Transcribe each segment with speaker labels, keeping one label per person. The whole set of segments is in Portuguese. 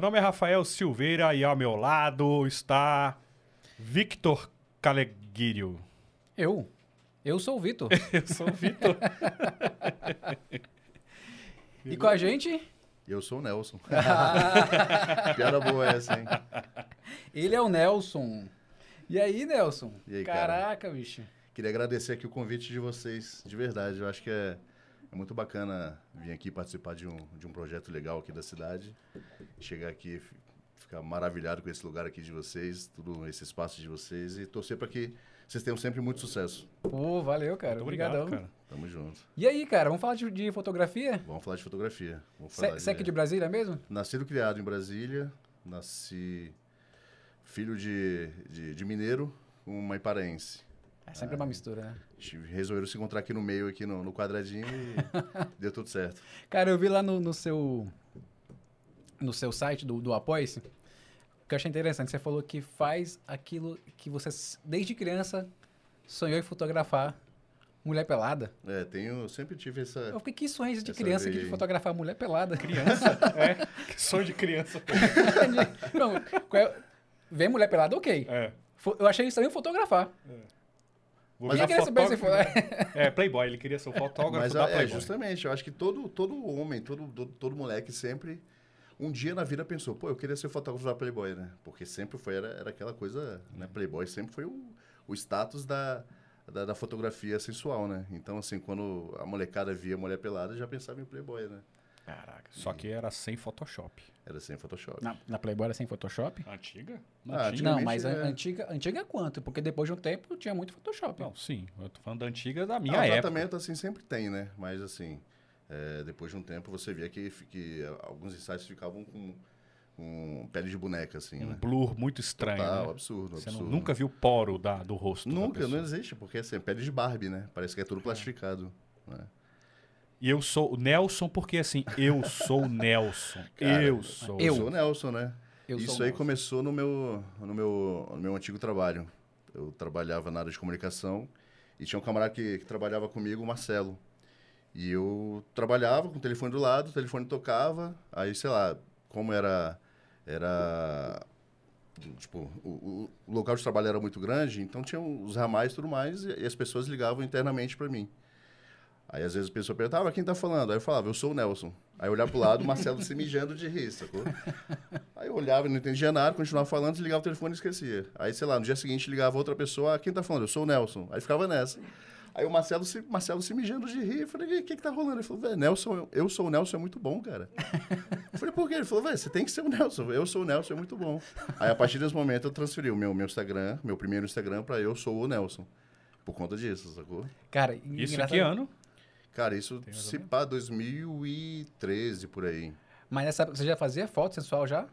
Speaker 1: nome é Rafael Silveira e ao meu lado está Victor Caleguírio.
Speaker 2: Eu? Eu sou o Vitor.
Speaker 1: Eu sou o Vitor.
Speaker 2: e com a gente,
Speaker 3: Eu sou o Nelson. Piada boa essa, hein?
Speaker 2: ele é o Nelson. E aí, Nelson?
Speaker 3: E aí, cara?
Speaker 2: Caraca, bicho.
Speaker 3: Queria agradecer aqui o convite de vocês, de verdade. Eu acho que é, é muito bacana vir aqui participar de um, de um projeto legal aqui da cidade. Chegar aqui, fi- ficar maravilhado com esse lugar aqui de vocês, tudo esse espaço de vocês e torcer para que vocês tenham sempre muito sucesso.
Speaker 2: Pô, valeu, cara.
Speaker 1: Muito
Speaker 2: Obrigadão.
Speaker 1: obrigado, cara.
Speaker 3: Tamo junto.
Speaker 2: E aí, cara, vamos falar de, de fotografia?
Speaker 3: Vamos falar de fotografia. Vamos falar né?
Speaker 2: Se- Sec é de Brasília mesmo?
Speaker 3: Nascido e criado em Brasília, nasci filho de, de, de mineiro, com uma iparense.
Speaker 2: É sempre uma mistura, né?
Speaker 3: Resolveram se encontrar aqui no meio, aqui no, no quadradinho e deu tudo certo.
Speaker 2: Cara, eu vi lá no, no seu no seu site do, do Apoia-se, que eu achei interessante. Você falou que faz aquilo que você, s- desde criança, sonhou em fotografar mulher pelada.
Speaker 3: É, tenho, sempre tive
Speaker 2: Eu
Speaker 3: essa...
Speaker 2: fiquei, que sonho de
Speaker 3: Essa
Speaker 2: criança aqui
Speaker 3: veia
Speaker 2: de
Speaker 3: aí.
Speaker 2: fotografar mulher pelada?
Speaker 1: Criança? É. Que Sonho de criança. pô.
Speaker 2: Não, qual é- ver mulher pelada, ok.
Speaker 1: É.
Speaker 2: Fo- Eu achei estranho fotografar.
Speaker 1: Vou
Speaker 2: Mas
Speaker 1: virar
Speaker 2: eu queria saber se
Speaker 1: fotógrafo,
Speaker 2: foi...
Speaker 1: né? É, Playboy. Ele queria ser o fotógrafo
Speaker 3: Mas
Speaker 1: da
Speaker 3: é,
Speaker 1: Playboy.
Speaker 3: justamente, eu acho que todo, todo homem, todo, todo, todo moleque sempre, um dia na vida pensou, pô, eu queria ser fotógrafo da Playboy, né? Porque sempre foi, era, era aquela coisa, né? Playboy sempre foi o, o status da, da, da fotografia sensual, né? Então, assim, quando a molecada via mulher pelada, já pensava em Playboy, né?
Speaker 1: Caraca. Só que era sem Photoshop.
Speaker 3: Era sem Photoshop.
Speaker 2: na, na Playboy era sem Photoshop?
Speaker 1: Antiga?
Speaker 3: Ah,
Speaker 1: antiga.
Speaker 2: Não,
Speaker 3: Antigamente,
Speaker 2: mas a-
Speaker 3: é.
Speaker 2: antiga, antiga é quanto? Porque depois de um tempo tinha muito Photoshop.
Speaker 1: Não, sim. Eu tô falando da antiga da minha
Speaker 3: Não,
Speaker 1: época.
Speaker 3: tratamento assim sempre tem, né? Mas assim, é, depois de um tempo você via que, fi- que eh, alguns ensaios ficavam com, com pele de boneca, assim,
Speaker 1: Um
Speaker 3: né?
Speaker 1: blur muito estranho,
Speaker 3: Total,
Speaker 1: né?
Speaker 3: absurdo,
Speaker 1: Você não-
Speaker 3: absurdo.
Speaker 1: nunca viu o poro da, do rosto da
Speaker 3: Nunca, não
Speaker 1: pessoa.
Speaker 3: existe, porque assim, é pele de Barbie, né? Parece que é tudo plastificado. né?
Speaker 1: E eu sou o Nelson porque, assim, eu sou o Nelson.
Speaker 3: Cara,
Speaker 1: eu sou.
Speaker 2: eu-
Speaker 3: sou o Nelson, né?
Speaker 2: Eu sou um
Speaker 3: Isso
Speaker 2: o
Speaker 3: aí
Speaker 2: Nelson.
Speaker 3: começou no meu, no, meu, no meu antigo trabalho. Eu trabalhava na área de comunicação e tinha um camarada que, que trabalhava comigo, o Marcelo. E eu trabalhava com o telefone do lado, o telefone tocava, aí, sei lá, como era. Era. Tipo, o, o local de trabalho era muito grande, então tinha os ramais e tudo mais, e, e as pessoas ligavam internamente para mim. Aí às vezes a pessoa perguntava, "Ah, quem tá falando? Aí eu falava, eu sou o Nelson. Aí eu olhava pro lado, o Marcelo se mijando de rir, sacou? Aí eu olhava, não entendia nada, continuava falando, desligava o telefone e esquecia. Aí, sei lá, no dia seguinte ligava outra pessoa, ah, quem tá falando? Eu sou o Nelson. Aí ficava nessa. Aí o Marcelo se, Marcelo se mijando de rir, eu falei, "E aí, o que que tá rolando? Ele falou, velho, Nelson, eu, eu sou o Nelson, é muito bom, cara. Eu falei, por quê? Ele falou, velho, você tem que ser o Nelson. Eu sou o Nelson, é muito bom. Aí a partir desse momento eu transferi o meu, meu Instagram, meu primeiro Instagram, pra eu sou o Nelson. Por conta disso, sacou?
Speaker 2: Cara,
Speaker 1: Isso em
Speaker 2: engraçado-
Speaker 1: que ano?
Speaker 3: Cara, isso se pá 2013 por aí.
Speaker 2: Mas nessa época você já fazia foto sensual já?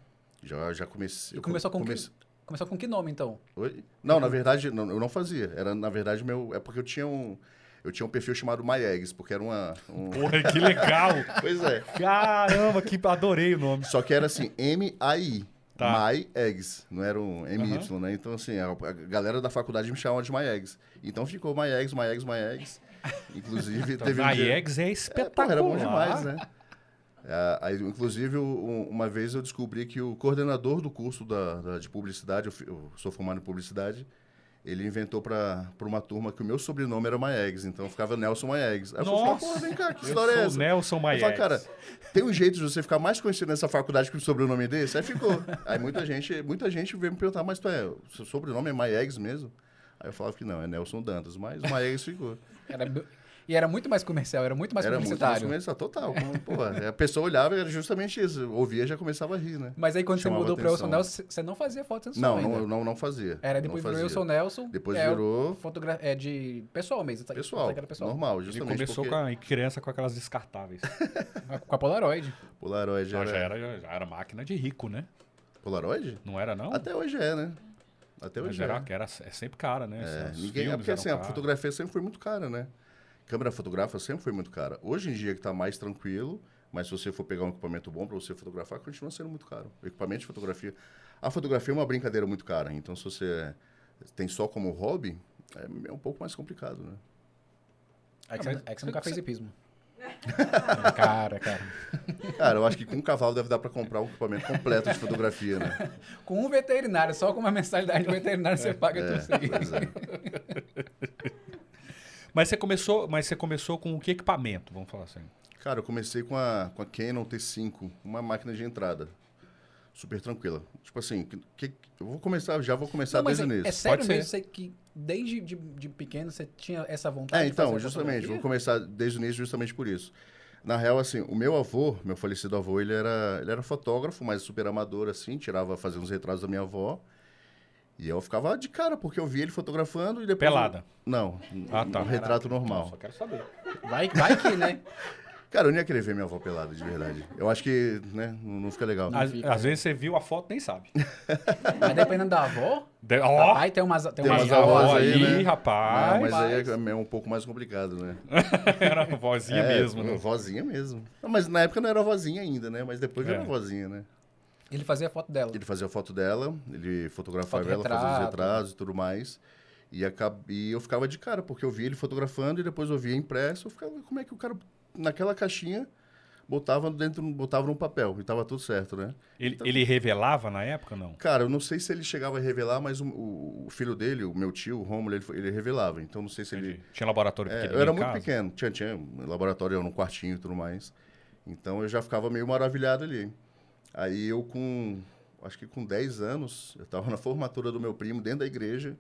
Speaker 3: Já, já comecei.
Speaker 2: E
Speaker 3: eu come-
Speaker 2: começou com,
Speaker 3: comece-
Speaker 2: que, começou com que nome, então?
Speaker 3: Oi? Não, na verdade, não, eu não fazia. Era, na verdade, meu. É porque eu tinha um. Eu tinha um perfil chamado MyEggs, porque era uma. um-
Speaker 1: Porra, que legal!
Speaker 3: pois é.
Speaker 1: Caramba, que adorei o nome.
Speaker 3: Só que era assim, M-A-I.
Speaker 1: Tá.
Speaker 3: My Eggs, não era um MY, né? Então, assim, a, a galera da faculdade me chamava de My Eggs. Então ficou My Eggs, My Eggs, My Eggs. Inclusive, teve um
Speaker 1: a
Speaker 3: dia-
Speaker 1: IEGS é
Speaker 3: É,
Speaker 1: espetacular.
Speaker 3: porra, era bom demais, né? É, aí, inclusive, o- um- uma vez eu descobri que o coordenador do curso da, da- de publicidade, eu, fi- eu sou formado em publicidade, ele inventou para uma turma que o meu sobrenome era Maiegs, então eu ficava Nelson Maiegs. Aí eu falei,
Speaker 1: Nossa!
Speaker 3: pô, vem cá, que
Speaker 1: Eu
Speaker 3: história é
Speaker 1: sou o
Speaker 3: essa?
Speaker 1: Nelson
Speaker 3: Eu falei,
Speaker 1: Maiex.
Speaker 3: cara, tem um jeito de você ficar mais conhecido nessa faculdade que o sobrenome desse? Aí ficou. Aí muita gente, muita gente veio me perguntar, mas tu é, o seu sobrenome é Maiegs mesmo? Aí eu falava que não, é Nelson Dantas, mas Maiegs ficou
Speaker 2: Era, bu- e era muito mais comercial, era muito mais
Speaker 3: era muito mais
Speaker 2: publicitário.
Speaker 3: comercial, total. Como, pô, a pessoa olhava e era justamente isso. Ouvia já começava a rir, né?
Speaker 2: Mas aí quando
Speaker 3: Chamava
Speaker 2: você mudou pra Wilson
Speaker 3: atenção.
Speaker 2: Nelson, c- você não fazia foto sensual
Speaker 3: Não,
Speaker 2: ainda.
Speaker 3: não, não, não fazia.
Speaker 2: né? Era depois
Speaker 3: não
Speaker 2: virou
Speaker 3: fazia.
Speaker 2: Wilson Nelson.
Speaker 3: Depois
Speaker 2: é,
Speaker 3: virou
Speaker 2: fotogra- é de pessoal mesmo. tá-
Speaker 3: pessoal,
Speaker 2: fotogra- pessoal.
Speaker 3: normal,
Speaker 1: Ele
Speaker 3: justamente
Speaker 1: começou
Speaker 3: porque
Speaker 1: com a criança com aquelas descartáveis.
Speaker 2: Com a Polaroid.
Speaker 3: Polaroid
Speaker 1: Já,
Speaker 3: era...
Speaker 1: já, era, já era máquina de rico, né?
Speaker 3: Polaroid?
Speaker 1: Não era, não?
Speaker 3: Até hoje é, né? Até
Speaker 1: Mas
Speaker 3: hoje
Speaker 1: era,
Speaker 3: é.
Speaker 1: era- é sempre cara, né?
Speaker 3: É,
Speaker 1: Os
Speaker 3: ninguém, é
Speaker 1: filmes
Speaker 3: porque
Speaker 1: eram
Speaker 3: assim, a
Speaker 1: caros.
Speaker 3: fotografia sempre foi muito cara, né? Câmera fotográfica sempre foi muito cara. Hoje em dia que tá mais tranquilo, mas se você for pegar um equipamento bom para você fotografar, continua sendo muito caro. O equipamento de fotografia. A fotografia é uma brincadeira muito cara, então se você tem só como hobby, é um pouco mais complicado, né?
Speaker 2: É que,
Speaker 1: Ah,
Speaker 2: você,
Speaker 1: mas
Speaker 2: é que você nunca
Speaker 1: você-
Speaker 2: fez hipismo. Cara, cara.
Speaker 3: Cara, eu acho que com um cavalo deve dar pra comprar um equipamento completo de fotografia, né?
Speaker 2: Com um veterinário, só com uma mensalidade do veterinário você paga tudo isso aí.
Speaker 3: Pois é.
Speaker 1: Mas você começou, mas você começou com que equipamento, vamos falar assim?
Speaker 3: Cara, eu comecei com a, com a Canon T5, uma máquina de entrada. Super tranquila. Tipo assim, que, que- eu vou começar, já vou começar
Speaker 2: Não, mas
Speaker 3: desde o
Speaker 2: é,
Speaker 3: início.
Speaker 2: é sério
Speaker 1: ser.
Speaker 2: mesmo você que desde de, de pequeno você tinha essa vontade
Speaker 3: É,
Speaker 2: de fazer
Speaker 3: então, justamente, vou
Speaker 2: fotografia?
Speaker 3: começar desde o início justamente por isso. Na real, assim, o meu avô, meu falecido avô, ele era, ele era fotógrafo, mas super amador, assim, tirava, fazia uns retratos da minha avó. E eu ficava de cara, porque eu via ele fotografando e depois...
Speaker 1: Pelada.
Speaker 3: Não,
Speaker 1: Ah, tá.
Speaker 3: um retrato normal.
Speaker 1: quero saber.
Speaker 2: Vai, vai que, né?
Speaker 3: Cara, eu nem ia querer ver minha avó pelada, de verdade. Eu acho que, né, não não fica legal.
Speaker 1: Às,
Speaker 2: fica,
Speaker 1: às vezes você viu a foto e nem sabe.
Speaker 2: Mas dependendo da avó,
Speaker 1: De-
Speaker 2: o
Speaker 1: Ó,
Speaker 2: papai tem umas, tem
Speaker 3: Tem
Speaker 2: umas
Speaker 3: umas
Speaker 2: avós
Speaker 3: avós
Speaker 2: aí.
Speaker 1: aí,
Speaker 3: né?
Speaker 1: rapaz.
Speaker 3: Não, mas aí
Speaker 2: rapaz.
Speaker 3: é, é um pouco mais complicado, né?
Speaker 1: Era a vozinha
Speaker 3: É,
Speaker 1: mesmo, né?
Speaker 3: Vozinha mesmo. Não, mas na época não era vozinha ainda, né? Mas depois já
Speaker 1: É.
Speaker 3: era vozinha, né?
Speaker 2: Ele fazia foto dela.
Speaker 3: Ele fazia foto dela, ele fotografava ela,
Speaker 2: Fotorretrato.
Speaker 3: fazia os retratos e tudo mais. E, acab- e eu ficava de cara, porque eu via ele fotografando e depois eu via impresso. Eu ficava, como é que o cara, naquela caixinha, botava dentro, botava num papel e tava tudo certo, né?
Speaker 1: Ele, ele revelava na época, não?
Speaker 3: Cara, eu não sei se ele chegava a revelar, mas o, o- o filho dele, o meu tio, o Romulo, ele, ele revelava. Então não sei se ele.
Speaker 1: Entendi. Tinha laboratório
Speaker 3: É,
Speaker 1: pequenininho
Speaker 3: eu era
Speaker 1: em
Speaker 3: muito
Speaker 1: casa?
Speaker 3: pequeno, tinha, tinha um laboratório eu num quartinho e tudo mais. Então eu já ficava meio maravilhado ali. Aí eu com, acho que com 10 anos, eu estava na formatura do meu primo dentro da igreja.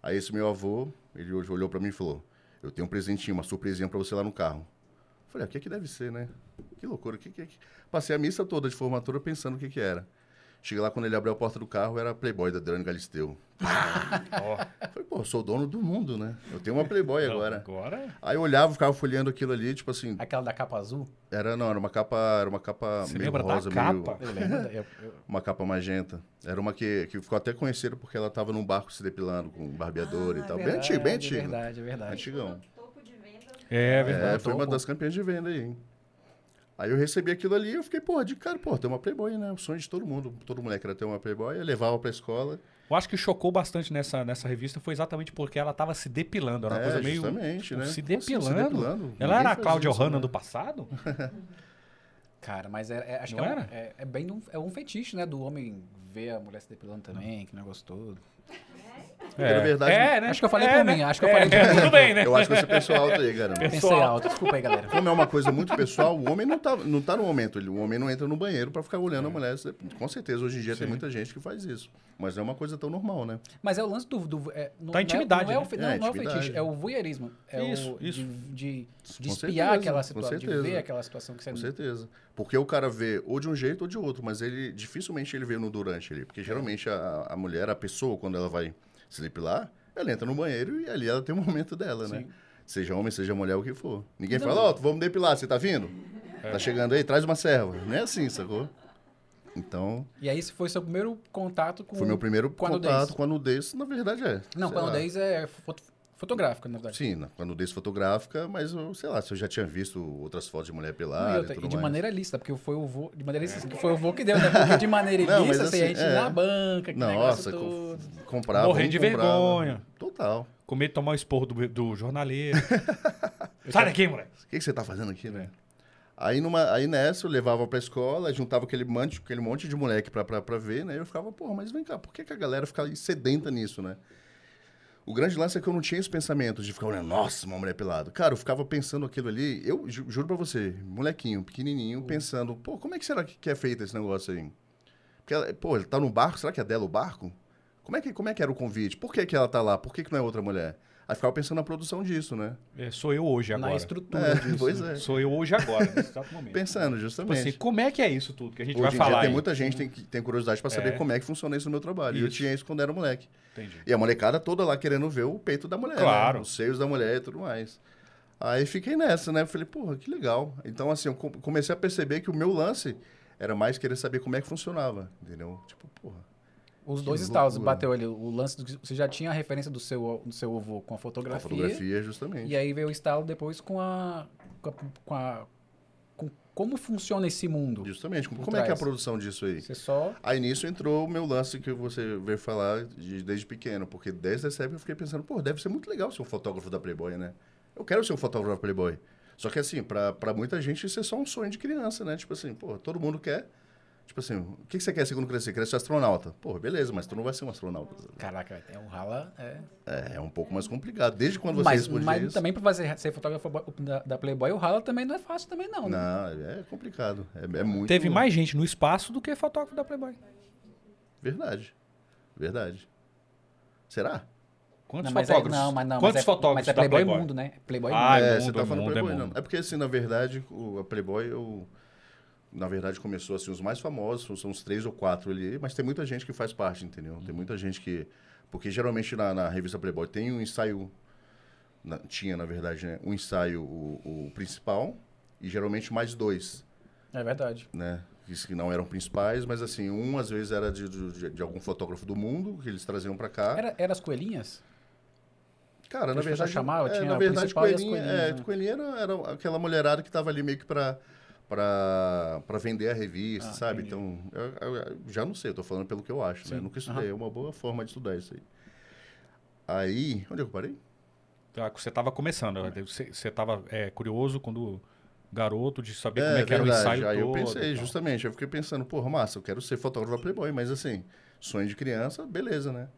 Speaker 3: Aí esse meu avô, ele hoje olhou para mim e falou: "Eu tenho um presentinho, uma surpresinha para você lá no carro". Eu falei: "Ah, "O que que deve ser, né? Que loucura, o que que é que-" Passei a missa toda de formatura pensando o que que era. Cheguei lá quando ele abriu a porta do carro, era a Playboy da Adriano Galisteu.
Speaker 1: Ó,
Speaker 3: Eu falei: "Pô, eu sou dono do mundo, né? Eu tenho uma Playboy
Speaker 1: não,
Speaker 3: agora".
Speaker 1: Agora?
Speaker 3: Aí eu olhava, ficava folheando aquilo ali, tipo assim,
Speaker 2: Aquela da capa azul.
Speaker 3: era não, era uma capa, era uma capa
Speaker 1: Você
Speaker 3: Ah, meio
Speaker 1: lembra
Speaker 3: rosa,
Speaker 1: da
Speaker 3: meio
Speaker 1: capa?
Speaker 2: Eu lembro. da- eu- eu-
Speaker 3: uma capa magenta. Era uma que, que ficou até conhecida porque ela tava num barco se depilando com um barbeador
Speaker 2: Ah,
Speaker 3: e tal.
Speaker 2: é
Speaker 3: bem antigo,
Speaker 2: verdade,
Speaker 3: bem antigo.
Speaker 2: É verdade, é verdade.
Speaker 3: Antigão.
Speaker 4: Topo de venda.
Speaker 1: É
Speaker 3: É,
Speaker 1: verdade.
Speaker 3: foi uma
Speaker 2: topo.
Speaker 3: das campeãs de venda aí, hein? Aí eu recebi aquilo ali e eu fiquei, porra, de cara, porra, tem uma Playboy, né? O sonho de todo mundo, todo moleque era ter uma Playboy, eu levava pra escola.
Speaker 1: Eu acho que chocou bastante nessa, nessa revista foi exatamente porque ela tava se depilando. Era uma
Speaker 3: é,
Speaker 1: coisa meio.
Speaker 3: justamente,
Speaker 1: tipo,
Speaker 3: né?
Speaker 1: se
Speaker 3: Como assim,
Speaker 1: depilando.
Speaker 3: Ninguém
Speaker 1: Ela era a
Speaker 3: fazia
Speaker 1: Cláudia
Speaker 3: isso,
Speaker 1: Hanna
Speaker 3: né?
Speaker 1: do passado?
Speaker 2: Cara, mas é, é- acho
Speaker 1: Não
Speaker 2: que é, um-
Speaker 1: era?
Speaker 2: é, é bem de um, é um fetiche, né? Do homem ver a mulher se depilando também, que negócio todo.
Speaker 3: É. na verdade,
Speaker 1: É, né?
Speaker 2: Acho que eu falei
Speaker 1: é,
Speaker 2: pra
Speaker 1: né?
Speaker 2: mim, acho que eu
Speaker 1: É,
Speaker 2: falei pra
Speaker 1: é,
Speaker 2: mim.
Speaker 1: Tudo bem, né?
Speaker 3: Eu tá acho que você pensou alto aí, cara.
Speaker 2: Pensei
Speaker 1: Pessoal.
Speaker 2: alto, desculpa aí, galera.
Speaker 3: Como é uma coisa muito pessoal, o homem não tá, não tá no momento. ele- O homem não entra no banheiro pra ficar
Speaker 2: É.
Speaker 3: olhando a mulher. Você- Com certeza, hoje em dia tem muita gente que faz isso. Mas não é uma coisa tão normal, né?
Speaker 2: Mas é o lance do. do é, não,
Speaker 1: Da intimidade,
Speaker 2: Não é, não é, o, fe-
Speaker 3: né?
Speaker 2: não,
Speaker 3: É,
Speaker 2: não é o
Speaker 3: intimidade.
Speaker 2: fetiche, é o voyeurismo. É
Speaker 1: Isso,
Speaker 2: o,
Speaker 1: isso.
Speaker 2: De, de, de
Speaker 3: Com
Speaker 2: espiar
Speaker 3: certeza,
Speaker 2: aquela
Speaker 3: com
Speaker 2: situação, de
Speaker 3: certeza.
Speaker 2: ver aquela situação que você
Speaker 3: Com
Speaker 2: não.
Speaker 3: certeza. Porque o cara vê ou de um jeito ou de outro, mas ele dificilmente ele vê no durante ali.
Speaker 2: É.
Speaker 3: Porque geralmente a, a mulher, a pessoa, quando ela vai se depilar, ela entra no banheiro e ali ela tem o momento dela, né?
Speaker 2: Sim.
Speaker 3: Seja homem, seja mulher, o que for. Ninguém
Speaker 2: Não. É.
Speaker 3: fala, ó, vamos depilar, você tá vindo? Tá chegando aí, traz uma serva. Não é assim, sacou? Então,
Speaker 2: E aí, esse foi seu primeiro contato com.
Speaker 3: foi meu primeiro
Speaker 2: com a nudez.
Speaker 3: contato com a nudez, na verdade é.
Speaker 2: Não,
Speaker 3: sei
Speaker 2: com a
Speaker 3: lá.
Speaker 2: nudez é foto, fotográfica, na verdade.
Speaker 3: Sim, na- com a nudez fotográfica, mas eu, sei lá, se eu já tinha visto outras fotos de mulher
Speaker 2: Não, e,
Speaker 3: pelada e,
Speaker 2: é outra,
Speaker 3: tudo
Speaker 2: e de
Speaker 3: mais. É.
Speaker 2: maneira lícita, porque foi o vô, de maneira lícita, que foi o vô que deu, né? Porque de maneira
Speaker 3: Não, mas
Speaker 2: ilícita, assim, a
Speaker 3: assim,
Speaker 2: gente
Speaker 3: é.
Speaker 2: na banca, que
Speaker 3: Nossa,
Speaker 2: negócio
Speaker 3: co-
Speaker 2: todo.
Speaker 3: comprava.
Speaker 1: Morrendo
Speaker 3: um
Speaker 1: de
Speaker 3: comprava.
Speaker 1: vergonha.
Speaker 3: Total.
Speaker 1: Com medo de tomar o esporro do, do jornaleiro. Sai daqui, moleque.
Speaker 3: O que, que você tá fazendo aqui, né?
Speaker 2: É.
Speaker 3: Aí, numa, aí nessa eu levava pra escola, juntava aquele monte, aquele monte de moleque pra, pra, pra ver, né? E eu ficava, porra, mas vem cá, por que, que a galera fica ali sedenta nisso, né? O grande lance é que eu não tinha esse pensamento de ficar olhando, nossa, uma mulher pelada. Cara, eu ficava pensando aquilo ali, eu ju- juro pra você, molequinho, pequenininho, pensando, pô, como é que será que, que é feito esse negócio aí? Porque, ela, pô, ele tá no barco, será que é dela o barco? Como é que, como é que era o convite? Por que, que ela tá lá? Por que, que não é outra mulher? Aí ficava pensando na produção disso, né?
Speaker 1: É, sou eu hoje
Speaker 2: Na
Speaker 1: agora.
Speaker 2: estrutura
Speaker 3: É,
Speaker 2: disso.
Speaker 3: pois
Speaker 2: né?
Speaker 3: é.
Speaker 1: Sou eu hoje agora, nesse exato momento.
Speaker 3: Pensando,
Speaker 1: Tipo
Speaker 3: justamente.
Speaker 1: assim, como é que é isso tudo que a gente vai
Speaker 3: Hoje em
Speaker 1: falar?
Speaker 3: dia tem
Speaker 1: aí?
Speaker 3: muita gente tem, que tem curiosidade pra saber
Speaker 1: É.
Speaker 3: como é que funciona isso no meu trabalho. E eu
Speaker 1: Isso.
Speaker 3: tinha isso quando era moleque.
Speaker 1: Entendi.
Speaker 3: E a molecada toda lá querendo ver o peito da mulher, né?
Speaker 1: Claro.
Speaker 3: os seios da mulher e tudo mais. Aí fiquei nessa, né? Falei, porra, que legal. Então, assim, eu co- comecei a perceber que o meu lance era mais querer saber como é que funcionava, entendeu? Tipo, porra.
Speaker 2: Os dois
Speaker 3: Que
Speaker 2: estalos,
Speaker 3: loucura.
Speaker 2: bateu ali o lance, do, você já tinha a referência do seu, do seu avô com a fotografia,
Speaker 3: A fotografia, é justamente.
Speaker 2: e aí veio o estalo depois com a... com, a, com a- com como funciona esse mundo.
Speaker 3: Justamente. Como
Speaker 2: Por
Speaker 3: é que é a
Speaker 2: trás.
Speaker 3: produção disso aí?
Speaker 2: Você só...
Speaker 3: Aí nisso entrou o meu lance que você veio falar de- desde pequeno, porque desde essa época eu fiquei pensando, pô, deve ser muito legal ser um fotógrafo da Playboy, né? Eu quero ser um fotógrafo da Playboy. Só que assim, pra, pra muita gente isso é só um sonho de criança, né? Tipo assim, pô, todo mundo quer. Tipo assim, o que que você quer ser quando crescer? Quer ser astronauta. Pô, beleza, mas tu não vai ser um astronauta.
Speaker 2: Caraca, é um rala. É.
Speaker 3: É, é um pouco mais complicado. Desde quando você
Speaker 2: mas
Speaker 3: responde
Speaker 2: mas
Speaker 3: isso.
Speaker 2: também pra fazer, ser fotógrafo da, da Playboy, o rala também não é fácil também, não. né?
Speaker 3: Não, é complicado. É, é muito.
Speaker 1: Teve mais gente no espaço do que fotógrafo da Playboy.
Speaker 3: Verdade. Verdade. Será?
Speaker 1: Quantos
Speaker 2: Não, mas é-
Speaker 1: fotógrafos?
Speaker 2: não, mas não.
Speaker 1: Quantos
Speaker 2: mas é,
Speaker 1: fotógrafos
Speaker 2: Mas é
Speaker 1: da
Speaker 2: Playboy,
Speaker 1: Playboy?
Speaker 2: Mundo, né? Playboy
Speaker 1: Ah,
Speaker 2: Mundo.
Speaker 1: é
Speaker 3: você
Speaker 1: mundo,
Speaker 3: tá
Speaker 1: é
Speaker 3: falando
Speaker 1: mundo,
Speaker 3: Playboy,
Speaker 1: é
Speaker 3: não.
Speaker 1: mundo.
Speaker 3: É porque, assim, na verdade, o, a Playboy, eu, na verdade, começou assim, os mais famosos, são os três ou quatro ali, mas tem muita gente que faz parte, entendeu?
Speaker 1: Uhum.
Speaker 3: Tem muita gente que... Porque, geralmente, na, na revista Playboy tem um ensaio... na- tinha, na verdade, né? Um ensaio, o, o principal, e geralmente mais dois,
Speaker 2: É verdade.
Speaker 3: né? Isso que não eram principais, mas, assim, um, às vezes, era de, de, de algum fotógrafo do mundo, que eles traziam pra cá.
Speaker 2: Era, era as coelhinhas? Que
Speaker 3: Cara, na
Speaker 2: as pessoas
Speaker 3: verdade,
Speaker 2: chamavam,
Speaker 3: é,
Speaker 2: tinha
Speaker 3: na
Speaker 2: a
Speaker 3: verdade
Speaker 2: principal e as
Speaker 3: coelhinha, é,
Speaker 2: coelhinhas, né?
Speaker 3: coelhinha era, era aquela mulherada que tava ali meio que pra, pra, pra vender a revista,
Speaker 2: Ah,
Speaker 3: sabe?
Speaker 2: entendi.
Speaker 3: Então, eu, eu- eu já não sei, eu tô falando pelo que eu acho, né?
Speaker 2: Sim,
Speaker 3: Eu nunca estudei, é uma boa forma de estudar isso aí. Aí, onde é que eu parei?
Speaker 1: Tá, Você tava começando, né? você, você tava é, curioso quando garoto de saber
Speaker 3: é,
Speaker 1: como é que era o
Speaker 3: verdade,
Speaker 1: ensaio
Speaker 3: aí
Speaker 1: todo.
Speaker 3: eu
Speaker 1: e
Speaker 3: pensei,
Speaker 1: tal.
Speaker 3: justamente, eu fiquei pensando, porra, massa, eu quero ser fotógrafo da Playboy, mas assim, sonho de criança, beleza, né?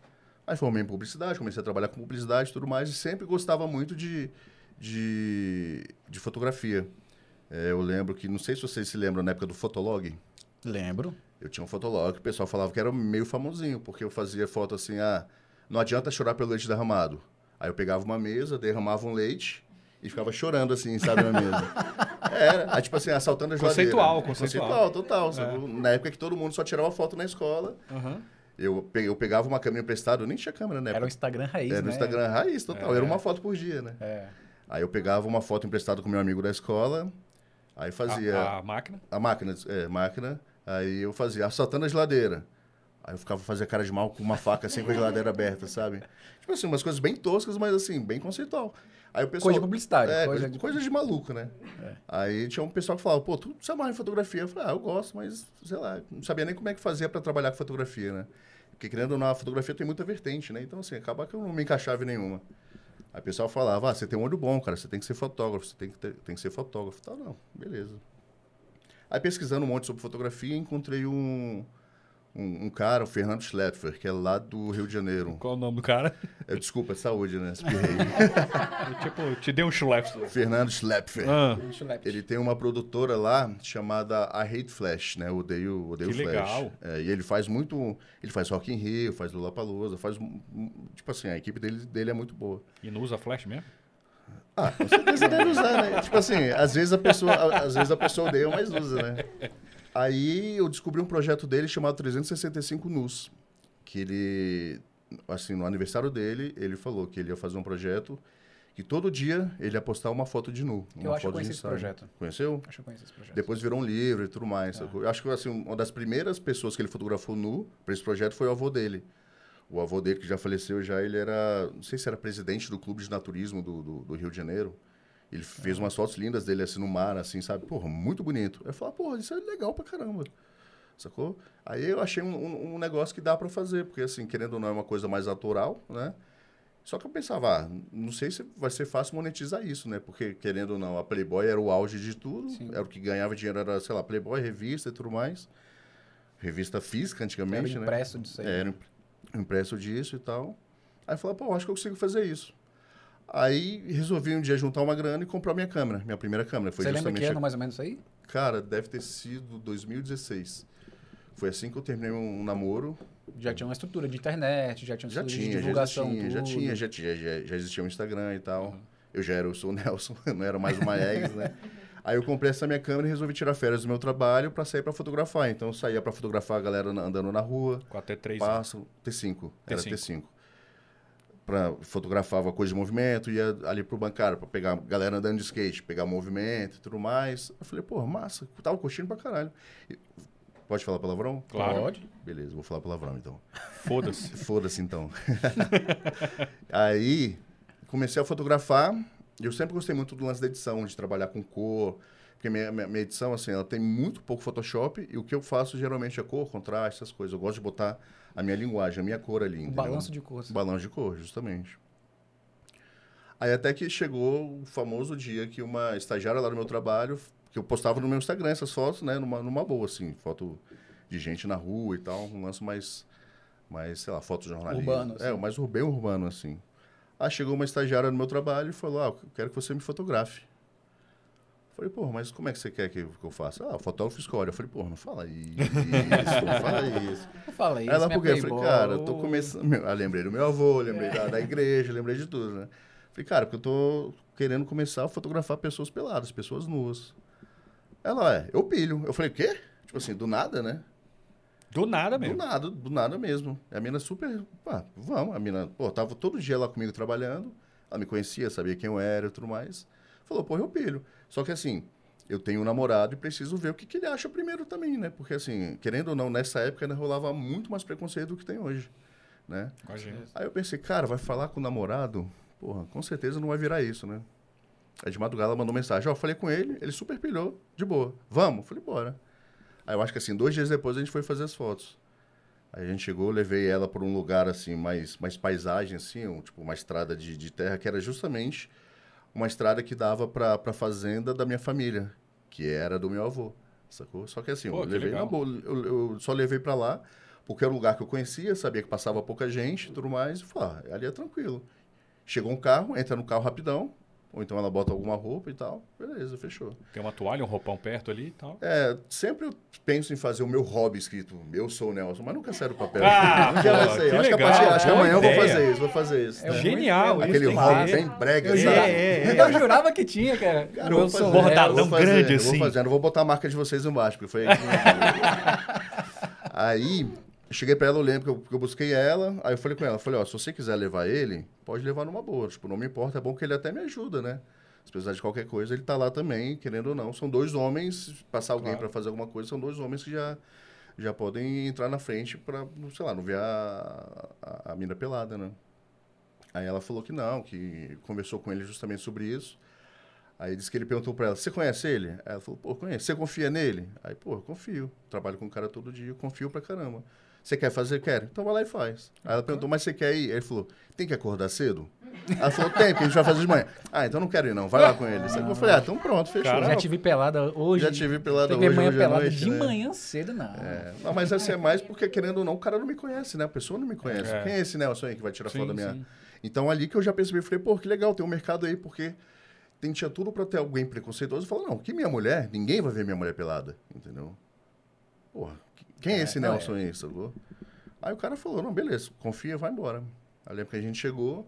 Speaker 3: Aí formei em publicidade, comecei a trabalhar com publicidade e tudo mais, e sempre gostava muito de, de, de fotografia. É, eu lembro que, não sei se vocês se lembram, na época do Fotolog,
Speaker 2: Lembro.
Speaker 3: eu tinha um Fotolog, que o pessoal falava que era meio famosinho, porque eu fazia foto assim, ah, não adianta chorar pelo leite derramado. Aí eu pegava uma mesa, derramava um leite e ficava chorando assim, sabe, na mesa. Era, aí, tipo assim, assaltando a geladeira.
Speaker 1: Conceitual, conceitual. É.
Speaker 3: total. sabe? Na época que todo mundo só tirava foto na escola,
Speaker 1: Aham.
Speaker 3: eu, pe- eu pegava uma câmera emprestada, eu nem tinha câmera na
Speaker 2: Era o
Speaker 3: época.
Speaker 2: Instagram raiz, né?
Speaker 3: Era É no Instagram raiz, total.
Speaker 1: É.
Speaker 3: Era uma foto por dia, né?
Speaker 2: É.
Speaker 3: Aí eu pegava uma foto emprestada com meu amigo da escola, aí fazia...
Speaker 1: A, a máquina.
Speaker 3: A máquina, é, máquina. Aí eu fazia assaltando a geladeira. Aí eu ficava fazendo cara de mal com uma faca assim com a geladeira aberta, sabe? Tipo assim, umas coisas bem toscas, mas assim, bem conceitual. Aí o pessoal.
Speaker 2: Coisa de publicidade. coisa
Speaker 3: É, coisa,
Speaker 2: de... É.
Speaker 3: coisa de maluco, né? Aí tinha um pessoal que falava, pô, tu se amarra em fotografia. Eu falei, ah, eu gosto, mas sei lá, não sabia nem como é que fazia pra trabalhar com fotografia, né? Porque querendo ou não, a fotografia tem muita vertente, né? Então, assim, acaba que eu não me encaixava em nenhuma. Aí o pessoal falava, ah, você tem um olho bom, cara, você tem que ser fotógrafo, você tem que, ter- tem que ser fotógrafo. Tá, não, beleza. Aí pesquisando um monte sobre fotografia, encontrei um, um, um cara, o Fernando Schlepfer, que é lá do Rio de Janeiro.
Speaker 1: Qual é o nome do cara?
Speaker 3: É, desculpa, saúde, né? Espirrei.
Speaker 1: Eu, tipo, te dei um chulef.
Speaker 3: Fernando Schlepfer.
Speaker 1: Ah,
Speaker 2: Deixa eu lá.
Speaker 3: Ele tem uma produtora lá chamada I Hate Flash, né? Eu odeio, odeio
Speaker 1: Que
Speaker 3: Flash.
Speaker 1: legal.
Speaker 3: É, e ele faz muito. Ele faz Rock in Rio, faz Lula Palusa, faz. um- um- Tipo assim, a equipe dele, dele é muito boa.
Speaker 1: e não usa flash mesmo?
Speaker 3: Ah, com certeza deve usar, né? Tipo assim, às vezes a pessoa, a- às vezes a pessoa odeia, mas usa, né? Aí eu descobri um projeto dele chamado 365 Nus, que ele, assim, no aniversário dele, ele falou que ele ia fazer um projeto que todo dia ele ia postar uma foto de nu, uma
Speaker 2: Eu acho que eu
Speaker 3: foto de
Speaker 2: conheci esse
Speaker 3: ensaio.
Speaker 2: projeto.
Speaker 3: Conheceu?
Speaker 2: Acho que eu conheço esse projeto.
Speaker 3: Depois virou um livro e tudo mais. sacou? Eu acho que assim, uma das primeiras pessoas que ele fotografou nu para esse projeto foi o avô dele. O avô dele, que já faleceu, já ele era, não sei se era presidente do clube de naturismo do, do, do Rio de Janeiro. Ele fez umas fotos lindas dele assim no mar, assim, sabe? Porra, muito bonito. Eu falei, porra, isso é legal pra caramba. Sacou? Aí eu achei um, um- um negócio que dá pra fazer, porque assim, querendo ou não, é uma coisa mais autoral, né? Só que eu pensava, ah, não sei se vai ser fácil monetizar isso, né? Porque, querendo ou não, a Playboy era o auge de tudo,
Speaker 2: Sim.
Speaker 3: era o que ganhava dinheiro, era, sei lá, Playboy, revista e tudo mais. Revista física
Speaker 2: Era
Speaker 3: antigamente, né?
Speaker 2: impresso disso aí.
Speaker 3: É, Era imp- impresso disso e tal. Aí eu falei, pô, acho que eu consigo fazer isso. Aí resolvi um dia juntar uma grana e comprar minha câmera, minha primeira câmera. Foi
Speaker 2: Você lembra
Speaker 3: justamente
Speaker 2: que ano mais ou menos isso aí?
Speaker 3: Cara, deve ter sido 2016. Foi assim que eu terminei um, um namoro.
Speaker 2: Já tinha uma estrutura de internet, já tinha uma
Speaker 3: Já
Speaker 2: estrutura
Speaker 3: tinha,
Speaker 2: de
Speaker 3: já
Speaker 2: divulgação.
Speaker 3: tinha, já
Speaker 2: tudo.
Speaker 3: tinha, já tinha, já, já existia o Instagram e tal. Eu já era, eu sou o Nelson, não era mais uma ex, né? Aí eu comprei essa minha câmera e resolvi tirar férias do meu trabalho pra sair pra fotografar. Então eu saía pra fotografar a galera na- andando na rua,
Speaker 1: 4 T3.
Speaker 3: passo, T5, era
Speaker 1: T5.
Speaker 3: T5. Pra, fotografava coisa de movimento, ia ali pro bancário pra pegar a galera andando de skate, pegar movimento e tudo mais. Eu falei, pô, massa, tava curtindo pra caralho. E- pode falar palavrão?
Speaker 1: Claro.
Speaker 2: Pode. um
Speaker 3: Beleza, vou falar palavrão então.
Speaker 1: Foda-se.
Speaker 3: Foda-se então. aí comecei a fotografar. e Eu sempre gostei muito do lance da edição, de trabalhar com cor. Porque minha, minha, minha edição, assim, ela tem muito pouco Photoshop. E o que eu faço geralmente é cor, contraste, essas coisas. Eu gosto de botar a minha linguagem, a minha cor ali.
Speaker 2: O
Speaker 3: entendeu?
Speaker 2: balanço de curso.
Speaker 3: Balanço de cor, justamente. Aí até que chegou o famoso dia que uma estagiária lá no meu trabalho, que eu postava no meu Instagram essas fotos, né? Numa, numa boa, assim, foto de gente na rua e tal, um lance mais, mais sei lá, foto de jornalismo.
Speaker 2: Urbano,
Speaker 3: É, mais ur- bem urbano, assim. Aí chegou uma estagiária no meu trabalho e falou, ah, eu quero que você me fotografe. Eu Falei, porra, mas como é que você quer que que eu faça? Ah, o fotógrafo escolhe. Eu falei, porra, não fala isso, não fala isso.
Speaker 2: Eu falei isso,
Speaker 3: Ela
Speaker 2: minha
Speaker 3: por quê? Eu falei,
Speaker 2: Playboy,
Speaker 3: cara, eu tô
Speaker 2: ô.
Speaker 3: começando. Meu, ah, lembrei do meu avô, lembrei da, da igreja, lembrei de tudo, né? Falei, cara, porque eu tô querendo começar a fotografar pessoas peladas, pessoas nuas. Ela, é, eu pilho. Eu falei, o quê? Tipo assim, do nada, né?
Speaker 1: Do nada
Speaker 3: Do
Speaker 1: Tá mesmo.
Speaker 3: nada, do nada mesmo. E A mina super. Pá, vamos. A mina, pô, tava todo dia lá comigo trabalhando. Ela me conhecia, sabia quem eu era e tudo mais. Falou, pô, eu pilho. Só que assim, eu tenho um namorado e preciso ver o que, que ele acha primeiro também, né? Porque assim, querendo ou não, nessa época ainda rolava muito mais preconceito do que tem hoje, né?
Speaker 1: Imagina.
Speaker 3: Aí eu pensei, cara, vai falar com o namorado? Porra, com certeza não vai virar isso, né? Aí de madrugada ela mandou mensagem, ó, falei com ele, ele super pilhou, de boa. Vamos? Falei, bora. Aí eu acho que assim, dois dias depois a gente foi fazer as fotos. Aí a gente chegou, eu levei ela para um lugar assim, mais, mais paisagem, assim, um, tipo uma estrada de, de terra, que era justamente uma estrada que dava para a fazenda da minha família, que era do meu avô, sacou? Só que assim,
Speaker 1: Pô,
Speaker 3: eu,
Speaker 1: que
Speaker 3: levei na
Speaker 1: legal.
Speaker 3: boa, eu, eu só levei para lá, porque era um lugar que eu conhecia, sabia que passava pouca gente e tudo mais, e falei, ah, ali é tranquilo. Chegou um carro, entra no carro rapidão, ou então ela bota alguma roupa e tal, beleza, fechou.
Speaker 1: Tem uma toalha, um roupão perto ali e tal.
Speaker 3: É, sempre eu penso em fazer o meu hobby escrito, eu sou o Nelson, mas nunca sai do papel.
Speaker 1: Ah,
Speaker 3: Um dia
Speaker 1: pô,
Speaker 3: vai
Speaker 1: que
Speaker 3: sair. acho, que a
Speaker 1: legal,
Speaker 3: partir- acho que
Speaker 1: boa
Speaker 3: amanhã eu vou
Speaker 1: ideia.
Speaker 3: fazer isso, vou fazer isso.
Speaker 2: É
Speaker 3: né?
Speaker 1: Genial,
Speaker 2: muito-
Speaker 1: isso
Speaker 3: Aquele
Speaker 1: tem que
Speaker 3: hobby
Speaker 1: ter.
Speaker 3: bem brega,
Speaker 2: Eu
Speaker 1: É,
Speaker 2: jurava,
Speaker 3: sabe?
Speaker 1: é, é.
Speaker 2: eu jurava que tinha, cara.
Speaker 3: Cara, eu
Speaker 2: eu
Speaker 3: vou
Speaker 2: sou
Speaker 3: fazer,
Speaker 1: Bordadão
Speaker 3: eu vou fazer,
Speaker 1: grande,
Speaker 3: eu vou
Speaker 1: assim.
Speaker 3: fazer, eu não vou botar a marca de vocês embaixo, porque foi... aí, eu cheguei pra ela, eu lembro que eu, que eu busquei ela, aí eu falei com ela, eu falei, ó, se você quiser levar ele, pode levar numa boa, tipo, não me importa, é bom que ele até me ajuda, né? Se precisar de qualquer coisa, ele tá lá também, querendo ou não. São dois homens, se passar alguém pra fazer alguma coisa, são dois homens que já, já podem entrar na frente pra, não sei lá, não ver a, a, a mina pelada, né? Aí ela falou que não, que conversou com ele justamente sobre isso. Aí disse que ele perguntou pra ela, você conhece ele? Aí Ela falou, pô, conheço. Você confia nele? Aí, pô, eu confio. Trabalho com o cara todo dia, eu confio pra caramba. Você quer fazer? Quero. Então vai lá e faz. Aí ela perguntou, mas você quer ir? Aí ele falou, tem que acordar cedo? Ela falou, tem, porque a gente vai fazer de manhã. Ah, então não quero ir não, vai lá com ele. Eu falei, ah, então pronto, fechou.
Speaker 1: Cara,
Speaker 2: Já tive pelada hoje.
Speaker 3: Já tive pelada
Speaker 2: Peguei
Speaker 3: hoje,
Speaker 2: manhã
Speaker 3: hoje à
Speaker 2: pelada
Speaker 3: noite,
Speaker 2: de
Speaker 3: né?
Speaker 2: manhã cedo, não.
Speaker 3: É, não, mas assim é mais porque, querendo ou não, o cara não me conhece, né? A pessoa não me conhece.
Speaker 1: É.
Speaker 3: Quem é esse Nelson aí que vai tirar
Speaker 1: Sim,
Speaker 3: foto da minha.
Speaker 1: sim.
Speaker 3: Então ali que eu já percebi, falei, pô, que legal, tem um mercado aí, porque tem tinha tudo pra ter alguém preconceituoso e falar, não, que minha mulher, ninguém vai ver minha mulher pelada, entendeu? Porra, que- quem é, esse
Speaker 2: não,
Speaker 3: Nelson aí, sacou? Aí o cara falou, não, beleza, confia, vai embora. Aí lembro que a gente chegou,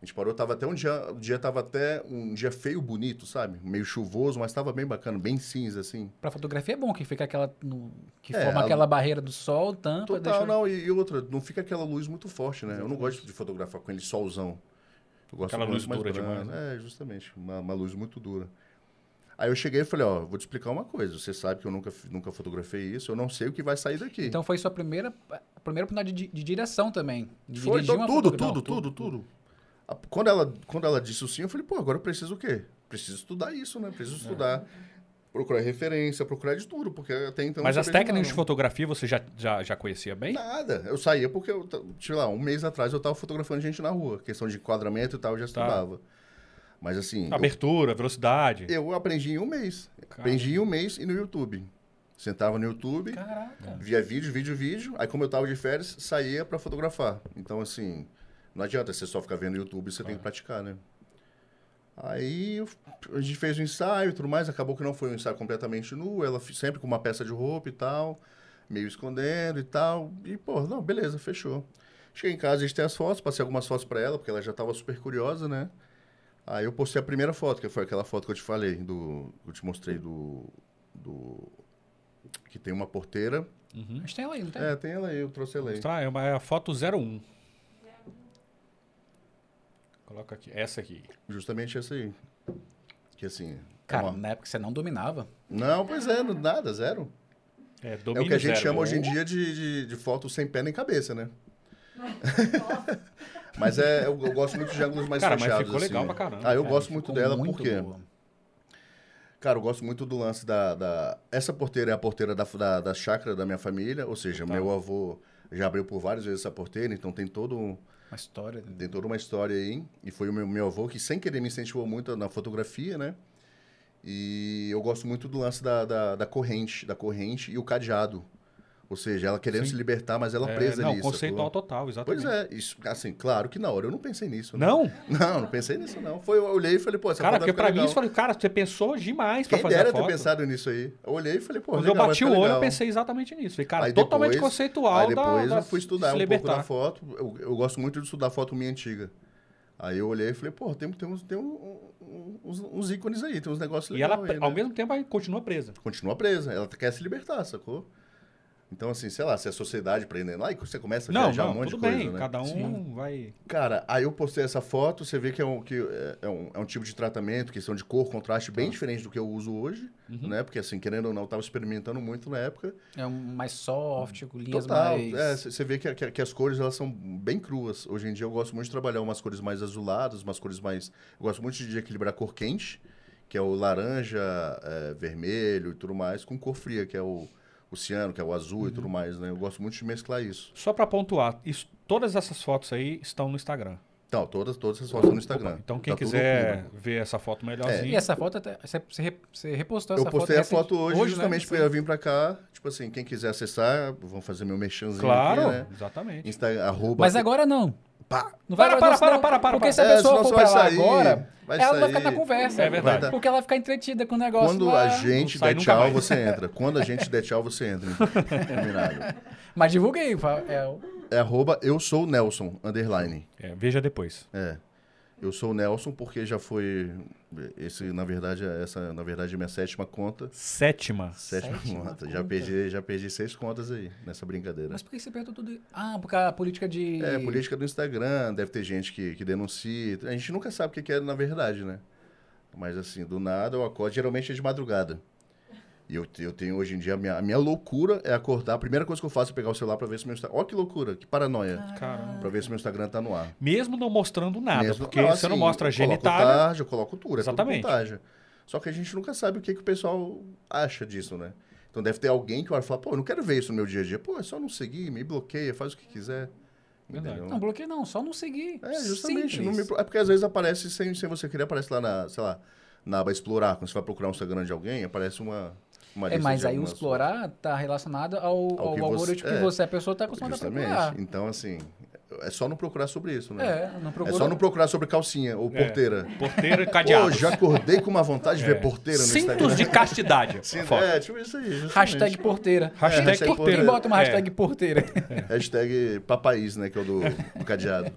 Speaker 3: a gente parou, tava até um dia, o dia tava até um dia feio, bonito, sabe? Meio chuvoso, mas tava bem bacana, bem cinza, assim.
Speaker 2: Pra fotografia é bom, que fica aquela. no- que
Speaker 3: É,
Speaker 2: forma
Speaker 3: a-
Speaker 2: aquela barreira do sol, tampa.
Speaker 3: Total,
Speaker 2: deixa-
Speaker 3: não. E, e outra, não fica aquela luz muito forte, né? Eu não gosto de fotografar com ele solzão. Eu gosto
Speaker 1: Aquela
Speaker 3: de uma
Speaker 1: luz
Speaker 3: mais
Speaker 1: dura
Speaker 3: branca.
Speaker 1: demais, né?
Speaker 3: É, justamente. Uma, uma luz muito dura. Aí eu cheguei e falei, ó, vou te explicar uma coisa. Você sabe que eu nunca, fi- nunca fotografei isso, eu não sei o que vai sair daqui.
Speaker 2: Então foi sua primeira. A primeira oportunidade de, de direção também. De
Speaker 3: Foi,
Speaker 2: dirigir
Speaker 3: então,
Speaker 2: uma
Speaker 3: tudo,
Speaker 2: foto- não,
Speaker 3: tudo, tudo, tudo. A- Quando ela, quando ela disse o sim, eu falei, pô, agora eu preciso o quê? Preciso estudar isso, né?
Speaker 1: É.
Speaker 3: Preciso estudar. Procurar referência, procurar de tudo, porque até então... eu
Speaker 1: Mas
Speaker 3: não
Speaker 1: as
Speaker 3: sabia de
Speaker 1: técnicas
Speaker 3: nada.
Speaker 1: de fotografia você já, já, já conhecia bem?
Speaker 3: Nada. Eu saía porque, eu, t- sei lá, um mês atrás eu tava fotografando gente na rua. Questão de enquadramento e tal, eu já estudava. Mas assim, eu,
Speaker 1: Abertura, velocidade.
Speaker 3: eu aprendi em um mês.
Speaker 1: Tá Cara.
Speaker 3: Aprendi em um mês e no YouTube. Sentava no YouTube,
Speaker 2: Caraca.
Speaker 3: via vídeo, vídeo, vídeo. Aí como eu tava de férias, saía pra fotografar. Então assim, não adianta você só ficar vendo YouTube, você tem que praticar, né? Aí eu- a gente fez o ensaio e tudo mais, acabou que não foi um ensaio completamente nu, ela fi- sempre com uma peça de roupa e tal, meio escondendo e tal. E, pô, não, beleza, fechou. Cheguei em casa, a gente tem as fotos, passei algumas fotos pra ela, porque ela já tava super curiosa, né? Aí eu postei a primeira foto, que foi aquela foto que eu te falei, do, que eu te mostrei do, do. que tem uma porteira.
Speaker 1: Uhum.
Speaker 2: Mas tem ela aí, não tem?
Speaker 3: É, tem ela aí, eu trouxe ela aí.
Speaker 1: Tá, é, uma, é a foto 01. Coloca aqui. Essa aqui.
Speaker 3: Justamente essa aí. Que assim.
Speaker 2: Cara,
Speaker 3: é uma-
Speaker 2: na época você não dominava.
Speaker 3: Não, pois é, não- nada, zero.
Speaker 1: É,
Speaker 3: É
Speaker 1: domínio
Speaker 3: o que a gente
Speaker 1: zero.
Speaker 3: chama hoje em dia de, de, de foto sem pé nem cabeça, né? mas é, eu, eu gosto muito de ângulos mais
Speaker 1: Cara, mas
Speaker 3: fechados.
Speaker 1: ficou
Speaker 3: assim,
Speaker 1: legal
Speaker 3: né?
Speaker 1: pra caramba,
Speaker 3: Ah, eu
Speaker 1: cara,
Speaker 3: gosto muito
Speaker 2: Ficou
Speaker 3: dela,
Speaker 2: muito
Speaker 3: por quê?
Speaker 2: boa.
Speaker 3: Cara, eu gosto muito do
Speaker 1: Tá.
Speaker 3: lance da. da- Essa porteira é a porteira da, da, da chácara da minha família, ou seja, meu avô já abriu por várias vezes essa porteira, então tem todo um-
Speaker 2: Uma história.
Speaker 3: tem toda uma história aí. E foi o meu, meu avô que, sem querer, me incentivou muito na fotografia, né? E eu gosto muito do lance da, da, da corrente, da corrente e o cadeado. Ou seja, ela querendo
Speaker 1: Sim.
Speaker 3: se libertar, mas ela
Speaker 1: É,
Speaker 3: presa
Speaker 1: não,
Speaker 3: ali.
Speaker 1: conceitual
Speaker 3: sacou?
Speaker 1: total, exatamente.
Speaker 3: Pois é, isso, assim, claro que na hora eu não pensei nisso. né?
Speaker 1: Não?
Speaker 3: Não, não pensei nisso, não. Foi, eu olhei e falei, pô, essa
Speaker 1: Cara,
Speaker 3: foto vai
Speaker 1: porque
Speaker 3: ficar
Speaker 1: pra mim
Speaker 3: legal.
Speaker 1: isso falei, cara, você pensou demais pra
Speaker 3: Quem
Speaker 1: fazer a
Speaker 3: dera ter
Speaker 1: foto.
Speaker 3: pensado nisso aí. Eu olhei e falei, pô,
Speaker 1: Quando
Speaker 3: legal,
Speaker 1: eu
Speaker 3: vai
Speaker 1: bati o
Speaker 3: ficar
Speaker 1: olho, eu
Speaker 3: legal.
Speaker 1: pensei exatamente nisso. Falei, cara,
Speaker 3: Aí
Speaker 1: totalmente
Speaker 3: depois-
Speaker 1: conceitual
Speaker 3: Aí
Speaker 1: da-
Speaker 3: depois
Speaker 1: da
Speaker 3: eu fui estudar
Speaker 1: se
Speaker 3: um pouco
Speaker 1: libertar.
Speaker 3: da foto. Eu, eu gosto muito de estudar foto minha antiga. Aí eu olhei e falei, pô, tem, tem, uns, tem um- um- uns, uns ícones aí, né? tem uns negócios
Speaker 1: E ela,
Speaker 3: legais.
Speaker 1: ao mesmo tempo, ela continua presa.
Speaker 3: Continua presa, ela quer se libertar, sacou? Então, assim, sei lá, se a sociedade prendendo, aí você começa a
Speaker 1: Não,
Speaker 3: viajar
Speaker 1: não,
Speaker 3: um monte
Speaker 1: tudo
Speaker 3: de coisa,
Speaker 1: bem,
Speaker 3: né?
Speaker 1: cada um
Speaker 2: Sim.
Speaker 1: vai...
Speaker 3: Cara, aí eu postei essa foto, você vê que é um, que é- é um, é um tipo de tratamento, questão de cor, contraste, bem diferente do que eu uso hoje,
Speaker 1: Tá. Uhum.
Speaker 3: né? Porque, assim, querendo ou não, eu tava experimentando muito na época.
Speaker 2: É um mais soft, com linhas
Speaker 3: Total.
Speaker 2: mais...
Speaker 3: é, c- você vê que, que- que as cores elas são bem cruas. Hoje em dia eu gosto muito de trabalhar umas cores mais azuladas, umas cores mais. Eu gosto muito de equilibrar a cor quente, que é o laranja, é, vermelho e tudo mais, com cor fria, que é o, o ciano, que é o azul e
Speaker 2: Uhum.
Speaker 3: tudo mais, né? Eu gosto muito de mesclar isso.
Speaker 1: Só pra pontuar, isso- todas essas fotos aí estão no Instagram.
Speaker 3: Então, todas, todas essas fotos no Instagram.
Speaker 1: Opa, então quem
Speaker 3: Tá É, tudo
Speaker 1: quiser
Speaker 3: horrível.
Speaker 1: ver essa foto
Speaker 2: E
Speaker 1: melhorzinha...
Speaker 2: essa foto, até, você, você re- você repostou
Speaker 3: Eu
Speaker 2: essa
Speaker 3: postei
Speaker 2: foto.
Speaker 3: a foto
Speaker 2: recente-
Speaker 3: hoje,
Speaker 2: né?
Speaker 3: justamente porque
Speaker 2: Sim.
Speaker 3: eu vim pra cá. Tipo assim, quem quiser acessar, vamos fazer meu mexanzinho
Speaker 1: claro,
Speaker 3: aqui, né?
Speaker 1: exatamente.
Speaker 3: Instagram, arroba.
Speaker 2: Mas agora não.
Speaker 3: Pá.
Speaker 2: Não
Speaker 1: Para, para,
Speaker 2: não, senão-
Speaker 1: para, para, para,
Speaker 2: Porque
Speaker 1: para.
Speaker 2: se a
Speaker 3: É,
Speaker 2: pessoa
Speaker 3: senão
Speaker 2: for
Speaker 3: você
Speaker 2: pra
Speaker 3: vai
Speaker 2: lá
Speaker 3: sair,
Speaker 2: agora,
Speaker 3: vai
Speaker 2: ela vai ficar
Speaker 3: sair.
Speaker 2: na conversa.
Speaker 1: É verdade.
Speaker 3: Vai dar-
Speaker 2: Porque ela vai ficar entretida com o negócio é?
Speaker 3: Quando
Speaker 2: lá.
Speaker 3: a gente
Speaker 1: sai
Speaker 3: der
Speaker 1: nunca
Speaker 3: tchau,
Speaker 1: mais.
Speaker 3: você entra. Quando a gente der tchau, você entra. Combinado.
Speaker 2: Mas divulga aí. fa- é, o-
Speaker 3: É arroba eu sou o Nelson, underline.
Speaker 1: É, veja depois.
Speaker 3: É. Eu sou o Nelson porque já foi. Esse, na verdade, é- essa, na verdade, é minha sétima conta.
Speaker 1: Sétima.
Speaker 3: Sétima,
Speaker 2: Sétima
Speaker 3: conta. Já,
Speaker 2: conta.
Speaker 3: perdi, já perdi seis contas aí nessa brincadeira.
Speaker 2: Mas por que você perguntou tudo isso? Ah, porque a política de...
Speaker 3: É, política do Instagram, deve ter gente que, que denuncia. A gente nunca sabe o que que é na verdade, né? Mas assim, do nada eu acordo, geralmente é de madrugada. E eu, te- eu tenho hoje em dia, a minha, a minha loucura é acordar. A primeira coisa que eu faço é pegar o celular pra ver se meu Instagram. Olha que loucura, que paranoia.
Speaker 1: Caramba.
Speaker 3: Pra ver se meu Instagram tá no ar.
Speaker 1: Mesmo não mostrando nada,
Speaker 3: Mesmo-
Speaker 1: Ah, porque você não
Speaker 3: assim,
Speaker 1: mostra
Speaker 3: eu coloco
Speaker 1: genitália.
Speaker 3: tarja, eu coloco tudo, é
Speaker 1: Exatamente.
Speaker 3: tudo montagem. Só que a gente nunca sabe o que, que o pessoal acha disso, né? Então deve ter alguém que olha e fala, pô, eu não quero ver isso no meu dia a dia. Pô, é só não seguir, me bloqueia, faz o que quiser.
Speaker 1: Verdade.
Speaker 3: Entendeu?
Speaker 2: Não, bloqueio não. Só não seguir.
Speaker 3: É, justamente. Não
Speaker 2: Simples.
Speaker 3: me pro- é porque às vezes aparece sem, sem você querer, aparece lá na, sei lá, na aba explorar. Quando você vai procurar um Instagram de alguém, aparece uma, uma
Speaker 2: É,
Speaker 3: lista
Speaker 2: mas
Speaker 3: de
Speaker 2: aí o
Speaker 3: algumas-
Speaker 2: explorar tá relacionado ao, ao,
Speaker 3: que você-
Speaker 2: algoritmo que
Speaker 3: é.
Speaker 2: você, a pessoa, tá acostumada a procurar.
Speaker 3: Justamente. Então, assim, é só não procurar sobre isso, né?
Speaker 2: É, não
Speaker 3: É
Speaker 2: procura.
Speaker 3: só não procurar sobre calcinha ou
Speaker 1: É.
Speaker 3: porteira.
Speaker 1: Porteira e
Speaker 3: tá Pô,
Speaker 1: cadeado.
Speaker 3: já acordei com uma vontade de
Speaker 1: É.
Speaker 3: ver porteira no
Speaker 1: Cintos
Speaker 3: Instagram.
Speaker 1: de castidade. a
Speaker 3: Sim,
Speaker 1: foto.
Speaker 3: É, tipo isso aí. justamente.
Speaker 2: Hashtag porteira.
Speaker 1: Hashtag
Speaker 3: É, hashtag
Speaker 2: Quem- Quem
Speaker 3: porteira.
Speaker 2: bota uma
Speaker 1: É.
Speaker 2: hashtag porteira?
Speaker 3: É. Hashtag papaís, né? Que é o do, do cadeado.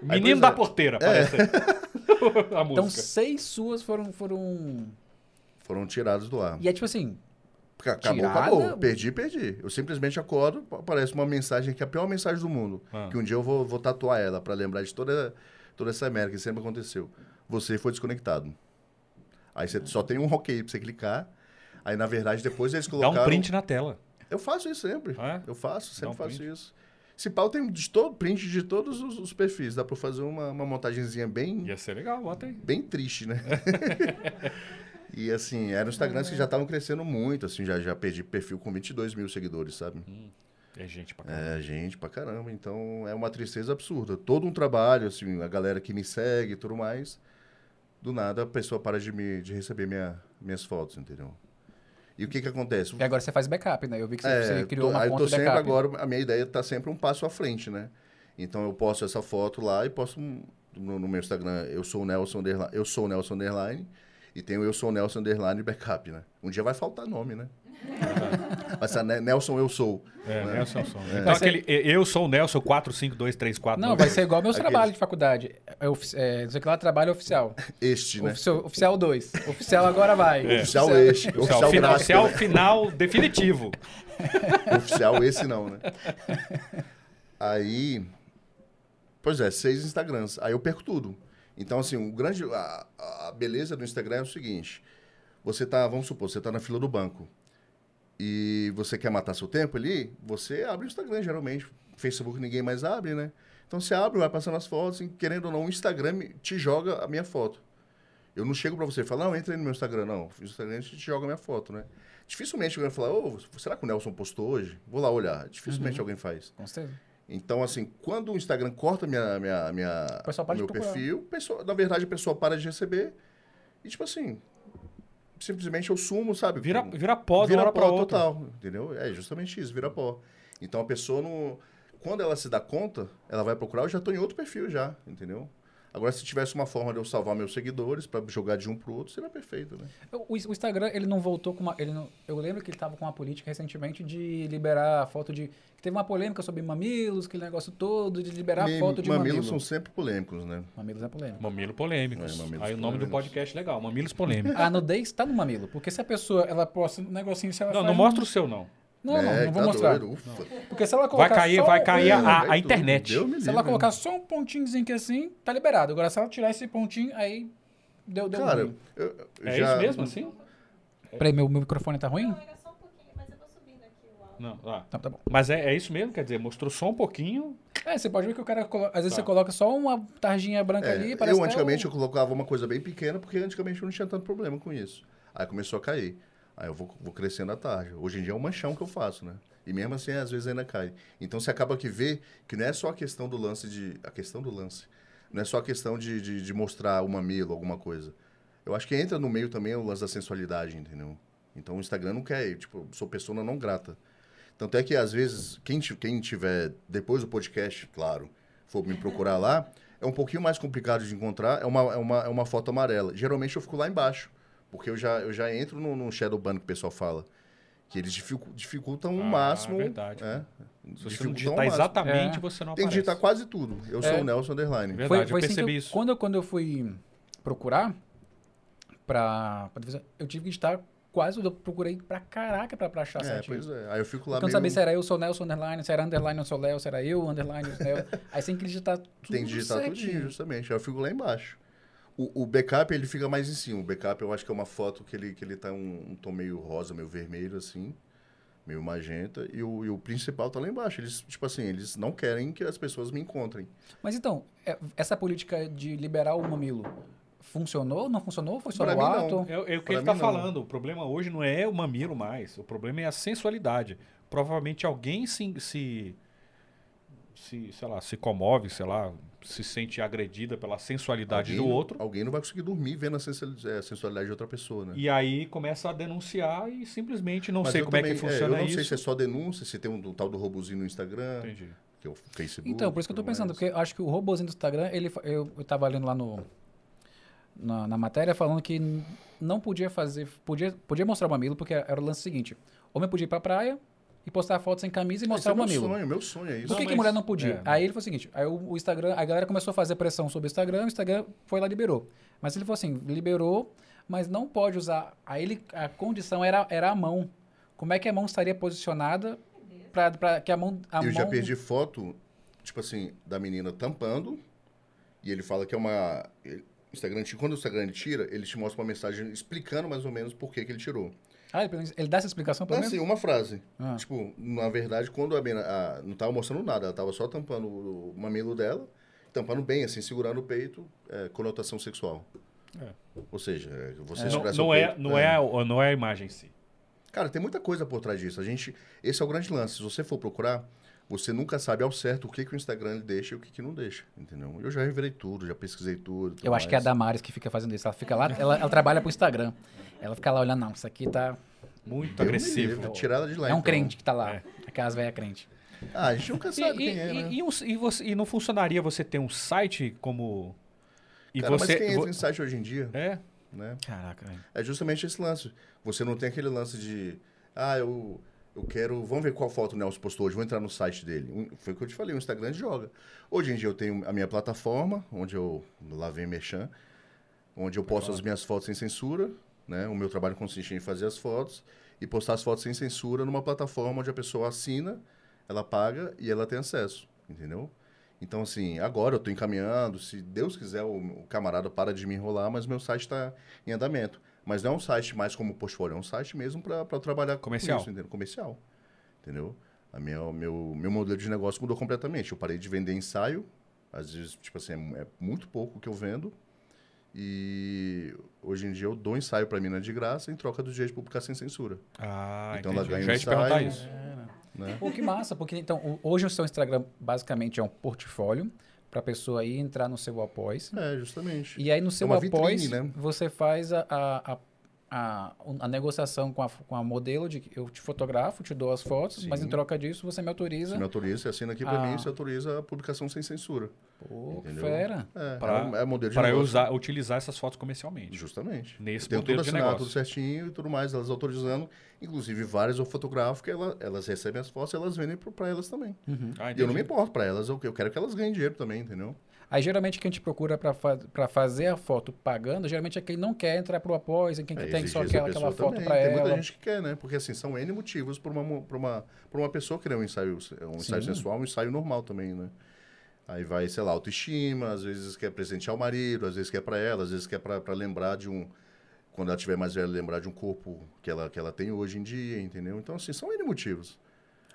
Speaker 1: Menino
Speaker 3: pois
Speaker 1: da
Speaker 3: é.
Speaker 1: porteira, parece. a
Speaker 2: Então,
Speaker 1: música.
Speaker 2: seis suas foram, foram...
Speaker 3: Foram tirados do ar.
Speaker 2: E é tipo assim,
Speaker 3: Porque Acabou,
Speaker 2: Tirada?
Speaker 3: acabou. Perdi, perdi. Eu simplesmente acordo, aparece uma mensagem que é a pior mensagem do mundo.
Speaker 1: Ah.
Speaker 3: Que um dia eu vou, vou tatuar ela pra lembrar de toda, toda essa merda que sempre aconteceu. Você foi desconectado. Aí você só tem um ok pra você clicar. Aí, na verdade, depois eles
Speaker 1: Dá
Speaker 3: colocaram...
Speaker 1: um print na tela.
Speaker 3: Eu faço isso sempre.
Speaker 1: Ah, é?
Speaker 3: Eu faço,
Speaker 1: Dá
Speaker 3: sempre
Speaker 1: um
Speaker 3: faço
Speaker 1: print.
Speaker 3: isso. Esse pau tem de todo, print de todos os, os perfis. Dá pra fazer uma, uma montagenzinha bem
Speaker 1: Ia ser legal, bota aí.
Speaker 3: bem triste, né? e assim, eram Instagrams que já estavam crescendo muito, assim, já, já perdi perfil com 22 mil seguidores, sabe?
Speaker 1: É gente pra caramba.
Speaker 3: É, gente pra caramba, então é uma tristeza absurda. Todo um trabalho, assim, a galera que me segue e tudo mais, do nada a pessoa para de, me, de receber minha, minhas fotos, entendeu? E o que que acontece?
Speaker 2: e agora você faz backup, né? Eu vi que É, você, você
Speaker 3: É, eu
Speaker 2: criou
Speaker 3: tô-
Speaker 2: uma
Speaker 3: aí eu
Speaker 2: conta
Speaker 3: tô sempre
Speaker 2: backup.
Speaker 3: agora, a minha ideia tá sempre um passo à frente, né? Então eu posto essa foto lá e posto um- no, no meu Instagram, eu sou o Nelson Underline, eu sou o Nelson Underline e tenho eu sou o Nelson Underline backup, né? Um dia vai faltar nome, né? Vai ser Ne- Nelson eu sou.
Speaker 1: É,
Speaker 3: né?
Speaker 1: Nelson Sonson.
Speaker 3: É.
Speaker 1: Então,
Speaker 2: Mas
Speaker 1: aquele, eu sou o Nelson 452334.
Speaker 2: Não,
Speaker 3: né?
Speaker 2: vai ser igual meus
Speaker 3: Aqueles.
Speaker 2: trabalhos de faculdade. É, ofi- é, não sei o que lá, trabalho oficial.
Speaker 3: Este, né? É.
Speaker 2: Ofici- Oficial 2. Oficial agora vai.
Speaker 3: Oficial este.
Speaker 1: É. Oficial,
Speaker 3: Oficial,
Speaker 1: final,
Speaker 3: gráfico,
Speaker 1: oficial
Speaker 3: né?
Speaker 1: final definitivo.
Speaker 3: Oficial esse não, né? Aí. Pois é, seis Instagrams. Aí eu perco tudo. Então, assim, o grande. A, a beleza do Instagram é o seguinte: você tá, vamos supor, você tá na fila do banco. E você quer matar seu tempo ali, você abre o Instagram, geralmente. Facebook ninguém mais abre, né? Então você abre, vai passando as fotos, e, querendo ou não, o Instagram me- te joga a minha foto. Eu não chego pra você e falo, não, entra aí no meu Instagram, não. O Instagram a gente joga minha foto, né? Dificilmente alguém vai falar, ô, será que o Nelson postou hoje? Vou lá olhar. Dificilmente alguém faz.
Speaker 2: Com certeza.
Speaker 3: Então, assim, quando o Instagram corta minha, minha, minha,
Speaker 2: O pessoal para de
Speaker 3: meu
Speaker 2: procurar.
Speaker 3: perfil, o pessoal- na verdade, a pessoa para de receber. E, tipo assim, simplesmente eu sumo, sabe?
Speaker 1: Vira,
Speaker 3: Com-
Speaker 1: vira pó de uma
Speaker 3: vira
Speaker 1: hora pra
Speaker 3: pó
Speaker 1: outra.
Speaker 3: total, entendeu? É justamente isso, vira pó. Então a pessoa não. Quando ela se dá conta, ela vai procurar, eu já estou em outro perfil já, entendeu? Agora, se tivesse uma forma de eu salvar meus seguidores para jogar de um pro outro, seria perfeito, né?
Speaker 2: O, o Instagram, ele não voltou com uma. Ele não, eu lembro que ele tava com uma política recentemente de liberar foto de. que Teve uma polêmica sobre mamilos, aquele negócio todo, de liberar
Speaker 3: Mem-
Speaker 2: foto de
Speaker 3: mamilos
Speaker 2: mamilos.
Speaker 3: são sempre polêmicos, né?
Speaker 2: Mamilos é polêmica.
Speaker 1: Mamilo Polêmicos.
Speaker 3: É, Mamilos
Speaker 1: Aí o nome do
Speaker 3: Polêmicos.
Speaker 1: podcast é legal, Mamilos Polêmicos.
Speaker 2: A nudez tá no mamilo, porque se a pessoa ela posta um negocinho, se ela
Speaker 1: Não,
Speaker 2: faz
Speaker 1: não
Speaker 2: um-
Speaker 1: mostra o seu, não.
Speaker 2: Não, não,
Speaker 3: É,
Speaker 2: não vou
Speaker 3: tá
Speaker 2: mostrar.
Speaker 3: doido, ufa. É,
Speaker 2: Porque se ela
Speaker 1: Vai
Speaker 2: colocar
Speaker 1: cair,
Speaker 2: só
Speaker 1: vai
Speaker 2: um-
Speaker 1: cair a-
Speaker 3: vai
Speaker 1: a, a
Speaker 3: tudo.
Speaker 1: internet.
Speaker 3: Deus me
Speaker 2: Se ela
Speaker 3: livre, né?
Speaker 2: colocar só um pontinhozinho aqui assim, tá liberado. Agora, se ela tirar esse pontinho, aí deu,
Speaker 3: né?
Speaker 2: deu
Speaker 3: Cara,
Speaker 2: ruim.
Speaker 3: eu, eu
Speaker 1: É
Speaker 3: já.
Speaker 1: isso mesmo, assim?
Speaker 2: Peraí, meu, meu microfone tá ruim?
Speaker 4: Não, era só um pouquinho, mas eu vou subindo aqui o áudio.
Speaker 1: Não, ah.
Speaker 2: Tá, tá bom.
Speaker 1: Mas é, é isso mesmo, quer dizer, mostrou só um pouquinho.
Speaker 2: É, você pode ver que o cara, colo- às vezes
Speaker 1: Tá.
Speaker 2: você coloca só uma tarjinha branca
Speaker 3: É,
Speaker 2: ali, parece tá um
Speaker 3: eu
Speaker 2: até o-
Speaker 3: antigamente eu colocava uma coisa bem pequena, porque antigamente eu não tinha tanto problema com isso. Aí começou a cair. Aí eu vou, vou crescendo a tarde. Hoje em dia é um manchão que eu faço, né? E mesmo assim, às vezes ainda cai. Então você acaba que vê que não é só a questão do lance de. A questão do lance. Não é só a questão de, de, de mostrar o mamilo, alguma coisa. Eu acho que entra no meio também o lance da sensualidade, entendeu? Então o Instagram não quer, tipo, sou pessoa não grata. Tanto é que, às vezes, quem, ti- quem tiver, depois do podcast, claro, for me procurar lá, é um pouquinho mais complicado de encontrar, é uma, é uma, é uma foto amarela. Geralmente eu fico lá embaixo, porque eu já, eu já entro no, no shadow ban que o pessoal fala. Que eles dificu- dificultam o
Speaker 1: Ah,
Speaker 3: máximo.
Speaker 1: verdade,
Speaker 3: é,
Speaker 1: Se você não
Speaker 3: dificultam
Speaker 1: digitar
Speaker 3: ao máximo.
Speaker 1: exatamente,
Speaker 2: É.
Speaker 1: você não
Speaker 3: Tem
Speaker 1: aparece.
Speaker 3: que digitar quase tudo. Eu sou
Speaker 2: É.
Speaker 3: o Nelson Underline.
Speaker 1: Verdade,
Speaker 2: Foi,
Speaker 1: eu
Speaker 2: foi assim que
Speaker 1: percebi
Speaker 2: eu-
Speaker 1: isso.
Speaker 2: Quando, quando eu fui procurar pra, pra divisão, eu tive que estar quase, eu procurei pra caraca pra, pra achar
Speaker 3: É,
Speaker 2: Tá certinho.
Speaker 3: pois é. Aí eu fico lá
Speaker 2: Então,
Speaker 3: meio...
Speaker 2: saber se era eu, sou Nelson Underline, se era Underline, eu sou Léo, se era eu, Underline, eu sou Léo. Aí tem que digitar tudo
Speaker 3: Tem que digitar
Speaker 2: certinho.
Speaker 3: tudinho, justamente. Aí eu fico lá embaixo. O, o backup, ele fica mais em cima. O backup, eu acho que é uma foto que ele, que ele tá um, um tom meio rosa, meio vermelho, assim. Meio magenta. E o, e o principal tá lá embaixo. Eles, tipo assim, eles não querem que as pessoas me encontrem.
Speaker 2: Mas então, é- essa política de liberar o mamilo funcionou, não funcionou? Foi só
Speaker 3: Pra
Speaker 2: o
Speaker 3: mim,
Speaker 2: ato?
Speaker 3: não.
Speaker 1: É, é o que
Speaker 3: Pra
Speaker 1: ele tá
Speaker 3: mim, não.
Speaker 1: falando. O problema hoje não é o mamilo mais. O problema é a sensualidade. Provavelmente alguém se, se, se sei lá, se comove, sei lá, se sente agredida pela sensualidade
Speaker 3: Alguém-
Speaker 1: do outro.
Speaker 3: Alguém não vai conseguir dormir vendo a sensuali- é, a sensualidade de outra pessoa, né?
Speaker 1: E aí começa a denunciar e simplesmente não
Speaker 3: Mas
Speaker 1: sei
Speaker 3: eu
Speaker 1: como é que
Speaker 3: também- eu
Speaker 1: funciona
Speaker 3: não
Speaker 1: isso.
Speaker 3: sei se é só denúncia, se tem um, do- tal do robozinho no Instagram,
Speaker 1: Entendi.
Speaker 3: que é o Facebook.
Speaker 2: Então, por isso que eu tô
Speaker 3: tudo mais.
Speaker 2: pensando, porque eu acho que o robôzinho do Instagram, ele, fa- eu, eu tava lendo lá no, na, na matéria falando que n- não podia fazer, podia, podia mostrar o mamilo, porque era o lance seguinte, homem podia ir pra praia e postar foto sem camisa e
Speaker 3: Esse é
Speaker 2: mostrar um o
Speaker 3: meu
Speaker 2: mamilo.
Speaker 3: sonho, meu sonho é isso.
Speaker 2: Por que,
Speaker 1: Não,
Speaker 2: que
Speaker 1: mas-
Speaker 2: mulher não podia?
Speaker 1: é.
Speaker 2: Aí ele falou o seguinte, aí o, o Instagram, a galera começou a fazer pressão sobre o Instagram, o Instagram foi lá e liberou. Mas ele falou assim, liberou, mas não pode usar. Aí ele, a condição era, era a mão. Como é que a mão estaria posicionada para que a mão... A
Speaker 3: eu
Speaker 2: mão
Speaker 3: já perdi foto, tipo assim, da menina tampando. E ele fala que é uma. ele- o Instagram, te- quando o Instagram ele tira, ele te mostra uma mensagem explicando mais ou menos por que, que ele tirou.
Speaker 2: Ah, ele, ele dá essa explicação pelo menos?
Speaker 3: Assim, uma frase.
Speaker 2: Ah.
Speaker 3: Tipo, na verdade, quando a menina. a- não tava mostrando nada, ela tava só tampando o mamilo dela, tampando bem, assim, segurando o peito, é, conotação sexual.
Speaker 1: É.
Speaker 3: Ou seja, é, você
Speaker 1: Não,
Speaker 3: segurar seu
Speaker 1: não é,
Speaker 3: peito,
Speaker 1: não, é, a- não é a imagem em si.
Speaker 3: Cara, tem muita coisa por trás disso. A gente, esse é o grande lance. Se você for procurar, você nunca sabe ao certo o que, que o Instagram ele deixa e o que, que não deixa, entendeu? Eu já revirei tudo, já pesquisei tudo. tudo
Speaker 2: Eu acho que é a
Speaker 3: mais.
Speaker 2: Damares que fica fazendo isso. Ela fica lá, ela, ela trabalha pro Instagram. Ela fica lá olhando, não, isso aqui tá.
Speaker 1: Muito
Speaker 3: Deus me
Speaker 1: agressivo.
Speaker 3: livre, Tirar ela de lá.
Speaker 2: é um
Speaker 3: então.
Speaker 2: crente que tá lá.
Speaker 1: É.
Speaker 2: Aquelas velhas crente.
Speaker 3: Ah, a gente nunca
Speaker 1: E,
Speaker 3: sabe
Speaker 1: e-
Speaker 3: quem é,
Speaker 1: e-
Speaker 3: né?
Speaker 1: e um- e você- e não funcionaria você ter um site como. E
Speaker 3: Cara,
Speaker 1: você.
Speaker 3: mas quem
Speaker 1: vo-
Speaker 3: entra em site hoje em dia,
Speaker 1: É?
Speaker 3: né?
Speaker 2: Caraca, velho.
Speaker 3: É justamente esse lance. Você não tem aquele lance de, ah, eu, eu quero, vamos ver qual foto o Nelson postou hoje, vou entrar no site dele. Um- Foi o que eu te falei, o Instagram joga. Hoje em dia eu tenho a minha plataforma, onde eu lá vem Merchan, onde eu posto as minhas fotos sem censura, né? O meu trabalho consiste em fazer as fotos e postar as fotos sem censura numa plataforma onde a pessoa assina, ela paga e ela tem acesso, entendeu? Então, assim, agora eu estou encaminhando. Se Deus quiser, o, o camarada para de me enrolar, mas meu site está em andamento. Mas não é um site mais como portfólio, é um site mesmo para trabalhar com
Speaker 1: Comercial.
Speaker 3: isso, entendeu? Comercial. Entendeu? A minha, o meu, meu modelo de negócio mudou completamente. Eu parei de vender ensaio. Às vezes, tipo assim, é mu- é muito pouco que eu vendo. E hoje em dia eu dou ensaio pra mina de graça em troca do direito de publicar sem censura.
Speaker 1: Ah,
Speaker 3: Então ela
Speaker 1: entendi.
Speaker 3: ganha
Speaker 1: Já ia te perguntar
Speaker 3: ensaio.
Speaker 1: isso.
Speaker 3: Né?
Speaker 2: Pô, que massa, porque então, o- hoje o seu Instagram basicamente é um portfólio para a pessoa aí entrar no seu após.
Speaker 3: É, justamente.
Speaker 2: E aí no seu
Speaker 3: uma
Speaker 2: após,
Speaker 3: vitrine, né?
Speaker 2: você faz a, a, a, a- a negociação com a, com a modelo de que eu te fotografo, te dou as fotos,
Speaker 1: Sim.
Speaker 2: mas em troca disso você me autoriza.
Speaker 3: Você me autoriza, você assina aqui pra
Speaker 2: Ah.
Speaker 3: mim, você autoriza a publicação sem censura.
Speaker 2: Pô, que
Speaker 3: Entendeu?
Speaker 2: fera.
Speaker 3: É,
Speaker 1: Pra-
Speaker 3: é, um- é modelo de
Speaker 1: Para eu
Speaker 3: negócio.
Speaker 1: usar, utilizar essas fotos comercialmente.
Speaker 3: Justamente.
Speaker 1: Nesse
Speaker 3: Eu tenho
Speaker 1: modelo
Speaker 3: tudo
Speaker 1: de
Speaker 3: assinado,
Speaker 1: negócio.
Speaker 3: tudo certinho e tudo mais, elas autorizando. Inclusive, várias eu fotográfico, ela, elas recebem as fotos e elas vendem pro- pra elas também.
Speaker 1: Ah,
Speaker 3: Uhum. E eu não me
Speaker 1: entendi.
Speaker 3: importo pra elas, é eu, eu quero que elas ganhem dinheiro também, entendeu?
Speaker 2: Aí geralmente quem te procura para fazer a foto pagando, geralmente é quem não quer entrar pro após, é quem
Speaker 3: É,
Speaker 2: tem
Speaker 3: exigir
Speaker 2: só
Speaker 3: essa
Speaker 2: aquela, aquela
Speaker 3: pessoa
Speaker 2: foto
Speaker 3: também.
Speaker 2: para
Speaker 3: Tem
Speaker 2: ela.
Speaker 3: muita gente que quer, né? Porque assim, são N motivos pra uma, pra uma, pra uma pessoa querer um ensaio, um ensaio
Speaker 2: Sim.
Speaker 3: sensual, um ensaio normal também, né? Aí vai, sei lá, autoestima, às vezes quer presentear o marido, às vezes quer pra ela, às vezes quer pra, pra lembrar de um. Quando ela tiver mais velha, lembrar de um corpo que ela, que ela tem hoje em dia, entendeu? Então, assim, são N motivos.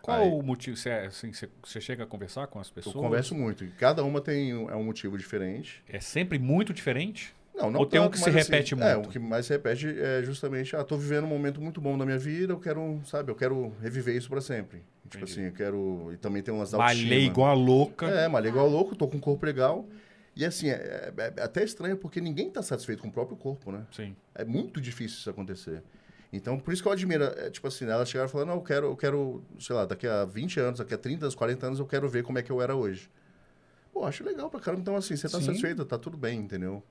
Speaker 1: Qual
Speaker 3: Aí-
Speaker 1: o motivo? Você, é, assim, você, você chega a conversar com as
Speaker 3: Eu
Speaker 1: pessoas?
Speaker 3: converso muito. E cada uma tem um- é um motivo diferente.
Speaker 1: É sempre muito diferente?
Speaker 3: Não, não
Speaker 1: Ou tem um
Speaker 3: tanto,
Speaker 1: que se
Speaker 3: mas, assim,
Speaker 1: repete
Speaker 3: É,
Speaker 1: muito?
Speaker 3: o que mais se repete é justamente, ah, tô vivendo um momento muito bom da minha vida, eu quero, sabe, eu quero reviver isso pra sempre. Tipo
Speaker 1: Entendi.
Speaker 3: assim, eu quero. E também tem umas autoestima.
Speaker 1: Malhei igual a louca.
Speaker 3: É, malhei igual louco, tô com um corpo legal. E assim, é, é- é até estranho porque ninguém tá satisfeito com o próprio corpo, né?
Speaker 1: Sim.
Speaker 3: É muito difícil isso acontecer. Então, por isso que eu admiro, é, tipo assim, ela chegar e falar, não, eu quero, eu quero, sei lá, daqui a 20 anos, daqui a 30 anos, 40 anos, eu quero ver como é que eu era hoje. Pô, acho legal pra caramba. Então, assim, você tá
Speaker 2: Sim.
Speaker 3: satisfeita, tá tudo bem, entendeu?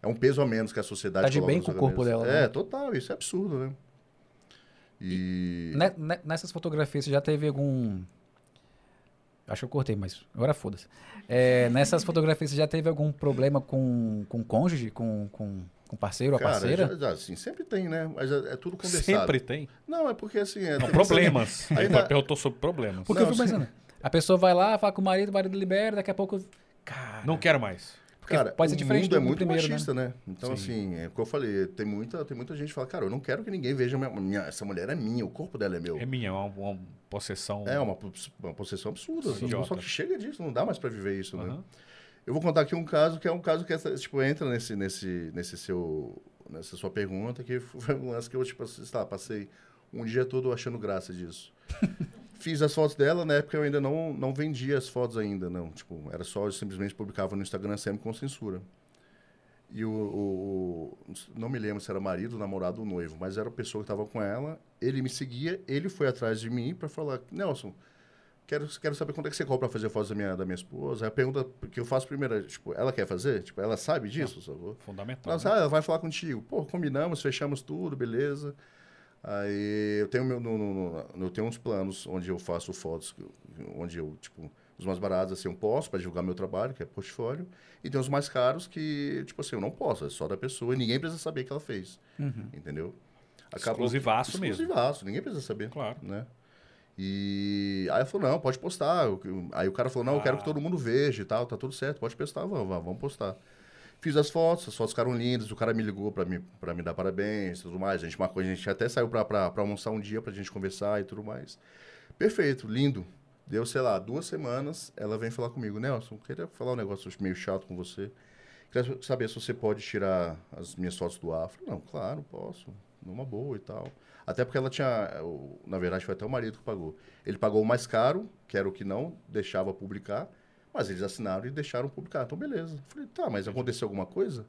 Speaker 3: É um peso a menos que a sociedade
Speaker 2: Tá de
Speaker 3: coloca
Speaker 2: bem
Speaker 3: na
Speaker 2: com o
Speaker 3: sua
Speaker 2: corpo
Speaker 3: cabeça.
Speaker 2: dela,
Speaker 3: É,
Speaker 2: né?
Speaker 3: total, isso é absurdo, né? E...
Speaker 2: Ne- ne- Né, Nessas fotografias, você já teve algum. Acho que eu cortei, mas agora foda-se. É, nessas fotografias, você já teve algum problema com, com cônjuge, com, com, com parceiro, a
Speaker 3: Cara,
Speaker 2: né, parceira?
Speaker 3: já, já, assim, sempre tem, né? Mas é, é tudo conversado.
Speaker 1: Sempre tem.
Speaker 3: Não, é porque assim...
Speaker 2: um
Speaker 3: É,
Speaker 1: Não,
Speaker 3: tem-
Speaker 1: problemas.
Speaker 3: Aí
Speaker 1: Ele
Speaker 3: tá-
Speaker 1: perguntou sobre problemas.
Speaker 2: Porque eu
Speaker 3: Não, assim
Speaker 2: fico pensando. A pessoa vai lá, fala com o marido, o marido libera, daqui a pouco. Cara.
Speaker 1: Não quero mais.
Speaker 2: Porque pode ser
Speaker 3: o
Speaker 2: diferente
Speaker 3: mundo
Speaker 2: do-
Speaker 3: é
Speaker 2: do
Speaker 3: muito
Speaker 2: primeiro, né?
Speaker 3: machista, né? Então, assim, é o que eu falei, tem muita, tem muita gente que fala, cara, eu não quero que ninguém veja minha, minha- essa mulher é minha, o corpo dela é meu.
Speaker 1: É minha, é uma, uma possessão.
Speaker 3: É uma, pos- uma possessão absurda. assim,
Speaker 1: Idiota.
Speaker 3: só que chega disso, não dá mais pra viver isso, né?
Speaker 1: Aham.
Speaker 3: Eu vou contar aqui um caso que é um caso que essa- tipo, entra nesse, nesse, nesse seu, nessa sua pergunta, que foi um lance que eu tipo, assim, sei lá, passei um dia todo achando graça disso. Fiz as fotos dela, na época eu ainda não, não vendia as fotos ainda, não. Tipo, era só, eu simplesmente publicava no Instagram sempre com censura. E o, o- o- Não me lembro se era marido, namorado ou noivo, mas era a pessoa que estava com ela. Ele me seguia, ele foi atrás de mim para falar: Nelson, quero, quero saber quanto é que você cobra pra fazer fotos da minha, da minha esposa. Aí a pergunta que eu faço primeiro é: tipo, ela quer fazer? Tipo, ela sabe disso, sacou?
Speaker 1: Fundamental.
Speaker 3: Ela,
Speaker 1: né?
Speaker 3: sabe, ah, ela vai falar contigo. Pô, combinamos, fechamos tudo, beleza. Aí eu tenho, meu, no, no- no- eu tenho uns planos onde eu faço fotos, que eu- onde eu, tipo, os mais baratos, assim, eu posso para divulgar meu trabalho, que é portfólio, e tem os mais caros que, tipo assim, eu não posso, é só da pessoa e ninguém precisa saber que ela fez,
Speaker 2: Uhum.
Speaker 3: entendeu?
Speaker 1: Exclusivaço mesmo.
Speaker 3: Exclusivaço, ninguém precisa saber,
Speaker 1: Claro.
Speaker 3: né? E aí eu falou, não, pode postar. Eu- eu- Aí o cara falou, não, eu quero
Speaker 1: Ah.
Speaker 3: que todo mundo veja e tal, tá tudo certo, pode postar, vamos, vamos, vamos postar. Fiz as fotos, as fotos ficaram lindas, o cara me ligou pra me, pra me dar parabéns e tudo mais. A gente marcou, a gente até saiu pra, pra, pra almoçar um dia pra gente conversar e tudo mais. Perfeito, lindo. Deu, sei lá, duas semanas, ela vem falar comigo, Nelson, queria falar um negócio meio chato com você. Queria saber se você pode tirar as minhas fotos do afro. Não, claro, posso. Numa boa e tal. Até porque ela tinha. o- Na verdade, foi até o marido que pagou. Ele pagou o mais caro, que era o que não deixava publicar, mas eles assinaram e deixaram publicar. Então, beleza. Falei, tá, mas aconteceu alguma coisa?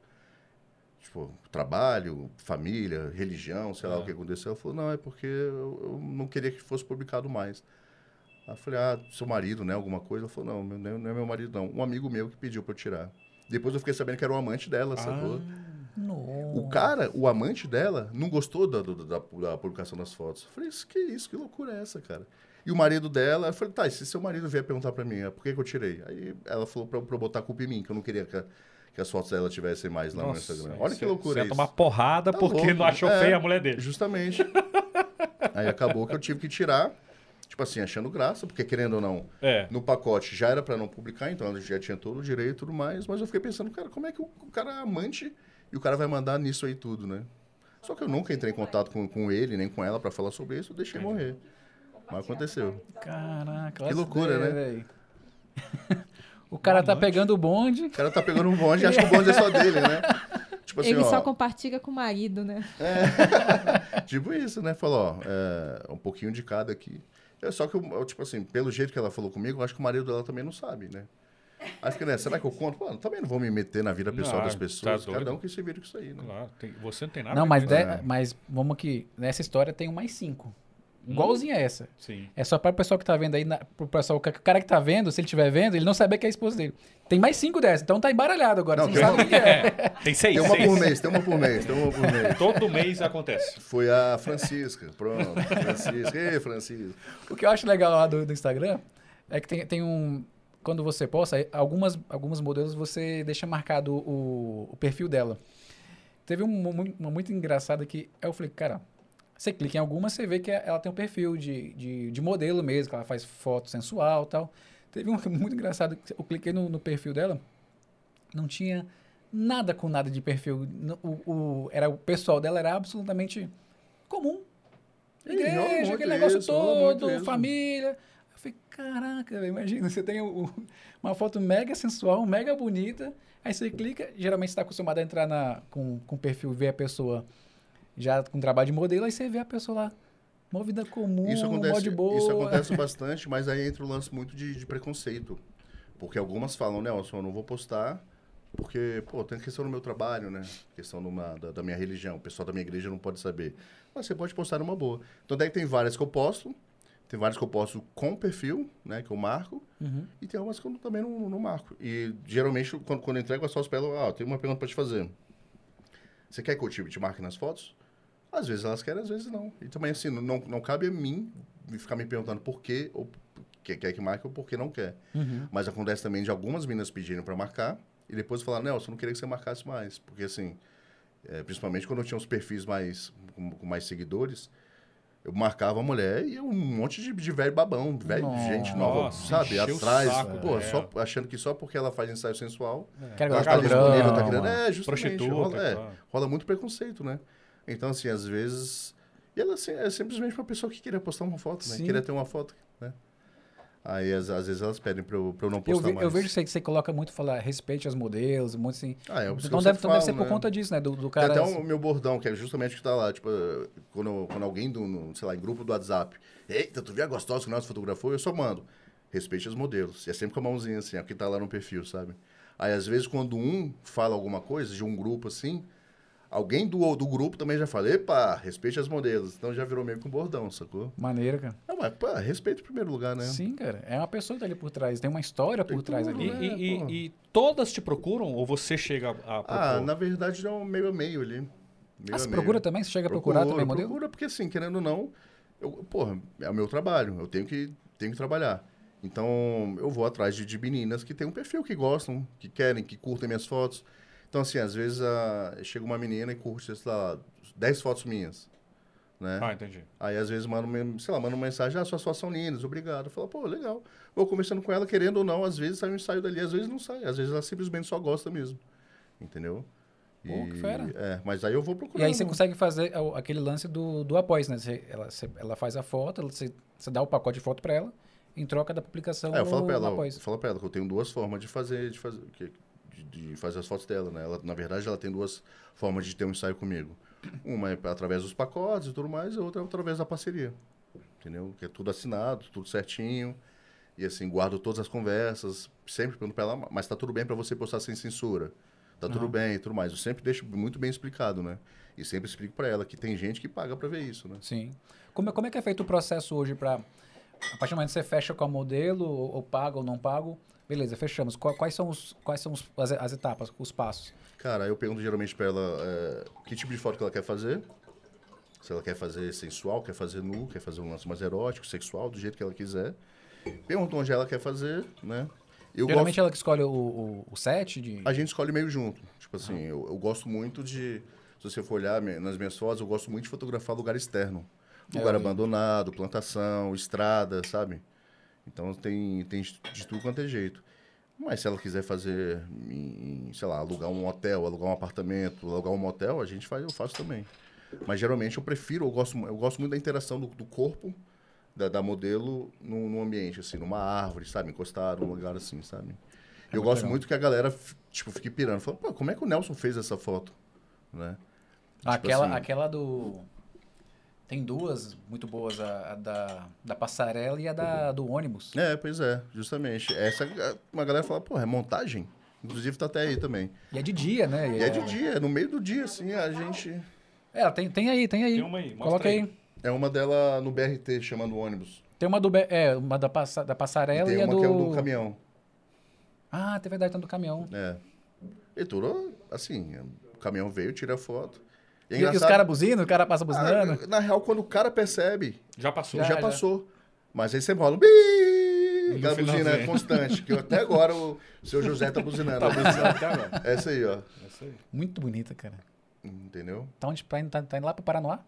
Speaker 3: Tipo, trabalho, família, religião, sei lá
Speaker 1: Ah.
Speaker 3: o que aconteceu. Ela falou, não, é porque eu, eu não queria que fosse publicado mais. Aí eu falei, ah, seu marido, né? Alguma coisa? Ela falou, não, meu- não é- não é meu marido, não. Um amigo meu que pediu pra eu tirar. Depois eu fiquei sabendo que era o amante dela, sacou? O cara, o amante dela, não gostou da, do- da, da publicação das fotos. Eu falei, isso que isso, que loucura é essa, cara? E o marido dela, eu falei, tá, e se seu marido vier perguntar pra mim, ah, por que, que eu tirei? Aí ela falou pra, pra eu botar a culpa em mim, que eu não queria que, a- que as fotos dela tivessem mais lá
Speaker 1: Nossa,
Speaker 3: no Instagram.
Speaker 1: aí
Speaker 3: Olha
Speaker 1: você-
Speaker 3: que loucura
Speaker 1: Você
Speaker 3: é
Speaker 1: ia
Speaker 3: isso.
Speaker 1: tomar porrada
Speaker 3: Tá
Speaker 1: porque
Speaker 3: louco,
Speaker 1: não achou
Speaker 3: é.
Speaker 1: feia a mulher dele.
Speaker 3: Justamente. Aí acabou que eu tive que tirar, tipo assim, achando graça, porque querendo ou não,
Speaker 1: É.
Speaker 3: no pacote já era pra não publicar, então ela já tinha todo o direito e tudo mais, mas eu fiquei pensando, cara, como é que o, o cara é amante e o cara vai mandar nisso aí tudo, né? Só que eu nunca entrei em contato com, com ele, nem com ela pra falar sobre isso, eu deixei morrer. Mas aconteceu.
Speaker 2: Caraca,
Speaker 3: Que loucura, né?
Speaker 2: né? O cara tá
Speaker 1: Amante.
Speaker 2: pegando o bonde.
Speaker 3: tá O cara tá pegando um bonde e acha que o bonde é só dele, né? Tipo assim,
Speaker 5: Ele
Speaker 3: ó,
Speaker 5: só compartilha com o marido, né?
Speaker 3: Tipo isso, né? Falou, ó, é, um pouquinho de cada aqui. Eu- só que, eu, eu, tipo assim, pelo jeito que ela falou comigo, eu acho que o marido dela também não sabe, né? Aí fica, né? Será que eu conto? Mano, também não vou me meter na vida pessoal
Speaker 1: Não,
Speaker 3: das
Speaker 1: tá
Speaker 3: pessoas.
Speaker 1: doido.
Speaker 3: cada um que se vira com isso aí, né?
Speaker 1: Claro, tem- você não tem nada. a
Speaker 2: Não,
Speaker 1: ver
Speaker 2: mas,
Speaker 1: com
Speaker 2: de-
Speaker 3: É.
Speaker 2: mas vamos aqui. Nessa história tem um mais cinco. Igualzinha a essa.
Speaker 1: isso. Sim.
Speaker 2: É só para o pessoal que tá vendo aí, na, pro pessoal, o cara que tá vendo, se ele estiver vendo, ele não saber que é a esposa dele. Tem mais cinco dessa, então tá embaralhado agora.
Speaker 3: Não, um
Speaker 2: você não sabe o que é.
Speaker 1: É, tem seis.
Speaker 3: Tem uma
Speaker 1: seis.
Speaker 3: por mês, tem uma por mês, tem uma por mês.
Speaker 1: Todo mês acontece.
Speaker 3: Foi a Francisca, pronto. Francisca, ei, Francisca.
Speaker 2: O que eu acho legal lá do, do Instagram é que tem, tem um. Quando você posta, algumas, algumas modelos você deixa marcado o, o perfil dela. Teve um mu- mu- uma muito engraçada que eu falei, cara, você clica em alguma, você vê que ela tem um perfil de, de, de modelo mesmo, que ela faz foto sensual e tal. Teve um muito engraçado, que eu cliquei no, no perfil dela, não tinha nada com nada de perfil. No- O, o, era, o pessoal dela era absolutamente comum.
Speaker 3: Ih, rola
Speaker 2: Igreja,
Speaker 3: muito
Speaker 2: aquele negócio
Speaker 3: isso, rola muito
Speaker 2: todo,
Speaker 3: isso.
Speaker 2: família. Eu falei, caraca, velho, imagina, você tem o- o- uma foto mega sensual, mega bonita, aí você clica, geralmente você está acostumado a entrar na, com, com o perfil, ver a pessoa já com trabalho de modelo, aí você vê a pessoa lá, uma vida comum,
Speaker 3: Isso
Speaker 2: Uh, mó
Speaker 3: acontece,
Speaker 2: de boa.
Speaker 3: isso acontece bastante, mas aí entra o lance muito de, de preconceito. Porque algumas falam, Nelson, eu não vou postar, porque, pô, tem questão do meu trabalho, né? Questão numa- da, da minha religião. O pessoal da minha igreja não pode saber. Mas você pode postar numa boa. Então daí tem várias que eu posto, tem várias que eu posto com perfil, né? Que eu marco,
Speaker 2: Uhum.
Speaker 3: e tem algumas que eu não- também não, não marco. E geralmente, quando, quando eu entrego as fotos pra ela, ah, tem uma pergunta pra te fazer. Você quer que eu te, te marque nas fotos? Às vezes elas querem, às vezes não. E também, assim, não, não cabe a mim ficar me perguntando por quê, ou que quer que marque, ou por que não quer.
Speaker 2: Uhum.
Speaker 3: Mas acontece também de algumas meninas pedirem pra marcar, e depois falar, Nelson, eu não queria que você marcasse mais. Porque, assim, é, principalmente quando eu tinha os perfis mais, com, com mais seguidores, eu marcava a mulher e um monte de, de velho babão, velho,
Speaker 2: Nossa.
Speaker 3: gente nova,
Speaker 1: Nossa,
Speaker 3: sabe?
Speaker 1: encheu o
Speaker 3: Atrás,
Speaker 1: saco,
Speaker 3: pô,
Speaker 1: é.
Speaker 3: só, achando que só porque ela faz ensaio sensual,
Speaker 2: Quero
Speaker 3: ela
Speaker 2: gravar
Speaker 3: tá
Speaker 1: Garoto
Speaker 2: programa.
Speaker 3: disponível, tá querendo... É, justamente.
Speaker 1: É. Prostituta.
Speaker 3: rola, é,
Speaker 1: claro.
Speaker 3: rola muito preconceito, né? Então, assim, às vezes. E ela assim, é simplesmente uma pessoa que queria postar uma foto, né?
Speaker 2: Sim.
Speaker 3: Queria ter uma foto, né? Aí, às, às vezes, elas pedem pra eu, pra eu não
Speaker 2: Eu,
Speaker 3: postar
Speaker 2: ve-
Speaker 3: mais.
Speaker 2: eu vejo que você coloca muito, falar respeite aos modelos, muito assim.
Speaker 3: Ah, é, por isso que
Speaker 2: Então
Speaker 3: eu
Speaker 2: deve, então deve
Speaker 3: sempre falo,
Speaker 2: ser por
Speaker 3: né?
Speaker 2: conta disso, né? Do, do
Speaker 3: Tem
Speaker 2: cara.
Speaker 3: até o meu bordão, que é justamente o que tá lá. Tipo, eh, quando, quando alguém do, no, sei lá, em grupo do WhatsApp. Eita, tu viu a gostosa que nós fotografou? Eu só mando. Respeite os modelos. E é sempre com a mãozinha, assim, é o que tá lá no perfil, sabe? Aí, às vezes, quando um fala alguma coisa, de um grupo, assim, alguém do, do grupo também já fala, epa, respeite as modelos. Então, já virou meio que um bordão, sacou?
Speaker 2: Maneiro, cara.
Speaker 3: Não, mas, pô, respeito em primeiro lugar, né?
Speaker 2: Sim, cara. É uma pessoa que tá ali por trás, tem uma história
Speaker 3: Tem
Speaker 2: por trás
Speaker 3: tudo,
Speaker 1: E,
Speaker 2: ali.
Speaker 3: né?
Speaker 1: e- e-
Speaker 3: pô.
Speaker 1: e todas te procuram ou você chega a procurar?
Speaker 3: Ah, na verdade, não, meio a meio ali. Meio
Speaker 2: Ah, você
Speaker 3: a
Speaker 2: procura
Speaker 3: meio.
Speaker 2: também? Você chega a procurar
Speaker 3: Procuro,
Speaker 2: também modelo?
Speaker 3: Procura, porque assim, querendo ou não, eu, porra, é o meu trabalho, eu tenho que, tenho que trabalhar. Então, eu vou atrás de, de meninas que têm um perfil, que gostam, que querem, que curtem minhas fotos. Então, assim, às vezes a, chega uma menina e curte, sei lá, 10 fotos minhas, né?
Speaker 1: Ah, entendi.
Speaker 3: Aí, às vezes, manda, uma- sei lá, manda uma mensagem, ah, suas fotos são lindas, obrigado. Fala, pô, legal. Vou conversando com ela, querendo ou não, às vezes sai um ensaio dali, às vezes não sai. Às vezes ela simplesmente só gosta mesmo, entendeu?
Speaker 2: Pô, que fera.
Speaker 3: É, mas aí eu vou
Speaker 2: E
Speaker 3: procurando.
Speaker 2: aí você consegue fazer é o- aquele lance do, do após, né? Você, ela, você- ela faz a foto, ela- você, você dá o pacote de foto pra ela, em troca da publicação
Speaker 3: É, eu falo
Speaker 2: no-
Speaker 3: pra ela,
Speaker 2: no
Speaker 3: ó,
Speaker 2: após.
Speaker 3: eu falo pra ela que eu tenho duas formas de fazer, de fazer, que- de, de fazer as fotos dela, né? Ela, na verdade, ela tem duas formas de ter um ensaio comigo. Uma é através dos pacotes e tudo mais, e a outra é através da parceria. Entendeu? Que é tudo assinado, tudo certinho. E assim, guardo todas as conversas, sempre pergunto pra ela, mas tá tudo bem pra você postar sem censura? Tá tudo
Speaker 2: Aham.
Speaker 3: bem e tudo mais. Eu sempre deixo muito bem explicado, né? E sempre explico pra ela que tem gente que paga pra ver isso, né?
Speaker 2: Sim. Como, é- como é que é feito o processo hoje pra. A partir do momento que você fecha com a modelo, ou, ou paga ou não pago, beleza, fechamos. Qua- Quais são, os, quais são os- as, as etapas, os passos?
Speaker 3: Cara, eu pergunto geralmente pra ela é, que tipo de foto que ela quer fazer. Se ela quer fazer sensual, quer fazer nu, quer fazer um lance mais erótico, sexual, do jeito que ela quiser. Pergunto onde ela quer fazer, né? Eu
Speaker 2: Geralmente ela que escolhe o, o, o set de.
Speaker 3: a gente escolhe meio junto. Tipo assim, eu, eu gosto muito de. Se você for olhar me- nas minhas fotos, eu gosto muito de fotografar lugar externo.
Speaker 2: É,
Speaker 3: Lugar
Speaker 2: eu vi.
Speaker 3: abandonado, plantação, estrada, sabe? Então tem, tem de tudo quanto é jeito. Mas se ela quiser fazer, em, em, sei lá, alugar um hotel, alugar um apartamento, alugar um motel, a gente faz, eu faço também. Mas geralmente eu prefiro, eu gosto, mu- eu gosto muito da interação do, do corpo da, da modelo num, num ambiente, assim, numa árvore, sabe? Encostado, num lugar assim, sabe? eu
Speaker 2: muito
Speaker 3: gosto
Speaker 2: legal.
Speaker 3: é muito que a galera, f- tipo, fique pirando. Fala, pô, como é que o Nelson fez essa foto? né?
Speaker 2: aquela,
Speaker 3: assim-
Speaker 2: aquela do. Tem duas muito boas, a, a da, da passarela e a da, do ônibus.
Speaker 3: É, pois é, justamente. Essa, uma galera fala, porra, é montagem? Inclusive tá até aí também.
Speaker 2: E é de dia, né?
Speaker 3: E é de dia, é no meio do dia, assim, a gente...
Speaker 2: É, tem, tem aí, tem aí.
Speaker 1: Tem uma aí, mostra
Speaker 2: Coloca aí.
Speaker 3: É uma dela no BRT, chamando o ônibus.
Speaker 2: Tem uma do. Be- É, uma da, passa, da
Speaker 3: E
Speaker 2: passarela e,
Speaker 3: tem
Speaker 2: a
Speaker 3: uma
Speaker 2: do.
Speaker 3: que é o do caminhão.
Speaker 2: Ah, tem verdade, tem do caminhão.
Speaker 3: É. E tudo, assim, o caminhão veio, tira a foto.
Speaker 2: E, e os caras buzinam, o cara passa buzinando.
Speaker 3: é Ah, na real, quando o cara percebe,
Speaker 1: Já passou.
Speaker 3: já,
Speaker 2: Já, já.
Speaker 3: passou. Mas aí você rola um bi, aquela
Speaker 1: finalzinho.
Speaker 3: buzina constante, que até agora o seu José tá buzinando.
Speaker 1: Tá buzinando até agora.
Speaker 3: Essa aí, ó.
Speaker 1: É isso aí.
Speaker 2: Muito bonita, cara.
Speaker 3: Entendeu?
Speaker 2: Tá onde tá indo, tá, tá indo lá pro Paranoá?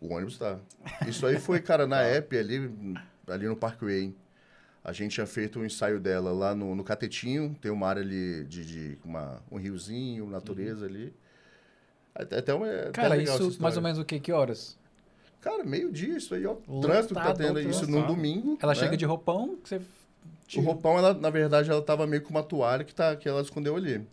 Speaker 3: O ônibus tá. Isso aí foi, cara,
Speaker 2: Tá.
Speaker 3: na app ali, ali no Parkway. A gente tinha feito um ensaio dela lá no, no Catetinho, tem uma área ali de, de uma- um riozinho, natureza ali. Até, até uma, até
Speaker 2: Uhum. Cara,
Speaker 3: legal essa
Speaker 2: isso mais
Speaker 3: história.
Speaker 2: ou menos o quê? Que horas?
Speaker 3: Cara, meio-dia, isso aí, ó. O
Speaker 2: Lotado,
Speaker 3: trânsito que tá tendo aí, isso num
Speaker 1: lotado.
Speaker 3: domingo.
Speaker 2: Ela
Speaker 3: né?
Speaker 2: chega de roupão, que você.
Speaker 3: O roupão, ela, na verdade, ela tava meio com uma toalha que, tá, que ela escondeu ali.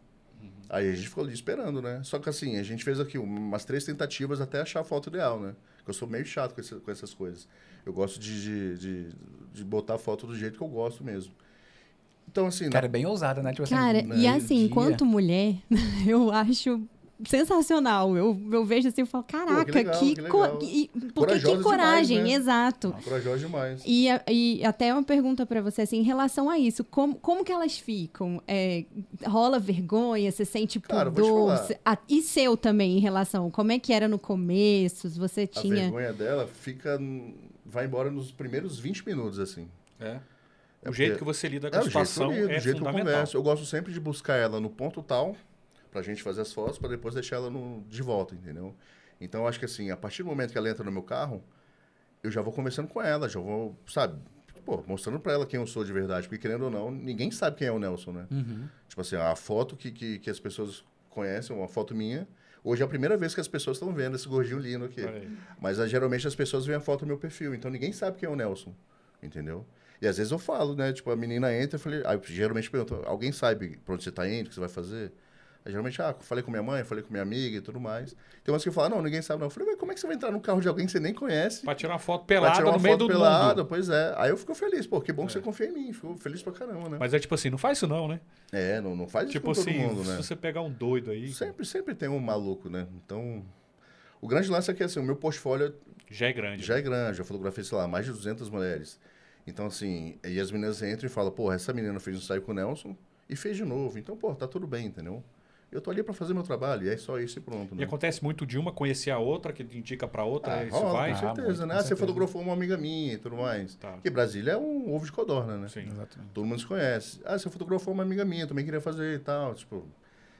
Speaker 3: Aí a gente ficou ali esperando, né? Só que assim, a gente fez aqui umas três tentativas até achar a foto ideal, né? Porque eu sou meio chato com, esse- com essas coisas. Eu gosto de, de, de, de botar a foto do jeito que eu gosto mesmo. Então, assim, na-
Speaker 2: Cara, é bem ousada, né? Tipo assim,
Speaker 5: Cara,
Speaker 2: no
Speaker 5: e
Speaker 2: meio do
Speaker 5: assim,
Speaker 2: dia.
Speaker 5: enquanto mulher, eu acho sensacional. Eu, eu vejo assim e falo, caraca,
Speaker 3: que legal,
Speaker 5: que,
Speaker 3: que
Speaker 5: co-
Speaker 3: legal."
Speaker 5: que- porque
Speaker 3: Corajosa
Speaker 5: que
Speaker 3: demais,
Speaker 5: coragem,
Speaker 3: né?
Speaker 5: exato.
Speaker 3: corajosa demais.
Speaker 5: E, a- e até uma pergunta pra você, assim, em relação a isso, como, como que elas ficam? É, rola vergonha? Você sente
Speaker 3: Cara, eu vou te
Speaker 5: pudor?
Speaker 3: falar.
Speaker 5: Se- a- e seu também, em relação? Como é que era no começo? Se Você
Speaker 3: A
Speaker 5: tinha...
Speaker 3: vergonha dela fica. vai embora nos primeiros 20 minutos, assim.
Speaker 1: É.
Speaker 3: É
Speaker 1: o jeito
Speaker 3: porque-
Speaker 1: que você lida com
Speaker 3: É,
Speaker 1: a
Speaker 3: o jeito que eu
Speaker 1: situação
Speaker 3: lido,
Speaker 1: é
Speaker 3: o jeito que eu
Speaker 1: fundamental.
Speaker 3: converso. Eu gosto sempre de buscar ela no ponto tal, pra gente fazer as fotos, pra depois deixar ela no- de volta, entendeu? Então, eu acho que assim, a partir do momento que ela entra no meu carro, eu já vou conversando com ela, já vou, sabe? Pô, mostrando pra ela quem eu sou de verdade. Porque, querendo ou não, ninguém sabe quem é o Nelson, né?
Speaker 2: Uhum.
Speaker 3: Tipo assim, a foto que, que, que as pessoas conhecem, uma foto minha, hoje é a primeira vez que as pessoas estão vendo esse gordinho lindo aqui.
Speaker 1: Olha aí.
Speaker 3: Mas ah, geralmente as pessoas veem a foto do meu perfil, então ninguém sabe quem é o Nelson, entendeu? E às vezes eu falo, né? Tipo, a menina entra, eu falei, aí eu geralmente pergunto, alguém sabe pra onde você tá indo, o que você vai fazer? Aí geralmente, ah, falei com minha mãe, falei com minha amiga e tudo mais. Tem umas que falam, não, ninguém sabe não. Eu falei, mas como é que você vai entrar no carro de alguém que você nem conhece?
Speaker 1: Pra tirar uma foto
Speaker 3: Vai
Speaker 1: pelada
Speaker 3: tirar uma
Speaker 1: Tá no meio do
Speaker 3: foto pelada,
Speaker 1: mundo. É.
Speaker 3: pois é. Aí eu fico feliz, pô, que bom que você confia em mim, fico feliz pra caramba, né?
Speaker 1: Mas é tipo assim, não faz isso não, né?
Speaker 3: É, não, não faz isso
Speaker 1: tipo
Speaker 3: com todo
Speaker 1: assim,
Speaker 3: mundo,
Speaker 1: se
Speaker 3: né?
Speaker 1: você pegar um doido aí,
Speaker 3: Sempre, sempre tem um maluco, né? Então, o grande lance é que assim, o meu portfólio
Speaker 1: já é grande.
Speaker 3: Já é grande, já fotografei, sei lá, mais de 200 mulheres. Então, assim, e as meninas entram e falam, porra, essa menina fez um ensaio com o Nelson e fez de novo. Então, pô, tá tudo bem, entendeu? Eu tô ali pra fazer meu trabalho, e é só isso e pronto,
Speaker 1: E
Speaker 3: né?
Speaker 1: acontece muito de uma conhecer a outra, que indica pra outra,
Speaker 3: Ah,
Speaker 1: aí isso
Speaker 3: rola,
Speaker 1: vai.
Speaker 3: com
Speaker 2: Ah,
Speaker 3: certeza,
Speaker 2: muito,
Speaker 3: né?
Speaker 2: com
Speaker 3: Ah, você
Speaker 2: certeza.
Speaker 3: fotografou uma amiga minha e tudo mais.
Speaker 1: Tá.
Speaker 3: Porque Brasília é um ovo de codorna, né?
Speaker 1: Sim.
Speaker 2: Exatamente.
Speaker 3: Todo mundo se conhece. Ah, você fotografou uma amiga minha, também queria fazer e tal. Tipo,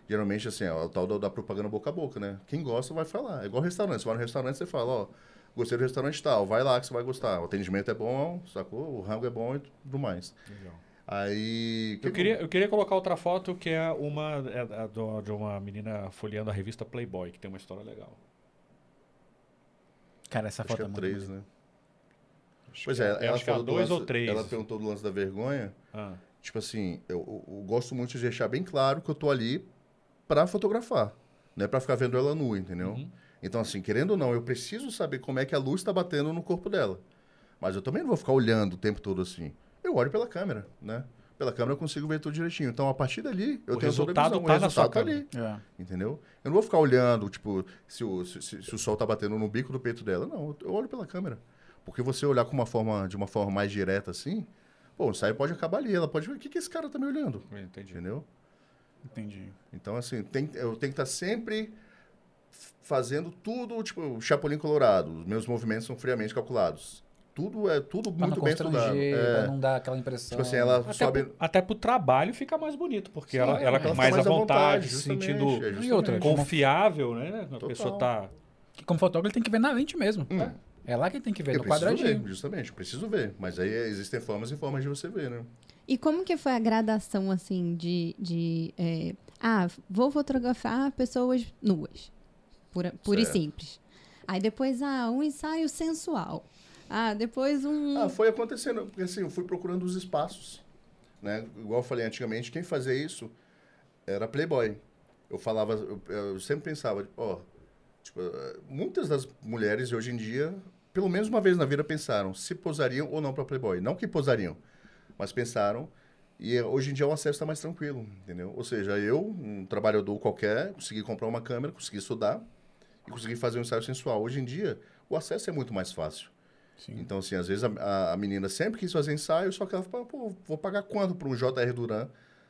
Speaker 3: geralmente assim, ó, o tal da, da propaganda boca a boca, né? Quem gosta vai falar. É igual restaurante. Você vai no restaurante, você fala, ó, gostei do restaurante tal, vai lá que você vai gostar. O atendimento é bom, sacou? O rango é bom e tudo mais.
Speaker 1: Legal.
Speaker 3: Aí. que-
Speaker 1: Eu queria, eu queria colocar outra foto que é uma é a do- de uma menina folheando a revista Playboy, que tem uma história legal.
Speaker 2: Cara, essa
Speaker 3: Acho
Speaker 2: foto
Speaker 3: que
Speaker 2: é
Speaker 3: é
Speaker 2: muito
Speaker 3: três,
Speaker 2: bonita.
Speaker 3: né? Pois é,
Speaker 1: acho
Speaker 3: ela
Speaker 1: que é a
Speaker 3: falou do
Speaker 1: dois
Speaker 3: lance-
Speaker 1: ou três.
Speaker 3: Ela perguntou do lance da vergonha.
Speaker 1: Ah,
Speaker 3: Tipo assim, eu, eu- eu gosto muito de deixar bem claro que eu tô ali pra fotografar. Não é pra ficar vendo ela nua, entendeu?
Speaker 1: Uhum.
Speaker 3: Então, assim, querendo ou não, eu preciso saber como é que a luz tá batendo no corpo dela. Mas eu também não vou ficar olhando o tempo todo assim. Eu olho pela câmera, né? Pela câmera eu consigo ver tudo direitinho. Então, a partir dali, eu
Speaker 1: O
Speaker 3: tenho toda a
Speaker 1: resultado
Speaker 3: visão.
Speaker 1: tá
Speaker 3: o
Speaker 1: na
Speaker 3: resultado
Speaker 1: sua
Speaker 3: tá
Speaker 1: câmera.
Speaker 3: ali.
Speaker 2: É.
Speaker 3: Entendeu? Eu não vou ficar olhando, tipo, se o, se, se- se o sol tá batendo no bico do peito dela. Não, eu olho pela câmera. Porque você olhar com uma forma, de uma forma mais direta assim, pô, o ensaio pode acabar ali. Ela pode ver, o que, que esse cara tá me olhando?
Speaker 1: entendi.
Speaker 3: Entendeu?
Speaker 2: Entendi.
Speaker 3: Então, assim, tem- eu tenho que estar sempre f- fazendo tudo, tipo, o Chapolin Colorado. Os meus movimentos são friamente calculados. Tudo é tudo
Speaker 2: Pra
Speaker 3: muito
Speaker 2: não
Speaker 3: bem estudado.
Speaker 2: constranger,
Speaker 3: É,
Speaker 2: pra não dar aquela impressão.
Speaker 3: tipo assim, ela
Speaker 1: Até,
Speaker 3: sobe.
Speaker 1: pro, até pro trabalho fica mais bonito, porque
Speaker 3: Sim,
Speaker 1: ela, ela
Speaker 2: ela
Speaker 1: fica
Speaker 3: fica
Speaker 1: mais,
Speaker 3: mais
Speaker 1: à
Speaker 3: à
Speaker 1: vontade,
Speaker 3: vontade,
Speaker 1: se
Speaker 3: justamente,
Speaker 1: sentindo
Speaker 3: é
Speaker 2: E outra, como,
Speaker 1: confiável, né? A pessoa tá.
Speaker 2: que como fotógrafo, ele tem que ver na lente mesmo.
Speaker 3: Hum.
Speaker 2: né? É lá que ele tem que ver,
Speaker 3: Eu
Speaker 2: no
Speaker 3: preciso
Speaker 2: quadradinho.
Speaker 3: ver, justamente, eu preciso ver. Mas aí é, existem formas e formas de você ver, né?
Speaker 5: E como que foi a gradação, assim, de... de é, ah, vou fotografar pessoas nuas, pura, pura e
Speaker 3: Certo.
Speaker 5: simples. Aí depois, ah, um ensaio sensual. Ah, depois um...
Speaker 3: Ah, foi acontecendo, porque assim, eu fui procurando os espaços, né? Igual eu falei antigamente, quem fazia isso era Playboy. eu falava, eu, eu sempre pensava, ó, tipo, eh, muitas das mulheres de hoje em dia, pelo menos uma vez na vida, pensaram se posariam ou não para Playboy. Não que posariam, mas pensaram. E eh, hoje em dia o acesso está mais tranquilo, entendeu? Ou seja, eu, um trabalhador qualquer, consegui comprar uma câmera, consegui estudar e consegui fazer um ensaio sensual. Hoje em dia, o acesso é muito mais fácil.
Speaker 1: tá
Speaker 3: Então, assim, às vezes a, a- a menina sempre quis fazer ensaio, só que ela fala, pô, vou pagar quanto para um J.R. Duran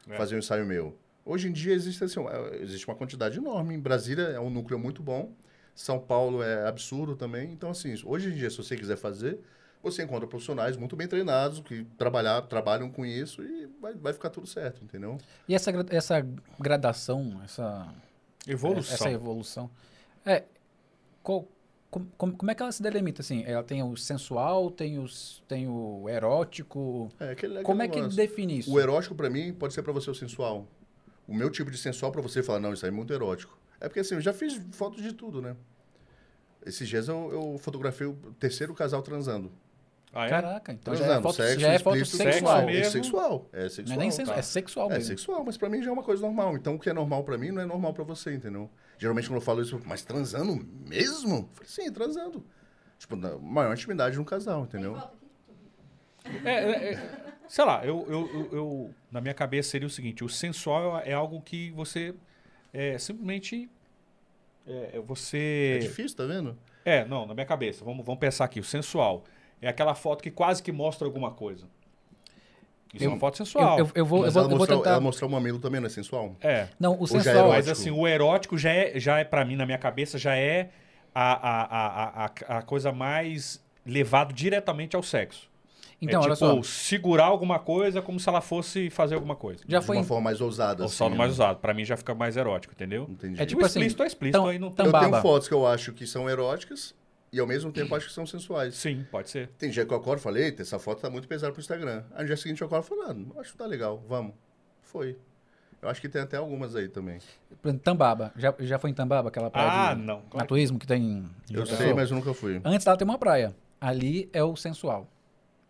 Speaker 1: É.
Speaker 3: fazer um ensaio meu? Hoje em dia existe, assim, uma- existe uma quantidade enorme. Em Brasília é um núcleo muito bom. São Paulo é absurdo também. Então, assim, hoje em dia, se você quiser fazer, você encontra profissionais muito bem treinados que trabalhar, trabalham com isso e vai, vai ficar tudo certo, entendeu?
Speaker 2: E essa, gra- essa gradação, essa
Speaker 1: Evolução.
Speaker 2: Essa evolução. É. Qual, com, com- como é que ela se delimita, assim? Ela tem o sensual, tem, os, tem o erótico.
Speaker 3: É, aquele-
Speaker 2: como é
Speaker 3: aquele
Speaker 2: que
Speaker 3: lance.
Speaker 2: define isso?
Speaker 3: O erótico pra mim pode ser pra você o sensual. O meu tipo de sensual pra você falar, não, isso aí é muito erótico. É porque assim, eu já fiz fotos de tudo, né? Esses dias eu, eu fotografei o terceiro casal transando.
Speaker 1: Ah, é?
Speaker 2: Caraca, então já é
Speaker 3: Transando,
Speaker 2: foto,
Speaker 3: sexo
Speaker 2: já é foto
Speaker 3: explícito,
Speaker 2: sexual.
Speaker 1: sexo mesmo.
Speaker 3: É sexual. É
Speaker 2: não é
Speaker 3: sexual.
Speaker 2: nem sensual,
Speaker 1: tá.
Speaker 2: é sexual
Speaker 3: É
Speaker 2: mesmo.
Speaker 3: sexual, mas pra mim já é uma coisa normal. Então o que é normal pra mim não é normal pra você, entendeu? Geralmente quando eu falo isso, mas transando mesmo? Eu falei, sim, transando. Tipo, na maior intimidade de um casal, entendeu?
Speaker 1: É, é, é, sei lá, eu, eu, eu- eu- na minha cabeça seria o seguinte: o sensual é algo que você é, simplesmente. É,
Speaker 3: É
Speaker 1: você.
Speaker 3: difícil, tá vendo?
Speaker 1: É, não, na minha cabeça. Vamos, vamos pensar aqui: o sensual é aquela foto que quase que mostra alguma coisa. Isso é
Speaker 2: Eu-
Speaker 1: uma foto sensual.
Speaker 2: Eu, eu, eu vou, eu
Speaker 3: mas
Speaker 2: vou,
Speaker 3: ela,
Speaker 2: eu vou
Speaker 3: mostrar,
Speaker 2: tentar.
Speaker 3: ela mostrar o mamilo também não é sensual?
Speaker 1: É.
Speaker 2: Não, o
Speaker 3: já é
Speaker 2: sensual.
Speaker 1: Mas
Speaker 3: erótico.
Speaker 1: assim, o erótico já é, já é para mim, na minha cabeça, já é a, a, a, a, a coisa mais levado diretamente ao sexo.
Speaker 2: Então,
Speaker 1: é
Speaker 2: olha
Speaker 1: tipo,
Speaker 2: só.
Speaker 1: segurar alguma coisa como se ela fosse fazer alguma coisa.
Speaker 2: Já
Speaker 3: de
Speaker 2: foi.
Speaker 3: uma forma mais ousada.
Speaker 1: O saldo
Speaker 3: assim,
Speaker 1: mais
Speaker 3: né?
Speaker 1: usado. Pra mim já fica mais erótico, entendeu?
Speaker 3: Entendi.
Speaker 2: É tipo
Speaker 1: o
Speaker 2: assim,
Speaker 1: explícito é explícito,
Speaker 2: tam-
Speaker 1: aí não tem.
Speaker 2: tam-
Speaker 3: eu tenho
Speaker 2: baba.
Speaker 3: fotos que eu acho que são eróticas e ao mesmo tempo acho que são sensuais.
Speaker 1: Sim, pode ser.
Speaker 3: Tem dia que eu acordo e falei, "Eita, essa foto tá muito pesada pro Instagram. Aí no dia seguinte eu acordo e falo, ah, não, acho que tá legal, vamos. Foi. Eu acho que tem até algumas aí também.
Speaker 2: por exemplo, Tambaba. Já, já foi em Tambaba, aquela praia
Speaker 1: Ah,
Speaker 2: de
Speaker 1: não. claro que-
Speaker 2: naturismo que tem.
Speaker 3: Eu
Speaker 2: Já
Speaker 3: sei,
Speaker 2: sou.
Speaker 3: mas eu nunca fui.
Speaker 2: Antes lá tem uma praia. Ali é o sensual.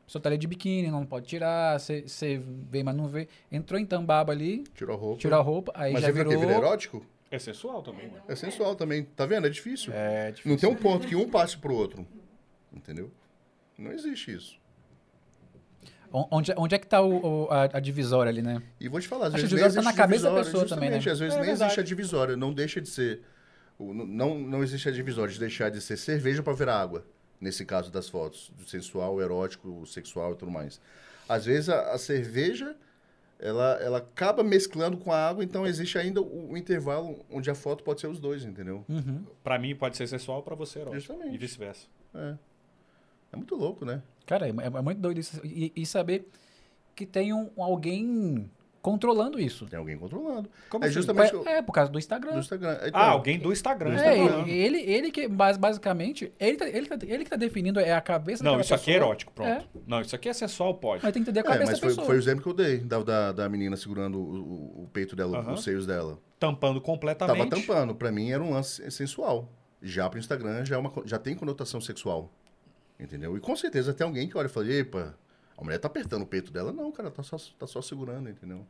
Speaker 2: Você tá ali de biquíni, não pode tirar, você você vê, mas não vê. Entrou em Tambaba ali,
Speaker 3: Tirou a roupa.
Speaker 2: tirou a roupa, aí
Speaker 3: mas
Speaker 2: já
Speaker 3: vira o
Speaker 2: virou...
Speaker 3: quê? Vira erótico?
Speaker 1: É sensual também, mano.
Speaker 3: É sensual também. Tá vendo? É difícil.
Speaker 2: É,
Speaker 3: Não
Speaker 2: difícil.
Speaker 3: tem um ponto que um passe pro outro. Entendeu? Não existe isso.
Speaker 2: On- Onde, onde é que tá o, o- a, a divisória ali, né?
Speaker 3: E vou te falar, às
Speaker 2: Acho
Speaker 3: vezes
Speaker 2: que o
Speaker 3: nem
Speaker 2: divisório tá
Speaker 3: existe
Speaker 2: na cabeça da
Speaker 3: divisória,
Speaker 2: pessoa também,
Speaker 3: justamente.
Speaker 2: né?
Speaker 3: Às vezes
Speaker 1: É
Speaker 3: nem
Speaker 1: verdade.
Speaker 3: existe a divisória, não deixa de ser... o- n- Não, não existe a divisória, de deixar de ser cerveja para virar água, nesse caso das fotos, do sensual, erótico, sexual e tudo mais. Às vezes a, a cerveja, ela, ela acaba mesclando com a água, então existe ainda o, o intervalo onde a foto pode ser os dois, entendeu?
Speaker 2: Uhum.
Speaker 1: Pra mim pode ser sensual, pra você é erótico.
Speaker 3: Justamente.
Speaker 1: E vice-versa.
Speaker 3: É. É muito louco, né?
Speaker 2: Cara, é, é muito doido isso. E, e saber que tem um, alguém controlando isso.
Speaker 3: Tem alguém controlando.
Speaker 1: Como
Speaker 3: É
Speaker 1: assim?
Speaker 3: justamente- Mas eu-
Speaker 2: É, é por causa do
Speaker 3: No
Speaker 2: Instagram.
Speaker 3: Instagram. Então,
Speaker 1: Ah, alguém do Instagram.
Speaker 3: Do
Speaker 1: tá
Speaker 2: É,
Speaker 1: falando.
Speaker 2: ele, ele, ele que, bas- basicamente, ele, tá- ele, tá- ele que tá definindo, é a cabeça
Speaker 1: Não,
Speaker 2: daquela
Speaker 1: isso aqui é
Speaker 2: pessoa.
Speaker 1: erótico, pronto. Não, isso aqui é sensual, pode.
Speaker 2: Mas tem que entender a
Speaker 3: É,
Speaker 2: cabeça
Speaker 3: mas
Speaker 2: da
Speaker 3: foi,
Speaker 2: pessoa.
Speaker 3: foi o exemplo que eu dei, da, da, da menina segurando o, o- o peito dela,
Speaker 1: Aham.
Speaker 3: os seios dela.
Speaker 1: Tampando completamente.
Speaker 3: Tava tampando. Pra mim era um lance sensual. Já pro Instagram já, é uma co- já tem conotação sexual. Entendeu? E com certeza tem alguém que olha e fala, epa, a mulher tá apertando o peito dela. Não, cara, tá só, tá só segurando, entendeu?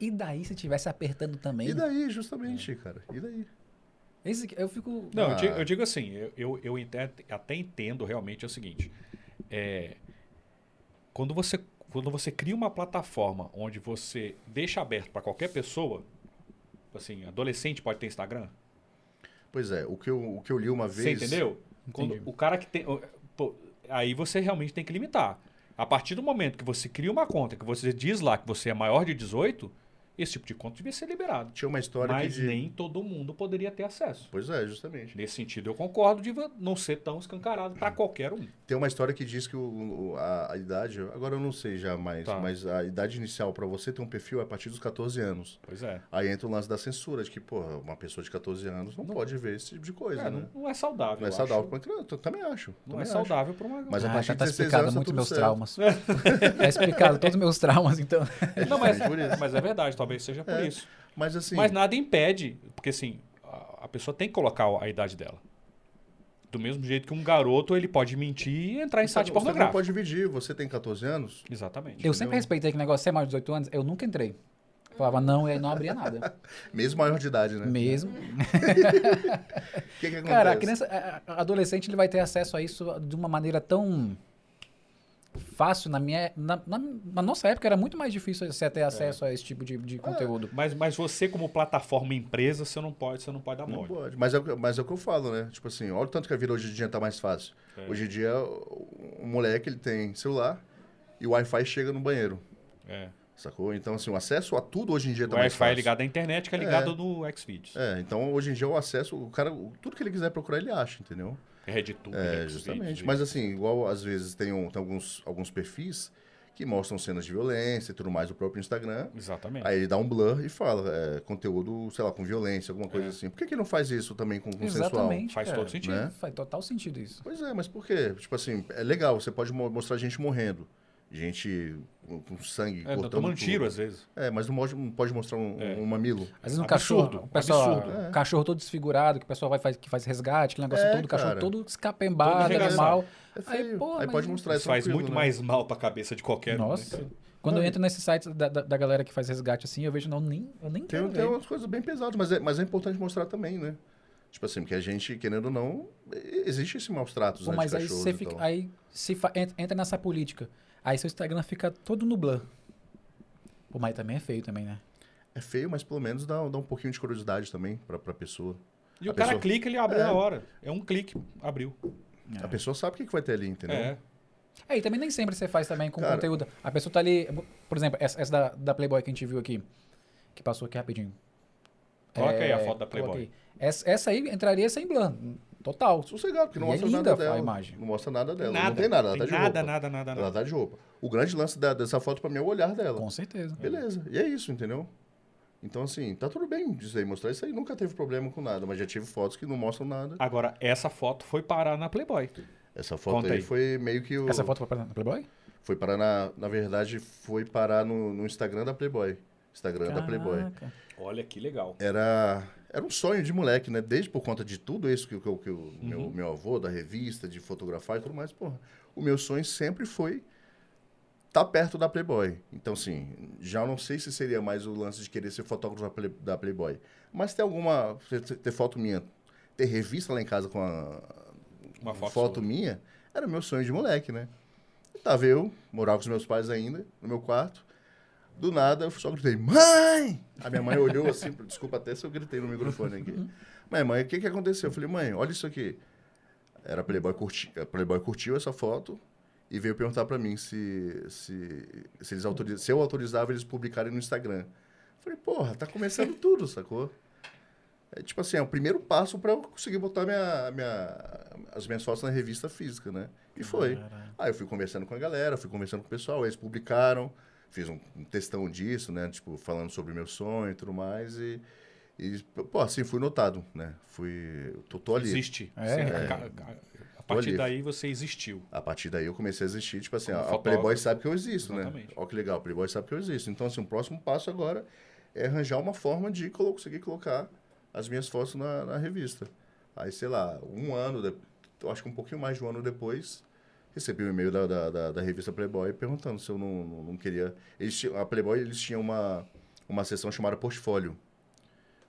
Speaker 2: E daí se tivesse apertando também?
Speaker 3: E daí,
Speaker 1: É.
Speaker 3: justamente, cara? E daí?
Speaker 2: Esse que- eu fico...
Speaker 1: Não, eu,
Speaker 3: Ah.
Speaker 1: digo, eu digo assim, eu, eu, eu ente- até entendo realmente é o seguinte. é, quando, você, quando você cria uma plataforma onde você deixa aberto para qualquer pessoa, assim, adolescente pode ter Instagram,
Speaker 3: Pois é, o que eu, o que eu li uma
Speaker 1: você
Speaker 3: vez...
Speaker 1: entendeu? Quando o cara que tem. pô, aí você realmente tem que limitar. A partir do momento que você cria uma conta, que você diz lá que você é maior de 18, esse tipo de conta devia ser liberado.
Speaker 3: Tinha uma história
Speaker 1: Mas
Speaker 3: Então, que... de-
Speaker 1: nem todo mundo poderia ter acesso.
Speaker 3: Pois é, justamente.
Speaker 1: Nesse sentido, eu concordo de não ser tão escancarado para qualquer um.
Speaker 3: Tem uma história que diz que o- o- a, a idade, agora eu não sei já mais,
Speaker 1: Tá.
Speaker 3: mas a idade inicial pra você ter um perfil é a partir dos 14 anos.
Speaker 1: Pois é.
Speaker 3: Aí entra o lance da censura, de que, porra, uma pessoa de 14 anos não, pode ver esse tipo de coisa,
Speaker 1: É,
Speaker 3: né?
Speaker 1: não, não é saudável.
Speaker 3: Não é
Speaker 1: eu
Speaker 3: saudável
Speaker 1: acho.
Speaker 3: pra uma criança, eu também acho.
Speaker 1: Não
Speaker 3: também
Speaker 1: é
Speaker 3: acho.
Speaker 1: saudável para uma.
Speaker 3: Mas a
Speaker 2: Ah,
Speaker 3: partir
Speaker 2: tá,
Speaker 3: de
Speaker 2: tá
Speaker 3: 16
Speaker 2: explicado
Speaker 3: anos tá
Speaker 2: muito
Speaker 3: tudo
Speaker 2: meus
Speaker 3: certo.
Speaker 2: traumas. tá explicado todos os meus traumas, então.
Speaker 1: não, mas,
Speaker 3: justamente por isso.
Speaker 1: mas é verdade, talvez seja por
Speaker 3: É,
Speaker 1: isso.
Speaker 3: Mas assim,
Speaker 1: Mas nada impede, porque assim, a, a pessoa tem que colocar a idade dela. Do mesmo jeito que um garoto, ele pode mentir e entrar em
Speaker 3: você
Speaker 1: site
Speaker 3: você não
Speaker 1: pornográfico.
Speaker 3: pode dividir, você tem 14 anos,
Speaker 1: Exatamente.
Speaker 2: Eu sempre respeitei aquele negócio, você é mais de 18 anos, eu nunca entrei. Falava não e aí não abria nada.
Speaker 3: Mesmo maior de idade,
Speaker 2: É.
Speaker 3: né?
Speaker 2: Mesmo.
Speaker 3: O que, que acontece?
Speaker 2: Cara, a criança, a- a- adolescente, ele vai ter acesso a isso de uma maneira tão fácil. Na minha, na, na- na nossa época era muito mais difícil você ter acesso a esse tipo de, de conteúdo.
Speaker 1: Mas, mas você, como plataforma empresa, você não pode, você não pode dar
Speaker 3: Não
Speaker 1: mole.
Speaker 3: pode. Mas é, o que- mas é o que eu falo, né? Tipo assim, olha o tanto que a vida hoje em dia tá mais fácil.
Speaker 1: É.
Speaker 3: Hoje em dia, o o moleque, ele tem celular e o Wi-Fi chega no banheiro,
Speaker 1: É.
Speaker 3: sacou? Então, assim, o acesso a tudo hoje em dia
Speaker 1: O
Speaker 3: tá mais
Speaker 1: Wi-Fi
Speaker 3: fácil.
Speaker 1: é ligado à internet, que é ligado no Xvideos.
Speaker 3: É, então hoje em dia o acesso, o cara, o- tudo que ele quiser procurar, ele acha, entendeu?
Speaker 1: RedTube,
Speaker 3: É,
Speaker 1: Xvideos,
Speaker 3: justamente.
Speaker 1: e-
Speaker 3: Mas assim, igual às vezes tem, um- tem alguns, alguns perfis que mostram cenas de violência e tudo mais, o próprio Instagram.
Speaker 1: Exatamente.
Speaker 3: Aí ele dá um blur e fala, é, conteúdo, sei lá, com violência, alguma coisa
Speaker 1: É.
Speaker 3: assim. Por que, que ele não faz isso também com consensual?
Speaker 2: Exatamente.
Speaker 1: Faz
Speaker 2: cara.
Speaker 1: todo sentido.
Speaker 3: né?
Speaker 2: Faz total sentido isso.
Speaker 3: Pois é, mas por quê? Tipo assim, é legal, você pode mo- mostrar gente morrendo. Gente com com sangue,
Speaker 1: É, tá
Speaker 3: cortando
Speaker 1: tomando
Speaker 3: tudo.
Speaker 1: tiro, às vezes.
Speaker 3: É, mas não mos- não pode mostrar um,
Speaker 1: É.
Speaker 3: um mamilo.
Speaker 2: Às vezes um
Speaker 1: Absurdo,
Speaker 2: cachorro, o pessoal,
Speaker 1: absurdo.
Speaker 3: É.
Speaker 2: cachorro todo desfigurado, que o pessoal vai faz, que faz resgate, aquele negócio
Speaker 3: É,
Speaker 2: todo, o cachorro
Speaker 3: cara.
Speaker 2: todo escapembado,
Speaker 1: Todo
Speaker 2: animal.
Speaker 3: É
Speaker 2: Aí,
Speaker 3: feio. Aí,
Speaker 2: pô, mas
Speaker 3: pode
Speaker 2: não-
Speaker 3: mostrar, é
Speaker 1: Isso faz
Speaker 3: tranquilo,
Speaker 1: muito
Speaker 3: né?
Speaker 1: mais mal pra cabeça de qualquer um. né?
Speaker 2: Nossa. Quando eu entro nesses sites da, da, da galera que faz resgate assim, eu vejo, não, nem, eu nem
Speaker 3: Tem, um
Speaker 2: quero
Speaker 3: tem
Speaker 2: ver.
Speaker 3: umas coisas bem pesadas, mas é, mas é importante mostrar também, né? Tipo assim, porque a gente, querendo ou não, e- existe esse maus tratos,
Speaker 2: Pô,
Speaker 3: né,
Speaker 2: mas
Speaker 3: de
Speaker 2: aí
Speaker 3: cachorros
Speaker 2: você
Speaker 3: e
Speaker 2: fica,
Speaker 3: tal.
Speaker 2: aí se fa- ent- entra nessa política. Aí seu Instagram fica todo no blur. Pô, mas também é feio também, né?
Speaker 3: É feio, mas pelo menos dá, dá um pouquinho de curiosidade também pra, pra pessoa.
Speaker 1: E
Speaker 3: A
Speaker 1: o cara
Speaker 3: pessoa-
Speaker 1: clica, ele abre
Speaker 3: É.
Speaker 1: na hora. É um clique, abriu.
Speaker 2: É.
Speaker 3: A pessoa sabe o que, que vai ter ali, entendeu?
Speaker 1: É.
Speaker 2: É, e também nem sempre você faz também com
Speaker 3: Cara.
Speaker 2: conteúdo. A pessoa tá ali, por exemplo, essa, essa da, da Playboy que a gente viu aqui, que passou aqui rapidinho.
Speaker 1: Coloca aí a
Speaker 2: É,
Speaker 1: foto da
Speaker 2: coloca
Speaker 1: Playboy.
Speaker 2: aí. Essa, essa aí entraria sem blur, total.
Speaker 3: Tá Sossegado, porque não
Speaker 2: E é
Speaker 3: mostra
Speaker 2: linda
Speaker 3: nada
Speaker 2: a
Speaker 3: dela.
Speaker 2: imagem.
Speaker 3: Não mostra nada dela.
Speaker 1: Nada.
Speaker 3: Não tem nada, ela tá de
Speaker 1: nada,
Speaker 3: roupa.
Speaker 1: nada, nada,
Speaker 3: Ela
Speaker 1: nada.
Speaker 3: tá de roupa. O grande lance da- dessa foto pra mim é o olhar dela.
Speaker 2: Com certeza.
Speaker 3: Beleza. E é isso, entendeu? Então, assim, tá tudo bem disso aí, mostrar isso aí. Nunca teve problema com nada, mas já tive fotos que não mostram nada.
Speaker 1: Agora, essa foto foi parar na Playboy.
Speaker 3: Essa foto
Speaker 1: Conta
Speaker 3: aí,
Speaker 1: aí.
Speaker 3: foi meio que o.
Speaker 2: Essa foto foi pra na Playboy?
Speaker 3: Foi parar na. Na verdade, foi parar no, no Instagram da Playboy. Instagram É, da Playboy.
Speaker 2: Caraca.
Speaker 1: Olha que legal.
Speaker 3: Era. Era um sonho de moleque, né? Desde por conta de tudo isso que, que, que o meu, meu avô, da revista, de fotografar e tudo mais, porra. O meu sonho sempre foi estar perto da Playboy. Então, assim, já não sei se seria mais o lance de querer ser fotógrafo da, Play- da Playboy. Mas ter alguma. ter- ter foto minha, ter revista lá em casa com a,
Speaker 1: Uma foto. sua.
Speaker 3: minha, era meu sonho de moleque, né? E tava eu, morava com os meus pais ainda, no meu quarto. Do nada, eu só gritei, mãe! A minha mãe olhou assim, desculpa até se eu gritei no microfone aqui.
Speaker 1: Uhum.
Speaker 3: Mãe, mãe, o que, que aconteceu? Eu falei, mãe, olha isso aqui. Era a Playboy, curti, a Playboy curtiu essa foto e veio perguntar pra mim se, se, se, eles autoriza, se eu autorizava eles publicarem no Instagram. Eu falei, porra, tá começando tudo, sacou? É tipo assim, é o primeiro passo pra eu conseguir botar minha, minha, as minhas fotos na revista física, né? E foi.
Speaker 2: Caraca.
Speaker 3: Aí eu fui conversando com a galera, fui conversando com o pessoal, eles publicaram, fiz um, um textão disso, né? Tipo, falando sobre meu sonho e tudo mais. E, e, pô, assim, fui notado, né? Fui. eu Tô, tô ali.
Speaker 1: Existe.
Speaker 2: É.
Speaker 1: Você-
Speaker 2: É.
Speaker 1: ca- ca- A partir
Speaker 3: Olha.
Speaker 1: daí você existiu.
Speaker 3: A partir daí eu comecei a existir, tipo assim,
Speaker 1: Como
Speaker 3: a, a
Speaker 1: fotógrafo.
Speaker 3: Playboy sabe que eu existo, né?
Speaker 1: Exatamente.
Speaker 3: Olha que legal, a Playboy sabe que eu existo. Então, assim, o próximo passo agora é arranjar uma forma de colo- conseguir colocar as minhas fotos na, na revista. Aí, sei lá, um ano, de- eu acho que um pouquinho mais de um ano depois, recebi um e-mail da, da, da- da revista Playboy perguntando se eu não, não, não queria... Eles, tinham- a Playboy, eles tinham uma, uma sessão chamada Portfólio,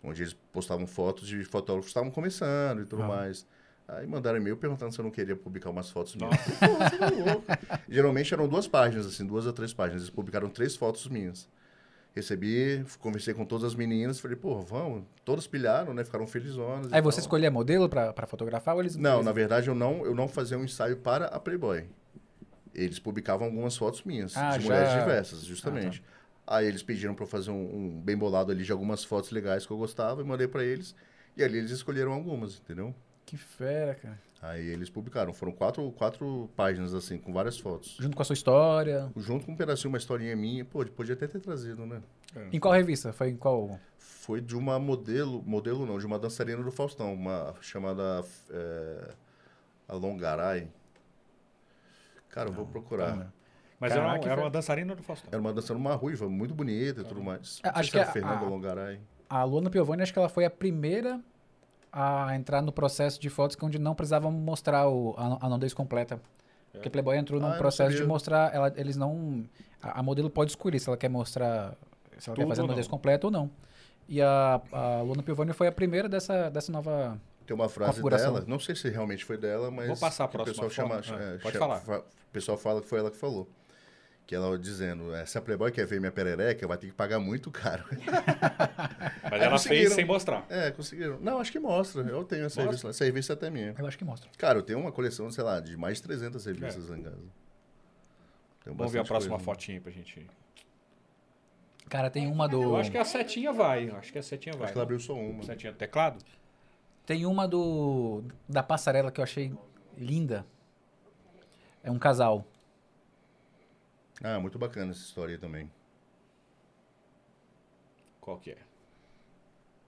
Speaker 3: onde eles postavam fotos de fotógrafos que estavam começando e tudo
Speaker 2: Ah.
Speaker 3: mais. Aí mandaram e-mail perguntando se eu não queria publicar umas fotos minhas.
Speaker 1: Nossa.
Speaker 3: Porra, você tá louco. Geralmente eram duas páginas, assim, duas a três páginas. Eles publicaram três fotos minhas. Recebi, conversei com todas as meninas, falei, pô, vamos. Todas pilharam, né? Ficaram felizonas. e
Speaker 2: Aí você
Speaker 3: tal.
Speaker 2: escolhia modelo pra, pra fotografar ou eles...
Speaker 3: Não,
Speaker 2: eles-
Speaker 3: na verdade eu não, eu não fazia um ensaio para a Playboy. Eles publicavam algumas fotos minhas,
Speaker 2: Ah, já-
Speaker 3: de mulheres diversas, justamente. Aí eles pediram para eu fazer um, um bem bolado ali de algumas fotos legais que eu gostava e mandei para eles. E ali eles escolheram algumas, entendeu?
Speaker 2: Que fera, cara.
Speaker 3: Aí eles publicaram. Foram quatro, quatro páginas, assim, com várias fotos.
Speaker 2: Junto com a sua história.
Speaker 3: Junto com um pedacinho, uma historinha minha, pô, podia até ter trazido, né?
Speaker 2: Em qual revista? Foi em qual...
Speaker 3: Foi de uma modelo, modelo não, de uma dançarina do Faustão, uma chamada é, Alongaray. Cara, eu vou procurar.
Speaker 1: é.
Speaker 2: Não.
Speaker 1: Mas era
Speaker 2: Caraca,
Speaker 1: uma, era
Speaker 2: foi-
Speaker 1: uma dançarina do Faustão.
Speaker 3: Era uma dançarina, uma ruiva, muito bonita e tudo mais. Não
Speaker 2: É,
Speaker 3: sei
Speaker 2: acho
Speaker 3: se era
Speaker 2: que a-
Speaker 3: Fernanda
Speaker 2: a-
Speaker 3: Alongaray.
Speaker 2: A Luana Piovani, acho que ela foi a primeira a entrar no processo de fotos que é onde não precisavam mostrar o, a, a nudez
Speaker 1: É.
Speaker 2: completa. Porque Playboy entrou
Speaker 3: Ah,
Speaker 2: num
Speaker 3: eu não
Speaker 2: processo de
Speaker 3: sabia.
Speaker 2: mostrar, ela, eles não... A, a modelo pode escolher se ela quer mostrar se ela quer
Speaker 1: Tudo
Speaker 2: fazer
Speaker 1: ou
Speaker 2: o modelo
Speaker 1: não?
Speaker 2: completo ou não. E a, a Luana Piovani foi a primeira dessa, dessa nova.
Speaker 3: Tem uma frase
Speaker 2: Configuração.
Speaker 3: dela, não sei se realmente foi dela, mas.
Speaker 1: Vou passar a
Speaker 3: que
Speaker 1: próxima
Speaker 3: O pessoal,
Speaker 1: forma.
Speaker 3: chama,
Speaker 1: Ah,
Speaker 3: é,
Speaker 1: pode
Speaker 3: cha-
Speaker 1: falar.
Speaker 3: fa- o pessoal fala que foi ela que falou. Que ela dizendo, é, se a Playboy quer ver minha perereca, vai ter que pagar muito caro.
Speaker 1: Mas ela fez
Speaker 3: conseguiram.
Speaker 1: sem mostrar.
Speaker 3: é, conseguiram. Não, acho que mostra. Eu tenho essa
Speaker 1: Mostra.
Speaker 3: revista lá. Essa revista é até minha.
Speaker 2: Eu acho que mostra.
Speaker 3: Cara, eu tenho uma coleção, sei lá, de mais de 300 revistas lá em casa. Tenho
Speaker 1: É. Vamos ver a
Speaker 3: bastante
Speaker 1: próxima
Speaker 3: coisa.
Speaker 1: fotinha aí pra gente.
Speaker 2: Cara, tem uma do.
Speaker 1: Eu acho que a setinha vai. eu Acho que a setinha vai.
Speaker 3: Acho que ela abriu só uma.
Speaker 1: Setinha do teclado?
Speaker 2: Tem uma do. Da passarela que eu achei linda. É um casal.
Speaker 3: Ah, muito bacana essa história aí também.
Speaker 1: Qual que é?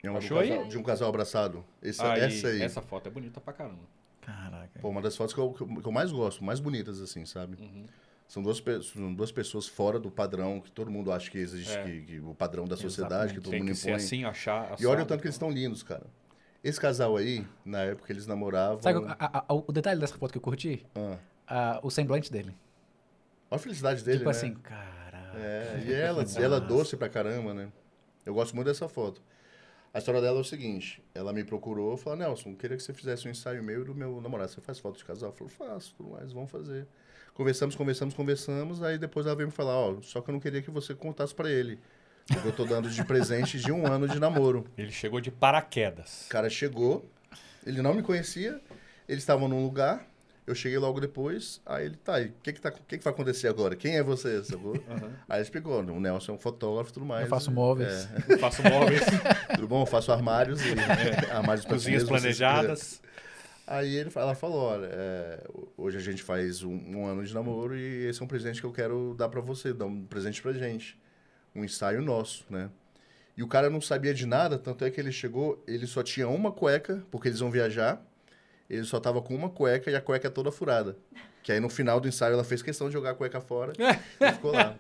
Speaker 3: É uma do
Speaker 1: Achou aí?
Speaker 3: casal- de um casal abraçado. Essa,
Speaker 1: Aí,
Speaker 3: essa aí.
Speaker 1: Essa foto é bonita pra caramba.
Speaker 2: Caraca.
Speaker 3: Pô, uma das fotos que eu, que eu- que eu mais gosto, mais bonitas, assim, sabe?
Speaker 1: Uhum.
Speaker 3: São duas, pe- são duas pessoas fora do padrão que todo mundo acha que existe,
Speaker 1: É.
Speaker 3: que, que o padrão da sociedade, que todo
Speaker 1: Tem
Speaker 3: mundo
Speaker 1: que ser
Speaker 3: impõe.
Speaker 1: assim, achar.
Speaker 3: e olha o
Speaker 1: assado.
Speaker 3: tanto que eles estão lindos, cara. Esse casal aí, na época eles namoravam.
Speaker 2: Sabe a- a- a- o detalhe dessa foto que eu curti?
Speaker 3: Ah,
Speaker 2: Ah, o semblante dele.
Speaker 3: olha a felicidade dele,
Speaker 2: tipo
Speaker 3: né?
Speaker 2: assim, caraca.
Speaker 3: É, e ela, e ela doce pra caramba, né? Eu gosto muito dessa foto. A história dela é o seguinte: ela me procurou, falou, Nelson, eu queria que você fizesse um ensaio meu e do meu namorado. Você faz foto de casal? Eu falei, faço, tudo mais, vamos fazer. Conversamos, conversamos, conversamos. Aí depois ela veio me falar: ó, só que eu não queria que você contasse pra ele. porque Eu tô dando de presente de um ano de namoro.
Speaker 1: Ele chegou de paraquedas.
Speaker 3: O cara chegou, ele não me conhecia, eles estavam num lugar, eu cheguei logo depois, aí ele tá aí, o que que, tá, o que que vai acontecer agora? Quem é você, sacou? Aí ele explicou, o Nelson é um fotógrafo e tudo mais.
Speaker 2: Eu faço móveis.
Speaker 3: É,
Speaker 1: Eu Faço móveis,
Speaker 3: tudo bom? Eu faço armários e armários pra si
Speaker 1: cozinhas
Speaker 3: mesmo, vocês-
Speaker 1: planejadas.
Speaker 3: Aí ele, fa- ela falou, olha, é, hoje a gente faz um, um ano de namoro e esse é um presente que eu quero dar pra você, dar um presente pra gente. Um ensaio nosso, né? E o cara não sabia de nada, tanto é que ele chegou, ele só tinha uma cueca, porque eles vão viajar, ele só tava com uma cueca e a cueca toda furada. Que aí no final do ensaio ela fez questão de jogar a cueca fora e ficou lá.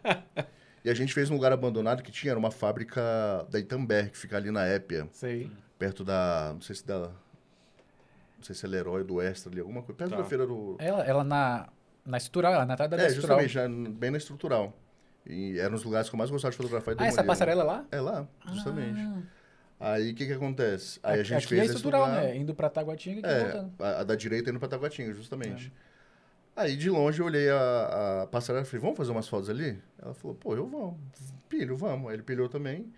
Speaker 3: E a gente fez um lugar abandonado que tinha, era uma fábrica da Itambé, que fica ali na Épia
Speaker 2: Sei.
Speaker 3: perto da. Não sei se da. Não sei se é Leroy do Extra ali, alguma coisa. Perto
Speaker 1: Tá.
Speaker 3: da feira do.
Speaker 2: Ela, ela na, na estrutural, ela na entrada da
Speaker 3: É,
Speaker 2: estrutural.
Speaker 3: justamente, já bem na estrutural. E era um dos lugares que eu mais gostava de fotografar e
Speaker 2: Ah, essa
Speaker 3: demolir, né?
Speaker 2: passarela lá?
Speaker 3: É lá, justamente.
Speaker 2: Ah,
Speaker 3: Aí o que que acontece? Aí a
Speaker 2: aqui-
Speaker 3: gente
Speaker 2: aqui
Speaker 3: fez
Speaker 2: é
Speaker 3: esse
Speaker 2: estrutural,
Speaker 3: lugar.
Speaker 2: né? Indo pra Taguatinga e
Speaker 3: É,
Speaker 2: voltando. É.
Speaker 3: a, a da direita indo pra Taguatinga, justamente. Aí de longe eu olhei a, a passarela e falei, vamos fazer umas fotos ali? Ela falou, pô, eu vou, pilho, vamos. Aí ele pilhou também.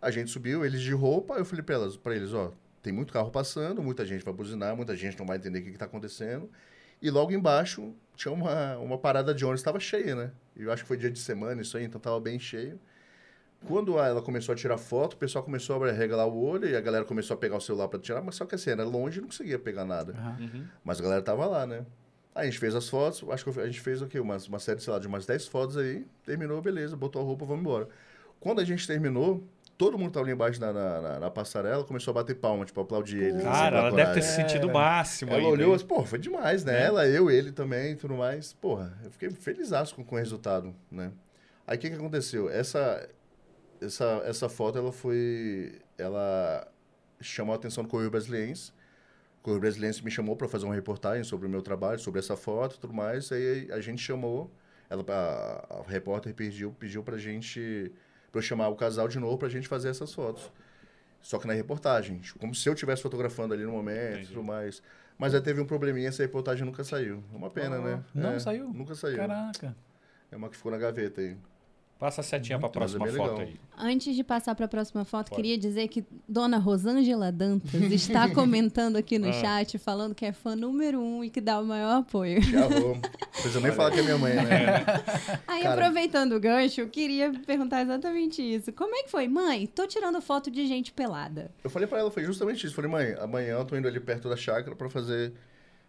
Speaker 3: A gente subiu, eles de roupa, eu falei pra, elas, pra eles, ó, tem muito carro passando, muita gente vai buzinar, muita gente não vai entender o que, que tá acontecendo. E logo embaixo tinha uma, uma parada de ônibus, estava cheia, né? Eu acho que foi dia de semana isso aí, então tava bem cheio. Quando a- ela começou a tirar foto, o pessoal começou a regalar o olho e a galera começou a pegar o celular pra tirar, mas só que assim, era longe e não conseguia pegar nada.
Speaker 2: Aham.
Speaker 1: Uhum.
Speaker 3: Mas a galera tava lá, né? Aí a gente fez as fotos, acho que eu- a gente fez o quê? Umas, uma série, sei lá, de umas 10 fotos aí, terminou, beleza, botou a roupa, vamos embora. Quando a gente terminou, todo mundo tava ali embaixo na, na, na- na passarela, começou a bater palma, tipo, aplaudir eles. assim,
Speaker 1: Cara,
Speaker 3: pra
Speaker 1: ela deve ter
Speaker 3: coragem.
Speaker 1: se sentido o
Speaker 2: É.
Speaker 1: máximo.
Speaker 3: Ela
Speaker 1: ainda,
Speaker 3: olhou
Speaker 1: hein?
Speaker 3: assim, pô, foi demais, né?
Speaker 1: É.
Speaker 3: Ela, eu, ele também e tudo mais. Porra, eu fiquei felizaço com, com o resultado, né? Aí o que, que aconteceu? Essa, essa, essa foto, ela foi. Ela chamou a atenção do Correio Brasiliense. O Correio Brasiliense me chamou para fazer uma reportagem sobre o meu trabalho, sobre essa foto e tudo mais. Aí a gente chamou, ela, a, a repórter pediu, pediu pra gente. pra eu chamar o casal de novo pra gente fazer essas fotos. Só que na reportagem, tipo, como se eu estivesse fotografando ali no momento e
Speaker 1: Entendi.
Speaker 3: tudo mais. Mas aí teve um probleminha, essa reportagem nunca saiu. É uma pena,
Speaker 2: Ah,
Speaker 3: né?
Speaker 2: não
Speaker 3: É,
Speaker 2: saiu?
Speaker 3: Nunca saiu.
Speaker 2: Caraca.
Speaker 3: É uma que ficou na gaveta aí.
Speaker 1: Passa a setinha pra
Speaker 3: Mas é
Speaker 1: próxima
Speaker 3: bem
Speaker 1: foto
Speaker 3: legal.
Speaker 1: aí.
Speaker 5: Antes de passar para a próxima foto,
Speaker 1: Pode.
Speaker 5: queria dizer que Dona Rosângela Dantas está comentando aqui no
Speaker 1: Ah.
Speaker 5: chat, falando que é fã número um e que dá o maior apoio.
Speaker 3: Já vou. Não precisa nem falar que é minha mãe, né?
Speaker 5: Aí,
Speaker 3: Cara.
Speaker 5: aproveitando o gancho, eu queria perguntar exatamente isso. Como é que foi? Mãe, tô tirando foto de gente pelada.
Speaker 3: Eu falei pra ela, foi justamente isso. Falei, mãe, amanhã eu tô indo ali perto da chácara pra fazer.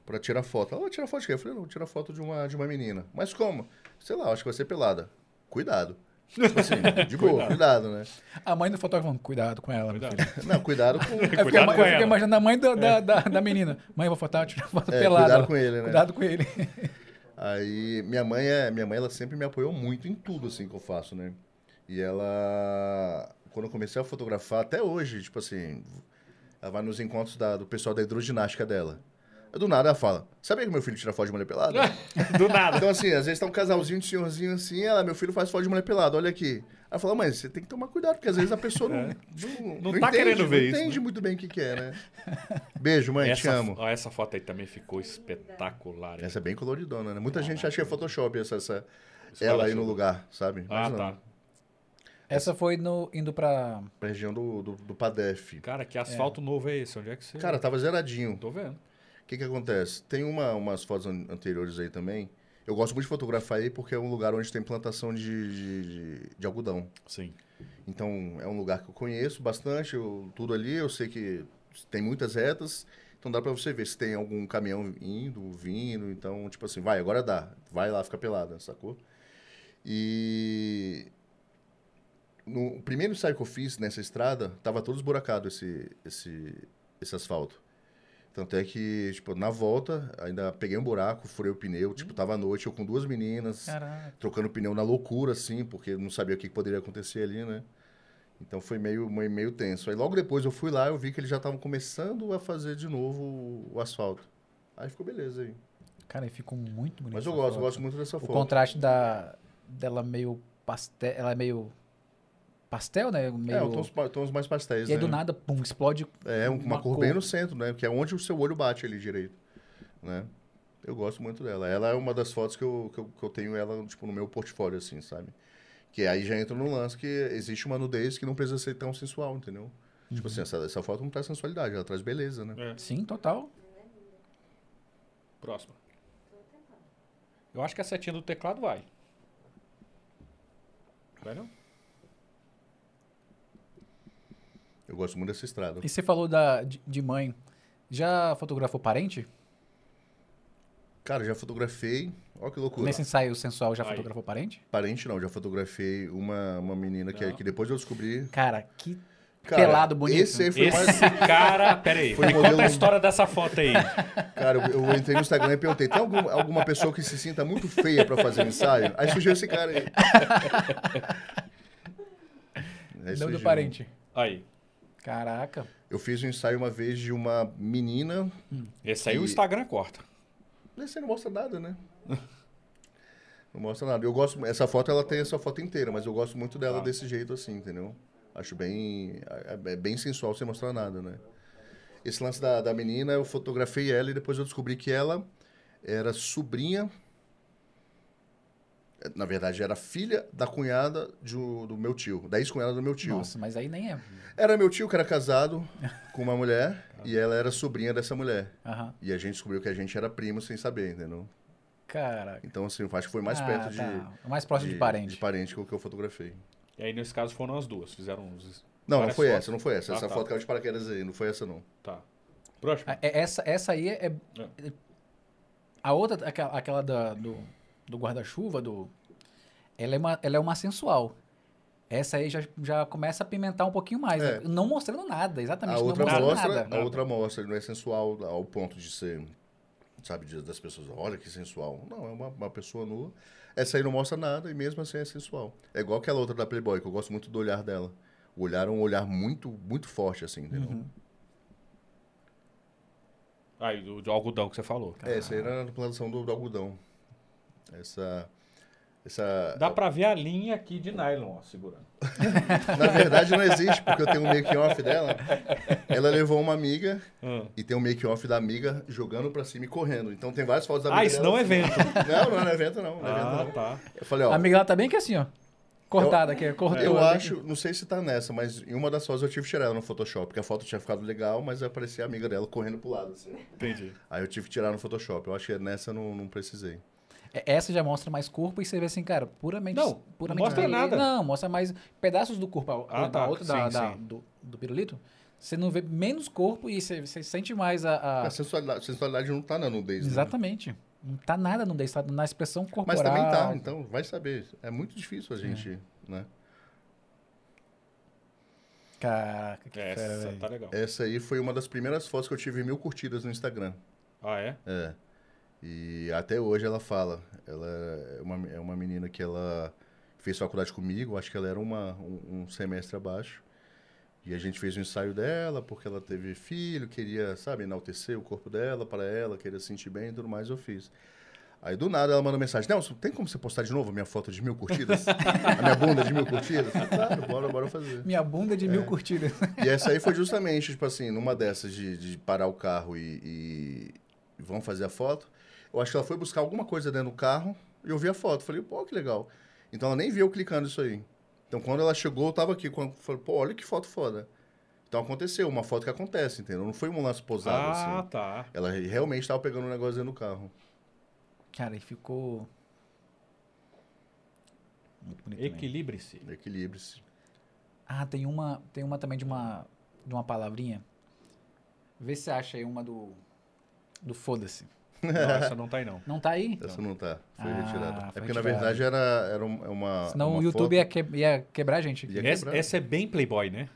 Speaker 3: pra tirar foto. Ela, "Ah, tirar foto de quê? Eu falei, não, tirar foto de uma, de uma menina. Mas como? Sei lá, acho que vai ser pelada. Cuidado. Tipo assim, de boa, cuidado, né?
Speaker 2: A mãe do fotógrafo falando, cuidado com ela. meu
Speaker 1: Cuidado.
Speaker 2: filho."
Speaker 3: Não, cuidado com.
Speaker 2: É porque
Speaker 1: Cuidado
Speaker 2: a mãe-
Speaker 1: com
Speaker 2: eu fico
Speaker 1: ela. É.
Speaker 2: imaginando a mãe da, da, da, da menina. Mãe, eu vou fotar, tirar foto
Speaker 3: É,
Speaker 2: pelada.
Speaker 3: cuidado com ele, né?
Speaker 2: Cuidado com ele.
Speaker 3: Aí minha mãe é, minha mãe ela sempre me apoiou muito em tudo assim que eu faço, né? E ela quando eu comecei a fotografar até hoje, tipo assim, ela vai nos encontros da- do pessoal da hidroginástica dela. Eu Do nada ela fala: Sabia que meu filho tira foto de mulher pelada?
Speaker 1: Do nada.
Speaker 3: Então, assim, às vezes tá um casalzinho de senhorzinho assim, ela, meu filho faz foto de mulher pelada, olha aqui. Ela fala, mãe, você tem que tomar cuidado, porque às vezes a pessoa não, não,
Speaker 1: É. Não tá querendo ver isso,
Speaker 3: Não entende
Speaker 1: né?
Speaker 3: muito bem o que, que é, né? Beijo, mãe, te
Speaker 1: essa,
Speaker 3: amo.
Speaker 1: ó, essa foto aí também ficou espetacular. hein?
Speaker 3: Essa é bem coloridona, né? Muita gente acha que é Photoshop essa, essa-
Speaker 1: Escola
Speaker 3: ela aí no
Speaker 1: azul.
Speaker 3: lugar, sabe?
Speaker 1: Ah,
Speaker 3: Mas não,
Speaker 1: tá.
Speaker 2: Essa foi no, indo pra.
Speaker 3: Pra região do, do, do Padef.
Speaker 1: Cara, que asfalto novo é esse? Onde é que você.
Speaker 3: Cara, tava zeradinho.
Speaker 1: tô vendo.
Speaker 3: O que que acontece? Tem uma, umas fotos an- anteriores aí também. Eu gosto muito de fotografar aí porque é um lugar onde tem plantação de, de, de- de algodão.
Speaker 1: Sim.
Speaker 3: Então, é um lugar que eu conheço bastante, eu- tudo ali, eu sei que tem muitas retas. Então, dá pra você ver se tem algum caminhão indo, vindo. Então, tipo assim, vai, agora dá. Vai lá, fica pelada, sacou? E... No primeiro ensaio que eu fiz nessa estrada, tava todo esburacado esse, esse, esse asfalto. Tanto é que, tipo, na volta, ainda peguei um buraco, furei o pneu. Tipo, tava à noite, eu com duas meninas
Speaker 2: Caraca.
Speaker 3: trocando pneu na loucura, assim, porque não sabia o que que poderia acontecer ali, né? Então foi meio, meio, meio tenso. Aí logo depois eu fui lá, eu vi que eles já estavam começando a fazer de novo o- o asfalto. Aí ficou beleza aí.
Speaker 2: Cara, e ficou muito bonito.
Speaker 3: Mas eu
Speaker 2: essa
Speaker 3: gosto, eu
Speaker 2: foto.
Speaker 3: gosto muito dessa
Speaker 2: O
Speaker 3: foto.
Speaker 2: contraste da, dela meio pastel. Ela é meio. Pastel, né? Meio...
Speaker 3: É, um tons, pa- tons mais pastéis,
Speaker 2: e aí
Speaker 3: né?
Speaker 2: do nada, pum, explode.
Speaker 3: É, um- uma,
Speaker 2: uma
Speaker 3: cor,
Speaker 2: cor.
Speaker 3: bem no centro, né? Que é onde o seu olho bate ali direito, né? Eu gosto muito dela. Ela é uma das fotos que eu, que eu, que eu tenho ela, tipo, no meu portfólio, assim, sabe? Que aí já entra no lance que existe uma nudez que não precisa ser tão sensual, entendeu? Tipo
Speaker 2: Uhum.
Speaker 3: assim, essa, essa foto não traz sensualidade, ela traz beleza, né?
Speaker 2: Sim, total.
Speaker 1: Próxima. Eu acho que a setinha do teclado vai. Vai não?
Speaker 3: Eu gosto muito dessa estrada.
Speaker 2: E você falou da, de, de mãe. Já fotografou parente?
Speaker 3: Cara, já fotografei. Ó que loucura.
Speaker 2: Nesse ensaio sensual já
Speaker 1: Aí.
Speaker 2: fotografou parente?
Speaker 3: Parente não, já fotografei uma, uma menina que,
Speaker 1: Não.
Speaker 3: que depois eu descobri.
Speaker 2: Cara, que.
Speaker 3: Cara,
Speaker 2: Pelado, bonito.
Speaker 3: Esse aí foi mais.
Speaker 1: Esse cara. Pera aí.
Speaker 3: Foi
Speaker 1: Me conta a
Speaker 3: modelo-
Speaker 1: história dessa foto aí.
Speaker 3: Cara, eu, eu entrei no Instagram e perguntei: tem algum, alguma pessoa que se sinta muito feia pra fazer um ensaio? Aí surgiu esse cara aí. Aí
Speaker 2: não
Speaker 3: surgiu.
Speaker 2: do parente.
Speaker 1: Aí.
Speaker 2: Caraca.
Speaker 3: Eu fiz um ensaio uma vez de uma menina.
Speaker 1: Esse aí o
Speaker 3: E-
Speaker 1: Instagram corta.
Speaker 3: Você não mostra nada, né? Não mostra nada. Eu gosto. Essa foto ela tem essa foto inteira, mas eu gosto muito dela
Speaker 1: Tá.
Speaker 3: desse jeito assim, entendeu? Acho bem. É bem sensual sem mostrar nada, né? Esse lance da, da menina, eu fotografei ela e depois eu descobri que ela era sobrinha. é, Na verdade, era filha da cunhada de um- do meu tio, da ex-cunhada do meu tio.
Speaker 2: Nossa, mas aí nem é.
Speaker 3: Era meu tio que era casado com uma mulher e ela era sobrinha dessa mulher.
Speaker 2: Aham.
Speaker 3: E a gente descobriu que a gente era primo sem saber, entendeu?
Speaker 2: Caraca.
Speaker 3: Então, assim, eu acho que foi mais
Speaker 2: Ah,
Speaker 3: perto de,
Speaker 2: tá. Mais próximo de, parente.
Speaker 3: de parente que eu, que eu fotografei.
Speaker 1: E aí, nesse caso, foram as duas. Fizeram uns.
Speaker 3: Não, não
Speaker 1: Várias
Speaker 3: foi
Speaker 1: fotos.
Speaker 3: essa, não foi essa.
Speaker 1: Ah,
Speaker 3: essa
Speaker 1: tá.
Speaker 3: foto que era de paraquedas aí, não foi essa, não.
Speaker 1: Tá. Próximo.
Speaker 2: Ah, é- Essa, essa aí é. é- A outra, aquela, aquela da- do, do guarda-chuva, do. Ela é, uma, ela é uma sensual. Essa aí já, já começa a pimentar um pouquinho mais.
Speaker 3: É.
Speaker 2: né? Não mostrando nada, exatamente.
Speaker 3: a
Speaker 2: não
Speaker 3: outra
Speaker 2: mostrando
Speaker 3: mostra,
Speaker 2: nada.
Speaker 3: a outra mostra, ele não é sensual ao ponto de ser, sabe, de- das pessoas, olha que sensual. Não, é uma, uma pessoa nua. Essa aí não mostra nada e mesmo assim é sensual. É igual aquela outra da Playboy, que eu gosto muito do olhar dela. O olhar é um olhar muito, muito forte, assim, entendeu?
Speaker 2: Uhum.
Speaker 1: Aí, do, do algodão que você falou.
Speaker 3: É, essa aí era na plantação do, do algodão. Essa. Essa.
Speaker 1: Dá pra ver a linha aqui de nylon, ó, segurando.
Speaker 3: Na verdade não existe, porque eu tenho um make-off dela. Ela levou uma amiga
Speaker 1: Ah.
Speaker 3: e tem um make-off da amiga jogando pra cima e correndo. Então tem várias fotos da amiga
Speaker 1: Ah, isso
Speaker 3: dela
Speaker 1: não é
Speaker 3: assim.
Speaker 1: vento.
Speaker 2: né?
Speaker 3: Não, não é evento não. Não é evento
Speaker 2: assim.
Speaker 1: Ah,
Speaker 3: não.
Speaker 1: tá.
Speaker 3: Eu falei, ó,
Speaker 2: A amiga ela tá bem que assim, ó. Cortada aqui, cortou.
Speaker 3: eu
Speaker 2: ela bem
Speaker 3: acho, não sei se tá nessa, mas em uma das fotos eu tive que tirar ela no Photoshop, porque a foto tinha ficado legal, mas aparecia a amiga dela correndo pro lado, assim.
Speaker 1: Entendi.
Speaker 3: Aí eu tive que tirar no Photoshop. Eu acho que nessa eu não, não precisei.
Speaker 2: que- É, Essa já mostra mais corpo e você vê assim, cara, puramente.
Speaker 1: Não,
Speaker 2: puramente
Speaker 1: mostra
Speaker 2: pele.
Speaker 1: nada.
Speaker 2: Não, mostra mais pedaços do corpo. A,
Speaker 1: Ah,
Speaker 2: da
Speaker 1: tá.
Speaker 2: outra, da,
Speaker 1: Sim,
Speaker 2: da-
Speaker 1: sim.
Speaker 2: do, do pirulito, você não vê menos corpo e você, você sente mais a-
Speaker 1: Ah.
Speaker 2: a,
Speaker 3: A sensualidade, sensualidade não tá na nudez, né?
Speaker 2: Exatamente. Não tá nada no está na expressão corporal.
Speaker 3: Mas também tá, então vai saber. É muito difícil a gente,
Speaker 1: É.
Speaker 3: né?
Speaker 2: Caraca, que fera,
Speaker 1: Essa
Speaker 2: velho.
Speaker 1: tá legal.
Speaker 3: Essa aí foi uma das primeiras fotos que eu tive mil curtidas no Instagram.
Speaker 1: Ah, é?
Speaker 3: É. E até hoje ela fala. Ela é uma, é uma menina que ela fez faculdade comigo, acho que ela era uma, um, um semestre abaixo. E a gente fez um ensaio dela, porque ela teve filho, queria, sabe, enaltecer o corpo dela para ela, queria se sentir bem e tudo mais, eu fiz. Aí do nada ela mandou mensagem: Nelson, tem como você postar de novo a minha foto de mil curtidas? a minha bunda de mil curtidas? Eu, Claro, bora, bora fazer.
Speaker 2: Minha bunda é de
Speaker 1: É.
Speaker 2: mil curtidas.
Speaker 3: E essa aí foi justamente, tipo assim, numa dessas de, de parar o carro e, e vão fazer a foto. Eu acho que ela foi buscar alguma coisa dentro do carro e eu vi a foto. Falei, pô, que legal. Então ela nem viu eu clicando isso aí. Então quando ela chegou, eu tava aqui. Quando, falei, pô, olha que foto foda. Então aconteceu, uma foto que acontece, entendeu? Não foi um lance posado
Speaker 1: Ah,
Speaker 3: assim.
Speaker 1: tá.
Speaker 3: Ela realmente tava pegando um negócio dentro do carro.
Speaker 2: Cara, e ficou. Muito bonito. também.
Speaker 1: Equilibre-se.
Speaker 3: Equilibre-se.
Speaker 2: Ah, tem uma, tem uma também de uma, de uma palavrinha. Vê se acha aí uma do. Do foda-se.
Speaker 1: Não, essa não tá aí, não.
Speaker 2: Não tá aí?
Speaker 3: Essa não tá. Foi
Speaker 2: Ah,
Speaker 3: retirada.
Speaker 2: foi
Speaker 3: É porque, na
Speaker 2: retirada.
Speaker 3: verdade, era, era um- é uma.
Speaker 2: Senão
Speaker 3: uma
Speaker 2: o YouTube
Speaker 3: foto-
Speaker 2: ia, que- ia quebrar a gente.
Speaker 3: Ia-
Speaker 1: Essa,
Speaker 3: quebrar.
Speaker 1: essa é bem playboy, né?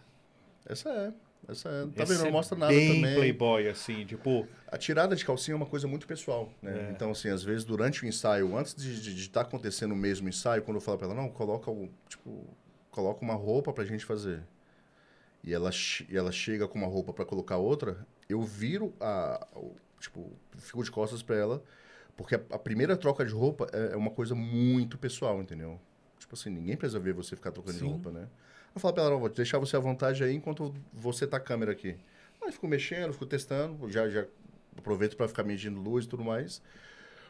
Speaker 3: Essa é. Essa é. Tá
Speaker 1: Essa
Speaker 3: vendo?
Speaker 1: é
Speaker 3: Não mostra nada
Speaker 1: bem
Speaker 3: também.
Speaker 1: playboy, assim, tipo...
Speaker 3: A tirada de calcinha é uma coisa muito pessoal, né? Então, assim, às vezes durante o ensaio, antes de estar de, tá acontecendo o mesmo ensaio, quando eu falo pra ela, não, coloca o, tipo, coloca uma roupa pra gente fazer. E ela, che- e ela chega com uma roupa pra colocar outra, eu viro a, o- tipo, fico de costas pra ela, porque a, a primeira troca de roupa é, é uma coisa muito pessoal, entendeu? Tipo assim, ninguém precisa ver você ficar trocando de
Speaker 2: Sim.
Speaker 3: roupa, né? Eu falo pra ela, não, vou deixar você à vontade aí enquanto você tá a câmera aqui. Aí fico mexendo, fico testando, já, já aproveito para ficar medindo luz e tudo mais.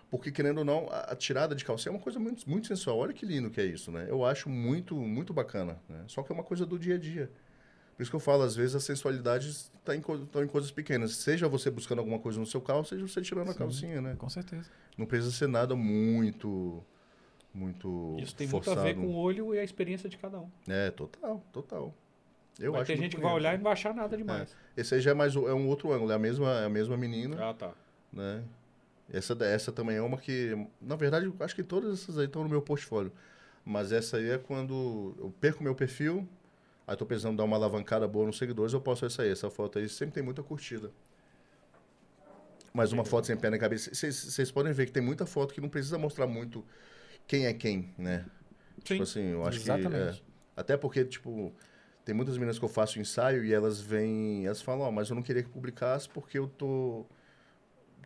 Speaker 3: Porque, querendo ou não, a, a tirada de calcinha é uma coisa muito, muito sensual. Olha que lindo que é isso, né? Eu acho muito, muito bacana. Né? Só que é uma coisa do dia a dia. Por isso que eu falo, às vezes a sensualidade está em, co- tá em coisas pequenas. Seja você buscando alguma coisa no seu carro, seja você tirando a calcinha, né?
Speaker 2: Com certeza.
Speaker 3: Não precisa ser nada muito, muito
Speaker 1: Isso tem
Speaker 3: forçado.
Speaker 1: muito a ver com o olho e a experiência de cada um.
Speaker 3: É, total, total. Eu
Speaker 1: Mas
Speaker 3: acho
Speaker 1: tem
Speaker 3: muito
Speaker 1: gente que vai
Speaker 3: bonito.
Speaker 1: olhar e não vai achar nada demais.
Speaker 3: Esse aí já é, mais, o- é um outro ângulo, é a mesma, é a mesma menina.
Speaker 1: Ah, tá.
Speaker 3: né? Essa, da- essa também é uma que, na verdade, eu acho que todas essas aí estão no meu portfólio. Mas essa aí é quando eu perco meu perfil, aí tô pensando em dar uma alavancada boa nos seguidores, eu posso essa aí. Essa foto aí sempre tem muita curtida. Mas uma foto sem pé na cabeça. Vocês- Vocês podem ver que tem muita foto que não precisa mostrar muito quem é quem, né? Tipo assim, eu acho
Speaker 2: Exatamente.
Speaker 3: que. é. Até porque, tipo, tem muitas meninas que eu faço ensaio e elas vêm. Elas falam, ó, mas eu não queria que publicasse porque eu tô.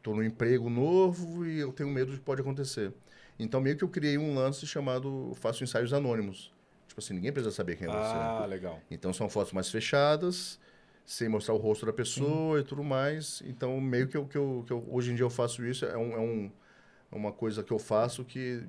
Speaker 3: tô num emprego novo e eu tenho medo de que pode acontecer. Então meio que eu criei um lance chamado Faço Ensaios Anônimos. Tipo assim, ninguém precisa saber quem é você.
Speaker 1: Ah, legal.
Speaker 3: Então são fotos mais fechadas, sem mostrar o rosto da pessoa e tudo mais. Então meio que eu, que eu, que eu- hoje em dia eu faço isso, é, um, é um- é uma coisa que eu faço que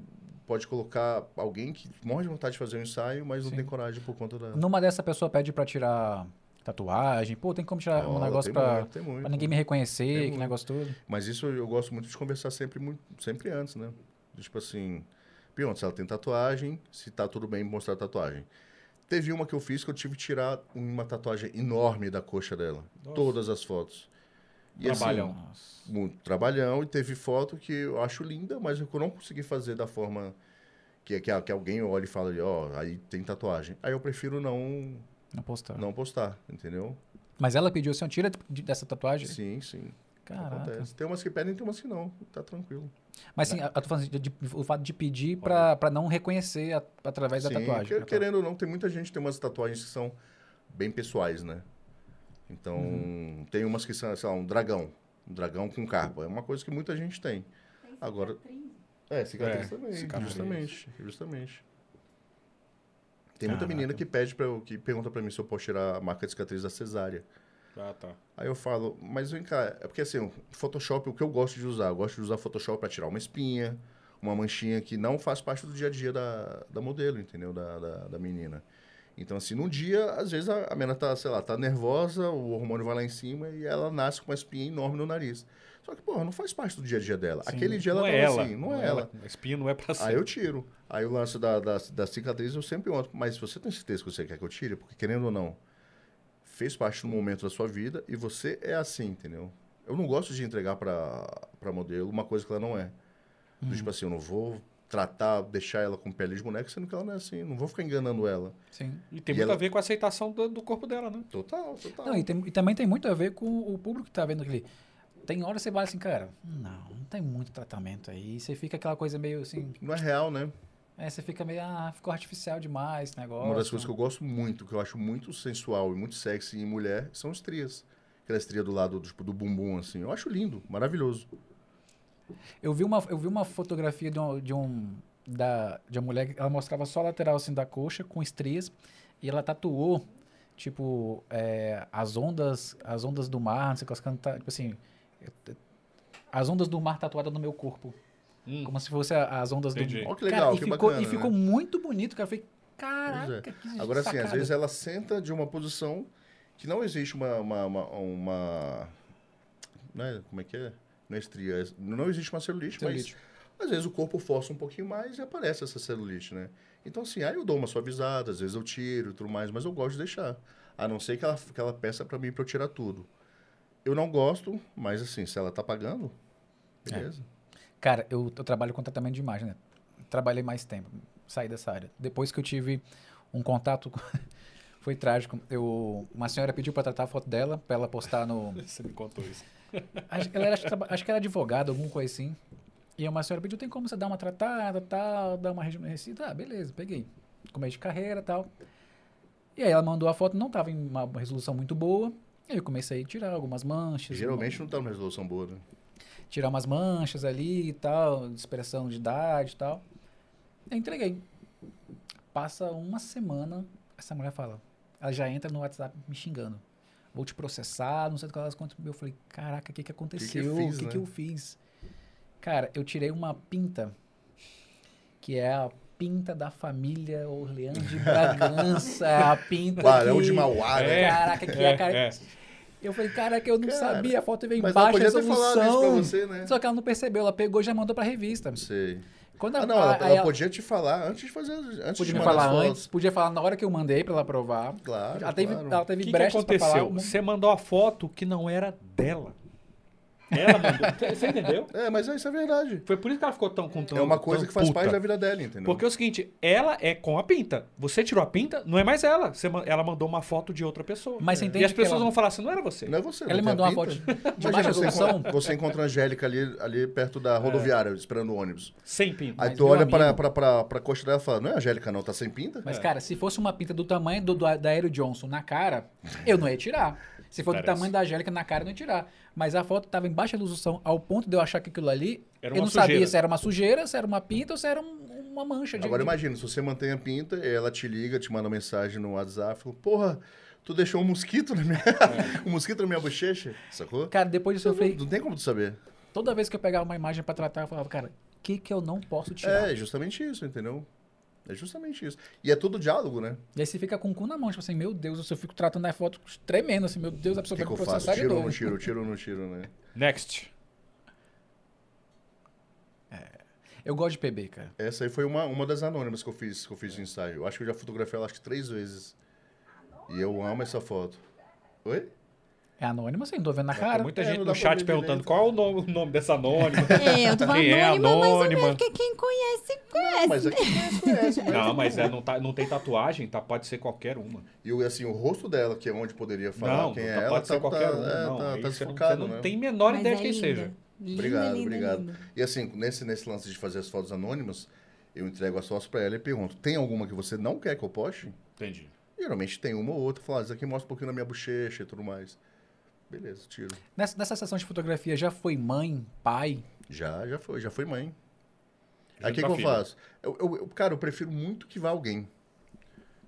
Speaker 3: pode colocar alguém que morre de vontade de fazer um ensaio, mas não
Speaker 2: Sim.
Speaker 3: tem coragem por conta da...
Speaker 2: Numa dessa pessoa pede pra tirar tatuagem. Pô, tem como tirar um
Speaker 3: Rola,
Speaker 2: negócio
Speaker 3: tem
Speaker 2: pra,
Speaker 3: muito, tem muito.
Speaker 2: pra ninguém me
Speaker 3: Tem
Speaker 2: reconhecer, que
Speaker 3: muito.
Speaker 2: negócio todo.
Speaker 3: Mas isso eu gosto muito de conversar sempre, muito, sempre antes, né? Tipo assim, Beyoncé, se ela tem tatuagem, se tá tudo bem mostrar a tatuagem. Teve uma que eu fiz que eu tive que tirar uma tatuagem enorme da coxa dela.
Speaker 1: Nossa.
Speaker 3: Todas as fotos. E assim,
Speaker 1: Trabalhão.
Speaker 2: Nossa.
Speaker 3: muito trabalhão e teve foto que eu acho linda, mas eu não consegui fazer da forma que, que, que alguém olha e fala, ó, aí tem tatuagem. Aí eu prefiro não,
Speaker 2: Não
Speaker 1: Tá.
Speaker 2: postar.
Speaker 3: não postar, entendeu?
Speaker 2: Mas ela pediu assim, ó, tira de- dessa tatuagem.
Speaker 3: Sim, sim.
Speaker 2: Caraca.
Speaker 3: Acontece. Tem umas que pedem, tem umas que não. Tá tranquilo.
Speaker 2: Mas sim, a, a, tô falando assim, de- de- o fato de pedir pra, pra não reconhecer a- através da
Speaker 3: Sim,
Speaker 2: tatuagem.
Speaker 3: que-
Speaker 2: né, tá?
Speaker 3: querendo ou não, tem muita gente que tem umas tatuagens que são bem pessoais, né? Então,
Speaker 2: Uhum.
Speaker 3: tem umas que são, sei lá, um dragão. Um dragão com capa. É uma coisa que muita gente tem. Agora- É, cicatriz
Speaker 1: É,
Speaker 3: também.
Speaker 1: cicatriz.
Speaker 3: Justamente, justamente. Tem muita
Speaker 2: Caraca.
Speaker 3: menina que pede para que pergunta pra mim se eu posso tirar a marca de cicatriz da cesárea.
Speaker 1: Ah, tá.
Speaker 3: Aí eu falo, mas vem cá, é porque assim, o Photoshop, o que eu gosto de usar? Eu gosto de usar Photoshop para tirar uma espinha, uma manchinha que não faz parte do dia a dia da, da modelo, entendeu? Da, da, da menina. Então, assim, num dia, às vezes a, a menina tá, sei lá, tá nervosa, o hormônio vai lá em cima e ela nasce com uma espinha enorme no nariz. Só que, porra, não faz parte do dia a dia dela.
Speaker 1: Sim,
Speaker 3: Aquele dia ela
Speaker 1: não
Speaker 3: tava
Speaker 1: é ela.
Speaker 3: assim, não, é ela.
Speaker 1: A espinha não é pra
Speaker 3: Aí
Speaker 1: ser.
Speaker 3: eu tiro. Aí o lance da, da, da cicatriz eu sempre olho. Mas você tem certeza que você quer que eu tire? Porque querendo ou não, fez parte do momento da sua vida e você é assim, entendeu? Eu não gosto de entregar pra, pra modelo uma coisa que ela não é. Do
Speaker 2: Hum.
Speaker 3: Tipo assim, eu não vou tratar, deixar ela com pele de boneca, sendo que ela não é assim. Não vou ficar enganando ela.
Speaker 2: Sim.
Speaker 1: E tem
Speaker 3: E
Speaker 1: muito
Speaker 3: ela-
Speaker 1: a ver com a aceitação do, do corpo dela, né?
Speaker 3: Total, total.
Speaker 2: Não, e, tem- e também tem muito a ver com o público que tá vendo aquele. Tem hora que você vai assim, cara, não, não tem muito tratamento aí. Você fica aquela coisa meio assim,
Speaker 3: Não é real, né?
Speaker 2: Aí você fica meio, ah, ficou artificial demais esse negócio.
Speaker 3: Uma das coisas que eu gosto muito, que eu acho muito sensual e muito sexy em mulher, são as trias. Aquela estria do lado do, tipo, do bumbum, assim. Eu acho lindo, maravilhoso.
Speaker 2: Eu vi uma, eu vi uma fotografia de um, de um da de uma mulher que ela mostrava só a lateral assim da coxa com estrias e ela tatuou tipo é, as ondas as ondas do mar, não sei o que elas cantam, tipo assim, as ondas do mar tatuadas no meu corpo,
Speaker 1: Hum.
Speaker 2: como se fosse a- as ondas
Speaker 1: Entendi.
Speaker 2: do
Speaker 3: Ó,
Speaker 2: mar.
Speaker 3: que legal,
Speaker 2: e
Speaker 3: que
Speaker 2: ficou
Speaker 3: bacana, né? é.
Speaker 2: e ficou muito bonito, cara, eu falei, caraca, que
Speaker 3: Agora, assim, às
Speaker 2: sacada."
Speaker 3: vezes ela senta de uma posição que não existe uma... uma, uma, uma- né, Como é que é? Não é estria. é- Não existe uma celulite,
Speaker 2: Celulite.
Speaker 3: mas às vezes o corpo força um pouquinho mais e aparece essa celulite, né? Então, assim, aí eu dou uma suavizada, às vezes eu tiro e tudo mais, mas eu gosto de deixar. A não ser que ela, que ela peça pra mim pra eu tirar tudo. Eu não gosto, mas assim, se ela tá pagando, beleza.
Speaker 2: É, Cara, eu, eu trabalho com tratamento de imagem, né? Trabalhei mais tempo, saí dessa área. Depois que eu tive um contato, com- foi trágico. Eu, uma senhora pediu pra tratar a foto dela, pra ela postar no.
Speaker 1: é Você me contou isso.
Speaker 2: Acho, ela era, acho que traba- acho que era advogada, alguma coisa assim. E uma senhora pediu: tem como você dar uma tratada, tal, dar uma rejuvenescida? Ah, beleza, peguei. Começo de carreira tal. E aí ela mandou a foto, não tava em uma resolução muito boa. Aí eu comecei a tirar algumas manchas.
Speaker 3: Geralmente não tá numa resolução boa, né?
Speaker 2: tirar umas manchas ali e tal, de expressão de idade e tal. Eu entreguei. Passa uma semana, essa mulher fala. Ela já entra no WhatsApp me xingando. Vou te processar, não sei do que elas contas. Eu falei, caraca, o que, que aconteceu? O que,
Speaker 3: fiz, né?"
Speaker 2: que eu fiz? Cara, eu tirei uma pinta, que é a pinta da família Orleans de Bragança. a pinta.
Speaker 3: Barão
Speaker 2: é que-
Speaker 3: de Mauá, né?
Speaker 2: Caraca, que a cara.
Speaker 1: É, é.
Speaker 2: Eu falei, caraca, eu não
Speaker 3: Cara,
Speaker 2: sabia, a foto veio
Speaker 3: Mas
Speaker 2: embaixo,
Speaker 3: ela
Speaker 2: a
Speaker 3: podia ter falado isso pra
Speaker 2: resolução.
Speaker 3: você, né?
Speaker 2: Só que ela não percebeu, ela pegou e já mandou pra revista.
Speaker 3: Não sei.
Speaker 2: Quando
Speaker 3: Ah, não,
Speaker 2: a-
Speaker 3: ela,
Speaker 2: aí
Speaker 3: ela podia te falar antes de fazer. Antes
Speaker 2: podia
Speaker 3: de
Speaker 2: me
Speaker 3: mandar
Speaker 2: falar
Speaker 3: as fotos.
Speaker 2: antes, podia falar na hora que eu mandei pra ela provar.
Speaker 3: Claro.
Speaker 2: ela teve,
Speaker 3: claro.
Speaker 2: ela
Speaker 1: O
Speaker 2: teve
Speaker 1: que, que
Speaker 2: brechas pra falar. um- né?
Speaker 1: aconteceu? Você mandou a foto que não era dela. Ela mandou. Você entendeu?
Speaker 3: É, mas isso é verdade.
Speaker 1: Foi por isso que ela ficou tão com tão,
Speaker 3: É uma coisa
Speaker 1: tão
Speaker 3: que faz
Speaker 1: puta.
Speaker 3: parte da vida dela, entendeu?
Speaker 1: Porque é o seguinte, ela é com a pinta. Você tirou a pinta, não é mais ela. Você ma- ela mandou uma foto de outra pessoa.
Speaker 2: Mas você
Speaker 1: e
Speaker 2: entende
Speaker 1: as
Speaker 2: que
Speaker 1: pessoas
Speaker 2: ela-
Speaker 1: vão falar assim, não era você.
Speaker 3: Não é você.
Speaker 2: Ela
Speaker 3: não
Speaker 2: me mandou uma
Speaker 3: tem a
Speaker 2: foto
Speaker 3: pinta.
Speaker 2: de
Speaker 3: Imagina,
Speaker 2: baixa
Speaker 3: você,
Speaker 2: resolução.
Speaker 3: encontra, você encontra a Angélica ali, ali perto da rodoviária, esperando o ônibus.
Speaker 1: Sem pinta.
Speaker 3: Aí
Speaker 2: É. Mas,
Speaker 3: tu
Speaker 2: meu
Speaker 3: olha pra,
Speaker 2: amigo-
Speaker 3: pra, pra, pra coxa dela e fala, não é a Angélica não, tá sem pinta?
Speaker 1: É.
Speaker 2: Mas, cara, se fosse uma pinta do tamanho do, do- da Aero Johnson na cara, eu não ia tirar. Se for do
Speaker 1: Parece.
Speaker 2: tamanho da Angélica na cara, eu não ia tirar. Mas a foto tava em baixa resolução, ao ponto de eu achar que aquilo ali,
Speaker 1: Era
Speaker 2: eu
Speaker 1: uma
Speaker 2: não sabia
Speaker 1: sujeira.
Speaker 2: se era uma sujeira, se era uma pinta ou se era um- uma mancha. de-
Speaker 3: Agora
Speaker 2: de,
Speaker 3: imagina, se você mantém a pinta, ela te liga, te manda mensagem no WhatsApp, fala, porra, tu deixou um mosquito na minha...
Speaker 2: É.
Speaker 3: um mosquito na minha bochecha, sacou?
Speaker 2: Cara, depois disso eu
Speaker 3: Não,
Speaker 2: falei,
Speaker 3: não tem como tu saber.
Speaker 2: Toda vez que eu pegava uma imagem pra tratar, eu falava, cara, o que que eu não posso tirar?
Speaker 3: É, justamente isso, entendeu? É justamente isso. E é todo diálogo, né?
Speaker 2: E aí você fica com o cu na mão, tipo assim, meu Deus, eu só fico tratando a foto tremendo, assim, meu Deus, a
Speaker 3: O
Speaker 2: pessoa
Speaker 3: que,
Speaker 2: vai
Speaker 3: que
Speaker 2: me
Speaker 3: eu faço?
Speaker 2: processar de
Speaker 3: Tiro ou não
Speaker 2: novo.
Speaker 3: tiro? Tiro ou não tiro, né?
Speaker 2: é-
Speaker 1: Next.
Speaker 2: Eu gosto de PB, cara.
Speaker 3: Essa aí foi uma, uma das anônimas que eu fiz, que eu fiz de ensaio. Eu acho que eu já fotografei ela acho que três vezes. E eu amo essa foto. Oi?
Speaker 2: É anônimo, assim, não tô vendo na
Speaker 1: Tem
Speaker 2: cara.
Speaker 1: muita
Speaker 3: é,
Speaker 1: gente
Speaker 3: não dá
Speaker 1: no
Speaker 3: pra
Speaker 1: chat
Speaker 3: ver
Speaker 1: perguntando
Speaker 3: direito.
Speaker 1: qual é o nome, o nome dessa anônima.
Speaker 5: É, eu tô falando
Speaker 1: Quem é
Speaker 5: anônima, mais ou menos,
Speaker 1: anônima?
Speaker 5: porque quem conhece, conhece.
Speaker 2: É
Speaker 3: Não, mas aqui conhece, conhece. mas-
Speaker 2: então
Speaker 1: Não, mas é, não, tá- não tem tatuagem, tá? Pode ser qualquer uma.
Speaker 3: E o- assim, o rosto dela, que é onde poderia falar
Speaker 1: não,
Speaker 3: quem
Speaker 1: não
Speaker 3: é
Speaker 1: tá-
Speaker 3: ela,
Speaker 1: pode
Speaker 3: tá,
Speaker 1: ser qualquer
Speaker 3: tá,
Speaker 1: uma.
Speaker 3: é,
Speaker 1: não,
Speaker 3: tá-
Speaker 1: Aí
Speaker 3: tá
Speaker 1: você não-
Speaker 3: desfocado,
Speaker 1: você não
Speaker 3: né?
Speaker 1: tem menor
Speaker 5: Mas
Speaker 1: ideia
Speaker 5: é
Speaker 1: de quem
Speaker 5: linda.
Speaker 1: seja.
Speaker 5: Linda,
Speaker 3: Obrigado,
Speaker 5: linda,
Speaker 3: obrigado.
Speaker 5: linda.
Speaker 3: E assim, nesse, nesse lance de fazer as fotos anônimas, eu entrego as fotos pra ela e pergunto, tem alguma que você não quer que eu poste?
Speaker 1: Entendi.
Speaker 3: Geralmente tem uma ou outra. Fala, ah, isso aqui mostra um pouquinho da minha bochecha e tudo mais. Beleza, tiro.
Speaker 2: Nessa, nessa sessão de fotografia, já foi mãe, pai?
Speaker 3: Já, já foi, já foi mãe.
Speaker 1: Junto
Speaker 3: Aí o que,
Speaker 1: com a
Speaker 3: que eu
Speaker 1: filha.
Speaker 3: faço? Eu, eu- eu- cara, eu prefiro muito que vá alguém.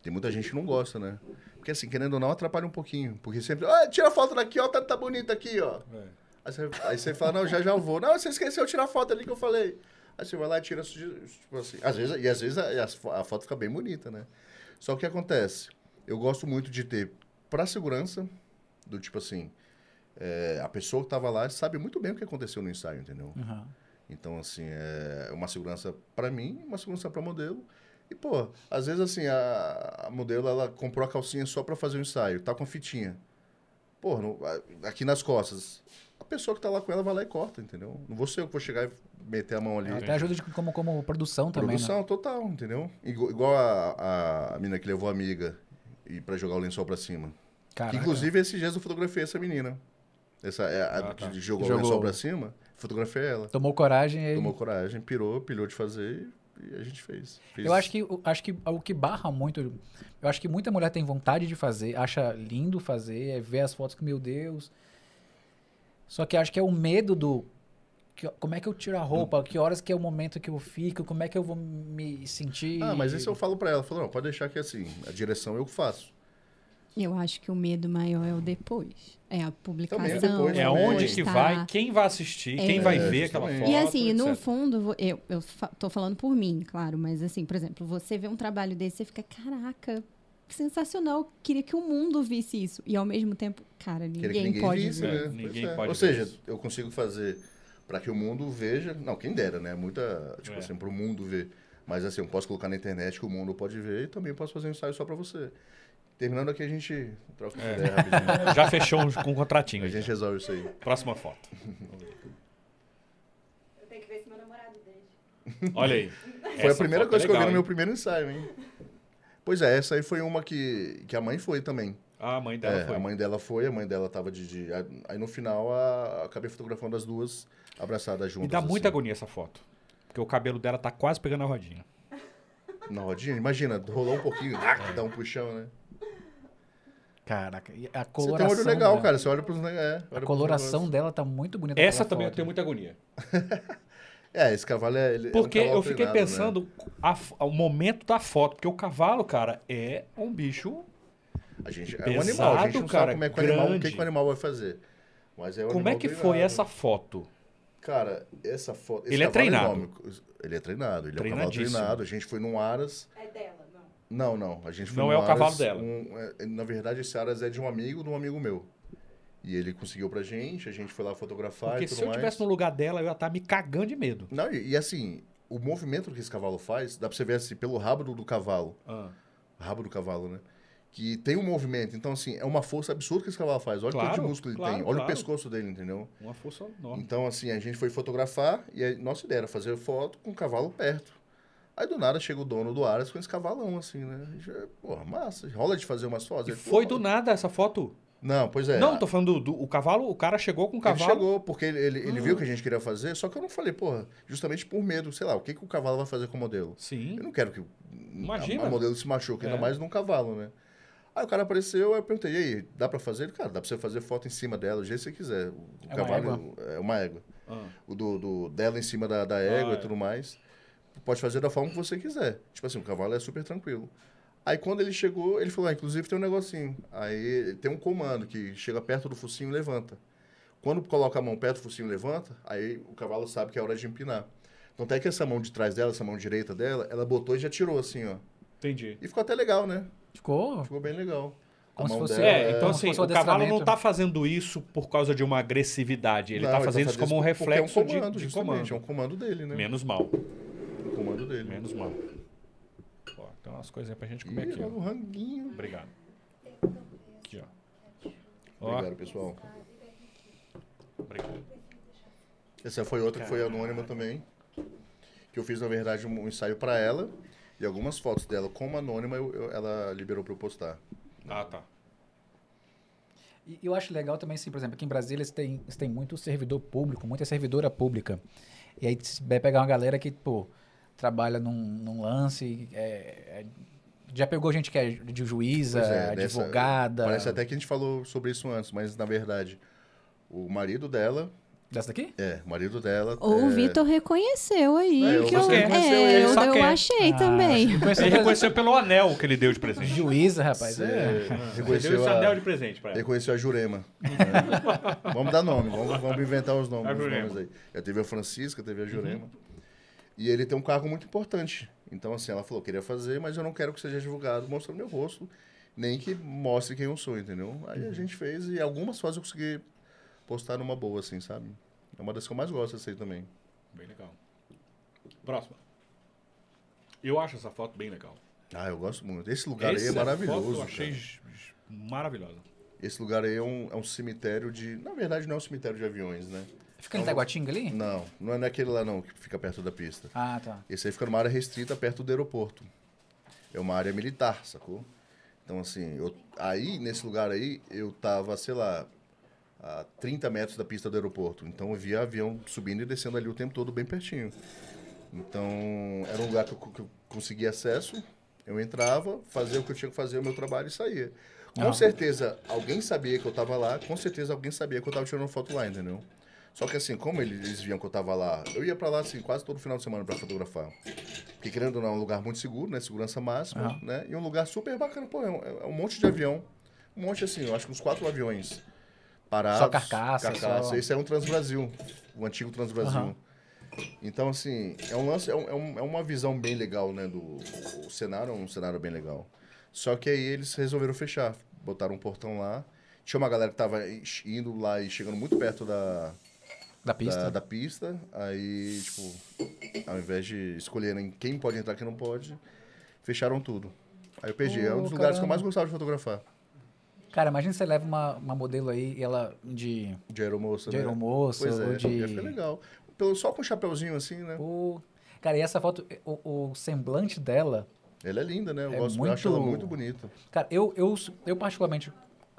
Speaker 3: Tem muita gente que não gosta, né? Porque assim, querendo ou não, atrapalha um pouquinho. Porque sempre, ah, tira a foto daqui, ó, tá, tá bonito aqui, ó.
Speaker 1: É.
Speaker 3: Aí você, aí você fala, não, já já eu vou. Não, você esqueceu de tirar a foto ali que eu falei. Aí você vai lá e tira, tipo assim. Às vezes, e às vezes a, as fo- a foto fica bem bonita, né? Só que o que acontece? Eu gosto muito de ter, pra segurança, do tipo assim, é, a pessoa que tava lá sabe muito bem o que aconteceu no ensaio, entendeu? Então, assim, é uma segurança pra mim, uma segurança pra modelo. E, pô, às vezes, assim, a, a modelo, ela comprou a calcinha só pra fazer o ensaio, tá com a fitinha. Pô, não- a- aqui nas costas. A pessoa que tá lá com ela vai lá e corta, entendeu? Não vou ser eu que vou chegar e meter a mão ali.
Speaker 2: Até ajuda de, como, como produção também,
Speaker 3: Produção
Speaker 2: né?
Speaker 3: total, entendeu? Igu- Igual a, a mina que levou a amiga e para jogar o lençol pra cima.
Speaker 2: Caraca.
Speaker 3: Inclusive, esses dias eu fotografei essa menina. Essa, é a
Speaker 1: Ah, tá.
Speaker 3: que jogou o
Speaker 2: Jogou.
Speaker 3: lençol pra cima, fotografei ela.
Speaker 2: Tomou coragem e...
Speaker 3: Tomou coragem, pirou, pilhou de fazer e a gente fez. Fez-
Speaker 2: Eu acho que, o- acho que o que barra muito. Eu acho que muita mulher tem vontade de fazer, acha lindo fazer, é ver as fotos que, meu Deus. Só que acho que é o medo do. que- como é que eu tiro a roupa? Que horas que é o momento que eu fico? Como é que eu vou me sentir?
Speaker 3: Ah, mas isso eu falo pra ela. Eu falo, não, pode deixar que assim, a direção eu que faço.
Speaker 5: Eu acho que o medo maior é o depois. É a publicação.
Speaker 3: Também é depois,
Speaker 1: É
Speaker 3: Não,
Speaker 1: onde
Speaker 3: não
Speaker 1: que
Speaker 5: postar.
Speaker 1: vai, quem vai assistir,
Speaker 5: É.
Speaker 1: quem vai
Speaker 3: É,
Speaker 1: ver aquela
Speaker 3: justamente.
Speaker 1: foto.
Speaker 5: Tá. E assim, no
Speaker 1: etc.
Speaker 5: fundo, vo- eu, eu fa- tô falando por mim, claro, mas assim, por exemplo, você vê um trabalho desse, você fica, caraca, que sensacional, queria que o mundo visse isso. E ao mesmo tempo, cara, ninguém,
Speaker 3: Queria que ninguém
Speaker 5: pode
Speaker 3: visse,
Speaker 5: ver.
Speaker 1: ver.
Speaker 3: né?
Speaker 1: Ninguém
Speaker 3: Pois é.
Speaker 1: pode ver
Speaker 3: Ou seja,
Speaker 1: isso.
Speaker 3: eu consigo fazer pra que o mundo veja. Não, quem dera, né? Muita. Tipo
Speaker 1: É.
Speaker 3: assim, pro mundo ver. Mas assim, eu posso colocar na internet que o mundo pode ver e também posso fazer um ensaio só pra você. Terminando aqui, a gente troca
Speaker 1: É.
Speaker 3: uma ideia rapidinho.
Speaker 1: Já fechou um, com um
Speaker 3: A
Speaker 1: contratinho.
Speaker 3: gente resolve isso aí.
Speaker 1: Próxima foto.
Speaker 4: Eu tenho que ver se meu namorado deixa.
Speaker 1: Olha aí. é
Speaker 3: Foi a primeira coisa que eu vi no meu primeiro ensaio, hein? Pois é, essa aí foi uma que, que a mãe foi também.
Speaker 1: Ah, A mãe dela
Speaker 3: É,
Speaker 1: foi.
Speaker 3: A mãe dela foi, a mãe dela tava de. de- aí no final a, acabei fotografando as duas abraçadas juntas.
Speaker 1: Me dá muita
Speaker 3: assim,
Speaker 1: agonia essa foto. Porque o cabelo dela tá quase pegando a rodinha.
Speaker 3: Na rodinha, imagina, rolou um pouquinho, dá um puxão, né?
Speaker 2: Caraca, e a
Speaker 3: Você
Speaker 2: coloração.
Speaker 3: tem um olho legal,
Speaker 1: né?
Speaker 2: dela-
Speaker 3: cara. Você olha pros. ne- É, olha
Speaker 2: A
Speaker 3: pros
Speaker 2: coloração
Speaker 3: negócios.
Speaker 2: dela tá muito bonita.
Speaker 1: Essa
Speaker 2: naquela
Speaker 1: também eu
Speaker 2: foto.
Speaker 1: tenho muita agonia.
Speaker 3: É, esse cavalo é. Ele é um
Speaker 1: Porque
Speaker 3: cavalo
Speaker 1: eu fiquei
Speaker 3: treinado, né?
Speaker 1: pensando a f- o momento da foto. Porque o cavalo, cara, é um bicho.
Speaker 3: A gente, é um
Speaker 1: Pesado,
Speaker 3: animal, a gente não
Speaker 1: cara,
Speaker 3: sabe como é que o animal, o que,
Speaker 1: grande.
Speaker 3: que o animal vai fazer. Mas é um
Speaker 1: Como é
Speaker 3: animal
Speaker 1: que foi
Speaker 3: treinado.
Speaker 1: essa foto?
Speaker 3: Cara, essa foto. esse
Speaker 1: Ele é
Speaker 3: cavalo
Speaker 1: treinado.
Speaker 3: enorme, ele é treinado, ele é um cavalo
Speaker 1: Treinadíssimo.
Speaker 3: treinado. A gente foi num Aras.
Speaker 4: É dela, não.
Speaker 3: Não, não. A gente foi
Speaker 1: Não
Speaker 3: num
Speaker 1: é o
Speaker 3: Aras,
Speaker 1: cavalo dela.
Speaker 3: um- é, na verdade, esse Aras é de um amigo de um amigo meu. E ele conseguiu pra gente, a gente foi lá fotografar
Speaker 1: Porque
Speaker 3: e tudo
Speaker 1: se eu
Speaker 3: mais.
Speaker 1: tivesse no lugar dela, eu ia estar me cagando de medo.
Speaker 3: Não, e, e assim, o movimento que esse cavalo faz, dá pra você ver assim, pelo rabo do, do cavalo.
Speaker 1: Ah,
Speaker 3: Rabo do cavalo, né? Que tem um movimento. Então, assim, é uma força absurda que esse cavalo faz. Olha o
Speaker 1: Claro,
Speaker 3: tanto de músculo ele
Speaker 1: claro,
Speaker 3: tem. Olha
Speaker 1: claro.
Speaker 3: o pescoço dele, entendeu?
Speaker 1: Uma força enorme.
Speaker 3: Então, assim, a gente foi fotografar e a nossa ideia era fazer foto com o cavalo perto. Aí do nada chega o dono do Aras com esse cavalão, assim, né? A gente, Porra, massa, rola de fazer umas fotos.
Speaker 1: E
Speaker 3: Ele,
Speaker 1: foi
Speaker 3: pô,
Speaker 1: do nada essa foto?
Speaker 3: Não, pois é.
Speaker 1: Não, tô falando do, do- o cavalo, o cara chegou com o
Speaker 3: Ele
Speaker 1: cavalo. Ah.
Speaker 3: chegou, porque ele, ele, ele viu que a gente queria fazer, só que eu não falei, porra, justamente por medo, sei lá, o que, que o cavalo vai fazer com o modelo?
Speaker 1: Sim.
Speaker 3: Eu não quero que
Speaker 1: Imagina.
Speaker 3: a, a modelo se machuque,
Speaker 1: É.
Speaker 3: ainda mais num cavalo, né? Aí o cara apareceu, aí eu perguntei, e aí, dá pra fazer? Ele, cara, dá pra você fazer foto em cima dela, do jeito que você quiser. O
Speaker 2: É uma
Speaker 3: cavalo é uma égua.
Speaker 1: Ah.
Speaker 3: o do, do- dela em cima da, da égua
Speaker 1: Ah, é.
Speaker 3: e tudo mais. Pode fazer da forma que você quiser. Tipo assim, o cavalo é super tranquilo. Aí quando ele chegou, ele falou, ah, inclusive tem um negocinho. Aí tem um comando que chega perto do focinho e levanta. Quando coloca a mão perto do focinho e levanta, aí o cavalo sabe que é hora de empinar. Então até que essa mão de trás dela, essa mão direita dela, ela botou e já tirou assim, ó.
Speaker 1: Entendi.
Speaker 3: E ficou até legal, né?
Speaker 2: Ficou?
Speaker 3: Ficou bem legal.
Speaker 2: Como
Speaker 3: a
Speaker 2: se
Speaker 3: mão
Speaker 2: fosse-
Speaker 1: É,
Speaker 3: dela
Speaker 1: então
Speaker 2: como
Speaker 1: assim,
Speaker 2: se fosse um
Speaker 1: o cavalo não
Speaker 2: adestramento.
Speaker 1: tá fazendo isso por causa de uma agressividade. Ele
Speaker 3: Não,
Speaker 1: tá fazendo isso
Speaker 3: fazendo
Speaker 1: como um
Speaker 3: porque é
Speaker 1: reflexo de- de,
Speaker 3: justamente,
Speaker 1: comando.
Speaker 3: É um comando dele, né?
Speaker 1: Menos mal.
Speaker 3: Um comando dele.
Speaker 1: Menos mal. Ó, tem umas coisinhas pra gente comer
Speaker 3: Ih,
Speaker 1: aqui.
Speaker 3: olha o
Speaker 1: Ó.
Speaker 3: é um ranguinho.
Speaker 1: Obrigado. Aqui, ó. Ó,
Speaker 3: Obrigado, pessoal.
Speaker 1: obrigado.
Speaker 3: Essa foi outra que foi anônima também. Que eu fiz, na verdade, um um ensaio pra ela. E algumas fotos dela como anônima, eu- eu- ela liberou pra eu postar.
Speaker 1: Ah, tá.
Speaker 2: E eu acho legal também, assim, por exemplo, aqui em Brasília você tem, você tem muito servidor público, muita servidora pública. E aí você vai pegar uma galera que, pô, trabalha num, num lance, é- é- já pegou gente que é de juíza,
Speaker 3: Pois é, dessa-
Speaker 2: advogada.
Speaker 3: Parece até que a gente falou sobre isso antes, mas na verdade, o marido dela.
Speaker 2: Dessa daqui?
Speaker 3: É, o marido dela.
Speaker 5: Ou o
Speaker 3: é,
Speaker 5: Vitor reconheceu aí.
Speaker 3: É, o
Speaker 5: que eu,
Speaker 1: Vitor reconheceu aí,
Speaker 5: é, eu,
Speaker 1: só
Speaker 5: eu
Speaker 1: quer.
Speaker 5: achei
Speaker 2: Ah,
Speaker 5: também.
Speaker 2: eu
Speaker 1: Ele
Speaker 2: conheço
Speaker 1: reconheceu pelo anel que ele deu de presente.
Speaker 2: Juíza, rapaz.
Speaker 3: se-
Speaker 2: é.
Speaker 1: Ele deu
Speaker 3: reconheceu,
Speaker 1: esse anel
Speaker 3: a,
Speaker 1: de presente pra ela.
Speaker 3: reconheceu a Jurema. É. Vamos dar nome, vamos, vamos inventar os nomes,
Speaker 1: A
Speaker 3: os
Speaker 1: Jurema. Uhum.
Speaker 3: nomes aí. Já teve a Francisca, teve a Jurema. E ele tem um cargo muito importante. Então, assim, ela falou, queria fazer, mas eu não quero que seja divulgado mostrando meu rosto, nem que mostre quem eu sou, entendeu? Aí
Speaker 1: Uhum.
Speaker 3: a gente fez e algumas fotos eu consegui postar numa boa, assim, sabe? É uma das que eu mais gosto, essa aí também.
Speaker 1: Bem legal. Próxima. Eu acho essa foto bem legal.
Speaker 3: Ah, eu gosto muito. Esse lugar aí
Speaker 1: Essa
Speaker 3: é maravilhoso.
Speaker 1: Foto eu achei
Speaker 3: cara.
Speaker 1: j- j- maravilhosa.
Speaker 3: Esse lugar aí é um, é um cemitério de... Na verdade, não é um cemitério de aviões, né?
Speaker 2: Fica em Itaguatinga ali?
Speaker 3: Não, não é naquele lá não, que fica perto da pista.
Speaker 2: Ah, tá.
Speaker 3: Esse aí fica numa área restrita perto do aeroporto. É uma área militar, sacou? Então, assim, eu, aí, nesse lugar aí, eu tava, sei lá, a 30 metros da pista do aeroporto. Então, eu via avião subindo e descendo ali o tempo todo, bem pertinho. Então, era um lugar que eu, co- que eu conseguia acesso, eu entrava, fazia o que eu tinha que fazer, o meu trabalho e saía. Com
Speaker 2: Ah.
Speaker 3: certeza, alguém sabia que eu tava lá, com certeza alguém sabia que eu tava tirando foto lá, entendeu? Só que assim, como eles, eles viam que eu tava lá, eu ia pra lá assim, quase todo final de semana pra fotografar. Porque querendo ou não, é um lugar muito seguro, né? Segurança máxima,
Speaker 2: Aham.
Speaker 3: né? E um lugar super bacana, pô, é um, é um monte de avião. Um monte assim, eu acho que uns quatro aviões parados.
Speaker 2: Só carcaça, só-
Speaker 3: Esse é um Transbrasil, o antigo Transbrasil.
Speaker 2: Aham.
Speaker 3: Então, assim, é um lance, é, um- é um- é uma visão bem legal, né? Do o, o cenário é um cenário bem legal. Só que aí eles resolveram fechar, botaram um portão lá. Tinha uma galera que tava ix- indo lá e chegando muito perto da,
Speaker 2: Da
Speaker 3: da,
Speaker 2: pista.
Speaker 3: da pista. Aí, tipo, ao invés de escolherem quem pode entrar e quem não pode, fecharam tudo. Aí eu perdi. é um dos
Speaker 2: Pô,
Speaker 3: lugares que
Speaker 2: caramba.
Speaker 3: eu mais gostava de fotografar.
Speaker 2: Cara, imagina você leva uma, uma modelo aí e ela de,
Speaker 3: De aeromoça,
Speaker 2: de
Speaker 3: né?
Speaker 2: aeromoça
Speaker 3: Pois
Speaker 2: ou
Speaker 3: é,
Speaker 2: de.
Speaker 3: ia ficar legal. Pelo, só com o chapeuzinho assim, né?
Speaker 2: Pô, Cara, e essa foto, o, o semblante dela.
Speaker 3: Ela é linda, né? Eu,
Speaker 2: É
Speaker 3: gosto, eu acho
Speaker 2: muito-
Speaker 3: ela muito bonita.
Speaker 2: Cara, eu, eu, eu particularmente,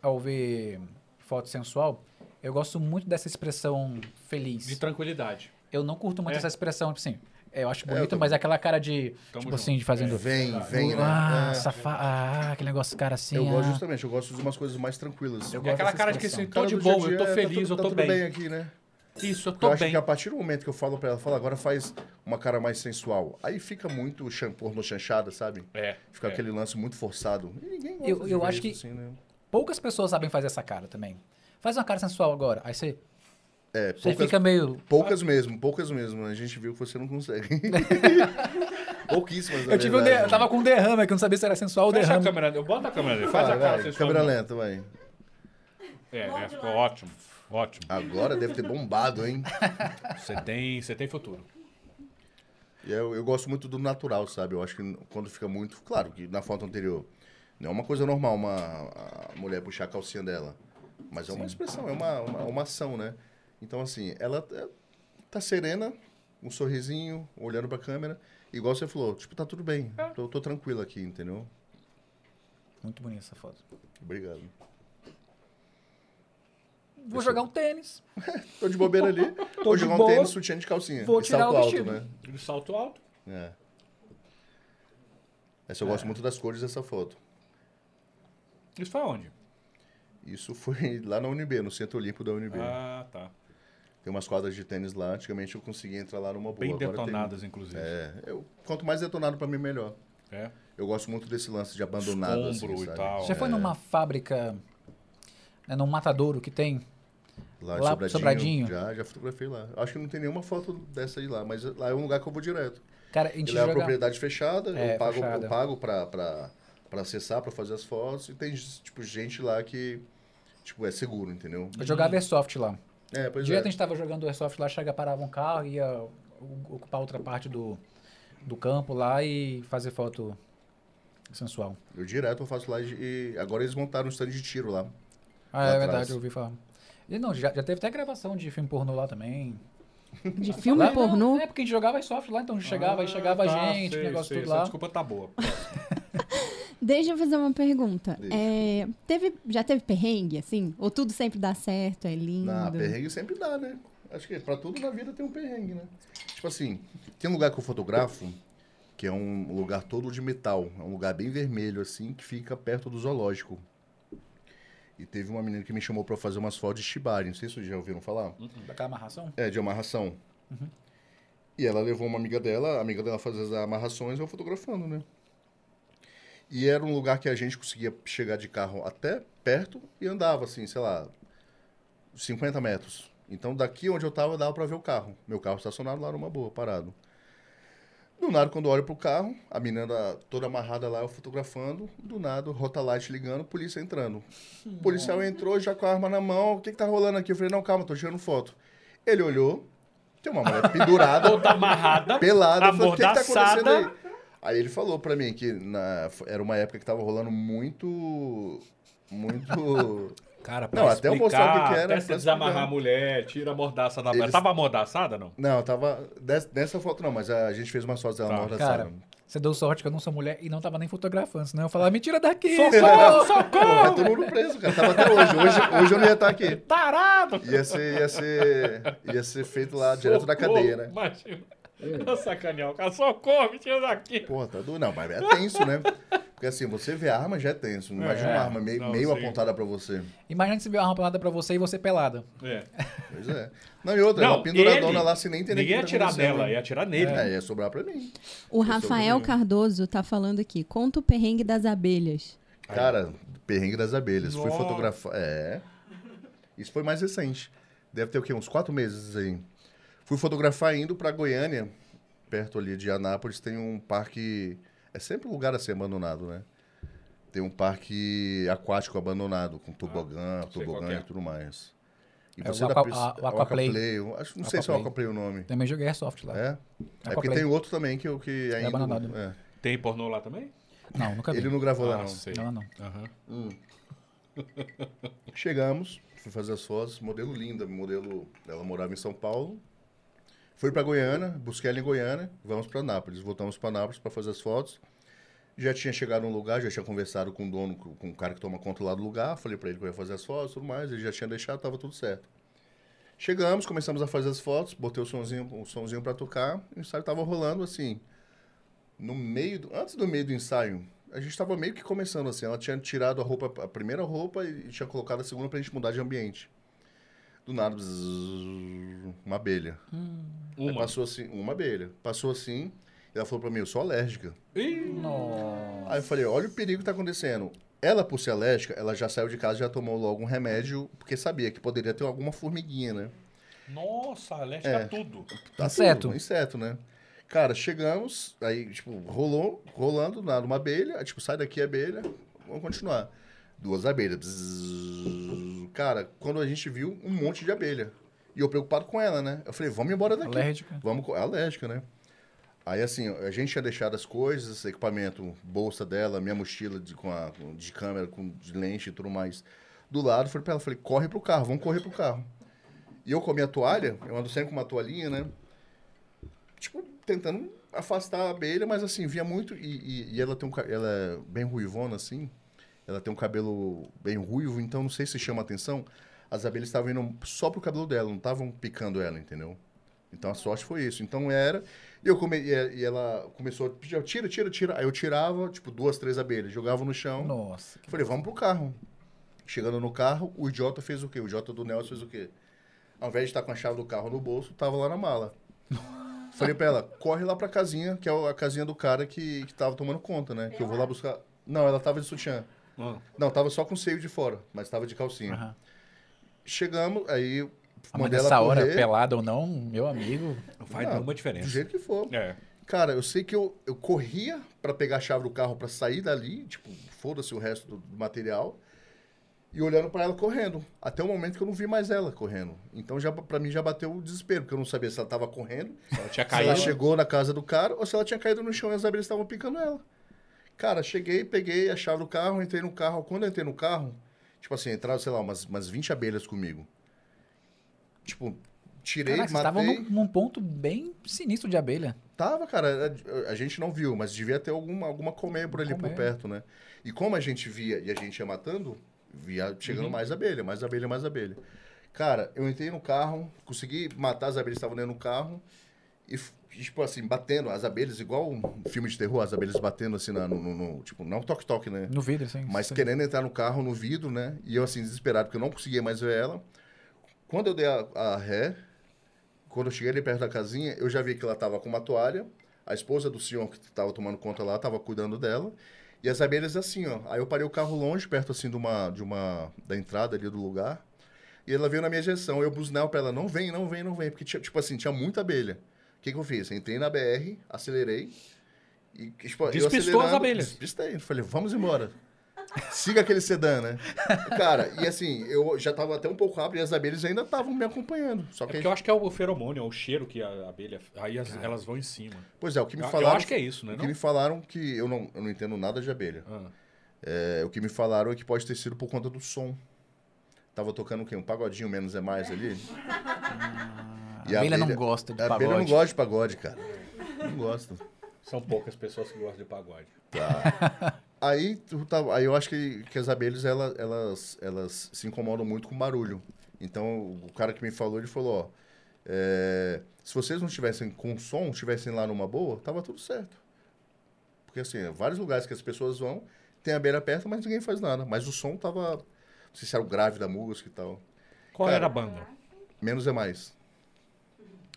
Speaker 2: ao ver foto sensual, eu gosto muito dessa expressão feliz.
Speaker 1: De tranquilidade.
Speaker 2: Eu não curto muito
Speaker 1: É.
Speaker 2: essa expressão, tipo assim. é, eu acho
Speaker 3: É, eu
Speaker 2: bonito,
Speaker 3: também.
Speaker 2: mas é aquela cara de.
Speaker 1: Tamo
Speaker 2: tipo
Speaker 1: junto.
Speaker 2: assim, de fazendo.
Speaker 3: Vem, vem, né?
Speaker 2: ah,
Speaker 3: É.
Speaker 2: safa... ah, aquele negócio, cara assim.
Speaker 3: Eu gosto
Speaker 2: ah.
Speaker 3: justamente, eu gosto de umas coisas mais tranquilas.
Speaker 2: Eu
Speaker 1: É aquela
Speaker 2: dessa
Speaker 1: cara de que
Speaker 2: expressão.
Speaker 1: assim, tô
Speaker 3: Cara
Speaker 1: de
Speaker 3: do
Speaker 1: boa,
Speaker 3: dia a
Speaker 1: eu tô
Speaker 3: dia, é, tá
Speaker 1: feliz,
Speaker 3: tudo-
Speaker 1: eu
Speaker 3: tá
Speaker 1: tô
Speaker 3: tudo
Speaker 1: bem.
Speaker 3: aqui, né?
Speaker 1: Isso, eu
Speaker 3: eu
Speaker 1: tô
Speaker 3: acho
Speaker 1: bem.
Speaker 3: que a partir do momento que eu falo pra ela, fala, agora faz uma cara mais sensual. Aí fica muito chan- porno chanchada, sabe?
Speaker 1: É.
Speaker 3: Fica
Speaker 1: é.
Speaker 3: aquele lance muito forçado. E ninguém gosta
Speaker 2: Eu-
Speaker 3: de
Speaker 2: eu
Speaker 3: ver
Speaker 2: acho
Speaker 3: isso,
Speaker 2: que-
Speaker 3: assim, né?
Speaker 2: Poucas pessoas sabem fazer essa cara também. Faz uma cara sensual agora. Aí você,
Speaker 3: É,
Speaker 2: você
Speaker 3: poucas,
Speaker 2: fica meio.
Speaker 3: poucas mesmo, poucas mesmo. A gente viu que você não consegue. Pouquíssimas, na
Speaker 2: Eu, tive um de-
Speaker 3: verdade,
Speaker 2: eu
Speaker 3: né?
Speaker 2: tava com um derrame que eu não sabia se era sensual ou
Speaker 1: Fecha a
Speaker 2: derrame.
Speaker 1: câmera, eu boto a câmera dele, faz
Speaker 3: Vai,
Speaker 1: a cara.
Speaker 3: vai,
Speaker 1: vocês
Speaker 3: câmera
Speaker 1: falam.
Speaker 3: lenta, vai.
Speaker 1: É,
Speaker 4: Bom
Speaker 1: é,
Speaker 4: demais.
Speaker 1: ficou ótimo, ótimo.
Speaker 3: Agora deve ter bombado, hein?
Speaker 1: Você tem, você tem futuro.
Speaker 3: E Eu, eu gosto muito do natural, sabe? Eu acho que quando fica muito. Claro que na foto anterior não é uma coisa normal uma a mulher puxar a calcinha dela. Mas é uma expressão, é uma, uma, uma ação, né? Então, assim, ela é, tá serena, um sorrisinho, olhando pra câmera. Igual você falou, tipo, tá tudo bem.
Speaker 2: É.
Speaker 3: Tô, tô tranquila aqui, entendeu?
Speaker 2: Muito bonita essa foto.
Speaker 3: Obrigado.
Speaker 2: Vou jogar um tênis.
Speaker 3: Tô de bobeira ali.
Speaker 2: Tô
Speaker 3: Vou
Speaker 2: de
Speaker 3: jogar um
Speaker 2: boa.
Speaker 3: tênis, sutiã de calcinha.
Speaker 2: Vou
Speaker 3: e
Speaker 2: tirar
Speaker 3: salto
Speaker 2: o
Speaker 3: alto,
Speaker 2: vestido.
Speaker 3: né?
Speaker 1: De salto alto.
Speaker 3: É. Essa eu
Speaker 2: É.
Speaker 3: gosto muito das cores dessa foto.
Speaker 1: Isso foi onde?
Speaker 3: Isso foi lá na UNB, no Centro Olímpico da UNB.
Speaker 1: Ah, tá.
Speaker 3: Tem umas quadras de tênis lá. Antigamente eu conseguia entrar lá numa boa.
Speaker 1: Bem
Speaker 3: Agora tem-
Speaker 1: detonadas, inclusive. É.
Speaker 3: É, eu, quanto mais detonado pra mim, melhor. Eu gosto muito desse lance de abandonado, assim,
Speaker 1: Escombro e
Speaker 3: sabe?
Speaker 1: tal.
Speaker 2: Você foi numa fábrica, né, num matadouro que tem?
Speaker 3: Lá,
Speaker 2: Lá
Speaker 3: em
Speaker 2: pro Sobradinho?
Speaker 3: Sobradinho. Já, já fotografei lá. Acho que não tem nenhuma foto dessa aí lá, mas lá é um lugar que eu vou direto.
Speaker 2: Cara, a gente
Speaker 3: Ele é uma
Speaker 2: joga...
Speaker 3: propriedade fechada,
Speaker 2: É,
Speaker 3: eu pago,
Speaker 2: fechada.
Speaker 3: eu pago pra, pra, pra acessar, pra fazer as fotos. E tem, tipo, gente lá que, tipo, é seguro, entendeu?
Speaker 2: Eu jogava Airsoft lá.
Speaker 3: É, pois
Speaker 2: Direto a
Speaker 3: é.
Speaker 2: gente tava jogando Airsoft lá, chega, parava um carro, ia o- ocupar outra parte do, do campo lá e fazer foto sensual.
Speaker 3: Eu direto eu faço lá e e agora eles montaram um stand de tiro lá.
Speaker 2: Ah,
Speaker 3: Lá
Speaker 2: é
Speaker 3: atrás.
Speaker 2: verdade, eu ouvi falar. E não, já, já teve até gravação de filme pornô lá também.
Speaker 5: De filme
Speaker 2: Lá-
Speaker 5: pornô.
Speaker 2: Não, é porque a gente jogava Airsoft lá, então chegava, aí chegava
Speaker 1: Ah,
Speaker 2: a gente,
Speaker 1: sei,
Speaker 2: o negócio
Speaker 1: sei,
Speaker 2: tudo
Speaker 1: essa
Speaker 2: lá.
Speaker 1: Desculpa, tá boa.
Speaker 5: Deixa eu fazer uma pergunta.
Speaker 3: Deixa.
Speaker 5: É, teve, já teve perrengue, assim? Ou tudo sempre dá certo, é lindo?
Speaker 3: Na perrengue sempre dá, né? Acho que pra tudo na vida tem um perrengue, né? Tipo assim, tem um lugar que eu fotografo, que é um lugar todo de metal. É um lugar bem vermelho, assim, que fica perto do zoológico. E teve uma menina que me chamou pra fazer umas fotos de shibari. Não sei se vocês já ouviram falar.
Speaker 2: Uhum. Daquela amarração?
Speaker 3: É, de amarração. E ela levou uma amiga dela, a amiga dela fazia as amarrações e eu fotografando, né? E era um lugar que a gente conseguia chegar de carro até perto e andava, assim, sei lá, 50 metros. Então daqui onde eu tava dava pra ver o carro. Meu carro estacionado lá numa boa, parado. Do nada, quando eu olho pro carro, a menina da- toda amarrada lá, eu fotografando. Do nada, rota light ligando, polícia entrando. O policial entrou já com a arma na mão. O que que tá rolando aqui? Eu falei, não, calma, tô tirando foto. Ele olhou, tem uma mulher pendurada
Speaker 1: Toda
Speaker 3: Ah,
Speaker 1: amarrada.
Speaker 3: pelado. Eu falei, o que, que tá acontecendo
Speaker 1: Amordaçada.
Speaker 3: aí? Aí ele falou pra mim que na- f- era uma época que tava rolando muito. Muito.
Speaker 1: Cara,
Speaker 3: pra Não, até eu explicar, mostrar o que que era,
Speaker 1: Até
Speaker 3: até
Speaker 1: você
Speaker 3: pra
Speaker 1: desamarrar
Speaker 3: explicar.
Speaker 1: a mulher, tira a mordaça da
Speaker 3: Eles-
Speaker 1: Tava amordaçada, não?
Speaker 3: Não, tava. des- Nessa foto não, mas a gente fez uma foto dela
Speaker 1: Tá.
Speaker 3: na hora da
Speaker 2: Cara,
Speaker 3: sala.
Speaker 2: Você deu sorte que eu não sou mulher e não tava nem fotografando, senão eu falava, me tira daqui!
Speaker 1: Socorro,
Speaker 3: Pô, vai
Speaker 1: socorro!
Speaker 3: todo mundo preso, cara. Tava até hoje. Hoje, hoje eu não ia estar aqui.
Speaker 1: Tarado!
Speaker 3: Ia ser, ia ser. Ia ser feito lá direto da
Speaker 1: Socorro,
Speaker 3: cadeia, né?
Speaker 1: Imagina. Sacanear o cara. Socorro, me tira daqui.
Speaker 3: Porra, tá doido. Não, mas é tenso, né? Porque assim, você vê a arma já é tenso. Não
Speaker 1: É,
Speaker 3: imagina uma arma meio,
Speaker 1: não,
Speaker 3: meio
Speaker 1: sim.
Speaker 3: apontada pra você.
Speaker 2: Imagina que você viu uma pelada pra você e você pelada.
Speaker 1: É.
Speaker 3: Pois é. Não, e outra,
Speaker 1: Não,
Speaker 3: uma penduradona
Speaker 1: ele-
Speaker 3: lá se nem entender
Speaker 1: Ninguém ia
Speaker 3: o que tá
Speaker 1: atirar
Speaker 3: acontecendo,
Speaker 1: nela,
Speaker 3: né?
Speaker 1: ia atirar nele.
Speaker 3: É, ia sobrar pra mim.
Speaker 5: O Rafael Cardoso tá falando aqui. Conta o perrengue das abelhas.
Speaker 3: Cara, perrengue das abelhas. Fui
Speaker 1: Nossa.
Speaker 3: fotografar. É. Isso foi mais recente. Deve ter o quê? Uns quatro meses aí. Fui fotografar indo pra Goiânia, perto ali de Anápolis, tem um parque. É sempre um lugar assim abandonado, né? Tem um parque aquático abandonado, com tobogã,
Speaker 1: sei qual
Speaker 3: tobogã
Speaker 1: que é.
Speaker 3: e tudo mais. E
Speaker 2: É o
Speaker 3: você dá
Speaker 2: aqua-
Speaker 3: pres-
Speaker 2: a- o
Speaker 3: é o
Speaker 2: aquaplay.
Speaker 3: Aquaplay, eu acho, não sei se é o
Speaker 2: Aquaplay.
Speaker 3: Aquaplay o nome.
Speaker 2: Também joguei Airsoft lá.
Speaker 3: É? É porque
Speaker 2: Aquaplay.
Speaker 3: tem outro também que, eu- que ainda.
Speaker 2: abandonado.
Speaker 3: é.
Speaker 1: Tem pornô lá também? Ah,
Speaker 2: Não, nunca vi.
Speaker 3: Ele não gravou lá, não.
Speaker 1: sei.
Speaker 2: Não, não.
Speaker 1: Aham.
Speaker 3: Chegamos, fui fazer as fotos, modelo linda, modelo. Ela morava em São Paulo. Fui pra Goiânia, busquei ela em Goiânia, vamos pra Nápoles. Voltamos pra Nápoles pra fazer as fotos. Já tinha chegado num lugar, já tinha conversado com o dono, com com o cara que toma conta lá do lugar. Falei pra ele que eu ia fazer as fotos e tudo mais. Ele já tinha deixado, tava tudo certo. Chegamos, começamos a fazer as fotos, botei o somzinho, o somzinho pra tocar. E o ensaio tava rolando assim. No meio, do- antes do meio do ensaio, a gente tava meio que começando assim. Ela tinha tirado a roupa, a primeira roupa e tinha colocado a segunda pra gente mudar de ambiente. Do nada, bzzz, uma abelha. Aí
Speaker 1: Uma.
Speaker 3: Passou assim, uma abelha. Passou assim, e ela falou pra mim, eu sou alérgica.
Speaker 1: Ih,
Speaker 2: Nossa.
Speaker 3: Aí eu falei, olha o perigo que tá acontecendo. Ela, por ser alérgica, ela já saiu de casa e já tomou logo um remédio, porque sabia que poderia ter alguma formiguinha, né?
Speaker 1: nossa, alérgica a tudo.
Speaker 3: Tá
Speaker 2: Inseto.
Speaker 3: tudo, inseto, né? Cara, chegamos, aí, tipo, rolou, rolando, nada, uma abelha, aí, tipo, sai daqui abelha, vamos continuar. Duas abelhas. bzzz. Cara, quando a gente viu, um monte de abelha. E eu preocupado com ela, né? Eu falei, vamos embora daqui.
Speaker 2: Alérgica.
Speaker 3: Vamos co- é alérgica, né? Aí assim, a gente tinha deixado as coisas, equipamento, bolsa dela, minha mochila de, com a, com- de câmera, com de lente e tudo mais. Do lado, falei pra ela, falei, corre pro carro, vamos correr pro carro. E eu com a minha toalha, eu ando sempre com uma toalhinha, né? Tipo, tentando afastar a abelha, mas assim, via muito. E, e- e ela tem um ca- Ela é bem ruivona, assim. Ela tem um cabelo bem ruivo, então não sei se chama atenção. As abelhas estavam indo só pro cabelo dela, não estavam picando ela, entendeu? Então a sorte foi isso. Então era. E, eu come, e e ela começou a pedir, tira, tira, tira. Aí eu tirava, tipo, duas, três abelhas, jogava no chão.
Speaker 2: Nossa. que-
Speaker 3: Falei, vamos pro carro. Chegando no carro, o idiota fez o quê? O idiota do Nelson fez o quê? Ao invés de estar com a chave do carro no bolso, tava lá na mala. Falei pra ela, corre lá pra casinha, que é a casinha do cara que, que tava tomando conta, né? Que eu vou lá buscar. Não, ela tava de sutiã.
Speaker 1: Ah,
Speaker 3: Não, tava só com o seio de fora, mas tava de calcinha.
Speaker 2: Aham.
Speaker 3: Chegamos, aí
Speaker 2: Ah, Mas
Speaker 3: mandei ela
Speaker 2: nessa hora,
Speaker 3: correr,
Speaker 2: pelada ou não, meu amigo.
Speaker 1: não faz
Speaker 3: Não,
Speaker 1: nenhuma
Speaker 3: do
Speaker 1: diferença.
Speaker 3: jeito que for.
Speaker 1: É.
Speaker 3: Cara, eu sei que eu, eu corria pra pegar a chave do carro pra sair dali, tipo, foda-se o resto do, do material, e olhando pra ela correndo, até o momento que eu não vi mais ela correndo. Então já para mim já bateu o desespero, porque eu não sabia se ela tava correndo,
Speaker 1: Ela tinha
Speaker 3: se ela
Speaker 1: caído.
Speaker 3: chegou na casa do cara ou se ela tinha caído no chão e as abelhas estavam picando ela. Cara, cheguei, peguei a chave do carro, entrei no carro. Quando eu entrei no carro, tipo assim, entraram, sei lá, umas, umas 20 abelhas comigo. Tipo, tirei,
Speaker 2: Caraca, vocês estavam
Speaker 3: matei.
Speaker 2: num, num ponto bem sinistro de abelha.
Speaker 3: Tava, cara, é, a, a gente não viu, mas devia ter alguma, alguma colmeia por ali
Speaker 2: Colmeia.
Speaker 3: por perto, né? E como a gente via e a gente ia matando, via chegando mais abelha, mais abelha, mais abelha. Cara, eu entrei no carro, consegui matar as abelhas que estavam dentro do carro e, f- e, tipo assim, batendo as abelhas, igual um filme de terror, as abelhas batendo assim na- no, no- no- Tipo, não toque-toque, né?
Speaker 2: No vidro, assim.
Speaker 3: Mas
Speaker 2: Sim.
Speaker 3: querendo entrar no carro, no vidro, né? E eu, assim, desesperado, porque eu não conseguia mais ver ela. Quando eu dei a, a ré, quando eu cheguei ali perto da casinha, eu já vi que ela tava com uma toalha. A esposa do senhor que tava tomando conta lá, tava cuidando dela. E as abelhas assim, ó. Aí eu parei o carro longe, perto, assim, de uma... De uma da entrada ali do lugar. E ela veio na minha direção. Eu buzinava pra ela, não vem, não vem, não vem. Porque, tinha- tipo assim, tinha muita abelha. O que que eu fiz? Entrei na BR, acelerei. E, tipo, eu
Speaker 1: Despistou as
Speaker 3: acelerando,
Speaker 1: abelhas.
Speaker 3: Despistei. Eu Falei, vamos embora. Siga aquele sedã, né? Cara, e assim, eu já tava até um pouco rápido e as abelhas ainda estavam me acompanhando. Só
Speaker 1: É
Speaker 3: que,
Speaker 1: porque eu acho que é o feromônio, é o cheiro que a abelha. Aí as- elas vão em cima.
Speaker 3: pois é, o que
Speaker 1: Eu,
Speaker 3: me
Speaker 1: eu
Speaker 3: falaram...
Speaker 1: acho que é isso, né?
Speaker 3: o
Speaker 1: Não?
Speaker 3: que me falaram que... Eu não, eu não entendo nada de abelha.
Speaker 1: Ah.
Speaker 3: É, o que me falaram é que pode ter sido por conta do som. Tava tocando o quê? Um pagodinho menos é mais ali?
Speaker 2: Ah,
Speaker 3: E a
Speaker 2: abelha, não
Speaker 3: abelha-
Speaker 2: gosta de
Speaker 3: A abelha não
Speaker 2: pagode.
Speaker 3: gosta de pagode, cara. Não gosta.
Speaker 1: São poucas pessoas que gostam de pagode.
Speaker 3: Aí, tu tava- aí eu acho que, que as abelhas ela- elas, elas, se incomodam muito com barulho. Então, o cara que me falou, ele falou, ó, É, se vocês não estivessem com som, estivessem lá numa boa, tava tudo certo. Porque assim, vários lugares que as pessoas vão, tem a beira perto, mas ninguém faz nada. Mas o som tava. Não sei se era o grave da música e tal.
Speaker 1: Qual
Speaker 3: Cara,
Speaker 1: era a banda?
Speaker 3: Menos é mais.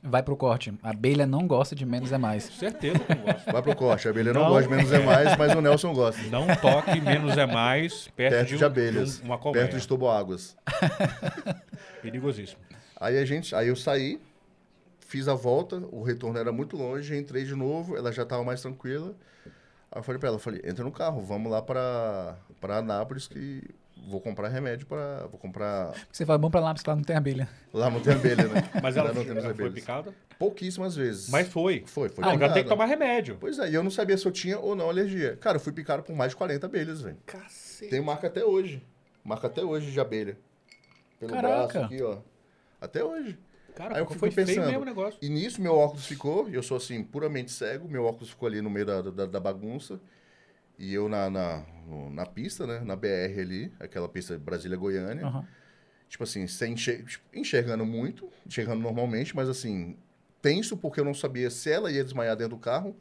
Speaker 2: Vai pro corte. A abelha não gosta de menos é mais.
Speaker 1: Certeza que eu não gosto.
Speaker 3: Vai pro corte. A abelha não,
Speaker 1: Não.
Speaker 3: gosta de menos é mais, mas o Nelson gosta.
Speaker 1: Não toque menos é mais perto,
Speaker 3: Perto
Speaker 1: de, um-
Speaker 3: de abelhas.
Speaker 1: um- uma colmeia.
Speaker 3: Perto de Toboáguas.
Speaker 1: Perigosíssimo.
Speaker 3: Aí a gente, aí eu saí, fiz a volta, o retorno era muito longe, entrei de novo, ela já estava mais tranquila. Aí eu falei pra ela, falei, entra no carro, vamos lá pra para Anápolis que vou comprar remédio para, vou comprar
Speaker 2: Você fala, bom pra lá, porque lá não tem abelha.
Speaker 3: lá não tem abelha, né?
Speaker 1: Mas
Speaker 3: Lá
Speaker 1: ela
Speaker 3: não
Speaker 1: não
Speaker 3: tem mais
Speaker 1: foi
Speaker 3: abelhas.
Speaker 1: picada?
Speaker 3: Pouquíssimas vezes.
Speaker 1: Mas foi.
Speaker 3: foi, foi.
Speaker 1: Ah, já
Speaker 3: picada.
Speaker 1: tem que tomar remédio.
Speaker 3: Pois é, e eu não sabia se eu tinha ou não alergia. Cara, eu fui picado por mais de 40 abelhas, velho.
Speaker 1: Cacete.
Speaker 3: Tem marca até hoje. Marca até hoje de abelha. Pelo
Speaker 2: Caraca.
Speaker 3: braço aqui, ó. Até hoje.
Speaker 1: Cara,
Speaker 3: Aí eu
Speaker 1: porque
Speaker 3: fico
Speaker 1: foi feio
Speaker 3: pensando.
Speaker 1: mesmo o negócio.
Speaker 3: E nisso meu óculos ficou, eu sou assim, puramente cego, meu óculos ficou ali no meio da, da, da bagunça. E eu na, na, no- na pista, né? Na BR ali, aquela pista Brasília-Goiânia.
Speaker 2: Aham.
Speaker 3: Tipo assim, sem enxer- tipo, enxergando muito, enxergando normalmente, mas assim, tenso porque eu não sabia se ela ia desmaiar dentro do carro,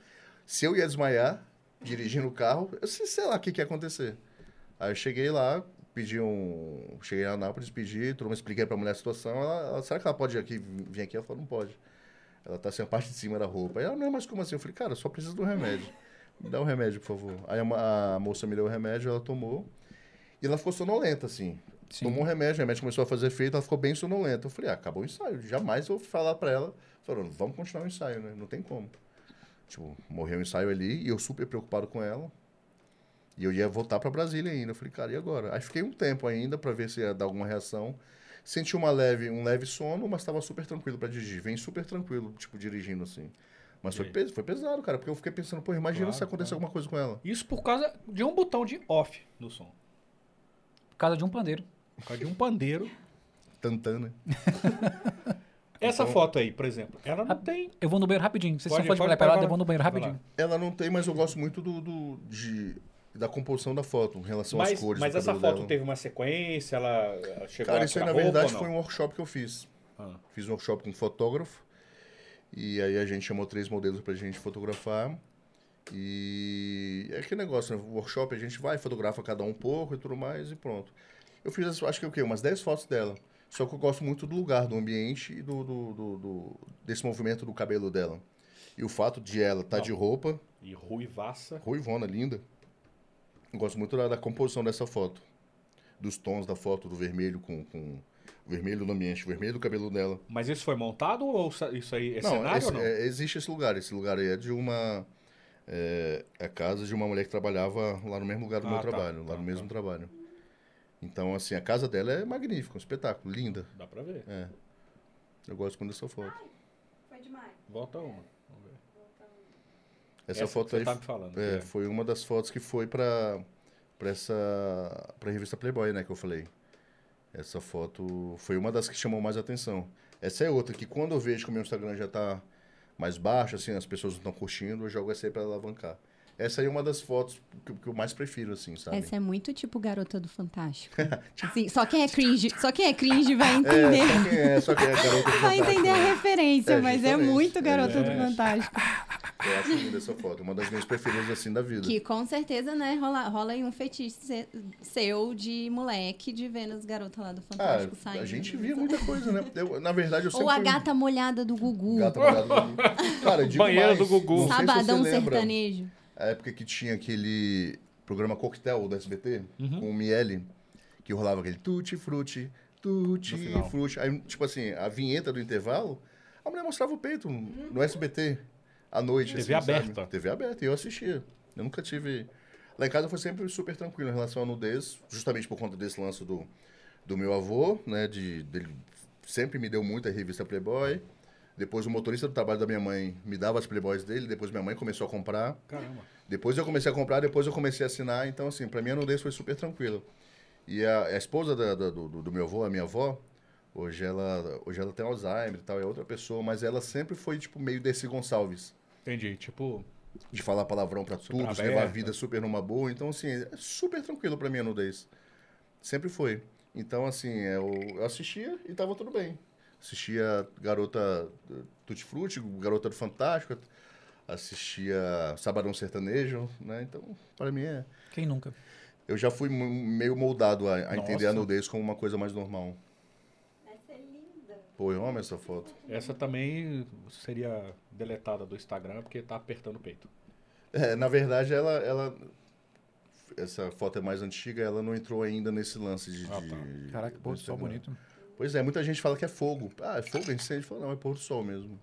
Speaker 3: se eu ia desmaiar dirigindo o carro, eu sei, sei lá o que, que ia acontecer. Aí eu cheguei lá, pedi um. Cheguei na Anápolis, pedi, tudo, expliquei pra mulher a situação. Ela, ela, será que ela pode ir aqui, vir aqui? Ela falou, não pode. Ela tá sem a parte de cima da roupa. Aí ela, não, mas como assim? Eu falei, cara, eu só preciso do remédio. Me dá um remédio, por favor. Aí a, mo- a moça me deu o remédio, ela tomou. E ela ficou sonolenta, assim.
Speaker 2: Sim.
Speaker 3: Tomou um remédio, o remédio começou a fazer efeito, ela ficou bem sonolenta. Eu falei, ah, acabou o ensaio. Jamais eu vou falar pra ela, falando, vamos continuar o ensaio, né? Não tem como. Tipo, morreu o ensaio ali e eu super preocupado com ela. E eu ia voltar pra Brasília ainda. Eu falei, cara, e agora? Aí fiquei um tempo ainda pra ver se ia dar alguma reação. Senti uma leve, um leve sono, mas tava super tranquilo pra dirigir. Vem super tranquilo, tipo, dirigindo assim. Mas
Speaker 1: E
Speaker 3: foi,
Speaker 1: aí?
Speaker 3: pes- foi pesado, cara, porque eu fiquei pensando, pô, imagina
Speaker 1: Claro,
Speaker 3: se acontecer
Speaker 1: claro.
Speaker 3: alguma coisa com ela.
Speaker 1: Isso por causa de um botão de off no som.
Speaker 2: Por causa de um pandeiro.
Speaker 1: Por causa de um pandeiro.
Speaker 3: Tantã, né?
Speaker 1: Essa
Speaker 3: Então-
Speaker 1: foto aí, por exemplo, ela não
Speaker 2: Ah,
Speaker 1: tem.
Speaker 2: Eu vou no banheiro rapidinho. Vocês
Speaker 1: Pode-
Speaker 2: são fãs de
Speaker 1: pode-
Speaker 2: mulher
Speaker 1: pode
Speaker 2: pelada,
Speaker 1: falar.
Speaker 2: eu vou no banheiro
Speaker 1: Vai lá.
Speaker 2: rapidinho.
Speaker 3: Ela não tem, mas eu gosto muito do, do- de, da composição da foto, em relação às
Speaker 1: Mas,
Speaker 3: cores.
Speaker 1: mas
Speaker 3: do
Speaker 1: essa
Speaker 3: cabelo
Speaker 1: foto
Speaker 3: dela.
Speaker 1: teve uma sequência, ela ela chegou
Speaker 3: Cara,
Speaker 1: a
Speaker 3: isso aí,
Speaker 1: tirar
Speaker 3: na
Speaker 1: roupa
Speaker 3: verdade,
Speaker 1: ou
Speaker 3: foi
Speaker 1: não?
Speaker 3: um workshop que eu fiz.
Speaker 1: Ah.
Speaker 3: Fiz um workshop com um fotógrafo. E aí a gente chamou três modelos pra gente fotografar. E é aquele negócio, né? O workshop a gente vai, fotografa cada um um pouco e tudo mais e pronto. Eu fiz, as- acho que é o quê? Umas 10 fotos dela. Só que eu gosto muito do lugar, do ambiente e do, do, do- do- desse movimento do cabelo dela. E o fato de ela estar
Speaker 1: Não.
Speaker 3: de roupa,
Speaker 1: E ruivaça.
Speaker 3: ruivona, linda. Eu gosto muito da, da composição dessa foto. Dos tons da foto, do vermelho com, com o vermelho no ambiente, o vermelho do cabelo dela.
Speaker 1: Mas isso foi montado ou sa- isso aí é cenário
Speaker 3: esse-
Speaker 1: ou não?
Speaker 3: é- existe esse lugar. Esse lugar aí é de uma. É, é a casa de uma mulher que trabalhava lá no mesmo lugar do
Speaker 1: Ah,
Speaker 3: meu
Speaker 1: tá,
Speaker 3: trabalho, lá
Speaker 1: tá,
Speaker 3: no mesmo
Speaker 1: tá.
Speaker 3: trabalho. Então, assim, a casa dela é magnífica, um espetáculo, linda.
Speaker 1: Dá pra ver.
Speaker 3: É. Eu gosto muito dessa foto.
Speaker 4: Foi demais.
Speaker 1: Volta uma. Vamos ver.
Speaker 3: Essa,
Speaker 1: que
Speaker 3: foto
Speaker 1: você
Speaker 3: aí
Speaker 1: tá me falando.
Speaker 3: é,
Speaker 1: É.
Speaker 3: foi uma das fotos que foi pra, pra essa. pra revista Playboy, né, que eu falei. Essa foto foi uma das que chamou mais atenção. Essa é outra que quando eu vejo que o meu Instagram já tá mais baixo, assim, as pessoas não estão curtindo, eu jogo essa aí pra alavancar. Essa aí é uma das fotos que, que eu mais prefiro, assim, sabe?
Speaker 5: Essa é muito tipo garota do Fantástico. Sim, só quem é cringe, só quem é cringe vai entender.
Speaker 3: só que é, só que é garota do
Speaker 5: Vai entender a
Speaker 3: Fantástico.
Speaker 5: referência,
Speaker 3: É,
Speaker 5: mas é
Speaker 3: justamente.
Speaker 5: muito garota do
Speaker 1: É.
Speaker 5: Fantástico.
Speaker 3: Eu acho linda essa foto, uma das minhas preferidas, assim, da vida.
Speaker 5: Que com certeza, né, rola, rola aí um fetiche se- seu de moleque de ver nas garotas lá do
Speaker 3: Ah,
Speaker 5: Fantástico saindo.
Speaker 3: a gente via muita coisa, né? Eu- na verdade, eu sempre
Speaker 5: Ou a
Speaker 3: fui-
Speaker 5: gata molhada do Gugu.
Speaker 3: Gata molhada no Gugu. Cara, eu digo
Speaker 1: Banheiro
Speaker 3: mais,
Speaker 1: do Gugu.
Speaker 3: não sei se você
Speaker 5: Sabadão
Speaker 3: lembra,
Speaker 5: sertanejo.
Speaker 3: A época que tinha aquele programa Coquetel do SBT,
Speaker 1: Uhum.
Speaker 3: com o Miele, que rolava aquele tutti frutti, tutti
Speaker 1: No final.
Speaker 3: frutti. Aí, tipo assim, a vinheta do intervalo, a mulher mostrava o peito no SBT à noite.
Speaker 1: TV
Speaker 3: assim, sabe?
Speaker 1: aberta.
Speaker 3: TV aberta, e eu assistia. Eu nunca tive... Lá em casa foi sempre super tranquilo em relação à nudez, justamente por conta desse lance do, do meu avô, né? De, dele sempre me deu muita revista Playboy. Depois o motorista do trabalho da minha mãe me dava as Playboys dele, depois minha mãe começou a comprar.
Speaker 1: Caramba.
Speaker 3: Depois eu comecei a comprar, depois eu comecei a assinar. Então, assim, pra mim a nudez foi super tranquila. E a, a esposa da- da- do, do meu avô, a minha avó, hoje ela, hoje ela tem Alzheimer e tal, é outra pessoa, mas ela sempre foi, tipo, meio desse Gonçalves.
Speaker 1: Entendi. Tipo,
Speaker 3: De falar palavrão pra
Speaker 1: Super
Speaker 3: tudo, de levar a
Speaker 1: aberta.
Speaker 3: vida super numa boa. Então, assim, é super tranquilo pra mim a nudez. Sempre foi. Então, assim, eu, eu assistia e tava tudo bem. Assistia Garota eh, Tutti Frutti, Garota do Fantástico, assistia Sabadão Sertanejo, né? Então, para mim é...
Speaker 2: Quem nunca?
Speaker 3: Eu já fui mu- meio moldado a, a entender a
Speaker 1: Nossa.
Speaker 3: nudez como uma coisa mais normal.
Speaker 4: Essa é linda.
Speaker 3: Pô, eu amo essa foto.
Speaker 1: Essa também seria deletada do Instagram porque tá apertando o peito.
Speaker 3: É, na verdade, ela, ela... Essa foto é mais antiga, ela não entrou ainda nesse lance de...
Speaker 1: Ah, tá.
Speaker 3: de-
Speaker 2: Caraca, pô,
Speaker 3: do
Speaker 2: só
Speaker 3: Instagram.
Speaker 2: bonito.
Speaker 3: Pois é, muita gente fala que é fogo. Ah, é fogo, é incêndio? Fala, não, é pôr do sol mesmo.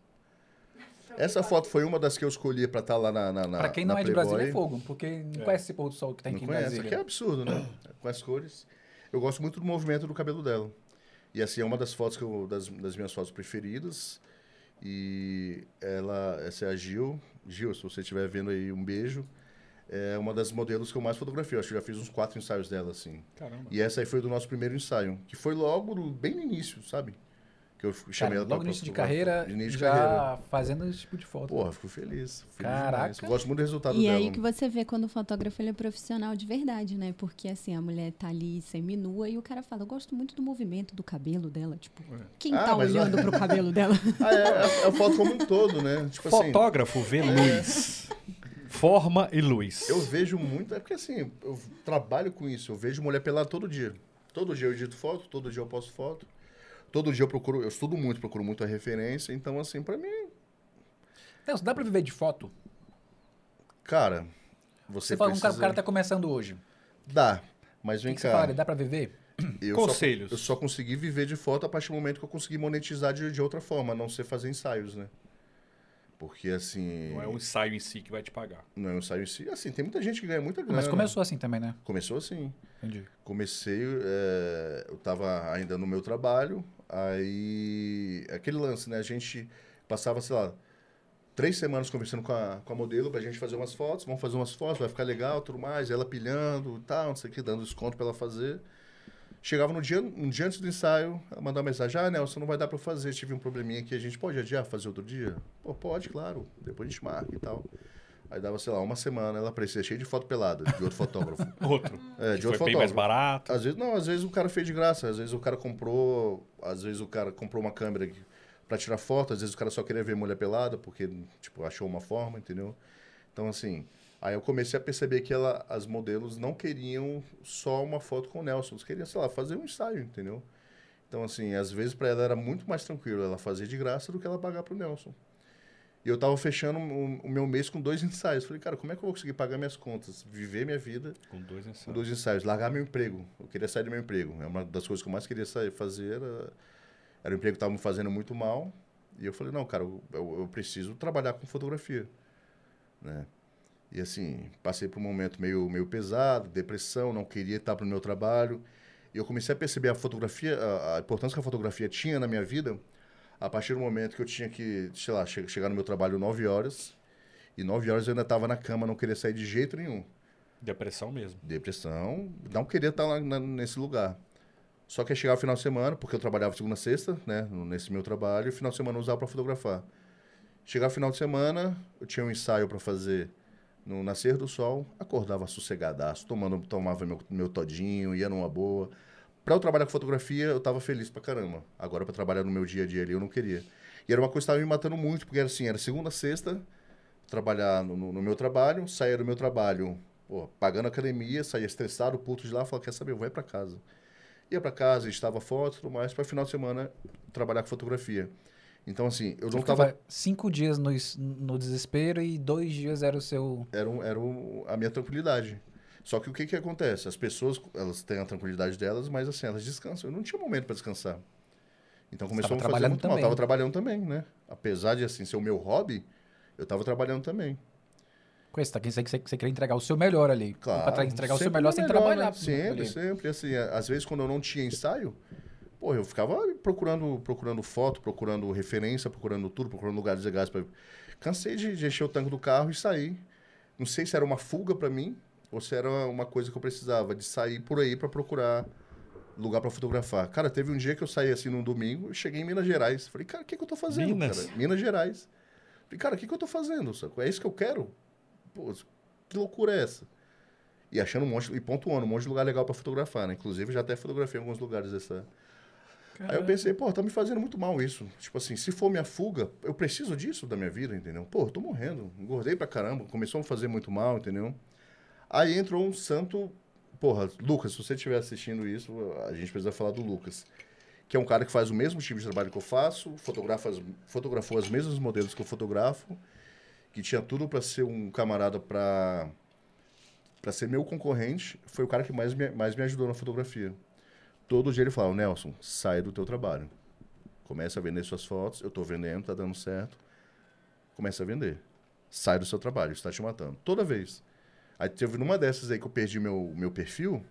Speaker 3: Essa foto foi uma das que eu escolhi pra estar lá na, na, na
Speaker 2: pra quem não
Speaker 3: na
Speaker 2: é de
Speaker 3: Playboy.
Speaker 2: Brasília, é fogo, porque não
Speaker 1: É.
Speaker 2: conhece esse pôr do sol que tem
Speaker 3: Não
Speaker 2: aqui em
Speaker 3: conhece, que é
Speaker 2: Brasília.
Speaker 3: absurdo, né? Com as cores. Eu gosto muito do movimento do cabelo dela. E assim, é uma das fotos que eu, das, das minhas fotos preferidas. E ela, essa é a Gil. Gil, se você estiver vendo aí, um beijo. É uma das modelos que eu mais fotografei. Eu acho que eu já fiz uns quatro ensaios dela, assim.
Speaker 1: Caramba.
Speaker 3: E essa aí foi do nosso primeiro ensaio, que foi logo no- bem no início, sabe? Que eu f- chamei
Speaker 2: Cara,
Speaker 3: ela pra-
Speaker 2: logo no início de
Speaker 3: pra-
Speaker 2: carreira,
Speaker 3: de início de
Speaker 2: já
Speaker 3: carreira.
Speaker 2: fazendo esse tipo de foto.
Speaker 3: Porra, fico feliz. feliz
Speaker 2: Caraca.
Speaker 3: demais. Eu gosto muito do resultado
Speaker 5: E
Speaker 3: Tá dela.
Speaker 5: aí que você vê quando o fotógrafo ele é profissional de verdade, né? Porque assim, a mulher tá ali seminua e o cara fala, eu gosto muito do movimento do cabelo dela. Tipo,
Speaker 1: É.
Speaker 5: quem
Speaker 3: Ah,
Speaker 5: tá
Speaker 3: mas-
Speaker 5: olhando pro cabelo dela?
Speaker 3: Ah, é, é, a foto como um todo, né? Tipo assim,
Speaker 1: Fotógrafo vê luz. Forma e luz.
Speaker 3: eu vejo muito. É porque assim, eu trabalho com isso. Eu vejo mulher pelada todo dia. Todo dia eu edito foto, todo dia eu posto foto. Todo dia eu procuro, eu estudo muito, procuro muito a referência. Então, assim, pra mim,
Speaker 2: Nelson, dá pra viver de foto?
Speaker 3: cara, você,
Speaker 2: Você fala um
Speaker 3: precisa...
Speaker 2: cara, o cara tá começando hoje.
Speaker 3: Dá, mas vem
Speaker 2: o que, que você
Speaker 3: cá.
Speaker 2: fala? Dá pra viver?
Speaker 3: Eu
Speaker 1: Conselhos.
Speaker 3: Só, eu só consegui viver de foto a partir do momento que eu consegui monetizar de, de outra forma, a não ser fazer ensaios, né? Porque assim.
Speaker 1: Não é o ensaio em si que vai te pagar.
Speaker 3: não é um ensaio em si. Assim, tem muita gente que ganha muita grana.
Speaker 2: Mas começou assim também, né?
Speaker 3: Começou assim.
Speaker 2: Entendi.
Speaker 3: Comecei, é, eu tava ainda no meu trabalho, aí. Aquele lance, né? A gente passava, sei lá, três semanas conversando com a, com a modelo pra gente fazer umas fotos, vamos fazer umas fotos, vai ficar legal, tudo mais, ela pilhando e tal, não sei o que, dando desconto pra ela fazer. Chegava no dia, um dia antes do ensaio, ela mandava uma mensagem, ah, Nelson, não vai dar pra eu fazer, tive um probleminha aqui, a gente pode adiar, fazer outro dia? Pô, pode, claro, depois a gente marca e tal. Aí dava, sei lá, uma semana, ela aparecia cheia de foto pelada, de outro fotógrafo.
Speaker 1: Outro.
Speaker 3: É, de
Speaker 1: foi
Speaker 3: outro
Speaker 1: bem mais
Speaker 3: fotógrafo.
Speaker 1: barato.
Speaker 3: Às vezes, não, às vezes o cara fez de graça, às vezes o cara comprou, às vezes o cara comprou uma câmera que- pra tirar foto, às vezes o cara só queria ver mulher pelada porque, tipo, achou uma forma, entendeu? Então, assim, aí eu comecei a perceber que ela, as modelos não queriam só uma foto com o Nelson, eles queriam, sei lá, fazer um ensaio, entendeu? Então, assim, às vezes pra ela era muito mais tranquilo ela fazer de graça do que ela pagar pro Nelson. E eu tava fechando o, o meu mês com dois ensaios. Falei, cara, como é que eu vou conseguir pagar minhas contas, viver minha vida
Speaker 1: Com dois ensaios.
Speaker 3: com dois ensaios, largar meu emprego. Eu queria sair do meu emprego. É uma das coisas que eu mais queria sair, fazer. Era, era um emprego que estava me fazendo muito mal. E eu falei, não, cara, eu, eu- eu preciso trabalhar com fotografia. Né? E assim, passei por um momento meio, meio pesado, depressão, não queria estar pro meu trabalho. E eu comecei a perceber a fotografia, a, a importância que a fotografia tinha na minha vida, a partir do momento que eu tinha que, sei lá, che- chegar no meu trabalho 9 horas. E 9 horas eu ainda estava na cama, não queria sair de jeito nenhum
Speaker 1: Depressão mesmo.
Speaker 3: depressão, não queria estar lá na- nesse lugar. Só que aí chegava o final de semana, porque eu trabalhava segunda a sexta, né, no- nesse meu trabalho, e final de semana eu usava para fotografar. Chegava o final de semana, eu tinha um ensaio para fazer no nascer do sol, acordava sossegadaço, tomando, tomava meu, meu todinho, ia numa boa. Para eu trabalhar com fotografia, eu tava feliz pra caramba. Agora para trabalhar no meu dia a dia ali, eu não queria. E era uma coisa que estava me matando muito, porque era assim, era segunda a sexta, trabalhar no, no- no meu trabalho, saía do meu trabalho, pô, pagando academia, saía estressado, puto de lá, falava, quer saber, eu vou ir pra casa. Ia pra casa, estava foto e tudo mais, para final de semana trabalhar com fotografia. Então, assim, eu não
Speaker 2: Você
Speaker 3: tava
Speaker 2: ficava cinco dias no, es- no desespero e dois dias era o seu.
Speaker 3: era, um- era um- a minha tranquilidade. Só que o que que acontece? As pessoas, elas têm a tranquilidade delas, mas assim, elas descansam. Eu não tinha momento para descansar. Então
Speaker 2: tava
Speaker 3: começou a me fazer
Speaker 2: trabalhando
Speaker 3: muito mal.
Speaker 2: também.
Speaker 3: Eu tava trabalhando também, né? Apesar de assim ser o meu hobby, eu tava trabalhando também.
Speaker 2: Coisa, tá? Quem sei que você, você queria entregar o seu melhor ali.
Speaker 3: Claro.
Speaker 2: Pra tra- entregar o seu
Speaker 3: sempre
Speaker 2: melhor, você tem que trabalhar.
Speaker 3: né? Sempre,
Speaker 2: ali.
Speaker 3: sempre. E, Assim, a- às vezes quando eu não tinha ensaio, pô, eu ficava procurando, procurando foto, procurando referência, procurando tudo, procurando lugares legais para. Cansei de, de encher o tanque do carro e sair. Não sei se era uma fuga para mim ou se era uma coisa que eu precisava de sair por aí para procurar lugar para fotografar. Cara, teve um dia que eu saí assim num domingo, eu cheguei em Minas Gerais. Falei, cara, o que, que eu tô fazendo?
Speaker 1: Minas?
Speaker 3: Cara? Minas Gerais. Falei, cara, o que, que eu tô fazendo? sacou? É isso que eu quero? Pô, que loucura é essa? E achando um monte, e pontuando um monte de lugar legal para fotografar, né? Inclusive, eu já até fotografei em alguns lugares essa, Aí eu pensei, pô, tá me fazendo muito mal isso. Tipo assim, se for minha fuga, eu preciso disso da minha vida, entendeu? Pô, eu tô morrendo, engordei pra caramba, começou a me fazer muito mal, entendeu? Aí entrou um santo. Porra, Lucas, se você estiver assistindo isso, a gente precisa falar do Lucas. Que é um cara que faz o mesmo tipo de trabalho que eu faço, fotografa as- fotografou as mesmas modelos que eu fotografo, que tinha tudo pra ser um camarada pra, pra ser meu concorrente, foi o cara que mais me, mais me ajudou na fotografia. Todo dia ele falava, Nelson, sai do teu trabalho. Começa a vender suas fotos, eu tô vendendo, tá dando certo. Começa a vender. Sai do seu trabalho, está te matando. Toda vez. Aí teve numa dessas aí que eu perdi meu, meu perfil,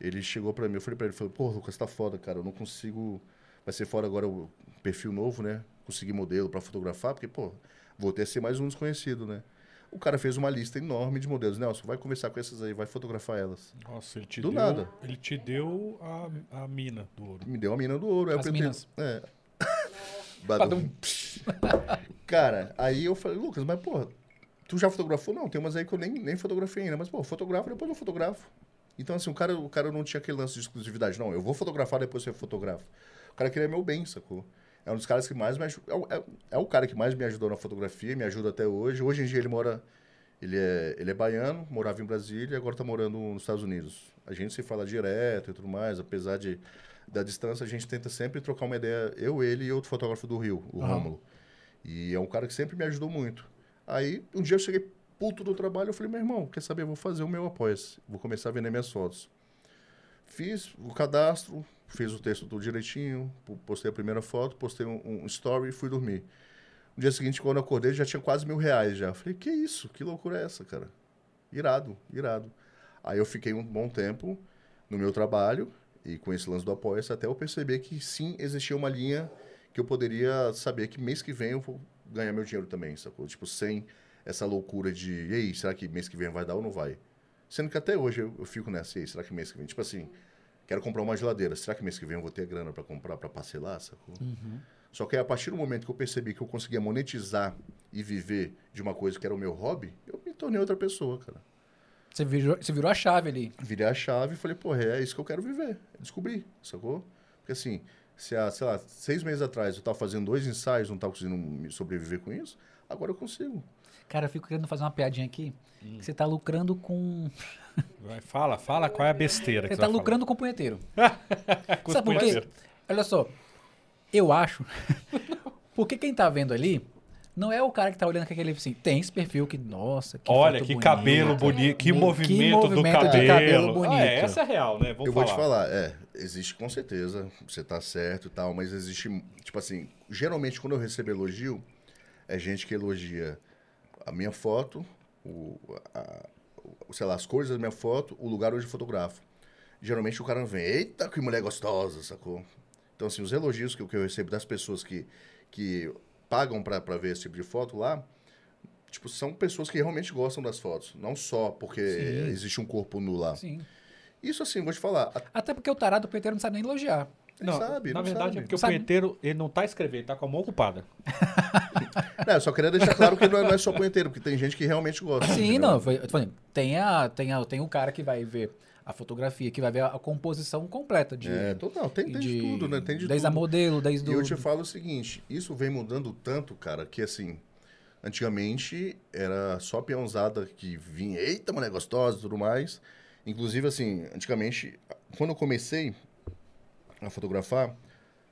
Speaker 3: ele chegou pra mim, eu falei pra ele, falei, pô, Lucas, tá foda, cara, eu não consigo... Vai ser fora agora o perfil novo, né? Conseguir modelo pra fotografar, porque, pô, vou ter que ser mais um desconhecido, né? O cara fez uma lista enorme de modelos. Nelson, vai conversar com essas aí, vai fotografar elas.
Speaker 1: Nossa, ele te
Speaker 3: Do
Speaker 1: deu.
Speaker 3: nada.
Speaker 1: Ele te deu a, a mina do ouro.
Speaker 3: Me deu a mina do ouro. Aí
Speaker 2: As
Speaker 3: eu pensei,
Speaker 2: minas.
Speaker 3: É. Badum. Cara, aí eu falei, Lucas, mas porra, tu já fotografou? Não, tem umas aí que eu nem, nem fotografei ainda. Mas, pô, eu fotografo, depois eu fotografo. Então, assim, o cara, o cara não tinha aquele lance de exclusividade. Não, eu vou fotografar, depois eu fotografo. O cara queria meu bem, sacou? É um dos caras que mais me ajudou. É, o- é- é o cara que mais me ajudou na fotografia, me ajuda até hoje. Hoje em dia ele mora. Ele é, ele é baiano, morava em Brasília e agora tá morando nos Estados Unidos. A gente se fala direto e tudo mais, apesar de, da distância, a gente tenta sempre trocar uma ideia, eu, ele e outro fotógrafo do Rio, o
Speaker 2: Aham.
Speaker 3: Rômulo. E é um cara que sempre me ajudou muito. Aí, um dia eu cheguei puto do trabalho, eu falei, meu irmão, quer saber, eu vou fazer o meu apoia-se, vou começar a vender minhas fotos. Fiz o cadastro, fiz o texto tudo direitinho, po- postei a primeira foto, postei um, um story e fui dormir. No dia seguinte, quando eu acordei, já tinha quase mil reais já. Falei, que isso? Que loucura é essa, cara? Irado, irado. Aí eu fiquei um bom tempo no meu trabalho e com esse lance do apoia-se até eu perceber que sim, existia uma linha que eu poderia saber que mês que vem eu vou ganhar meu dinheiro também, sacou? Tipo, sem essa loucura de, e aí, será que mês que vem vai dar ou não vai? Sendo que até hoje eu, eu fico nessa, e aí, será que mês que vem? Tipo assim, quero comprar uma geladeira, será que mês que vem eu vou ter grana para comprar, para parcelar, sacou? Só que aí, a partir do momento que eu percebi que eu conseguia monetizar e viver de uma coisa que era o meu hobby, eu me tornei outra pessoa, cara.
Speaker 2: Você virou, você virou a chave ali.
Speaker 3: Virei a chave e falei, porra, é isso que eu quero viver. Descobri, sacou? Porque assim, se há, sei lá, seis meses atrás eu tava fazendo dois ensaios, não tava conseguindo me sobreviver com isso, agora eu consigo.
Speaker 2: Cara, eu fico querendo fazer uma piadinha aqui. Que você tá lucrando com.
Speaker 1: Vai, fala, fala qual é a besteira que
Speaker 2: Você tá
Speaker 1: vai É, falar.
Speaker 2: lucrando com o punheteiro.
Speaker 1: Com os
Speaker 2: Sabe por quê?
Speaker 1: punheteiros.
Speaker 2: Olha só, eu acho. porque quem tá vendo ali não é o cara que tá olhando com aquele assim, tem esse perfil que, nossa, que
Speaker 1: Olha,
Speaker 2: foto
Speaker 1: que
Speaker 2: bonita." né?
Speaker 1: cabelo bonito, que
Speaker 2: Que
Speaker 1: movimento,
Speaker 2: movimento
Speaker 1: do
Speaker 2: de
Speaker 1: cabelo.
Speaker 2: cabelo
Speaker 1: Ah,
Speaker 2: bonito.
Speaker 1: é, essa é real, né? Vamos
Speaker 3: eu
Speaker 1: falar.
Speaker 3: vou te falar, é, existe com certeza, você tá certo e tal, mas existe, tipo assim, geralmente quando eu recebo elogio, é gente que elogia a minha foto, o, a- o- sei lá, as cores da minha foto, o lugar onde eu fotografo. Geralmente o cara vem, eita, que mulher gostosa, sacou? Então, assim, os elogios que, eu- que eu recebo das pessoas que, que pagam pra pra ver esse tipo de foto lá, tipo, são pessoas que realmente gostam das fotos. Não só porque
Speaker 2: Sim.
Speaker 3: existe um corpo nu lá.
Speaker 2: Sim.
Speaker 3: Isso, assim, vou te falar, a-
Speaker 2: Até porque o tarado do punheteiro não sabe nem elogiar.
Speaker 3: ele sabe,
Speaker 1: na
Speaker 3: não
Speaker 1: verdade
Speaker 3: sabe.
Speaker 1: é porque
Speaker 2: Sabe-
Speaker 1: o punheteiro, ele não tá escrevendo, ele tá com a mão ocupada.
Speaker 3: Não, eu só queria deixar claro que não é, não é só punheteiro, porque tem gente que realmente gosta.
Speaker 2: Sim,
Speaker 3: entendeu?
Speaker 2: não. foi- eu tô falando, Tem, a, tem, a, tem o cara que vai ver a fotografia, que vai ver a, a composição completa de.
Speaker 3: É, total, tem, tem de, tudo, né? Tem de
Speaker 2: desde a
Speaker 3: tudo.
Speaker 2: modelo, desde
Speaker 3: E
Speaker 2: o.
Speaker 3: eu te falo o seguinte, isso vem mudando tanto, cara, que assim, antigamente era só a peãozada que vinha, eita, mulher gostosa e tudo mais. Inclusive, assim, antigamente, quando eu comecei a fotografar,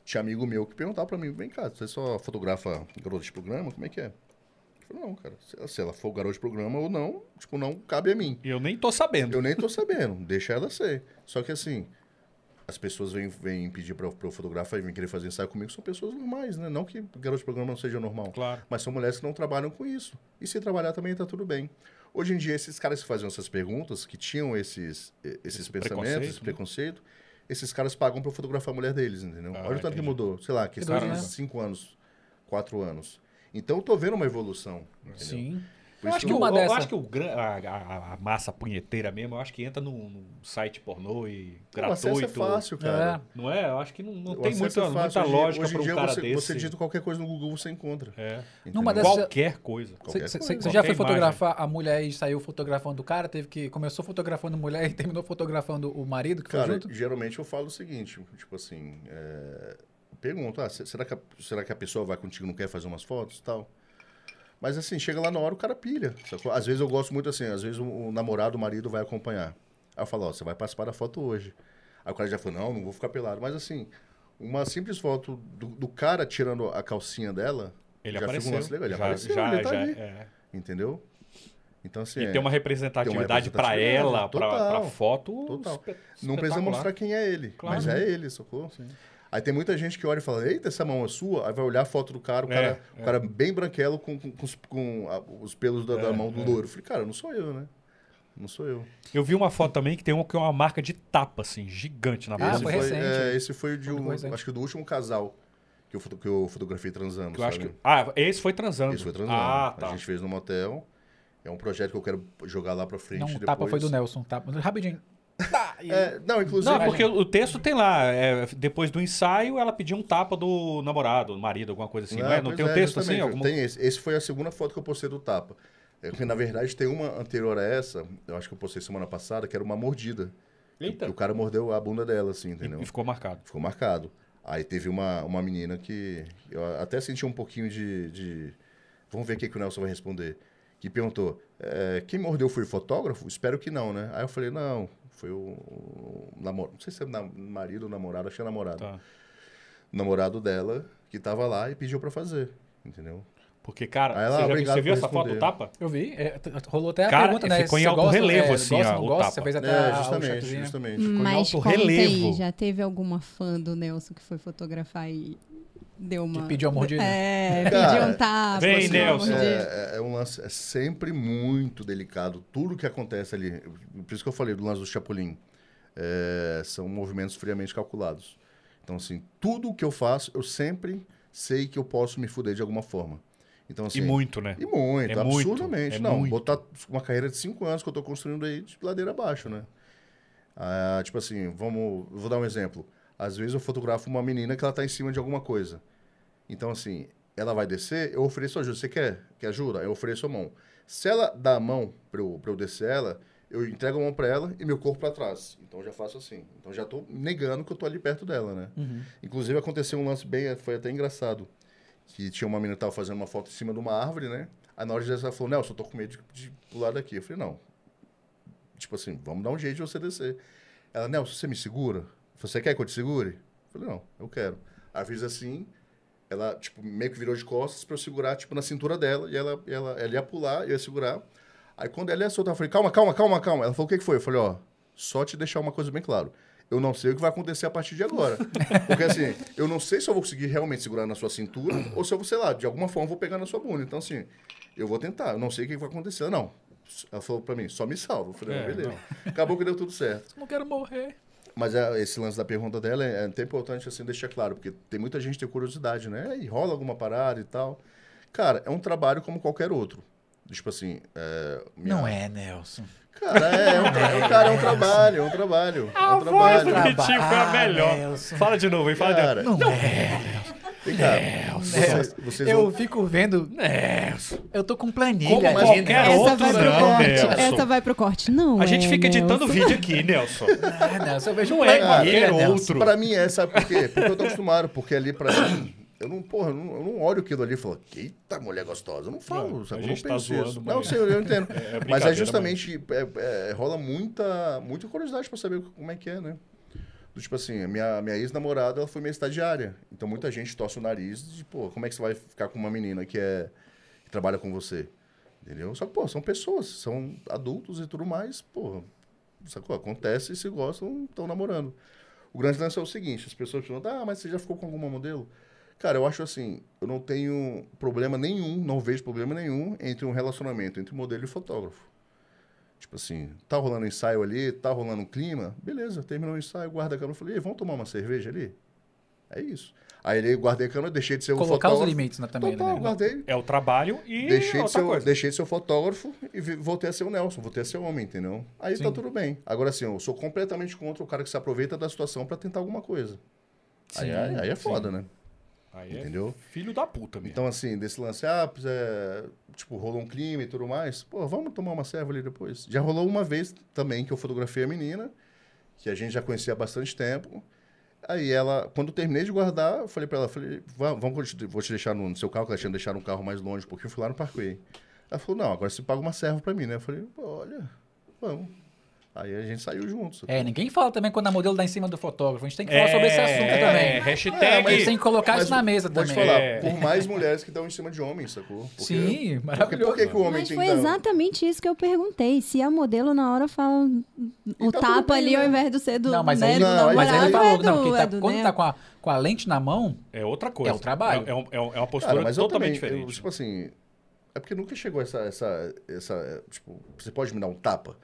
Speaker 3: tinha amigo meu que perguntava pra mim, vem cá, você só fotografa garoto de programa? Como é que é? Eu falei, não, cara, se ela- se ela for garoto de programa ou não, tipo, não cabe a mim.
Speaker 1: E eu nem tô sabendo.
Speaker 3: Eu nem tô sabendo, deixa ela ser. Só que assim, as pessoas vêm, vêm pedir pra, eu- pra eu fotografar e vêm querer fazer ensaio comigo, são pessoas normais, né? Não que garoto de programa não seja normal.
Speaker 1: Claro.
Speaker 3: Mas são mulheres que não trabalham com isso. E se trabalhar também tá tudo bem. Hoje em dia, esses caras que faziam essas perguntas, que tinham esses, eh, esses
Speaker 1: Esse
Speaker 3: pensamentos,
Speaker 1: preconceito,
Speaker 3: esse
Speaker 1: né?
Speaker 3: preconceito, esses caras pagam pra eu fotografar a mulher deles, entendeu?
Speaker 1: Ah,
Speaker 3: Olha o tanto
Speaker 1: entendi.
Speaker 3: que mudou. Sei lá, questão
Speaker 2: doido,
Speaker 3: de
Speaker 2: né?
Speaker 3: cinco anos, quatro anos. Então, eu tô vendo uma evolução. entendeu?
Speaker 2: Sim.
Speaker 3: Por
Speaker 1: Eu
Speaker 3: isso
Speaker 1: acho, que
Speaker 3: eu-
Speaker 1: o,
Speaker 2: Numa
Speaker 1: eu
Speaker 2: dessa.
Speaker 1: acho que o gran- a, a- a massa punheteira mesmo, eu acho que entra num, num site pornô e
Speaker 3: o acesso é
Speaker 1: gratuito.
Speaker 3: fácil, cara.
Speaker 1: Não é? Eu acho que não, não
Speaker 3: O
Speaker 1: tem
Speaker 3: acesso
Speaker 1: muita,
Speaker 3: é fácil.
Speaker 1: muita
Speaker 3: Hoje-
Speaker 1: lógica
Speaker 3: hoje em
Speaker 1: para um
Speaker 3: dia
Speaker 1: cara
Speaker 3: você,
Speaker 1: desse.
Speaker 3: Você digita qualquer coisa no Google, você encontra.
Speaker 1: É.
Speaker 2: Numa
Speaker 3: entendeu?
Speaker 2: dessas-
Speaker 1: Qualquer coisa.
Speaker 3: Qualquer
Speaker 2: Você
Speaker 3: coisa.
Speaker 2: já
Speaker 1: Qualquer
Speaker 2: foi
Speaker 1: imagem.
Speaker 2: fotografar a mulher e saiu fotografando o cara? Teve que. Começou fotografando a mulher e terminou fotografando o marido que foi
Speaker 3: Cara,
Speaker 2: junto?
Speaker 3: geralmente eu falo o seguinte, tipo assim, é, eu pergunto, ah, se- será, que a, será que a pessoa vai contigo e não quer fazer umas fotos e tal? Mas assim, chega lá na hora, o cara pilha. sacou? Às vezes eu gosto muito assim, às vezes o, o namorado, o marido vai acompanhar. Aí eu falo, ó, você vai participar da foto hoje. Aí o cara já falou, não, não vou ficar pelado. Mas assim, uma simples foto do, do cara tirando a calcinha dela,
Speaker 1: Ele
Speaker 3: Já fica um
Speaker 1: apareceu.
Speaker 3: lance legal, ele apareceu,
Speaker 1: já,
Speaker 3: ele tá
Speaker 1: já,
Speaker 3: ali.
Speaker 1: é.
Speaker 3: entendeu? Então assim,
Speaker 1: E
Speaker 3: é,
Speaker 1: tem uma representatividade para
Speaker 3: representatividade,
Speaker 1: ela, para
Speaker 3: total,
Speaker 1: foto.
Speaker 3: total.
Speaker 1: espe-
Speaker 3: não precisa
Speaker 1: espetacular.
Speaker 3: mostrar quem é ele,
Speaker 1: Claro. Uhum.
Speaker 3: mas é ele, sacou? Aí tem muita gente que olha e fala, eita, essa mão é sua? Aí vai olhar a foto do cara, o
Speaker 1: É,
Speaker 3: cara,
Speaker 1: é.
Speaker 3: O cara bem branquelo com, com, com os, com a- os pelos
Speaker 1: É,
Speaker 3: da, da mão do louro. Eu Falei, cara, não sou eu, né? Não sou eu.
Speaker 1: Eu vi uma foto também que tem uma, que é uma marca de tapa, assim, gigante na
Speaker 2: Ah,
Speaker 1: bunda.
Speaker 2: foi
Speaker 1: dele.
Speaker 2: recente,
Speaker 3: é,
Speaker 2: né?
Speaker 3: esse foi de
Speaker 2: Foi
Speaker 3: um,
Speaker 2: muito recente.
Speaker 3: acho que do último casal que eu, foto- que eu fotografei transando,
Speaker 1: Que eu acho
Speaker 3: sabe?
Speaker 1: que- Ah, esse foi transando.
Speaker 3: Esse foi transando.
Speaker 1: Ah, tá.
Speaker 3: A gente fez no motel. É um projeto que eu quero jogar lá pra frente
Speaker 2: Não,
Speaker 3: depois.
Speaker 2: tapa foi do Nelson. Tapa. Rapidinho. Tá, e-
Speaker 3: É, não, inclusive...
Speaker 1: Não, porque o texto tem lá, é, depois do ensaio, ela pediu um tapa do namorado, do marido, alguma coisa assim, não, é? Não
Speaker 3: pois
Speaker 1: tem o texto assim?
Speaker 3: Né? justamente,
Speaker 1: Alguma...
Speaker 3: Tem esse. Esse foi a segunda foto que eu postei do tapa. É, porque, na verdade, tem uma anterior a essa, eu acho que eu postei semana passada, que era uma mordida.
Speaker 1: Eita.
Speaker 3: Que o cara mordeu a bunda dela, assim, entendeu?
Speaker 1: E, e ficou marcado.
Speaker 3: Ficou marcado. Aí teve uma, uma menina que. Eu até senti um pouquinho de. de- Vamos ver o que, que o Nelson vai responder. Que perguntou: é, quem mordeu foi o fotógrafo? Espero que não, né? Aí eu falei: não, foi o, o namorado. Não sei se é na- marido ou namorado, achei namorado.
Speaker 1: Tá.
Speaker 3: Namorado dela, que tava lá e pediu pra fazer. Entendeu?
Speaker 1: Porque, cara,
Speaker 3: Aí ela,
Speaker 1: você, já viu,
Speaker 3: obrigado
Speaker 1: você viu
Speaker 3: por
Speaker 1: essa foto do
Speaker 3: responder.
Speaker 1: tapa?
Speaker 2: Eu vi. é, t- rolou até a
Speaker 1: Cara,
Speaker 2: pergunta, né?
Speaker 1: ficou em
Speaker 2: Você
Speaker 1: alto
Speaker 2: gosta,
Speaker 1: relevo,
Speaker 2: é,
Speaker 1: assim,
Speaker 2: gosta,
Speaker 1: a-
Speaker 2: não
Speaker 1: o
Speaker 2: gosta,
Speaker 1: tapa.
Speaker 2: Você fez até a-
Speaker 3: é,
Speaker 2: o
Speaker 3: justamente,
Speaker 2: shotzinho.
Speaker 3: justamente.
Speaker 5: Mas
Speaker 1: alto
Speaker 5: conta aí,
Speaker 1: relevo.
Speaker 5: já teve alguma fã do Nelson que foi fotografar e deu uma...
Speaker 2: Que pediu né? a mordida.
Speaker 5: É,
Speaker 3: Cara,
Speaker 5: pediu um tapa.
Speaker 1: Vem,
Speaker 5: assim, uma
Speaker 1: Nelson.
Speaker 5: mordida.
Speaker 3: É, é- é um lance é sempre muito delicado. Tudo que acontece ali, por isso que eu falei do lance do Chapolin, é, são movimentos friamente calculados. Então, assim, tudo que eu faço, eu sempre sei que eu posso me fuder de alguma forma. Então, assim,
Speaker 1: E muito, né?
Speaker 3: E muito,
Speaker 1: É muito,
Speaker 3: absurdamente.
Speaker 1: é
Speaker 3: Não,
Speaker 1: muito.
Speaker 3: botar uma carreira de cinco anos que eu tô construindo aí de ladeira abaixo, né? Ah, tipo assim, vamos. Vou dar um exemplo. Às vezes eu fotografo uma menina que ela tá em cima de alguma coisa. Então, assim, ela vai descer, eu ofereço ajuda. Você quer? Quer ajuda? Eu ofereço a mão. Se ela dá a mão pra eu, pra eu descer ela, eu entrego a mão pra ela e meu corpo pra trás. Então eu já faço assim. Então eu já tô negando que eu tô ali perto dela, né?
Speaker 2: Uhum.
Speaker 3: Inclusive aconteceu um lance bem, foi até engraçado. Que tinha uma menina que tava fazendo uma foto em cima de uma árvore, né? Aí na hora dessa ela falou, Nelson, eu tô com medo de, de pular daqui. Eu falei, não. Tipo assim, vamos dar um jeito de você descer. Ela, Nelson, você me segura? Você quer que eu te segure? Eu falei, não, eu quero. Aí eu fiz assim, ela, tipo, meio que virou de costas pra eu segurar, tipo, na cintura dela. E ela, ela, ela ia pular, eu ia segurar. Aí quando ela ia soltar, eu falei, calma, calma, calma, calma. Ela falou, o que, que foi? Eu falei, ó, só te deixar uma coisa bem claro. Eu não sei o que vai acontecer a partir de agora. Porque assim, eu não sei se eu vou conseguir realmente segurar na sua cintura ou se eu vou, sei lá, de alguma forma eu vou pegar na sua bunda. Então assim, eu vou tentar, eu não sei o que vai acontecer. Ela, Não. Ela falou pra mim, só me salva. Eu falei,
Speaker 1: É,
Speaker 3: não, beleza. Acabou que deu tudo certo.
Speaker 2: Não quero morrer.
Speaker 3: Mas é, esse lance da pergunta dela é, é até importante assim deixar claro, porque tem muita gente que tem curiosidade, né? E rola alguma parada e tal. Cara, é um trabalho como qualquer outro. Tipo assim, é, minha-
Speaker 2: Não é, Nelson.
Speaker 3: Cara, é, é um, tra- é um- cara, é um trabalho, é um trabalho. É um
Speaker 1: Mas o Vitinho
Speaker 3: trabalho.
Speaker 1: foi tipo, é a
Speaker 2: Ah,
Speaker 1: melhor.
Speaker 2: Nelson.
Speaker 1: Fala de novo, hein? Fala de novo.
Speaker 3: Cara,
Speaker 2: Não é.
Speaker 3: vem cá. Vocês, vocês
Speaker 2: Eu
Speaker 3: vão-
Speaker 2: fico vendo.
Speaker 1: Nelson.
Speaker 2: Eu tô com planilha.
Speaker 1: Como
Speaker 2: ali, né?
Speaker 1: qualquer
Speaker 2: Nelson.
Speaker 1: outro.
Speaker 3: é
Speaker 5: Essa vai pro
Speaker 1: não,
Speaker 5: corte.
Speaker 1: Nelson.
Speaker 5: Essa vai pro corte. Não
Speaker 1: A gente
Speaker 5: é,
Speaker 1: fica editando
Speaker 5: Nelson.
Speaker 1: vídeo aqui, Nelson.
Speaker 2: Ah, Nelson, eu vejo
Speaker 1: Não é
Speaker 2: planilha,
Speaker 1: qualquer
Speaker 2: Nelson.
Speaker 1: outro.
Speaker 3: Pra mim é, sabe por quê? Porque eu tô acostumado, porque ali pra mim, eu não, porra, eu não, eu não olho aquilo ali e falo, eita mulher gostosa. Eu não falo,
Speaker 1: Não,
Speaker 3: sabe?
Speaker 1: a
Speaker 3: Eu não
Speaker 1: gente tá
Speaker 3: penso
Speaker 1: zoando,
Speaker 3: isso.
Speaker 1: mas-
Speaker 3: Não, sei, eu entendo.
Speaker 1: É- é
Speaker 3: mas é
Speaker 1: brincadeira,
Speaker 3: justamente, é- é- rola muita, muita curiosidade pra saber como é que é, né? Do tipo assim, a minha, minha ex-namorada, ela foi minha estagiária. Então muita gente torce o nariz de, pô, como é que você vai ficar com uma menina que é que trabalha com você? Entendeu? Só que, pô, são pessoas, são adultos e tudo mais, porra. Sacou? Acontece e se gostam, estão namorando. O grande lance é o seguinte: as pessoas perguntam, ah, mas você já ficou com alguma modelo? Cara, eu acho assim, eu não tenho problema nenhum, não vejo problema nenhum entre um relacionamento entre modelo e fotógrafo. Tipo assim, tá rolando um ensaio ali, tá rolando um clima, beleza, terminou o ensaio, guarda a câmera, eu falei, "Ei, vamos tomar uma cerveja ali? É isso. Aí ele guardei a câmera, deixei de ser um
Speaker 2: Colocar os
Speaker 3: fotógrafo.
Speaker 2: limites na também,
Speaker 3: Total,
Speaker 2: né?
Speaker 3: guardei.
Speaker 1: É o trabalho e
Speaker 3: Deixei de,
Speaker 1: outra
Speaker 3: ser, o-
Speaker 1: coisa.
Speaker 3: deixei de ser o fotógrafo e vi- voltei a ser o Nelson, voltei a ser o homem, entendeu? Aí tá
Speaker 2: Sim.
Speaker 3: tudo bem. Agora assim, eu sou completamente contra o cara que se aproveita da situação pra tentar alguma coisa. Aí,
Speaker 2: Sim,
Speaker 3: aí, aí é
Speaker 2: sim.
Speaker 3: foda, né?
Speaker 1: Aí é
Speaker 3: Entendeu?
Speaker 1: filho da puta mesmo.
Speaker 3: Então, assim, desse lance, ah, pois é, tipo, rolou um clima e tudo mais. Pô, vamos tomar uma serva ali depois. Já rolou uma vez também que eu fotografei a menina, que a gente já conhecia há bastante tempo. Aí ela, quando eu terminei de guardar, eu falei pra ela, falei, "Va- vamos, que eu te- vou te deixar no, no seu carro, que ela tinha deixado um carro mais longe, porque eu fui lá no Parkway. Ela falou, não, agora você paga uma serva pra mim, né? Eu falei, "Pô, olha, vamos. Aí a gente saiu juntos.
Speaker 2: É, ninguém fala também quando a modelo dá em cima do fotógrafo. A gente tem que falar sobre esse assunto
Speaker 1: é,
Speaker 2: também.
Speaker 1: Hashtag.
Speaker 3: É,
Speaker 2: A gente tem que colocar
Speaker 3: Mas
Speaker 2: isso na mesa
Speaker 3: Vou te
Speaker 2: também.
Speaker 3: falar,
Speaker 1: É.
Speaker 3: por mais mulheres que dão em cima de homens, sacou? Porque-
Speaker 2: Sim,
Speaker 3: Porque,
Speaker 2: maravilhoso.
Speaker 3: por que, que o homem
Speaker 5: Mas
Speaker 3: tem
Speaker 5: foi
Speaker 3: que dar- um-
Speaker 5: exatamente isso que eu perguntei. Se a modelo na hora fala um, o
Speaker 3: tá tudo
Speaker 5: tapa
Speaker 3: bem,
Speaker 5: ali
Speaker 3: né?
Speaker 5: ao invés do ser do,
Speaker 2: Não, mas
Speaker 5: né,
Speaker 2: aí,
Speaker 5: do
Speaker 3: Não,
Speaker 5: namorado,
Speaker 2: mas aí ele
Speaker 5: é
Speaker 2: falou,
Speaker 5: do,
Speaker 2: não, porque tá-
Speaker 5: é do,
Speaker 2: quando
Speaker 5: né?
Speaker 2: tá com a, com a lente na mão,
Speaker 1: É outra coisa.
Speaker 2: É o trabalho.
Speaker 1: É, é um- é um- é uma postura
Speaker 3: Cara, mas eu
Speaker 1: totalmente
Speaker 3: também, eu,
Speaker 1: diferente.
Speaker 3: tipo assim, é porque nunca chegou essa, essa, essa, é, tipo, você pode me dar um tapa,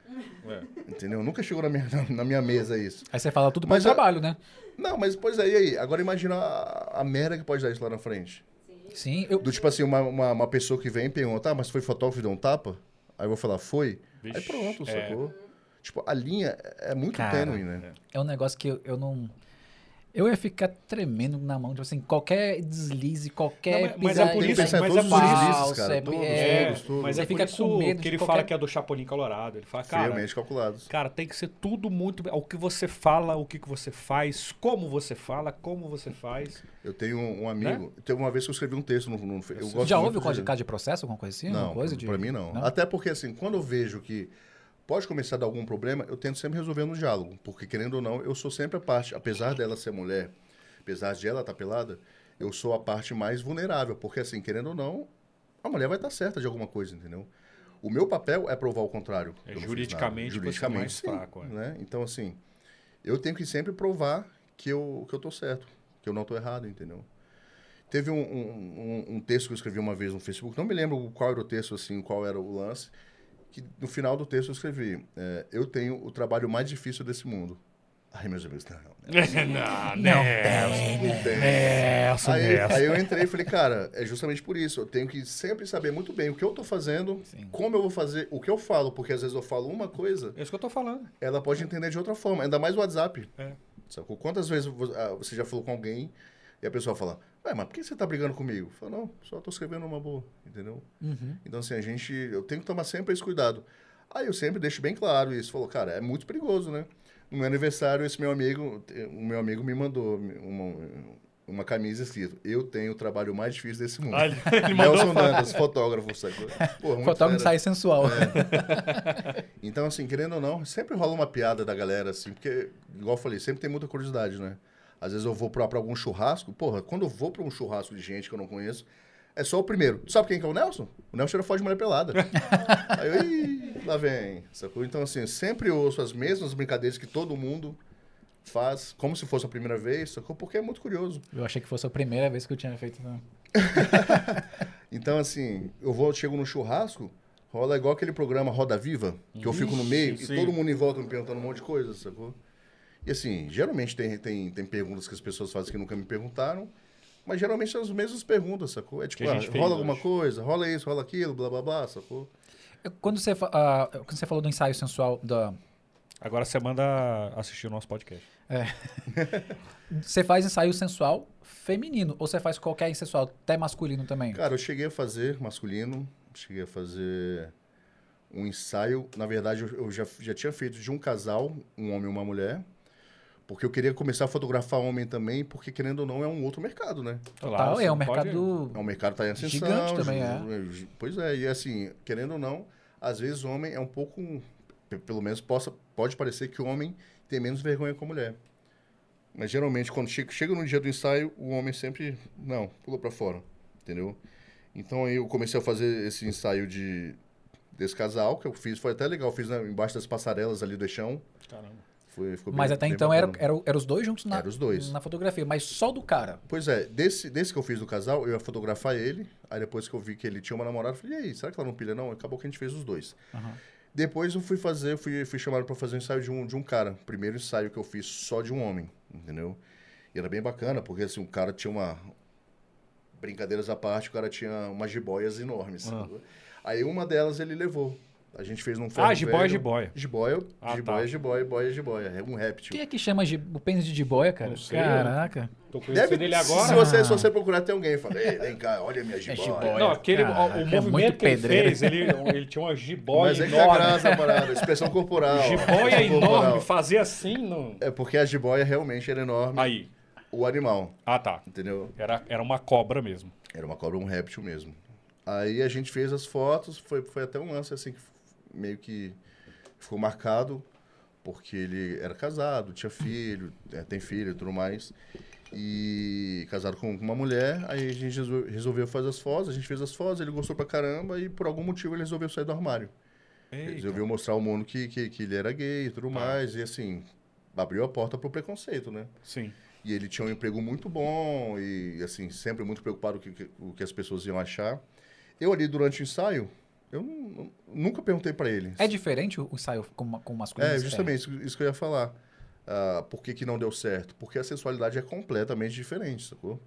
Speaker 1: É.
Speaker 3: entendeu? Nunca chegou na minha, na, na minha mesa isso.
Speaker 2: aí você fala tudo pro
Speaker 3: Mas a-
Speaker 2: trabalho, né?
Speaker 3: Não, mas pois aí, aí, agora imagina a, a merda que pode dar isso lá na frente.
Speaker 2: Sim, eu,
Speaker 3: Do tipo assim, uma, uma, uma pessoa que vem e pergunta, ah, mas foi fotógrafo e deu um tapa? Aí eu vou falar, foi? aí
Speaker 1: Vixe,
Speaker 3: pronto,
Speaker 1: é.
Speaker 3: sacou? Tipo, a linha é muito
Speaker 2: Cara,
Speaker 3: tênue, né?
Speaker 2: é um negócio que eu, eu não... Eu ia ficar tremendo na mão, tipo assim, qualquer deslize, qualquer
Speaker 1: Não, mas- mas
Speaker 2: pisada
Speaker 1: é por
Speaker 2: em
Speaker 1: isso-
Speaker 2: pé,
Speaker 1: mas
Speaker 3: todos
Speaker 1: é
Speaker 3: os
Speaker 1: por isso-
Speaker 3: deslizes, cara.
Speaker 2: é-
Speaker 3: todos,
Speaker 2: é,
Speaker 3: todos, todos.
Speaker 1: Mas
Speaker 2: Você
Speaker 1: é
Speaker 2: fica
Speaker 1: por isso
Speaker 2: com medo de
Speaker 1: que ele
Speaker 2: qualquer-
Speaker 1: fala que é do Chapolin Colorado. Ele fala, cara,
Speaker 3: Friamente calculados.
Speaker 1: Cara, tem que ser tudo muito. É O que você fala, o que que você faz, como você fala, como você faz.
Speaker 3: Eu tenho um um amigo,
Speaker 1: Né?
Speaker 3: teve uma vez que eu escrevi um texto no... no eu gosto
Speaker 2: Já
Speaker 3: muito
Speaker 2: houve o
Speaker 3: de-
Speaker 2: código de processo, alguma coisa assim?
Speaker 3: Não,
Speaker 2: alguma coisa
Speaker 3: pra-
Speaker 2: de...
Speaker 3: pra mim não.
Speaker 2: não?
Speaker 3: Até porque, assim, quando eu vejo que pode começar a dar algum problema, eu tento sempre resolver no diálogo. Porque, querendo ou não, eu sou sempre a parte, apesar dela ser mulher, apesar de ela estar pelada, eu sou a parte mais vulnerável. Porque, assim, querendo ou não, a mulher vai estar certa de alguma coisa, entendeu? O meu papel é provar o contrário.
Speaker 1: É,
Speaker 3: Eu não fiz
Speaker 1: juridicamente,
Speaker 3: nada.
Speaker 1: você é mais fraco, é.
Speaker 3: né? Então, assim, eu tenho que sempre provar que eu, que eu tô certo, que eu não tô errado, entendeu? Teve um, um, um- um texto que eu escrevi uma vez no Facebook, não me lembro qual era o texto, assim, qual era o lance, que no final do texto eu escrevi, é, eu tenho o trabalho mais difícil desse mundo. Ai, meus amigos, tá, não, não,
Speaker 1: não, É
Speaker 3: não tem.
Speaker 1: Nelson,
Speaker 3: Aí,
Speaker 1: Nelson.
Speaker 3: aí eu entrei e falei, cara, é justamente por isso. Eu tenho que sempre saber muito bem o que eu tô fazendo,
Speaker 2: Sim.
Speaker 3: como eu vou fazer, o que eu falo, porque às vezes eu falo uma coisa,
Speaker 1: É isso que eu tô falando.
Speaker 3: ela pode entender de outra forma, ainda mais o WhatsApp.
Speaker 1: É.
Speaker 3: Sacou? Quantas vezes vo- ah, você já falou com alguém e a pessoa fala, ué, mas por que você tá brigando comigo? Eu falo, não, só tô escrevendo uma boa, entendeu?
Speaker 2: Uhum.
Speaker 3: Então, assim, a gente. Eu tenho que tomar sempre esse cuidado. Aí eu sempre deixo bem claro isso. Falou, cara, é muito perigoso, né? No meu aniversário, esse meu amigo, o meu amigo me mandou uma, uma camisa escrito: Eu tenho o trabalho mais difícil desse mundo.
Speaker 1: ele
Speaker 3: Nelson Dantas, fotógrafo, sacou? Porra, muito É.
Speaker 2: Fotógrafo
Speaker 3: fera.
Speaker 2: sai sensual.
Speaker 3: Então, assim, querendo ou não, sempre rola uma piada da galera, assim, porque, igual eu falei, sempre tem muita curiosidade, né? Às vezes eu vou pra, pra algum churrasco, porra, quando eu vou pra um churrasco de gente que eu não conheço, é só o primeiro. Tu sabe quem que é o Nelson? O Nelson era foto de mulher pelada. Aí eu, "Ih, lá vem, sacou? Então, assim, eu sempre ouço as mesmas brincadeiras que todo mundo faz, como se fosse a primeira vez, sacou? Porque é muito curioso.
Speaker 2: Eu achei que fosse a primeira vez que eu tinha feito. né?
Speaker 3: Então, assim, eu vou, chego no churrasco, rola igual aquele programa Roda Viva, que eu fico no
Speaker 1: Ixi,
Speaker 3: meio
Speaker 1: sim.
Speaker 3: e todo mundo em volta me perguntando um monte de coisa, sacou? E assim, geralmente tem, tem, tem perguntas que as pessoas fazem que nunca me perguntaram, mas geralmente são as mesmas perguntas, sacou? É tipo,
Speaker 1: Que a
Speaker 3: ah,
Speaker 1: gente fez
Speaker 3: rola alguma
Speaker 1: hoje.
Speaker 3: coisa, rola isso, rola aquilo, blá blá blá, sacou?
Speaker 2: Quando você, fa- ah, quando você falou do ensaio sensual, da,
Speaker 1: Agora você manda assistir o nosso podcast.
Speaker 2: você faz ensaio sensual feminino, ou você faz qualquer ensaio sensual, até masculino também?
Speaker 3: Cara, eu cheguei a fazer masculino, cheguei a fazer um ensaio. Na verdade, eu- eu já, já tinha feito de um casal, um homem e uma mulher, porque eu queria começar a fotografar homem também, porque querendo ou não, é um outro mercado, né?
Speaker 2: Tal,
Speaker 1: você
Speaker 2: é um
Speaker 1: não pode-
Speaker 2: mercado
Speaker 3: É um mercado que tá em ascensão.
Speaker 2: Gigante também,
Speaker 3: ju- ju- Pois é, e assim, querendo ou não, às vezes o homem é um pouco, pe- pelo menos possa, pode parecer que o homem tem menos vergonha com a mulher. Mas geralmente quando chega, chega no dia do ensaio, o homem sempre, não, pula pra fora, entendeu? Então aí eu comecei a fazer esse ensaio de desse casal que eu fiz, foi até legal, eu fiz na- embaixo das passarelas ali do chão.
Speaker 1: Caramba.
Speaker 3: Foi, ficou
Speaker 2: Mas
Speaker 3: bem-
Speaker 2: até
Speaker 3: bem
Speaker 2: então eram
Speaker 3: bacana.
Speaker 2: era, era os dois juntos na,
Speaker 3: Era os dois.
Speaker 2: na fotografia, mas só do cara.
Speaker 3: Pois é, desse, desse que eu fiz do casal, eu ia fotografar ele. Aí depois que eu vi que ele tinha uma namorada, eu falei, e aí, será que ela não pilha não? Acabou que a gente fez os dois.
Speaker 2: Aham.
Speaker 3: Depois eu fui fazer, fui, fui chamado pra fazer um ensaio de um, de um cara. Primeiro ensaio que eu fiz só de um homem, entendeu? E era bem bacana, porque assim, o cara tinha uma. Brincadeiras à parte, o cara tinha umas jiboias enormes.
Speaker 1: Ah.
Speaker 3: sabe? Aí uma delas ele levou. A gente fez num ferro
Speaker 1: Ah, jiboia,
Speaker 3: velho.
Speaker 1: jiboia.
Speaker 3: Jiboia,
Speaker 1: Ah,
Speaker 3: jiboia,
Speaker 1: tá.
Speaker 3: jiboia, boia, jiboia. É um réptil.
Speaker 2: Quem é que chama de- o pênis de jiboia, cara?
Speaker 1: Não sei,
Speaker 2: Caraca.
Speaker 1: Tô conhecendo ele
Speaker 3: Se
Speaker 1: agora.
Speaker 3: você, se você procurar, tem alguém. Fala, ei, vem cá, olha a minha jiboia.
Speaker 2: jiboia.
Speaker 1: Não, aquele,
Speaker 2: Caraca,
Speaker 1: o- o
Speaker 2: é
Speaker 1: movimento
Speaker 2: muito
Speaker 1: que ele
Speaker 2: pedreiro.
Speaker 1: fez, ele, ele tinha uma jiboia
Speaker 3: Mas é que tá
Speaker 1: enorme.
Speaker 3: graça a parada, expressão corporal.
Speaker 1: jiboia
Speaker 3: expressão corporal.
Speaker 1: enorme, fazer assim não.
Speaker 3: É porque a jiboia realmente era enorme,
Speaker 1: Aí.
Speaker 3: o animal,
Speaker 1: Ah, tá.
Speaker 3: entendeu?
Speaker 1: Era, era uma cobra mesmo.
Speaker 3: Era uma cobra, um réptil mesmo. Aí a gente fez as fotos, foi, foi até um lance assim que f- meio que ficou marcado, porque ele era casado, tinha filho, é, tem filho e tudo mais. E casado com com uma mulher, aí a gente resol- resolveu fazer as fotos, a gente fez as fotos, ele gostou pra caramba e por algum motivo ele resolveu sair do armário. Resolveu mostrar ao mundo que, que, que ele era gay e tudo mais. E assim, abriu a porta pro preconceito, né?
Speaker 1: Sim.
Speaker 3: E ele tinha um emprego muito bom e, assim, sempre muito preocupado com o que, o que as pessoas iam achar. Eu ali, durante o ensaio, eu nu- nu- nunca perguntei pra ele.
Speaker 2: É né, diferente o o ensaio com, ma- com masculino?
Speaker 3: É,
Speaker 2: e
Speaker 3: justamente isso, isso que eu ia falar. Ah, por que, que não deu certo? Porque a sexualidade é completamente diferente, sacou?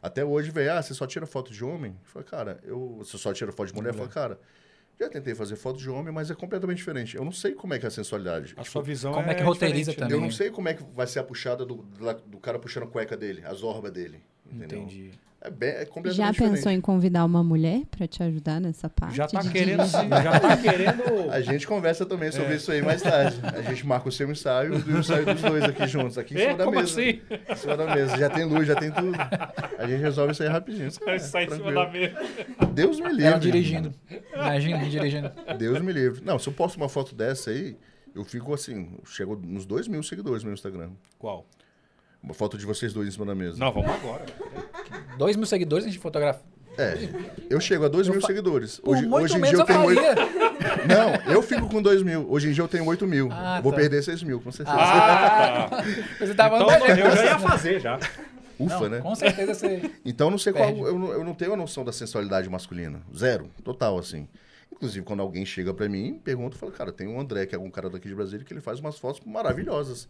Speaker 3: Até hoje, velho, ah, você só tira foto de homem? Eu falei, cara, eu. Você só tira foto de mulher? Eu falei, cara, já tentei fazer foto de homem, mas é completamente diferente. Eu não sei como é que é a sensualidade.
Speaker 1: A sua visão
Speaker 2: como é que
Speaker 1: é
Speaker 2: roteiriza
Speaker 1: diferente,
Speaker 3: Eu
Speaker 2: também,
Speaker 1: né?
Speaker 3: não
Speaker 2: né?
Speaker 3: sei como é que vai ser a puxada do, da- do cara puxando a cueca dele, as orbas dele. Entendeu?
Speaker 2: Entendi.
Speaker 3: É, bem, é
Speaker 5: Já
Speaker 3: completamente
Speaker 5: pensou
Speaker 3: diferente.
Speaker 5: em convidar uma mulher pra te ajudar nessa parte?
Speaker 1: Já tá
Speaker 5: de
Speaker 1: querendo.
Speaker 5: dirigir?
Speaker 1: Já tá querendo.
Speaker 3: A gente conversa também sobre isso aí mais tarde. A gente marca o seu ensaio e o ensaio dos dois aqui juntos, aqui em cima
Speaker 1: É,
Speaker 3: da
Speaker 1: como
Speaker 3: mesa.
Speaker 1: assim?
Speaker 3: Em cima da mesa. Já tem luz, já tem tudo. A gente resolve isso aí rapidinho. Isso é
Speaker 1: Sai em cima
Speaker 3: tranquilo.
Speaker 1: da mesa.
Speaker 3: Deus me livre.
Speaker 2: Ela dirigindo. Imagina, ele dirigindo.
Speaker 3: Deus me livre. Não, se eu posto uma foto dessa aí, eu fico assim, eu chego nos dois mil seguidores no meu Instagram.
Speaker 1: Qual?
Speaker 3: Uma foto de vocês dois em cima da mesa.
Speaker 1: Não, vamos agora.
Speaker 2: Dois mil seguidores a gente fotografa.
Speaker 3: É, eu chego a dois mil seguidores.
Speaker 2: Por
Speaker 3: Hoje,
Speaker 2: muito
Speaker 3: hoje em
Speaker 2: menos
Speaker 3: dia eu
Speaker 2: eu
Speaker 3: tenho oito.
Speaker 2: faria.
Speaker 3: Não, eu fico com 2 mil. Hoje em dia eu tenho 8 mil.
Speaker 2: Ah,
Speaker 3: Eu vou
Speaker 2: tá.
Speaker 3: perder 6 mil, com certeza.
Speaker 1: Ah, tá.
Speaker 2: Você tava
Speaker 1: Então
Speaker 2: andando.
Speaker 1: eu já ia fazer já.
Speaker 3: Ufa,
Speaker 2: Não,
Speaker 3: né?
Speaker 2: Com certeza você...
Speaker 3: Então não sei qual.
Speaker 2: Perde.
Speaker 3: Eu, não- eu não tenho a noção da sensualidade masculina. Zero. Total, assim. Inclusive, quando alguém chega pra mim, pergunta, eu falo, cara, tem um André, que é um cara daqui de Brasília, que ele faz umas fotos maravilhosas.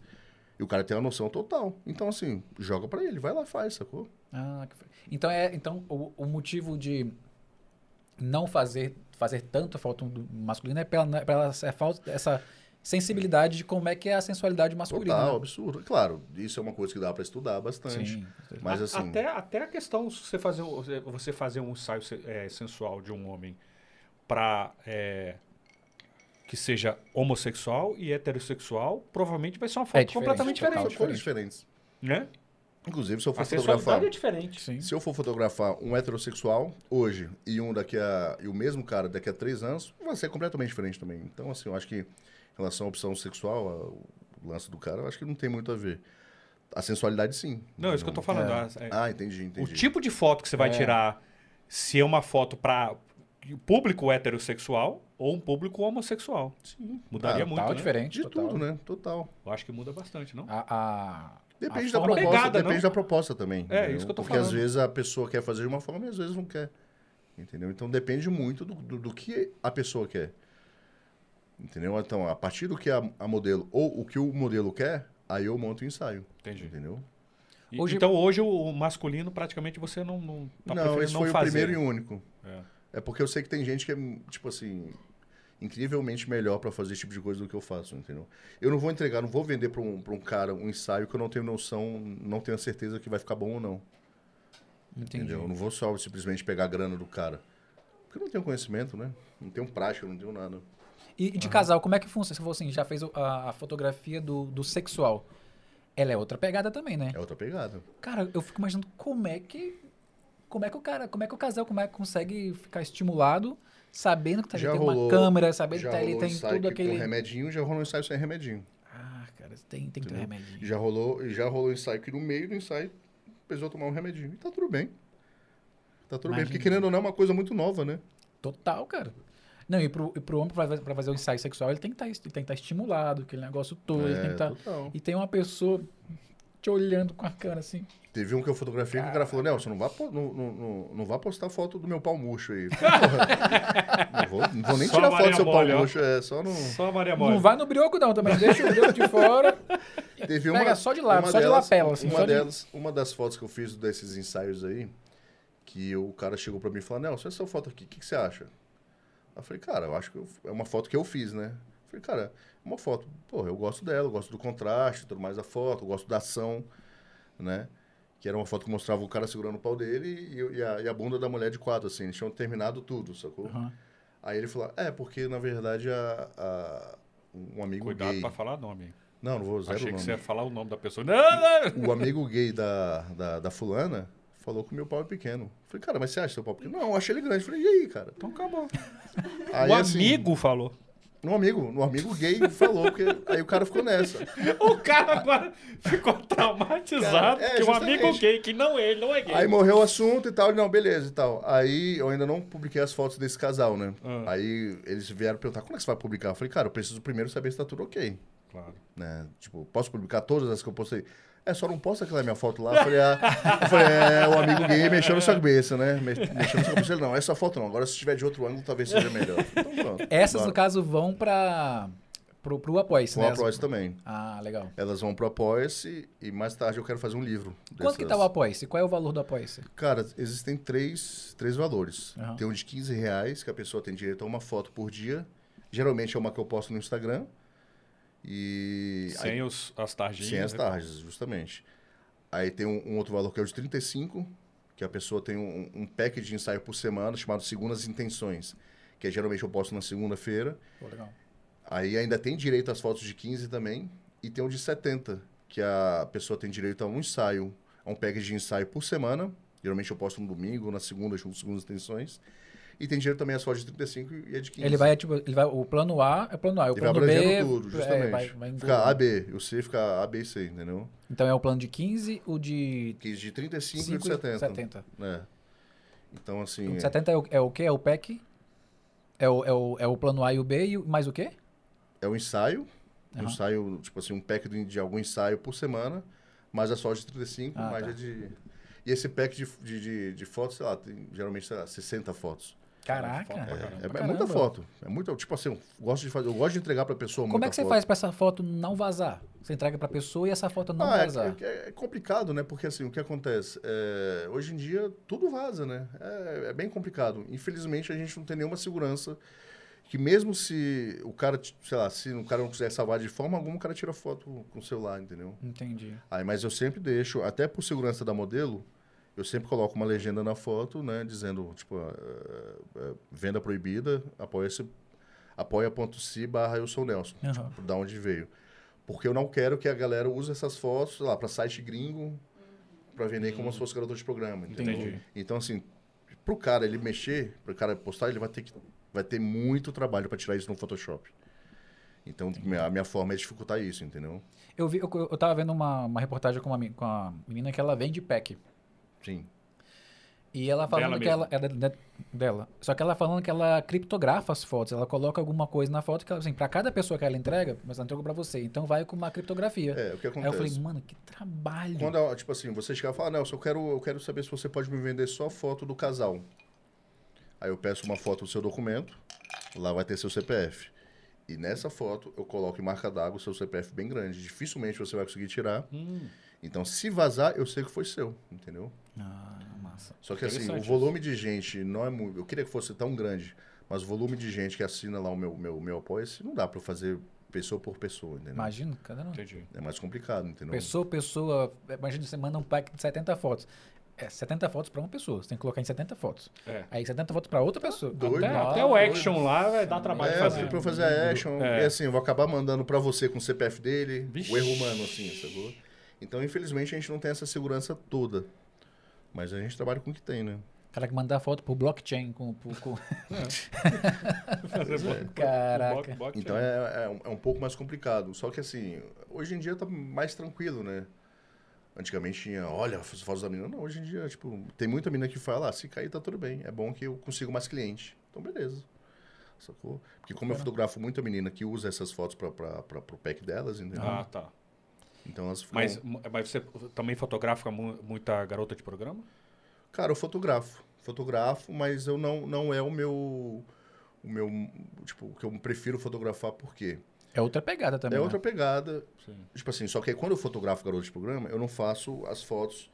Speaker 3: E o cara tem uma noção total. Então, assim, joga pra ele, vai lá, faz, sacou?
Speaker 2: Ah, que foi. Então, é, então o, o motivo de não fazer, fazer tanto foto do masculino é pela, pela, essa falta, essa sensibilidade de como é que é a sensualidade masculina.
Speaker 3: Total,
Speaker 2: né?
Speaker 3: absurdo. Claro, isso é uma coisa que dá pra estudar bastante.
Speaker 2: Sim.
Speaker 3: Mas
Speaker 1: A-
Speaker 3: assim.
Speaker 1: Até, até a questão se você fazer, o- se você fazer um ensaio se- eh, sensual de um homem para que seja homossexual e heterossexual, provavelmente vai ser uma foto
Speaker 2: É diferente,
Speaker 1: completamente
Speaker 2: total.
Speaker 1: diferente.
Speaker 3: são coisas diferentes.
Speaker 1: Né?
Speaker 3: Inclusive, se eu
Speaker 1: A
Speaker 3: for fotografar.
Speaker 1: sensualidade é diferente.
Speaker 2: Sim.
Speaker 3: Se eu for fotografar um heterossexual hoje e um daqui a. e o mesmo cara daqui a três anos, vai ser completamente diferente também. Então, assim, eu acho que em relação à opção sexual, a- o lance do cara, eu acho que não tem muito a ver. A sensualidade, sim.
Speaker 1: Não, é isso que eu tô falando. a- é-
Speaker 3: Ah, entendi,
Speaker 1: o
Speaker 3: entendi. É.
Speaker 1: tipo de foto que você vai tirar, se é uma foto para público heterossexual ou um público homossexual. Sim. Mudaria
Speaker 3: Ah,
Speaker 1: muito,
Speaker 2: Total
Speaker 1: né?
Speaker 2: diferente.
Speaker 3: De
Speaker 2: total.
Speaker 3: tudo, né? Total.
Speaker 1: Eu acho que muda bastante, não?
Speaker 2: A, a-
Speaker 3: Depende
Speaker 2: A
Speaker 3: da
Speaker 2: forma-
Speaker 3: proposta.
Speaker 1: Pegada,
Speaker 3: depende
Speaker 1: não?
Speaker 3: da proposta também.
Speaker 1: É, isso que eu tô
Speaker 3: Porque às
Speaker 1: falando.
Speaker 3: vezes a pessoa quer fazer de uma forma e às vezes não quer. Entendeu? Então depende muito do, do, do que a pessoa quer. Entendeu? Então, a partir do que a, a modelo ou o que o modelo quer, aí eu monto o ensaio.
Speaker 1: Entendi.
Speaker 3: Entendeu?
Speaker 1: E-
Speaker 2: Hoje-
Speaker 1: Então hoje o- o masculino praticamente você não, não tá
Speaker 3: não,
Speaker 1: preferindo
Speaker 3: esse
Speaker 1: não
Speaker 3: foi
Speaker 1: fazer.
Speaker 3: o primeiro e um. único.
Speaker 1: É.
Speaker 3: É porque eu sei que tem gente que é, tipo assim, incrivelmente melhor pra fazer esse tipo de coisa do que eu faço, entendeu? Eu não vou entregar, não vou vender pra um, pra um cara um ensaio que eu não tenho noção, não tenho a certeza que vai ficar bom ou não.
Speaker 2: entendi.
Speaker 3: Entendeu? Eu não vou só simplesmente pegar a grana do cara. Porque eu não tenho conhecimento, né? Não tenho prática, não tenho nada.
Speaker 2: E, e de casal, como é que funciona? Você falou assim, já fez o- a, a fotografia do, do sexual. Ela é outra pegada também, né?
Speaker 3: É outra pegada.
Speaker 2: Cara, eu fico imaginando como é que. Como é que o cara, como é que o casal, como é que consegue ficar estimulado, sabendo que tá ali
Speaker 3: Já
Speaker 2: tem
Speaker 3: rolou-
Speaker 2: uma câmera, sabendo que tá ali,
Speaker 3: rolou
Speaker 2: tem
Speaker 3: ensaio
Speaker 2: tudo
Speaker 3: que- com
Speaker 2: aquele.
Speaker 3: remedinho, já rolou ensaio sem remedinho.
Speaker 2: Ah, cara, tem, tem que ter
Speaker 3: Entendeu?
Speaker 2: remédio.
Speaker 3: Já rolou, já rolou ensaio que no meio do ensaio precisou tomar um remedinho. E tá tudo bem. Tá tudo bem,
Speaker 2: Imagina.
Speaker 3: porque querendo ou não é uma coisa muito nova, né?
Speaker 2: Total, cara. Não, e pro, e pro homem, pra, pra fazer o ensaio sexual, ele tem que tá, estar estimulado, aquele negócio todo, ele tem que
Speaker 3: É,
Speaker 2: tá...
Speaker 3: total.
Speaker 2: E tem uma pessoa te olhando com a cara assim.
Speaker 3: Teve um que eu fotografei que o cara falou, Nelson, não vá, po- não, não, não, não vá postar foto do meu pau murcho aí. Porra. não, vou, não vou nem
Speaker 1: Só
Speaker 3: tirar foto
Speaker 1: Maria
Speaker 3: do seu pau
Speaker 1: Mole, ó.
Speaker 3: murcho, é só não...
Speaker 1: Só a Maria Mole.
Speaker 2: Não vai no brioco não, também deixa o brioco de fora.
Speaker 3: Teve uma,
Speaker 2: Pega só de lápis,
Speaker 3: uma
Speaker 2: só de
Speaker 3: delas-
Speaker 2: lapela, assim,
Speaker 3: uma,
Speaker 2: só de-
Speaker 3: delas, uma das fotos que eu fiz desses ensaios aí, que o cara chegou pra mim e falou, Nelson, essa foto aqui, o que, que você acha? Eu falei, cara, eu acho que eu- é uma foto que eu fiz, né? Eu falei, cara, é uma foto, porra, eu gosto dela, eu gosto do contraste, e tudo mais da foto, eu gosto da ação, né? Que era uma foto que mostrava o cara segurando o pau dele e, e a, e a bunda da mulher de quatro, assim. Eles tinham terminado tudo, sacou?
Speaker 2: Aham.
Speaker 3: Aí ele falou, é, porque na verdade a, a- um amigo
Speaker 1: Cuidado
Speaker 3: gay...
Speaker 1: pra falar nome.
Speaker 3: Não, não vou usar o
Speaker 1: Achei
Speaker 3: nome
Speaker 1: que você ia falar o nome da pessoa. Não, não.
Speaker 3: o amigo gay da, da, da fulana falou que o meu pau é pequeno. Falei, cara, mas você acha seu pau pequeno? Não, eu achei ele grande. Falei, e aí, cara?
Speaker 1: Então acabou.
Speaker 3: Aí,
Speaker 1: o
Speaker 3: assim,
Speaker 1: amigo falou.
Speaker 3: Um amigo, um amigo gay falou, porque aí o cara ficou nessa.
Speaker 1: O cara agora ficou traumatizado
Speaker 3: Cara, é,
Speaker 1: que um amigo
Speaker 3: justamente.
Speaker 1: gay, que não ele, não é gay.
Speaker 3: Aí morreu o assunto e tal, ele, não, beleza e tal. Aí eu ainda não publiquei as fotos desse casal, né?
Speaker 1: Ah.
Speaker 3: Aí eles vieram perguntar, como é que você vai publicar? Eu falei, cara, eu preciso primeiro saber se tá tudo ok.
Speaker 1: Claro.
Speaker 3: né? Tipo, posso publicar todas as que eu postei? É, só não posta aquela minha foto lá. Eu falei, ah, eu falei, é, o amigo gay mexeu na sua cabeça, né? Me- Mexeu na sua cabeça. Ele, não, essa foto não. Agora, se tiver de outro ângulo, talvez seja melhor. Então, pronto.
Speaker 2: Essas, no
Speaker 3: Bora.
Speaker 2: caso, vão pra, pro, pro Apoia-se,
Speaker 3: Vou
Speaker 2: né?
Speaker 3: apoia também.
Speaker 2: Ah, legal.
Speaker 3: Elas vão pro Apoia-se e mais tarde eu quero fazer um livro.
Speaker 2: Quanto que tá
Speaker 3: dessas.
Speaker 2: o Apoia-se? Qual é o valor do Apoia-se?
Speaker 3: Cara, existem três, três valores.
Speaker 2: Aham.
Speaker 3: Tem um de 15 reais, que a pessoa tem direito a uma foto por dia. Geralmente é uma que eu posto no Instagram. E... aí
Speaker 1: Sem os, as tarjinhas.
Speaker 3: Sem as
Speaker 1: né?
Speaker 3: tarjas, justamente. Aí tem um, um outro valor que é o de 35, que a pessoa tem um, um pack de ensaio por semana chamado Segundas Intenções, que é, geralmente eu posto na segunda-feira.
Speaker 2: Pô, legal.
Speaker 3: Aí ainda tem direito às fotos de 15 também. E tem um de 70, que a pessoa tem direito a um ensaio, a um pack de ensaio por semana. Geralmente eu posto no domingo, na segunda, junto com Segundas Intenções. E tem direito também às fotos de 35 e a de 15.
Speaker 2: Ele vai, tipo, ele vai, o plano A é o plano A, o
Speaker 3: Ele vai
Speaker 2: plano B...
Speaker 3: abrangendo tudo,
Speaker 2: é,
Speaker 3: justamente.
Speaker 2: vai- vai
Speaker 3: fica
Speaker 2: englobando.
Speaker 3: A, B, o C fica A, B e C, entendeu?
Speaker 2: Então é o plano de 15, o de
Speaker 3: 15 de 35
Speaker 2: 5
Speaker 3: e de 70.
Speaker 2: 70.
Speaker 3: É. Então, assim.
Speaker 2: O de 70 é o, é o quê? É o PEC? É o, é, o, é o plano A e o B e o- mais o quê?
Speaker 3: É um ensaio. Um
Speaker 2: Aham.
Speaker 3: ensaio, tipo assim, um pack de, de algum ensaio por semana, mais a só de 35,
Speaker 2: Ah,
Speaker 3: mais
Speaker 2: tá.
Speaker 3: a é de. E esse pack de, de, de, de fotos, sei lá, tem geralmente sei lá, 60 fotos.
Speaker 2: Caraca.
Speaker 1: foto pra
Speaker 3: É,
Speaker 1: caramba.
Speaker 3: é
Speaker 2: Caramba.
Speaker 3: muita foto. É muito, tipo assim, eu gosto de fazer, eu gosto de entregar pra pessoa
Speaker 2: Como
Speaker 3: muita
Speaker 2: é que você
Speaker 3: foto.
Speaker 2: faz pra essa foto não vazar? Você entrega pra pessoa e essa foto não
Speaker 3: Ah, é-
Speaker 2: vazar.
Speaker 3: é, é complicado, né? Porque assim, o que acontece? É, hoje em dia tudo vaza, né? É, é bem complicado. Infelizmente a gente não tem nenhuma segurança que mesmo se o cara, t- sei lá, se o cara não quiser salvar de forma alguma, o cara tira foto com o celular, entendeu?
Speaker 2: Entendi.
Speaker 3: Aí, mas eu sempre deixo, até por segurança da modelo, eu sempre coloco uma legenda na foto, né? Dizendo, tipo, eh, eh, venda proibida, apoia-se apoia.se barra eu sou o Nelson,
Speaker 2: Aham.
Speaker 3: tipo, da onde veio. Porque eu não quero que a galera use essas fotos, sei lá, para site gringo, para vender como se fosse garoto de programa, entendeu?
Speaker 1: Entendi.
Speaker 3: Então, assim, pro cara ele mexer, pro cara postar, ele vai ter, que, vai ter muito trabalho para tirar isso no Photoshop. Então, a minha forma é dificultar isso, entendeu?
Speaker 2: Eu, vi, eu, eu tava vendo uma, uma reportagem com uma, mi- com uma menina que ela vende PEC.
Speaker 3: Sim.
Speaker 2: E ela falando
Speaker 1: Dela
Speaker 2: que ela. É de- de- dela. Só que ela falando que ela criptografa as fotos. Ela coloca alguma coisa na foto que ela, assim, pra cada pessoa que ela entrega, mas ela entrega pra você. Então vai com uma criptografia.
Speaker 3: É, o que
Speaker 2: Aí
Speaker 3: acontece?
Speaker 2: eu falei, mano, que trabalho.
Speaker 3: Quando, ela, tipo assim, você chegar e falar, Nelson, eu quero, eu quero saber se você pode me vender só foto do casal. Aí eu peço uma foto do seu documento, lá vai ter seu CPF. E nessa foto eu coloco em marca d'água o seu CPF bem grande. Dificilmente você vai conseguir tirar.
Speaker 1: Hum,
Speaker 3: Então, se vazar, eu sei que foi seu, entendeu?
Speaker 2: Ah, massa.
Speaker 3: Só que assim, o
Speaker 1: Interessante isso.
Speaker 3: volume de gente não é muito. Eu queria que fosse tão grande, mas o volume de gente que assina lá o meu, meu, meu apoia-se não dá pra fazer pessoa por pessoa, entendeu?
Speaker 2: Imagina, cadê não?
Speaker 1: entendi.
Speaker 3: É mais complicado, entendeu?
Speaker 2: Pessoa, pessoa. Imagina, você manda um pack de 70 fotos. É 70 fotos pra uma pessoa. Você tem que colocar em 70 fotos.
Speaker 1: É.
Speaker 2: Aí 70 fotos pra outra pessoa.
Speaker 3: doido.
Speaker 1: Até,
Speaker 3: Ah,
Speaker 1: até o action lá vai dar trabalho
Speaker 3: É,
Speaker 1: de
Speaker 3: fazer.
Speaker 1: fazer.
Speaker 3: pra eu fazer a action.
Speaker 1: É.
Speaker 3: E assim, eu vou acabar mandando pra você com o CPF dele,
Speaker 1: Vixe.
Speaker 3: o erro humano, assim, sacou? Então, infelizmente, a gente não tem essa segurança toda. Mas a gente trabalha com o que tem, né?
Speaker 2: Cara que mandar foto pro blockchain com. com, com...
Speaker 1: Fazer bloco-
Speaker 2: Caraca.
Speaker 1: bloco- bloco-
Speaker 3: Então é, é um- é um pouco mais complicado. Só que assim, hoje em dia tá mais tranquilo, né? Antigamente tinha, olha, as fotos da menina. Não, hoje em dia, tipo, tem muita menina que fala, ah, se cair tá tudo bem. É bom que eu consigo mais cliente. Então, beleza. Sacou? Porque
Speaker 1: Tá.
Speaker 3: como eu fotografo muita menina que usa essas fotos pra, pra, pra, pro pack delas, entendeu?
Speaker 1: Ah, tá.
Speaker 3: Então elas ficam...
Speaker 1: Mas, mas você também fotografa mu- muita garota de programa?
Speaker 3: Cara, eu fotografo. Fotografo, mas eu não, não é o meu. O meu. Tipo, o que eu prefiro fotografar, por quê?
Speaker 2: É outra pegada também.
Speaker 3: É
Speaker 2: né?
Speaker 3: outra pegada.
Speaker 1: Sim.
Speaker 3: Tipo assim, só que aí quando eu fotografo garoto de programa, eu não faço as fotos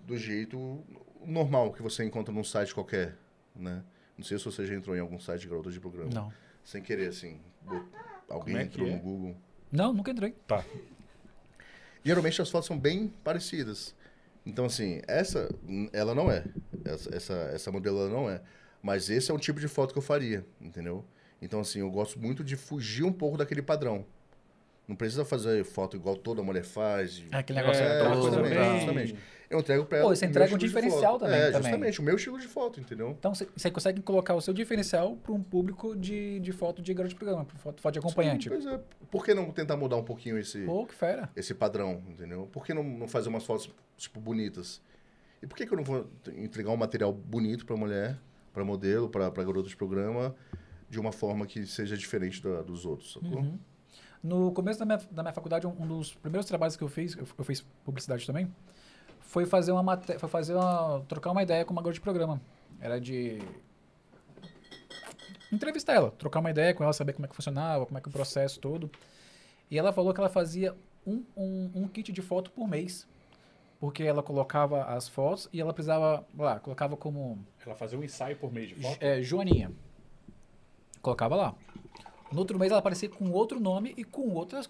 Speaker 3: do jeito normal que você encontra num site qualquer, né? Não sei se você já entrou em algum site de garoto de programa.
Speaker 2: Não.
Speaker 3: Sem querer, assim. bot- Alguém
Speaker 1: é que
Speaker 3: entrou
Speaker 1: é?
Speaker 3: no Google.
Speaker 2: Não, nunca entrei.
Speaker 1: Tá.
Speaker 3: Geralmente as fotos são bem parecidas. Então, assim, essa, hum, ela não é. Essa, essa, essa modelo, ela não é. Mas esse é um tipo de foto que eu faria, entendeu? Então, assim, eu gosto muito de fugir um pouco daquele padrão. Não precisa fazer foto igual toda mulher faz. e-
Speaker 2: Ah, Aquele negócio
Speaker 1: Então
Speaker 3: É,
Speaker 2: todo,
Speaker 3: aquela coisa bem-
Speaker 2: tal.
Speaker 3: justamente. Eu entrego pra
Speaker 2: Pô,
Speaker 3: ela.
Speaker 2: você
Speaker 3: o meu
Speaker 2: entrega um
Speaker 3: estilo de
Speaker 2: diferencial
Speaker 3: foto.
Speaker 2: também,
Speaker 3: É,
Speaker 2: também.
Speaker 3: justamente, o meu estilo de foto, entendeu?
Speaker 2: Então você- você consegue colocar o seu diferencial para um público de, de foto de garoto de programa, pra foto, foto de acompanhante.
Speaker 3: Pois é, por que não tentar mudar um pouquinho esse,
Speaker 2: Pô, que fera.
Speaker 3: esse padrão, entendeu? Por que não, não fazer umas fotos, tipo, bonitas? E por que, que eu não vou t- entregar um material bonito pra mulher, pra modelo, pra, pra garota de programa, de uma forma que seja diferente da- dos outros, sacou?
Speaker 2: Uhum. No começo da minha, da minha faculdade, um um dos primeiros trabalhos que eu fiz, eu, eu fiz publicidade também, foi fazer uma maté- foi fazer uma, trocar uma ideia com uma garota de programa. Era de entrevistar ela, trocar uma ideia com ela, saber como é que funcionava, como é que o processo todo. E ela falou que ela fazia um, um, um kit de foto por mês, porque ela colocava as fotos e ela precisava, lá, colocava como
Speaker 1: Ela fazia um ensaio por mês de
Speaker 2: Jo-
Speaker 1: foto?
Speaker 2: é, Joaninha. Colocava lá. No outro mês ela aparecia com outro nome e com outras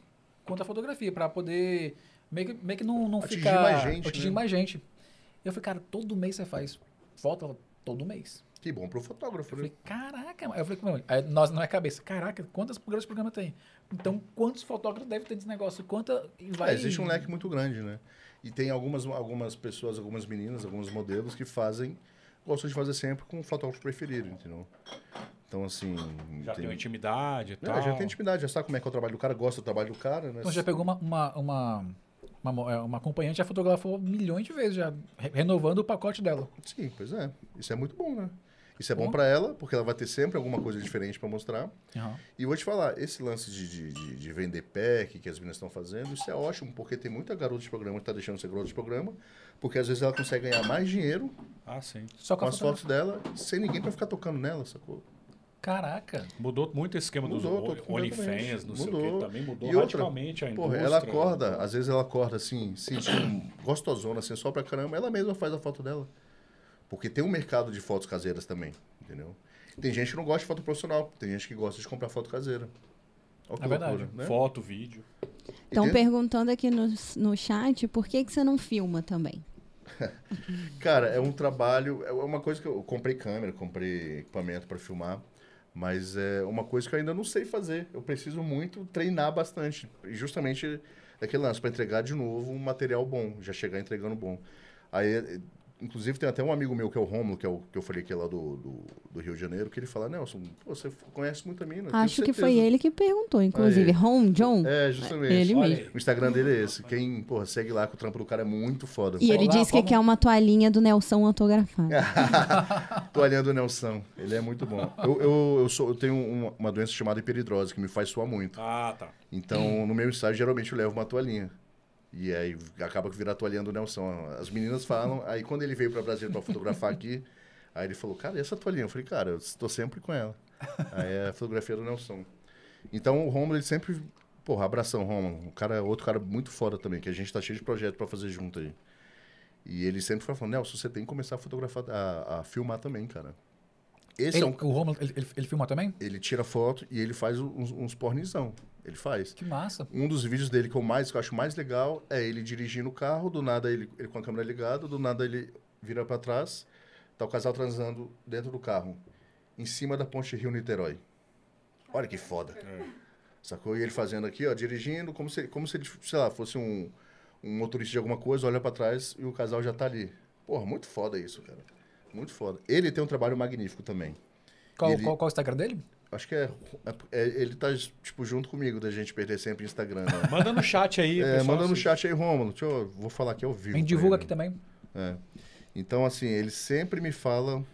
Speaker 2: com outra fotografia para poder meio que, meio que não, não
Speaker 3: Atingir
Speaker 2: ficar
Speaker 3: mais gente,
Speaker 2: atingir
Speaker 3: né?
Speaker 2: mais gente. Eu falei, cara, todo mês você faz foto Ela, todo mês.
Speaker 3: Que bom pro fotógrafo,
Speaker 2: Eu
Speaker 3: né?
Speaker 2: falei, caraca, mano." Aí eu falei, mano, aí nós na minha cabeça, caraca, quantas programas de programa tem? Então, quantos fotógrafos deve ter desse negócio? Quanta e vai
Speaker 3: É, existe um leque muito grande, né? E tem algumas, algumas pessoas, algumas meninas, alguns modelos que fazem, gostam de fazer sempre com o fotógrafo preferido, entendeu? Então, assim.
Speaker 1: Já tem uma
Speaker 3: tem-
Speaker 1: intimidade e
Speaker 3: Não,
Speaker 1: tal.
Speaker 3: já tem intimidade, já sabe como é que é o trabalho do cara, gosta do trabalho do cara, né?
Speaker 2: Então já pegou uma, uma, uma, uma, mo- é, uma acompanhante, já fotografou milhões de vezes, já re- renovando o pacote dela.
Speaker 3: Sim, pois é. Isso é muito bom, né? Isso é
Speaker 2: Bom.
Speaker 3: bom pra ela, porque ela vai ter sempre alguma coisa diferente pra mostrar. E vou te falar, esse lance de, de, de- de vender pack que as meninas estão fazendo, isso é ótimo, porque tem muita garota de programa que tá deixando de ser garota de programa, porque às vezes ela consegue ganhar mais dinheiro
Speaker 1: Ah, sim.
Speaker 2: Só
Speaker 3: com
Speaker 2: com a
Speaker 3: as
Speaker 2: foto.
Speaker 3: fotos dela, sem ninguém pra ficar tocando nela, sacou?
Speaker 2: Caraca.
Speaker 1: Mudou muito esse esquema
Speaker 3: Mudou,
Speaker 1: dos
Speaker 3: tô-
Speaker 1: o- OnlyFans, não sei o quê.
Speaker 3: mudou.
Speaker 1: Também mudou
Speaker 3: E outra,
Speaker 1: radicalmente a
Speaker 3: Porra,
Speaker 1: indústria.
Speaker 3: ela
Speaker 2: né?
Speaker 3: acorda, às vezes ela acorda assim, sentindo gostosona, assim, só pra caramba, ela mesma faz a foto dela. Porque tem um mercado de fotos caseiras também, entendeu? Tem gente que não gosta de foto profissional, tem gente que gosta de comprar foto caseira. Olha que
Speaker 2: É verdade.
Speaker 3: loucura, né?
Speaker 1: Foto, vídeo.
Speaker 5: Estão
Speaker 2: né?
Speaker 3: Entende?
Speaker 5: perguntando aqui no, no chat por que, que você não filma também.
Speaker 3: Cara, é um trabalho, é uma coisa que eu eu comprei câmera, comprei equipamento pra filmar, mas é uma coisa que eu ainda não sei fazer. Eu preciso muito treinar bastante, e justamente daquele lance pra entregar de novo um material bom, já chegar entregando bom. Aí, eh, inclusive, tem até um amigo meu que é o Romulo, que é o que eu falei que é lá do, do, do Rio de Janeiro, que ele fala: "Nelson, pô, você conhece muita mina". tenho
Speaker 5: Acho que foi
Speaker 3: certeza."
Speaker 5: ele que perguntou, inclusive. Ron John?
Speaker 3: É, justamente.
Speaker 5: Ele
Speaker 1: Olha
Speaker 5: mesmo.
Speaker 1: aí.
Speaker 3: O Instagram dele é esse. Quem, porra, segue lá que o trampo do cara é muito foda.
Speaker 5: E ele
Speaker 2: Olá,
Speaker 5: disse que
Speaker 2: como-
Speaker 5: quer uma toalhinha do Nelson autografada.
Speaker 3: Ah, Toalhinha do Nelson. Ele é muito bom. Eu, eu, eu, sou, eu tenho uma, uma doença chamada hiperidrose, que me faz suar muito.
Speaker 1: Ah, tá.
Speaker 3: Então, no meu ensaio, geralmente eu levo uma toalhinha. E aí acaba que vira a toalhinha do Nelson. As meninas falam. Aí quando ele veio para Brasília para fotografar aqui, aí ele falou: Cara, e essa toalhinha? Eu falei: Cara, eu estou sempre com ela. Aí é a fotografia do Nelson. Então o Romulo, ele sempre. Porra, abração, Romulo. O cara é outro cara muito foda também, que a gente tá cheio de projeto para fazer junto aí. E ele sempre foi falando: Nelson, você tem que começar a fotografar, a, a filmar também, cara. Esse
Speaker 2: Ele-
Speaker 3: é um.
Speaker 2: O Romulo, ele, ele, ele filma também?
Speaker 3: Ele tira foto e ele faz uns, uns pornizão. Ele faz.
Speaker 2: Que massa.
Speaker 3: Um dos vídeos dele que eu mais que eu acho mais legal é ele dirigindo o carro, do nada ele, ele com a câmera ligada, do nada ele vira pra trás, tá o casal transando dentro do carro, em cima da ponte Rio Niterói. Olha que foda. Sacou? E ele fazendo aqui, ó, dirigindo, como se, como se ele, sei lá, fosse um, um motorista de alguma coisa, olha pra trás e o casal já tá ali. Porra, muito foda isso, cara. Muito foda. Ele tem um trabalho magnífico também.
Speaker 2: Qual,
Speaker 3: Ele-
Speaker 2: qual, qual é o Instagram dele?
Speaker 3: Acho que é, é- ele tá, tipo, junto comigo da gente perder sempre Instagram, né?
Speaker 1: Manda no chat aí,
Speaker 3: É,
Speaker 1: pessoal,
Speaker 3: manda no
Speaker 2: assim.
Speaker 1: se-
Speaker 3: chat aí, Rômulo. Deixa eu, vou falar aqui ao vivo.
Speaker 2: A gente
Speaker 3: pra
Speaker 2: divulga
Speaker 3: ele.
Speaker 2: aqui também.
Speaker 3: Então, assim, ele sempre me fala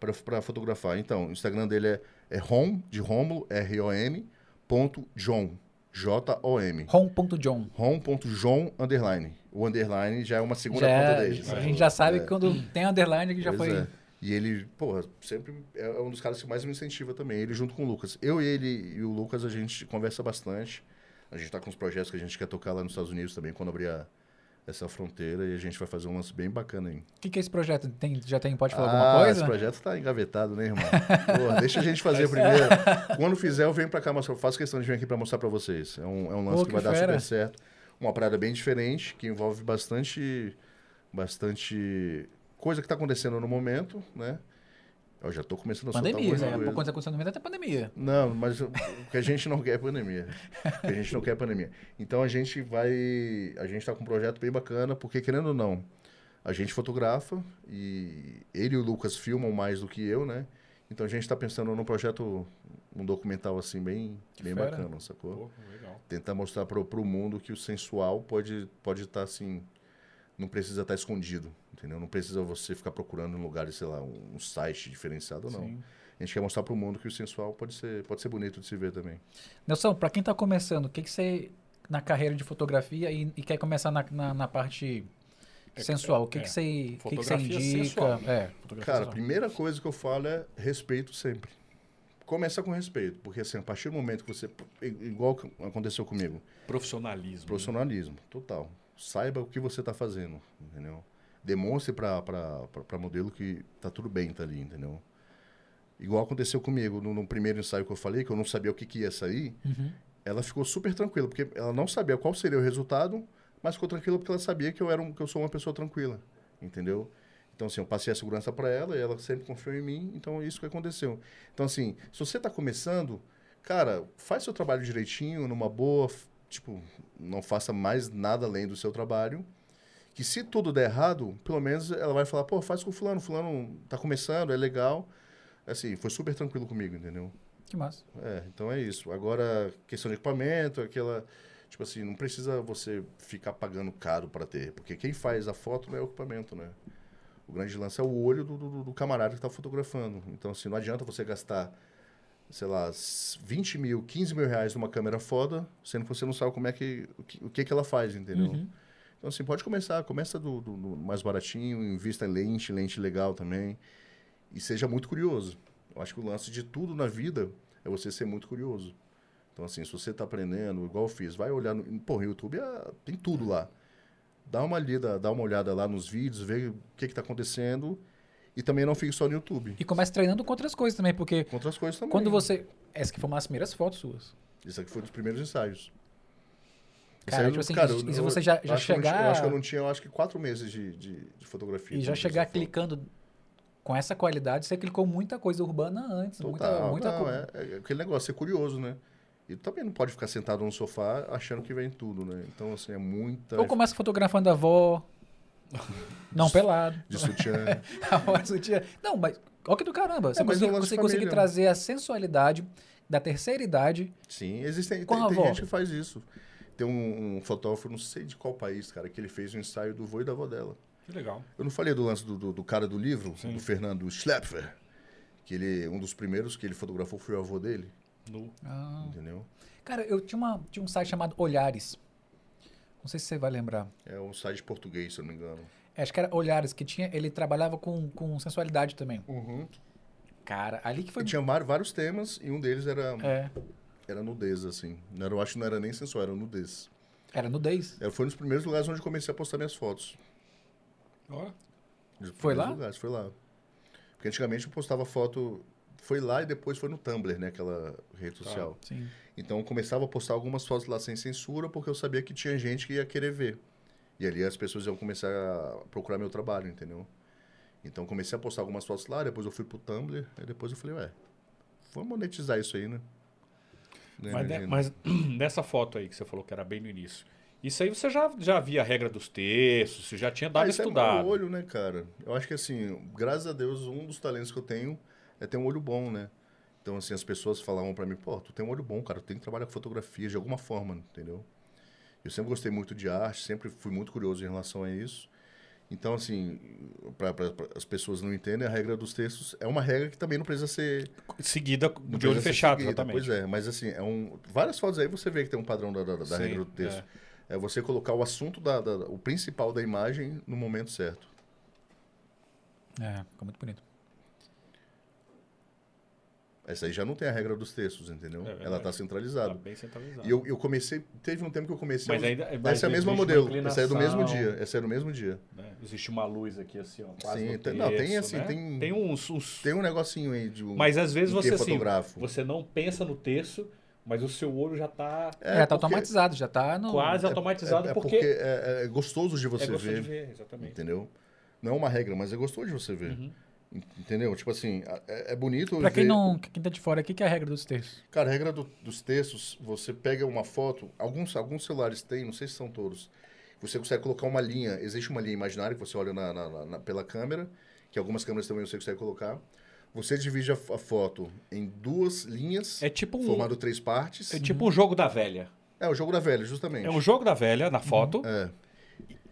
Speaker 3: pra, pra fotografar. Então, o Instagram dele é, é rom, de Rômulo, R-O-M, ponto John, J-O-M.
Speaker 2: Ron.john.
Speaker 3: Rom.john, underline. O underline já é uma segunda
Speaker 2: Já é-
Speaker 3: ponta dele.
Speaker 2: a
Speaker 3: sabe?
Speaker 2: gente já sabe que quando tem underline que já
Speaker 3: Pois
Speaker 2: foi.
Speaker 3: é. E ele, porra, sempre é um dos caras que mais me incentiva também, ele junto com o Lucas. Eu e ele e o Lucas, a gente conversa bastante. A gente tá com uns projetos que a gente quer tocar lá nos Estados Unidos também, quando abrir a- essa fronteira, e a gente vai fazer um lance bem bacana, hein?
Speaker 2: O que, que é esse projeto? Tem, já tem, pode falar
Speaker 3: Ah,
Speaker 2: alguma coisa?
Speaker 3: Esse projeto tá engavetado, né, irmão? Pô, deixa a gente fazer
Speaker 2: é.
Speaker 3: primeiro. Quando fizer, eu venho pra cá, mostrar. eu faço questão de vir aqui pra mostrar pra vocês. É um, é um lance
Speaker 2: Pô, que
Speaker 3: que vai dar
Speaker 2: fera.
Speaker 3: super certo. Uma parada bem diferente, que envolve bastante, bastante coisa que tá acontecendo no momento, né? Eu já tô começando a soltar
Speaker 2: pandemia,
Speaker 3: algumas
Speaker 2: né?
Speaker 3: coisas.
Speaker 2: Quando aconteceu no momento, até pandemia.
Speaker 3: Não, mas o o que a gente não quer é pandemia. O que a gente não quer é pandemia. Então a gente vai. A gente tá com um projeto bem bacana, porque querendo ou não, a gente fotografa e ele e o Lucas filmam mais do que eu, né? Então a gente tá pensando num projeto, um documental assim, bem,
Speaker 2: Que
Speaker 3: bem
Speaker 2: fera.
Speaker 3: bacana,
Speaker 1: Pô,
Speaker 3: sacou?
Speaker 1: legal.
Speaker 3: tentar mostrar pro, pro mundo que o sensual pode pode estar assim não precisa estar escondido entendeu não precisa você ficar procurando em lugares sei lá um, um site diferenciado não
Speaker 1: Sim.
Speaker 3: a gente quer mostrar pro mundo que o sensual pode ser pode ser bonito de se ver também
Speaker 2: Nelson, pra quem tá começando, o que, que você. na carreira de fotografia e, e quer começar na, na, na parte
Speaker 1: É,
Speaker 2: sensual, o que,
Speaker 1: é.
Speaker 2: que você, o que que você
Speaker 1: Fotografia
Speaker 2: indica?
Speaker 1: sensual, né?
Speaker 2: É.
Speaker 1: Fotografia
Speaker 3: cara a
Speaker 1: só.
Speaker 3: primeira coisa que eu falo é respeito sempre começa com respeito porque assim a partir do momento que você igual que aconteceu comigo
Speaker 1: profissionalismo. né?
Speaker 3: Profissionalismo, total. Saiba o que você está fazendo, entendeu? Demonstre para modelo que tá tudo bem, tá ali, entendeu? Igual aconteceu comigo no, no primeiro ensaio que eu falei, que eu não sabia o que, que ia sair,
Speaker 2: Uhum.
Speaker 3: ela ficou super tranquila, porque ela não sabia qual seria o resultado, mas ficou tranquila porque ela sabia que eu, era um, que eu sou uma pessoa tranquila, entendeu? Então, assim, eu passei a segurança para ela e ela sempre confiou em mim, então é isso que aconteceu. Então, assim, se você tá começando, cara, faz seu trabalho direitinho, numa boa, f- tipo, não faça mais nada além do seu trabalho, que se tudo der errado, pelo menos ela vai falar, pô, faz com o fulano, fulano tá começando, é legal. Assim, foi super tranquilo comigo, entendeu?
Speaker 2: Que massa.
Speaker 3: É, então é isso. Agora, questão de equipamento, aquela. Tipo assim, não precisa você ficar pagando caro para ter, porque quem faz a foto não é o equipamento, né? O grande lance é o olho do, do, do camarada que tá fotografando. Então, assim, não adianta você gastar, sei lá, s- 20 mil, 15 mil reais numa câmera foda, sendo que você não sabe como é que. o que, o que, que ela faz, entendeu?
Speaker 2: Uhum.
Speaker 3: Então, assim, pode começar. Começa do, do- do mais baratinho, invista em lente, lente legal também. E seja muito curioso. Eu acho que o lance de tudo na vida é você ser muito curioso. Então, assim, se você está aprendendo, igual eu fiz, vai olhar no... Pô, no YouTube ah, tem tudo lá. Dá uma lida, dá uma olhada lá nos vídeos, vê o que está acontecendo. E também não fique só no YouTube.
Speaker 2: E começa treinando com outras coisas também, porque
Speaker 3: Com outras coisas também. né?
Speaker 2: quando você. Essa que foram as primeiras fotos suas.
Speaker 3: Isso aqui foi um dos primeiros ensaios.
Speaker 2: Cara,
Speaker 3: Esse aí,
Speaker 2: tipo assim, e-
Speaker 3: eu-
Speaker 2: e se
Speaker 3: eu-
Speaker 2: você já-
Speaker 3: eu
Speaker 2: já
Speaker 3: acho que eu não tinha- Eu
Speaker 2: chegar-
Speaker 3: acho que eu não tinha, eu acho que quatro meses de, de, de fotografia.
Speaker 2: E já
Speaker 3: quando
Speaker 2: chegar
Speaker 3: eu fiz essa foto.
Speaker 2: clicando com essa qualidade, você clicou muita coisa urbana antes. muita
Speaker 3: Total,
Speaker 2: muita
Speaker 3: não,
Speaker 2: coisa.
Speaker 3: É, é aquele negócio, ser curioso, né? E também não pode ficar sentado no sofá achando que vem tudo, né? Então, assim, é muita.
Speaker 2: Ou começa fotografando a avó. não pelado.
Speaker 3: De sutiã.
Speaker 2: A avó de sutiã. Não, mas. Olha que do caramba. Você
Speaker 3: É, mas é
Speaker 2: conseguiu
Speaker 3: um lance
Speaker 2: você
Speaker 3: de
Speaker 2: conseguiu
Speaker 3: família.
Speaker 2: trazer a sensualidade da terceira idade.
Speaker 3: Sim, existem.
Speaker 2: Com
Speaker 3: Tem,
Speaker 2: a
Speaker 3: tem
Speaker 2: avó.
Speaker 3: gente que faz isso. Tem um, um fotógrafo, não sei de qual país, cara, que ele fez um ensaio do vô e da avó dela.
Speaker 1: Que legal.
Speaker 3: Eu não falei do lance do, do, do cara do livro,
Speaker 1: Sim.
Speaker 3: do Fernando Schlepfer, que ele, um dos primeiros que ele fotografou foi o avô dele,
Speaker 1: No-
Speaker 2: Ah.
Speaker 3: entendeu?
Speaker 2: Cara, eu tinha, uma, tinha um site chamado Olhares. Não sei se você vai lembrar. É,
Speaker 3: É um site português, se eu não me engano.
Speaker 2: Acho que era Olhares, que tinha. Ele trabalhava com, com sensualidade também.
Speaker 3: Uhum.
Speaker 2: Cara, ali que foi.
Speaker 3: E tinha var- vários temas e um deles era,
Speaker 2: É,
Speaker 3: era nudez, assim. Não era- eu acho que não era nem sensual, era nudez.
Speaker 2: era nudez.
Speaker 3: É, foi um dos primeiros lugares onde eu comecei a postar minhas fotos.
Speaker 1: Ó,
Speaker 3: Um dos
Speaker 2: Foi
Speaker 3: primeiros
Speaker 2: lá?
Speaker 3: Lugares, foi lá. Porque antigamente eu postava foto. Foi lá e depois foi no Tumblr, né? Aquela
Speaker 2: Tá.
Speaker 3: rede social.
Speaker 2: Sim.
Speaker 3: Então eu começava a postar algumas fotos lá sem censura, porque eu sabia que tinha gente que ia querer ver. E ali as pessoas iam começar a procurar meu trabalho, entendeu? Então eu comecei a postar algumas fotos lá, depois eu fui pro Tumblr, aí depois eu falei, ué, vamos monetizar isso aí, né? Né,
Speaker 1: Mas,
Speaker 3: Regina?
Speaker 1: ne- mas nessa foto aí que você falou que era bem no início. Isso aí você já, já via a regra dos textos, você já tinha dado
Speaker 3: Ah, isso É
Speaker 1: estudado.
Speaker 3: mau olho, né, cara? Eu acho que assim, graças a Deus, um dos talentos que eu tenho é ter um olho bom, né? Então, assim, as pessoas falavam pra mim, pô, tu tem um olho bom, cara, tu tem que trabalhar com fotografia de alguma forma, entendeu? Eu sempre gostei muito de arte, sempre fui muito curioso em relação a isso. Então, assim, para as pessoas não entendem, a regra dos textos é uma regra que também não precisa ser
Speaker 1: Seguida
Speaker 3: não
Speaker 1: de olho
Speaker 3: precisa ser
Speaker 1: fechado,
Speaker 3: seguida.
Speaker 1: exatamente.
Speaker 3: Pois é, mas assim, é um, várias fotos aí você vê que tem um padrão da, da, da
Speaker 1: Sim,
Speaker 3: regra do texto. É. você colocar o assunto, da, da- o principal da imagem no momento certo.
Speaker 2: É, ficou muito bonito.
Speaker 3: Essa aí já não tem a regra dos textos, entendeu?
Speaker 1: É verdade.
Speaker 3: Ela está
Speaker 1: Tá
Speaker 3: centralizada.
Speaker 1: bem centralizado.
Speaker 3: E eu, eu comecei, teve um tempo que eu comecei. a
Speaker 1: mas
Speaker 3: usar-
Speaker 1: ainda, mas
Speaker 3: Essa é a mesma
Speaker 1: existe uma
Speaker 3: modelo, essa é do mesmo
Speaker 1: inclinação,
Speaker 3: dia, essa é do mesmo dia.
Speaker 1: né? Existe uma luz aqui assim, ó. Quase
Speaker 3: Sim,
Speaker 1: no
Speaker 3: tem- não, tem
Speaker 1: terço,
Speaker 3: assim,
Speaker 1: né?
Speaker 3: tem-
Speaker 1: Tem uns. uns-
Speaker 3: Tem um negocinho aí de um
Speaker 1: Mas às vezes
Speaker 3: um
Speaker 1: você
Speaker 3: que
Speaker 1: assim.
Speaker 3: fotográfico.
Speaker 1: Você não pensa no texto, mas o seu olho já tá
Speaker 2: já tá
Speaker 3: É, porque-
Speaker 2: automatizado, já tá no.
Speaker 1: quase automatizado
Speaker 3: é, é
Speaker 1: porque,
Speaker 3: é, é gostoso de você
Speaker 1: é gostoso
Speaker 3: ver,
Speaker 1: de ver, exatamente.
Speaker 3: entendeu? Não é uma regra, mas é gostoso de você ver,
Speaker 1: Uhum.
Speaker 3: en- entendeu? Tipo assim, a- é, é bonito
Speaker 2: Pra quem
Speaker 3: ver-
Speaker 2: não. Quem tá de fora aqui, que é a regra dos textos.
Speaker 3: Cara, a regra do- dos textos, você pega uma foto, alguns, alguns celulares têm, não sei se são todos, você consegue colocar uma linha, existe uma linha imaginária que você olha na- na- na- na- pela câmera, que algumas câmeras também você consegue colocar. Você divide a, fo- a foto em duas linhas,
Speaker 1: É tipo um,
Speaker 3: formado três partes.
Speaker 1: é tipo um jogo da velha.
Speaker 3: É o jogo da velha, justamente.
Speaker 1: É um jogo da velha na foto.
Speaker 3: É.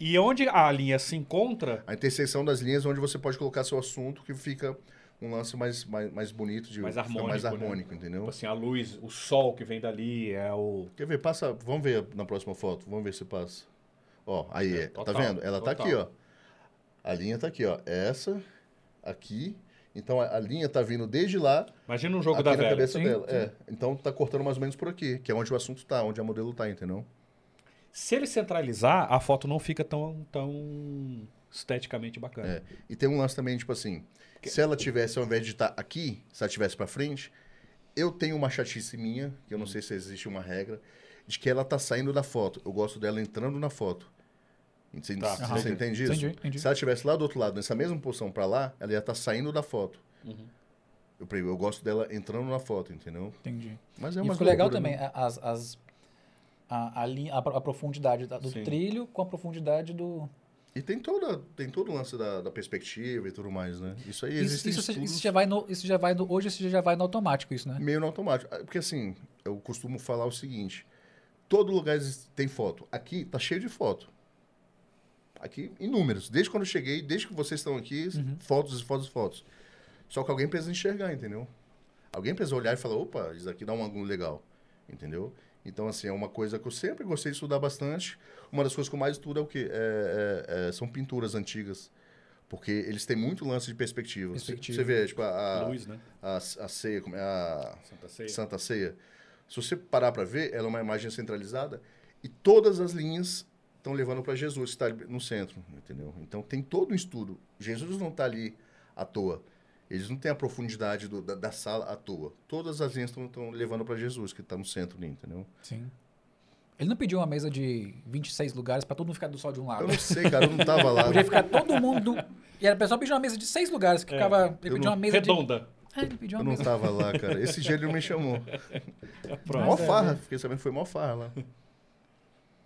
Speaker 1: E onde a linha se encontra,
Speaker 3: A interseção das linhas é onde você pode colocar seu assunto, que fica um lance mais, mais, mais bonito, de,
Speaker 1: Mais
Speaker 3: fica mais
Speaker 1: harmônico, né?
Speaker 3: harmônico, entendeu?
Speaker 1: tipo assim, a luz, o sol que vem dali é o
Speaker 3: Quer ver? Passa. Vamos ver na próxima foto. Vamos ver se passa. Ó, aí.
Speaker 1: É,
Speaker 3: é,
Speaker 1: total,
Speaker 3: tá vendo? Ela tá
Speaker 1: total.
Speaker 3: aqui, ó. A linha tá aqui, ó. Essa, aqui. Então a, a linha tá vindo desde lá
Speaker 1: Imagina um jogo
Speaker 3: aqui
Speaker 1: da
Speaker 3: na
Speaker 1: velha.
Speaker 3: cabeça
Speaker 2: Sim,
Speaker 3: dela. É. Então tá cortando mais ou menos por aqui, que é onde o assunto tá, onde a modelo tá, entendeu?
Speaker 1: Se ele centralizar, a foto não fica tão, tão esteticamente bacana.
Speaker 3: E tem um lance também, tipo assim, se ela tivesse, ao invés de estar aqui, se ela tivesse pra frente, eu tenho uma chatice minha, que eu não sei se existe uma regra, de que ela tá saindo da foto. Eu gosto dela entrando na foto. Você,
Speaker 1: Tá,
Speaker 3: você
Speaker 1: entendi.
Speaker 3: entende isso?
Speaker 2: Entendi, entendi.
Speaker 3: Se ela estivesse lá do outro lado, nessa mesma posição pra lá, ela ia estar saindo da foto.
Speaker 1: Uhum.
Speaker 3: Eu, pre- eu gosto dela entrando na foto, entendeu?
Speaker 2: Entendi.
Speaker 3: Mas é
Speaker 2: e
Speaker 3: uma
Speaker 2: ficou legal
Speaker 3: loucura,
Speaker 2: também
Speaker 3: né?
Speaker 2: a- as, as- a, a, linha- a pro- a profundidade da- do
Speaker 1: Sim.
Speaker 2: trilho com a profundidade do.
Speaker 3: E tem, toda, tem todo o lance da, da perspectiva e tudo mais, né? Isso aí
Speaker 2: Isso,
Speaker 3: existe
Speaker 2: isso- isso já vai no. Isso já vai no. Hoje isso já vai no automático, isso, né?
Speaker 3: meio no automático. Ah, Porque assim, eu costumo falar o seguinte: todo lugar existe- tem foto. Aqui tá cheio de foto. Aqui, inúmeros. Desde quando eu cheguei, desde que vocês estão aqui, fotos e fotos e fotos. Só que alguém precisa enxergar, entendeu? Alguém precisa olhar e falar, opa, isso aqui dá um ângulo legal. Entendeu? Então, assim, é uma coisa que eu sempre gostei de estudar bastante. Uma das coisas que eu mais estudo é o quê? É- é- é- são pinturas antigas. Porque eles têm muito lance de perspectiva. Você-
Speaker 2: Perspectiva.
Speaker 3: Você vê, tipo, a, a-
Speaker 1: Luz, né?
Speaker 3: a, a ceia, como é a
Speaker 1: Santa Ceia.
Speaker 3: Santa Ceia. Se você parar para ver, ela é uma imagem centralizada e todas as linhas estão levando para Jesus, que está no centro, entendeu? Então tem todo um estudo. Jesus não está ali à toa. Eles não têm a profundidade do- da, da sala à toa. Todas as linhas estão levando para Jesus, que está no centro ali, entendeu?
Speaker 2: Sim. Ele não pediu uma mesa de 26 lugares pra todo mundo ficar do sol de um
Speaker 3: Eu
Speaker 2: lado.
Speaker 3: não sei, cara, eu não tava lá.
Speaker 2: Podia ficar todo mundo. E era pessoal pedir uma mesa de seis lugares, que
Speaker 1: É,
Speaker 2: ficava. Ele
Speaker 3: eu
Speaker 2: pediu
Speaker 3: não-
Speaker 2: uma mesa
Speaker 1: Redonda.
Speaker 2: de. É, ele pediu
Speaker 3: Eu
Speaker 2: uma
Speaker 3: não
Speaker 2: mesa.
Speaker 3: tava lá, cara. Esse dia ele não me chamou.
Speaker 1: Pronto.
Speaker 3: Mó farra, fiquei sabendo que foi mó farra lá.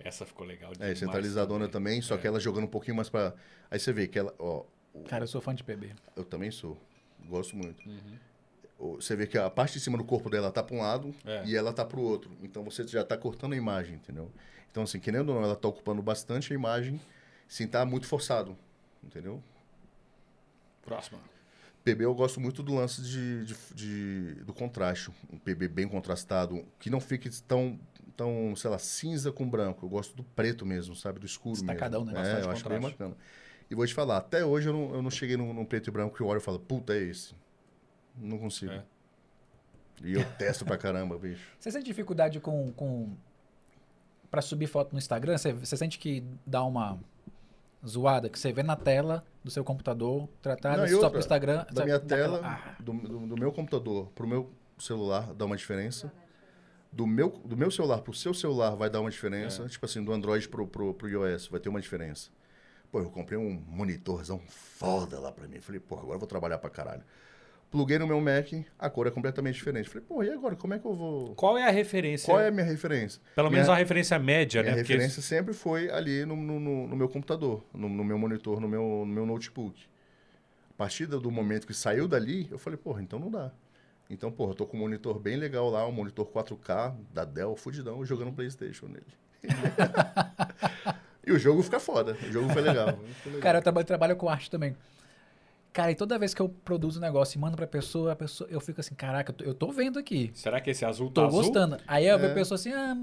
Speaker 1: Essa ficou legal.
Speaker 3: É,
Speaker 1: demais
Speaker 3: centralizadona
Speaker 1: também.
Speaker 3: também, só que ela jogando um pouquinho mais pra. Aí você vê que ela, ó,
Speaker 2: Cara, eu sou fã de PB.
Speaker 3: eu também sou, gosto muito. O- Você vê que a parte de cima do corpo dela tá pra um lado
Speaker 1: É.
Speaker 3: e ela tá pro outro. Então você já tá cortando a imagem, entendeu? Então, assim, querendo ou não, ela tá ocupando bastante a imagem, sem tá muito forçado, entendeu?
Speaker 1: Próxima.
Speaker 3: PB eu gosto muito do lance de, de- de- do contraste. Um PB bem contrastado, que não fique tão, tão, sei lá, cinza com branco. Eu gosto do preto mesmo, sabe? Do escuro
Speaker 2: Destacadão,
Speaker 3: mesmo.
Speaker 2: né?
Speaker 3: É,
Speaker 1: Bastante
Speaker 3: eu acho bem
Speaker 1: contraste.
Speaker 3: bacana. E vou te falar, até hoje eu não, eu não cheguei num, num preto e branco que eu olho e falo, puta, é esse. Não consigo.
Speaker 1: É.
Speaker 3: E eu testo pra caramba, bicho.
Speaker 2: Você sente dificuldade com. com... Pra subir foto no Instagram? Você, você sente que dá uma zoada que você vê na tela do seu computador, tratada
Speaker 3: Não, e
Speaker 2: só
Speaker 3: outra,
Speaker 2: pro Instagram.
Speaker 3: Da
Speaker 2: sabe?
Speaker 3: minha
Speaker 2: Daquela-
Speaker 3: tela,
Speaker 2: Ah,
Speaker 3: do, do- do meu computador pro meu celular, dá uma diferença. Do meu, do meu celular pro seu celular vai dar uma
Speaker 2: É.
Speaker 3: diferença. Tipo assim, do Android pro, pro, pro iOS vai ter uma diferença. Pô, eu comprei um monitorzão foda lá pra mim. Falei, pô, agora eu vou trabalhar pra caralho. Pluguei no meu Mac, a cor é completamente diferente. Falei, pô, e agora? Como é que eu vou.
Speaker 1: Qual é a referência?
Speaker 3: Qual é a minha referência?
Speaker 1: Pelo menos
Speaker 3: minha-
Speaker 1: a referência média,
Speaker 3: Minha
Speaker 1: né? Porque
Speaker 3: referência sempre foi ali no, no- no- no meu computador, no, no meu monitor, no meu, no meu notebook. A partir do do momento que saiu dali, eu falei, porra, então não dá. Então, porra, eu tô com um monitor bem legal lá, um monitor 4K da Dell, fudidão, jogando Playstation nele. e o jogo fica foda, o jogo foi legal. foi legal.
Speaker 2: Ah, Cara, eu trabalho, trabalho com arte também. Cara, e toda vez que eu produzo um negócio e mando pra pessoa, a pessoa, eu fico assim, caraca, eu tô, eu tô vendo aqui.
Speaker 1: Será que esse azul tá
Speaker 2: Tô
Speaker 1: azul?
Speaker 2: gostando. Aí eu vejo
Speaker 3: É.
Speaker 2: a pessoa assim, ah,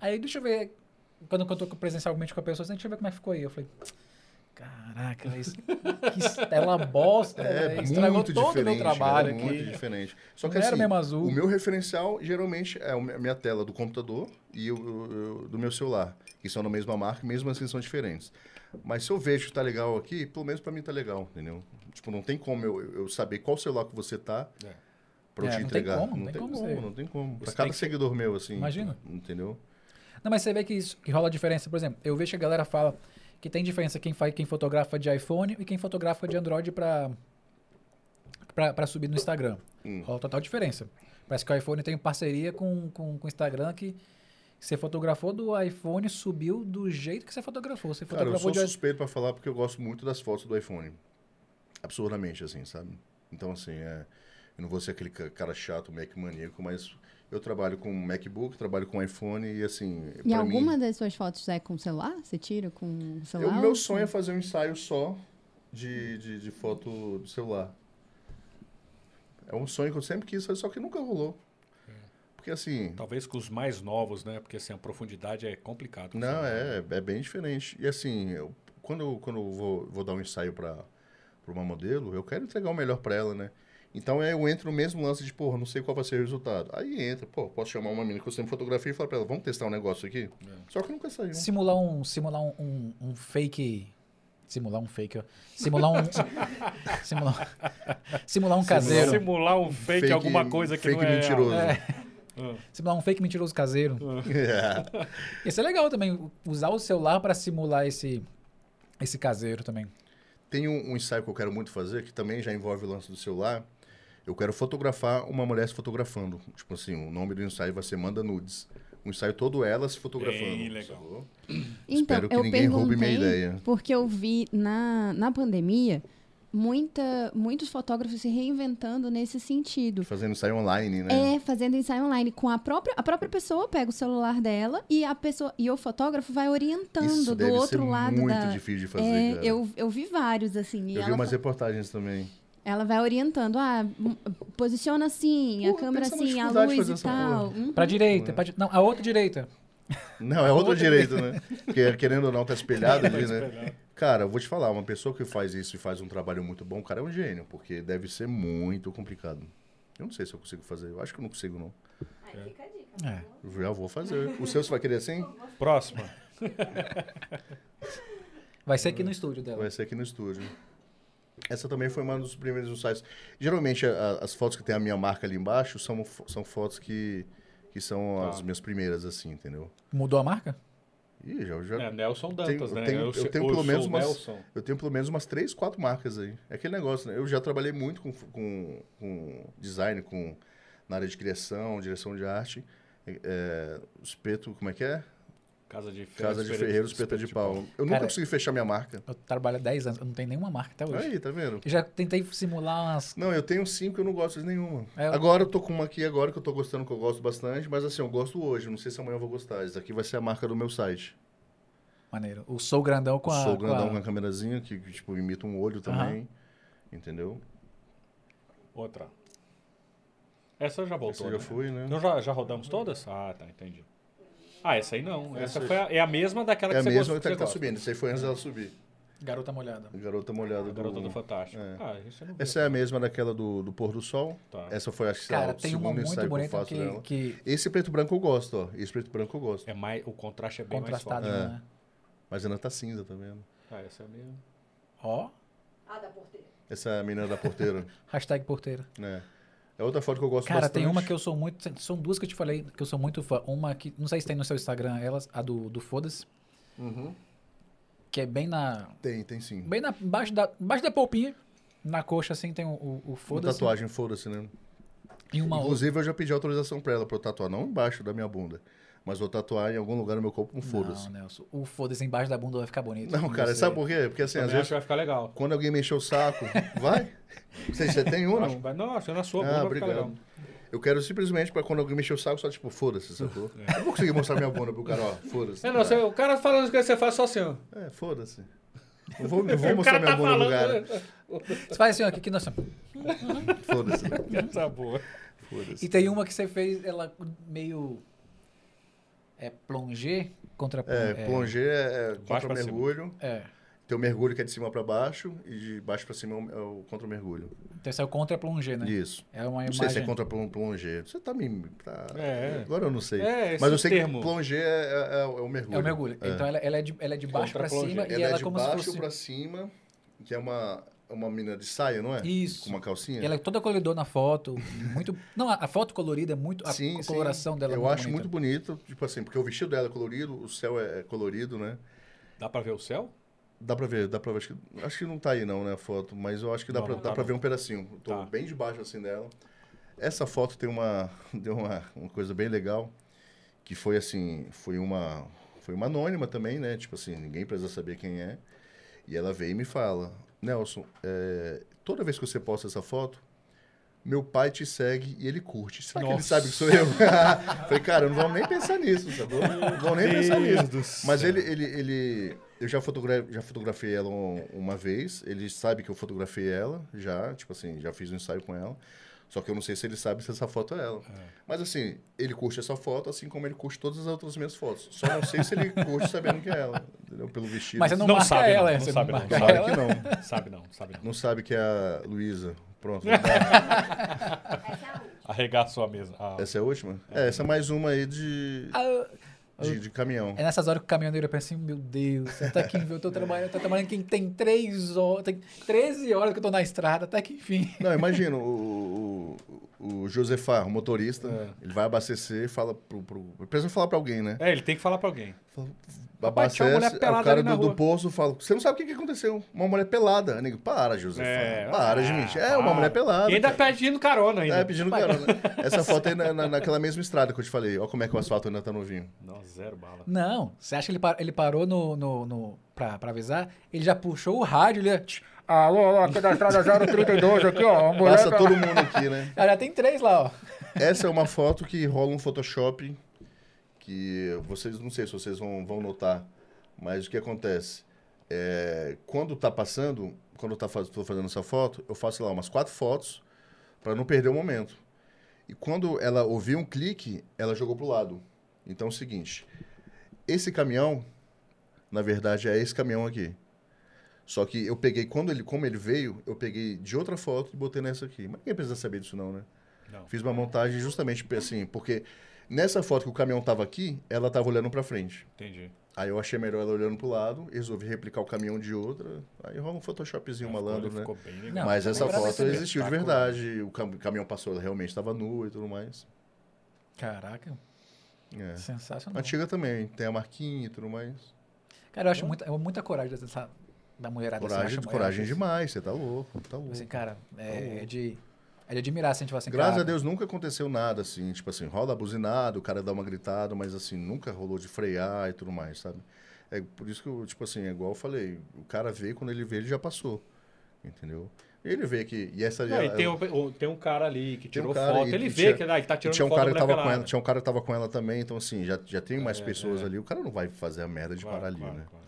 Speaker 2: aí deixa eu ver. Quando, quando eu tô presencialmente com a pessoa, assim, deixa eu ver como é que ficou aí. Eu falei, Caraca, mas que estela bosta.
Speaker 3: É,
Speaker 2: velho.
Speaker 3: muito
Speaker 2: Estragou todo o
Speaker 3: diferente,
Speaker 2: meu trabalho
Speaker 3: era muito
Speaker 2: aqui.
Speaker 3: diferente. Só
Speaker 2: Não
Speaker 3: que
Speaker 2: era
Speaker 3: assim,
Speaker 2: mesmo azul.
Speaker 3: o meu referencial geralmente é a minha tela do computador e o- o- o- do meu celular, que são da mesma marca, mesmo assim são diferentes. Mas se eu vejo que tá legal aqui, pelo menos pra mim tá legal, entendeu? Tipo, não tem como eu, eu saber qual celular que você tá
Speaker 1: É.
Speaker 3: pra eu
Speaker 2: É,
Speaker 3: te
Speaker 2: não tem
Speaker 3: entregar.
Speaker 2: como, não tem como você-
Speaker 3: não tem como. Pra
Speaker 1: Você
Speaker 3: cada
Speaker 1: tem que-
Speaker 3: seguidor meu, assim.
Speaker 2: Imagina.
Speaker 3: Entendeu?
Speaker 2: Não, mas você vê que, isso, que rola diferença. Por exemplo, eu vejo que a galera fala que tem diferença quem, faz, quem fotografa de iPhone e quem fotografa de Android pra, pra, pra subir no Instagram.
Speaker 3: Hum.
Speaker 2: Rola total diferença. Parece que o iPhone tem parceria com o com, com o Instagram que você fotografou do iPhone subiu do jeito que você fotografou. Você
Speaker 3: Cara, eu
Speaker 2: fotografou
Speaker 3: sou
Speaker 2: de
Speaker 3: suspeito pra falar porque eu gosto muito das fotos do iPhone. Absurdamente, assim, sabe? Então, assim, é, eu não vou ser aquele ca- cara chato, Mac maníaco, mas eu trabalho com MacBook, trabalho com iPhone e, assim,
Speaker 5: E
Speaker 3: pra
Speaker 5: alguma
Speaker 3: mim...
Speaker 5: assim? das suas fotos é com celular? Você tira com o
Speaker 3: Eu,
Speaker 5: celular?
Speaker 3: meu
Speaker 5: ou-
Speaker 3: sonho é fazer um ensaio só de, de, de foto do celular. É um sonho que eu sempre quis, só que nunca rolou. Porque, assim,
Speaker 1: Talvez com os mais novos, né? Porque assim, a profundidade é complicado.
Speaker 3: Não,
Speaker 1: Sabe?
Speaker 3: é, é bem diferente. E assim, eu- quando, eu- quando eu vou, vou dar um ensaio para uma modelo, eu quero entregar o melhor para ela, né? Então aí eu entro no mesmo lance de, porra, não sei qual vai ser o resultado. Aí entra, pô, posso chamar uma menina que eu sempre fotografei e falar pra ela, vamos testar um negócio aqui?
Speaker 1: É.
Speaker 3: Só que nunca saiu.
Speaker 2: simular um simular um, um, um fake simular um fake ó. simular um simular, simular um caseiro
Speaker 1: Simular um fake, alguma coisa que
Speaker 3: fake
Speaker 1: não é.
Speaker 3: mentiroso.
Speaker 2: simular um fake mentiroso caseiro
Speaker 1: né?
Speaker 3: É.
Speaker 2: isso é legal também usar o celular pra simular esse esse caseiro também
Speaker 3: Tem um, um ensaio que eu quero muito fazer, que também já envolve o lance do celular. Eu quero fotografar uma mulher se fotografando. Tipo assim, o nome do ensaio vai ser Manda Nudes. Um ensaio todo ela se fotografando.
Speaker 1: Bem legal.
Speaker 3: sacou?
Speaker 5: Então,
Speaker 3: Espero que
Speaker 5: eu
Speaker 3: ninguém roube minha
Speaker 5: perguntei
Speaker 3: ideia.
Speaker 5: Porque eu vi na, na pandemia muita, muitos fotógrafos se reinventando nesse sentido.
Speaker 3: Fazendo ensaio online, né?
Speaker 5: É, fazendo ensaio online com a própria, a própria pessoa pega o celular dela e a pessoa e o fotógrafo vai orientando
Speaker 3: Isso
Speaker 5: então, do
Speaker 3: deve
Speaker 5: outro
Speaker 3: ser
Speaker 5: lado
Speaker 3: muito
Speaker 5: da
Speaker 3: difícil de fazer,
Speaker 5: É,
Speaker 3: cara.
Speaker 5: eu, eu vi vários assim e
Speaker 3: Eu vi
Speaker 5: ela,
Speaker 3: umas
Speaker 5: fa-
Speaker 3: reportagens também.
Speaker 5: ela vai orientando, ah, m- posiciona assim, a
Speaker 3: Porra,
Speaker 5: câmera
Speaker 3: pensa na
Speaker 5: assim, a
Speaker 3: dificuldade de
Speaker 5: luz
Speaker 3: fazer
Speaker 5: e
Speaker 3: essa
Speaker 5: tal. Hum.
Speaker 2: Pra direita pra di- não a outra direita
Speaker 3: Não, é outra
Speaker 2: Outra
Speaker 3: direita, né? Porque, querendo ou não, tá espelhado ali, né?
Speaker 1: Espelhado.
Speaker 3: Cara, eu vou te falar, uma pessoa que faz isso e faz um trabalho muito bom, o cara é um gênio, porque deve ser muito complicado. Eu não sei se eu consigo fazer. Eu acho que eu não consigo, não.
Speaker 4: Aí fica a dica.
Speaker 2: É.
Speaker 4: Vou-
Speaker 3: Eu já vou fazer. O seu você vai querer assim?
Speaker 1: né? Próxima.
Speaker 2: vai ser aqui no estúdio dela
Speaker 3: Vai ser aqui no estúdio. Essa também foi uma dos primeiros ensaios. Geralmente, a- as fotos que tem a minha marca ali embaixo são, fo- são fotos que, que são
Speaker 1: Tá.
Speaker 3: as minhas primeiras, assim, entendeu?
Speaker 2: mudou a marca
Speaker 3: Ih, já, já,
Speaker 1: É, Nelson Dantas,
Speaker 3: eu
Speaker 1: né?
Speaker 3: tenho- eu
Speaker 1: sou-
Speaker 3: tenho pelo
Speaker 1: sou
Speaker 3: menos
Speaker 1: o
Speaker 3: umas-
Speaker 1: Nelson.
Speaker 3: Eu tenho pelo menos umas três, quatro marcas aí. É aquele negócio, né? Eu já trabalhei muito com, com, com design, com, na área de criação, direção de arte. É, É, espeto, como é que é?
Speaker 1: Casa de Ferreiro.
Speaker 3: Casa de Ferreiro, espeta de pau. Eu nunca
Speaker 2: Cara,
Speaker 3: consegui fechar minha marca.
Speaker 2: eu trabalho há 10 anos eu não tenho nenhuma marca até hoje
Speaker 3: Aí, tá vendo?
Speaker 2: eu já tentei simular umas
Speaker 3: Não, eu tenho cinco que eu não gosto de nenhuma.
Speaker 2: É, eu-
Speaker 3: Agora eu tô com uma aqui agora que eu tô gostando, que eu gosto bastante, mas assim, eu gosto hoje. Não sei se amanhã eu vou gostar. Isso aqui vai ser a marca do meu site.
Speaker 2: maneiro o sou grandão com a
Speaker 3: Sou
Speaker 2: com a-
Speaker 3: grandão né? com a câmerazinha, que, que, tipo, imita um olho também. Entendeu?
Speaker 1: Outra. Essa já voltou.
Speaker 3: Esse eu
Speaker 1: né?
Speaker 3: já fui, né?
Speaker 1: Então já, já rodamos todas? Ah, tá, entendi. Ah, essa aí não. Essa,
Speaker 3: Essa-
Speaker 1: foi a, é a mesma daquela
Speaker 3: É a
Speaker 1: que você
Speaker 3: mesma
Speaker 1: gostou.
Speaker 3: que tá
Speaker 1: você gosta.
Speaker 3: subindo. Isso aí foi antes dela subir.
Speaker 2: garota molhada
Speaker 3: Garota molhada.
Speaker 1: A garota
Speaker 3: do-
Speaker 1: do Fantástico.
Speaker 3: É.
Speaker 1: Ah, isso eu não vi.
Speaker 3: Essa é a mesma daquela do, do pôr do sol.
Speaker 1: Tá.
Speaker 3: Essa foi, acho que, sei lá,
Speaker 2: Cara,
Speaker 3: o
Speaker 2: tem uma
Speaker 3: segundo
Speaker 2: muito
Speaker 3: ensaio que eu
Speaker 2: bonita
Speaker 3: faço
Speaker 2: que,
Speaker 3: dela. É
Speaker 2: que
Speaker 3: Esse preto e branco eu gosto, ó. Esse preto e branco eu gosto.
Speaker 1: É mais, o contraste é bem mais forte.
Speaker 2: contrastada,
Speaker 3: É.
Speaker 2: né?
Speaker 3: Mas ainda tá cinza, tá vendo?
Speaker 1: Ah, essa é meio...
Speaker 2: Ó,
Speaker 4: Ah, da porteira.
Speaker 3: Essa menina da porteira,
Speaker 2: hashtag porteira.
Speaker 3: né? É outra foto que eu gosto
Speaker 2: Cara,
Speaker 3: bastante.
Speaker 2: tem uma que eu sou muito. São duas que eu te falei que eu sou muito fã. Uma que. Não sei se tem no seu Instagram, elas, a do, do Foda-se.
Speaker 3: Uhum.
Speaker 2: Que é bem na.
Speaker 3: Tem, tem sim.
Speaker 2: Bem na. Embaixo da, embaixo da polpinha. Na coxa, assim, tem o, o, o
Speaker 3: Uma
Speaker 2: Foda-se.
Speaker 3: tatuagem, foda-se, né?
Speaker 2: E uma outra.
Speaker 3: Inclusive, eu já pedi autorização pra ela pra eu tatuar. Não embaixo da minha bunda, mas vou tatuar em algum lugar no meu corpo um foda-se.
Speaker 2: Não, Nelson. O Foda-se embaixo da bunda vai ficar bonito.
Speaker 3: Não, cara,
Speaker 2: Você-
Speaker 3: sabe por quê? Porque assim,
Speaker 1: Também
Speaker 3: às
Speaker 1: acho
Speaker 3: vezes,
Speaker 1: que vai ficar legal.
Speaker 3: quando alguém mexer o saco, vai. Você, você tem um,
Speaker 1: Eu
Speaker 3: não?
Speaker 1: acho que vai- Não, acho que na sua bunda
Speaker 3: Ah,
Speaker 1: vai ficar
Speaker 3: obrigado.
Speaker 1: legal.
Speaker 3: Eu quero simplesmente pra quando alguém mexer o saco, só tipo, foda-se, sacou? Eu não vou conseguir mostrar minha bunda pro cara, ó, foda-se.
Speaker 1: É, não, você- o cara falando que você faz só assim, ó.
Speaker 3: É, foda-se. Não vou, não Tá vou mostrar
Speaker 1: tá
Speaker 3: minha bunda pro
Speaker 1: né?
Speaker 3: cara.
Speaker 2: Você faz assim, ó, que, que nós somos.
Speaker 3: Foda-se.
Speaker 1: Essa boa.
Speaker 3: Foda-se.
Speaker 2: E tem uma que você fez, ela meio. É plonger contra
Speaker 3: É, plongé é
Speaker 1: Baixo
Speaker 3: contra
Speaker 1: pra cima.
Speaker 3: mergulho.
Speaker 2: É.
Speaker 3: Tem o mergulho que é de cima para baixo e de baixo para cima é o- é o contra-mergulho.
Speaker 2: Então isso é o contra plongé, né?
Speaker 3: Isso.
Speaker 2: É uma
Speaker 3: Não
Speaker 2: imagem.
Speaker 3: sei se é contra plon- plongé. Você tá me. Tá...
Speaker 1: É.
Speaker 3: Agora eu não sei.
Speaker 1: É, esse
Speaker 3: Mas eu sei
Speaker 1: termo.
Speaker 3: que plongé é, é- é o mergulho.
Speaker 2: É o mergulho. Então ela, ela é de, ela é de baixo pra
Speaker 1: Contra-plongé.
Speaker 2: cima e
Speaker 3: Ela
Speaker 2: ela
Speaker 3: é
Speaker 2: é
Speaker 3: de
Speaker 2: como se
Speaker 3: baixo
Speaker 2: fosse.
Speaker 3: para cima, que é uma, uma menina de saia, não é?
Speaker 2: Isso.
Speaker 3: Com uma calcinha.
Speaker 2: E Ela é toda coloridona na foto, muito. Não, a- a foto colorida é muito. A
Speaker 3: Sim,
Speaker 2: coloração
Speaker 3: sim.
Speaker 2: dela é
Speaker 3: Eu
Speaker 2: muito
Speaker 3: acho
Speaker 2: bonita.
Speaker 3: muito bonito, tipo assim, porque o vestido dela é colorido, o céu é é colorido, né?
Speaker 1: Dá pra ver o céu?
Speaker 3: Dá pra ver, dá pra ver. Acho que, acho que não tá aí não, né, a foto, mas eu acho que dá,
Speaker 1: Não,
Speaker 3: pra,
Speaker 1: não
Speaker 3: dá
Speaker 1: tá,
Speaker 3: pra
Speaker 1: não.
Speaker 3: ver um pedacinho. Eu Tô
Speaker 1: Tá.
Speaker 3: bem debaixo assim dela. Essa foto tem uma, deu uma, uma coisa bem legal, que foi assim, foi uma, foi uma anônima também, né? Tipo assim, ninguém precisa saber quem é. E ela veio e me fala, Nelson, é, toda vez que você posta essa foto, meu pai te segue e ele curte. Será que ele
Speaker 1: Nossa.
Speaker 3: sabe que sou eu? Falei, cara, eu não vamos nem pensar nisso, sabe? Não vamos nem pensar nisso. Mas ele, ele, ele eu já, fotogra já fotografei ela um- uma vez, ele sabe que eu fotografei ela, já, tipo assim, já fiz um ensaio com ela. Só que eu não sei se ele sabe se essa foto é ela. Mas assim, ele curte essa foto, assim como ele curte todas as outras minhas fotos. Só não sei se ele curte sabendo que é ela, entendeu? Pelo vestido.
Speaker 2: Mas você não, marca
Speaker 1: sabe,
Speaker 2: ela,
Speaker 1: não, não
Speaker 2: você
Speaker 1: sabe,
Speaker 2: não
Speaker 1: não.
Speaker 2: marca
Speaker 3: Tomara
Speaker 2: ela.
Speaker 3: que não.
Speaker 1: Sabe não, sabe não.
Speaker 3: Não sabe que é a Luísa. Pronto. vou dar.
Speaker 4: Essa é a última.
Speaker 1: Arregaçou a mesa. Ah,
Speaker 3: essa é a última? É, essa é mais uma aí de,
Speaker 2: Ah,
Speaker 3: de, de caminhão.
Speaker 2: É nessas horas que o caminhoneiro pensa assim, meu Deus, até que enfim, eu tô trabalhando, eu tô trabalhando que tem três horas, tem 13 horas que eu tô na estrada, até que enfim.
Speaker 3: Não, imagina, o, o, o Josefá, o motorista, ele vai abastecer e fala pro. pro precisa falar pra alguém, né?
Speaker 1: É, ele tem que falar pra alguém. Rapaz,
Speaker 3: Abastece,
Speaker 1: tinha uma mulher
Speaker 3: aí
Speaker 1: pelada
Speaker 3: o cara
Speaker 1: ali na
Speaker 3: do, do
Speaker 1: rua.
Speaker 3: poço fala: Você não sabe o que, que aconteceu? Uma mulher pelada. Amigo, para, Josefá. para, gente. É, uma
Speaker 1: para.
Speaker 3: mulher pelada.
Speaker 1: ah, E ainda pedindo carona ainda.
Speaker 3: É, pedindo carona. Essa foto aí na, na- naquela mesma estrada que eu te falei. Olha como é que o asfalto ainda tá novinho.
Speaker 1: Não, zero bala.
Speaker 2: Não, você acha que ele, par- ele parou no, no, no- pra, pra avisar? Ele já puxou o rádio, ele
Speaker 6: Alô, alô, aqui da estrada 032 aqui, ó. Mulher
Speaker 3: Passa
Speaker 6: pela-
Speaker 3: todo mundo aqui, né?
Speaker 2: ah, já tem três lá, ó.
Speaker 3: Essa é uma foto que rola um Photoshop que vocês não sei se vocês vão, vão notar, mas o que acontece é, quando tá passando, quando tá faz, tô fazendo essa foto, eu faço sei lá umas quatro fotos para não perder o momento. E quando ela ouviu um clique, ela jogou pro lado. Então é o seguinte, esse caminhão, na verdade é esse caminhão aqui. Só que eu peguei quando ele, como ele veio, eu peguei de outra foto e botei nessa aqui. Mas ninguém precisa saber disso não, né?
Speaker 1: Não.
Speaker 3: Fiz uma montagem justamente assim, porque nessa foto que o caminhão tava aqui, ela tava olhando pra frente.
Speaker 1: Entendi.
Speaker 3: Aí eu achei melhor ela olhando pro lado, resolvi replicar o caminhão de outra. Aí rola um Photoshopzinho malandro, né?
Speaker 1: Ficou bem legal.
Speaker 2: Não,
Speaker 3: Mas
Speaker 2: também
Speaker 3: essa
Speaker 2: pra
Speaker 3: foto
Speaker 2: perceber.
Speaker 3: existiu de verdade. O cam- caminhão passou, ela realmente estava nua e tudo mais.
Speaker 2: Caraca,
Speaker 3: É.
Speaker 2: sensacional.
Speaker 3: Antiga também, tem a marquinha e tudo mais.
Speaker 2: Cara, eu acho muita, eu- muita coragem dessa, da mulherada. assim, eu
Speaker 3: Coragem,
Speaker 2: acho- eu
Speaker 3: coragem
Speaker 2: acho-
Speaker 3: demais, você tá louco, tá louco.
Speaker 2: Assim, cara, é, é de, é de admirar, assim, tipo assim,
Speaker 3: Graças
Speaker 2: cara,
Speaker 3: a Deus nunca aconteceu nada assim, tipo assim, rola buzinado, o cara dá uma gritada, mas assim, nunca rolou de frear e tudo mais, sabe? É por isso que, eu, tipo assim, é igual eu falei, o cara vê, quando ele vê, ele já passou, entendeu? Ele vê que, e essa...
Speaker 1: Não, e
Speaker 3: ela-
Speaker 1: tem, um- o- tem um cara ali que
Speaker 3: é- Tem um
Speaker 1: tirou
Speaker 3: cara
Speaker 1: foto.
Speaker 3: e-
Speaker 1: Ele
Speaker 3: e
Speaker 1: vê
Speaker 3: tinha-
Speaker 1: que ah, ele tá
Speaker 3: e
Speaker 1: tirando
Speaker 3: tinha um
Speaker 1: foto
Speaker 3: cara
Speaker 1: da
Speaker 3: que tava
Speaker 1: mulher
Speaker 3: com ela,
Speaker 1: pelada.
Speaker 3: tinha um cara que tava com ela também, então assim, já, já tem mais pessoas ali, o cara não vai fazer a merda de
Speaker 1: é. Claro,
Speaker 3: parar ali,
Speaker 1: claro,
Speaker 3: né?
Speaker 1: claro.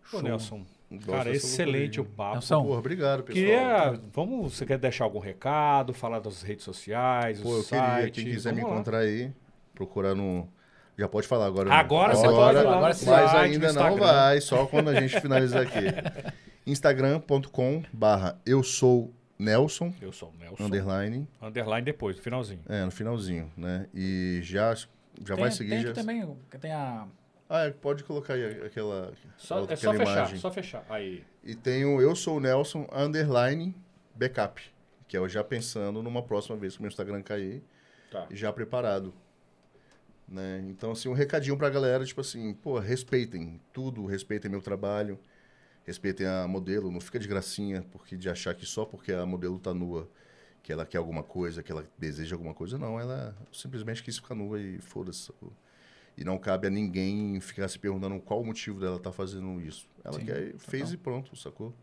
Speaker 1: Ô,
Speaker 3: Show.
Speaker 1: Nelson,
Speaker 3: Gosto
Speaker 1: cara,
Speaker 3: dessa
Speaker 1: excelente o
Speaker 3: loucura né?
Speaker 1: papo.
Speaker 2: Nelson,
Speaker 3: aí. Porra, obrigado, pessoal. um.
Speaker 1: Queria, vamos, você quer deixar algum recado, falar das redes sociais,
Speaker 3: Pô,
Speaker 1: o
Speaker 3: eu queria,
Speaker 1: site,
Speaker 3: quem quiser me
Speaker 1: vamos lá.
Speaker 3: encontrar aí, procurar no... Já pode falar agora. né?
Speaker 1: Agora você
Speaker 2: Agora-
Speaker 1: pode falar
Speaker 2: agora
Speaker 1: no
Speaker 2: sim.
Speaker 1: site,
Speaker 3: Mas
Speaker 1: no
Speaker 3: ainda não
Speaker 1: Instagram.
Speaker 3: vai, só quando a gente finalizar aqui. instagram.com barra eu sou Nelson,
Speaker 1: Eu sou o Nelson.
Speaker 3: underline,
Speaker 1: Underline depois, no finalzinho.
Speaker 3: é, no finalzinho, né? E já, já
Speaker 2: tem,
Speaker 3: vai seguir.
Speaker 2: tem
Speaker 3: Já...
Speaker 2: aqui também, o- que tem a...
Speaker 3: Ah, é, pode colocar aí aquela,
Speaker 1: Só-
Speaker 3: outra-
Speaker 1: é só
Speaker 3: aquela
Speaker 1: fechar,
Speaker 3: imagem.
Speaker 1: só fechar. Aí.
Speaker 3: E tem o eu sou Nelson, underline, backup, que é o já pensando numa próxima vez que o meu Instagram cair.
Speaker 1: Tá.
Speaker 3: e já preparado. Né? Então, assim, um recadinho pra galera, tipo assim, pô, respeitem tudo, respeitem meu trabalho, respeitem a modelo, não fica de gracinha, porque de achar que só porque a modelo tá nua, que ela quer alguma coisa, que ela deseja alguma coisa, não, ela simplesmente quis ficar nua e foda-se. sacou? E não cabe a ninguém ficar se perguntando qual o motivo dela tá fazendo isso. Ela
Speaker 2: Sim,
Speaker 3: quer, fez
Speaker 2: total.
Speaker 3: e pronto, sacou?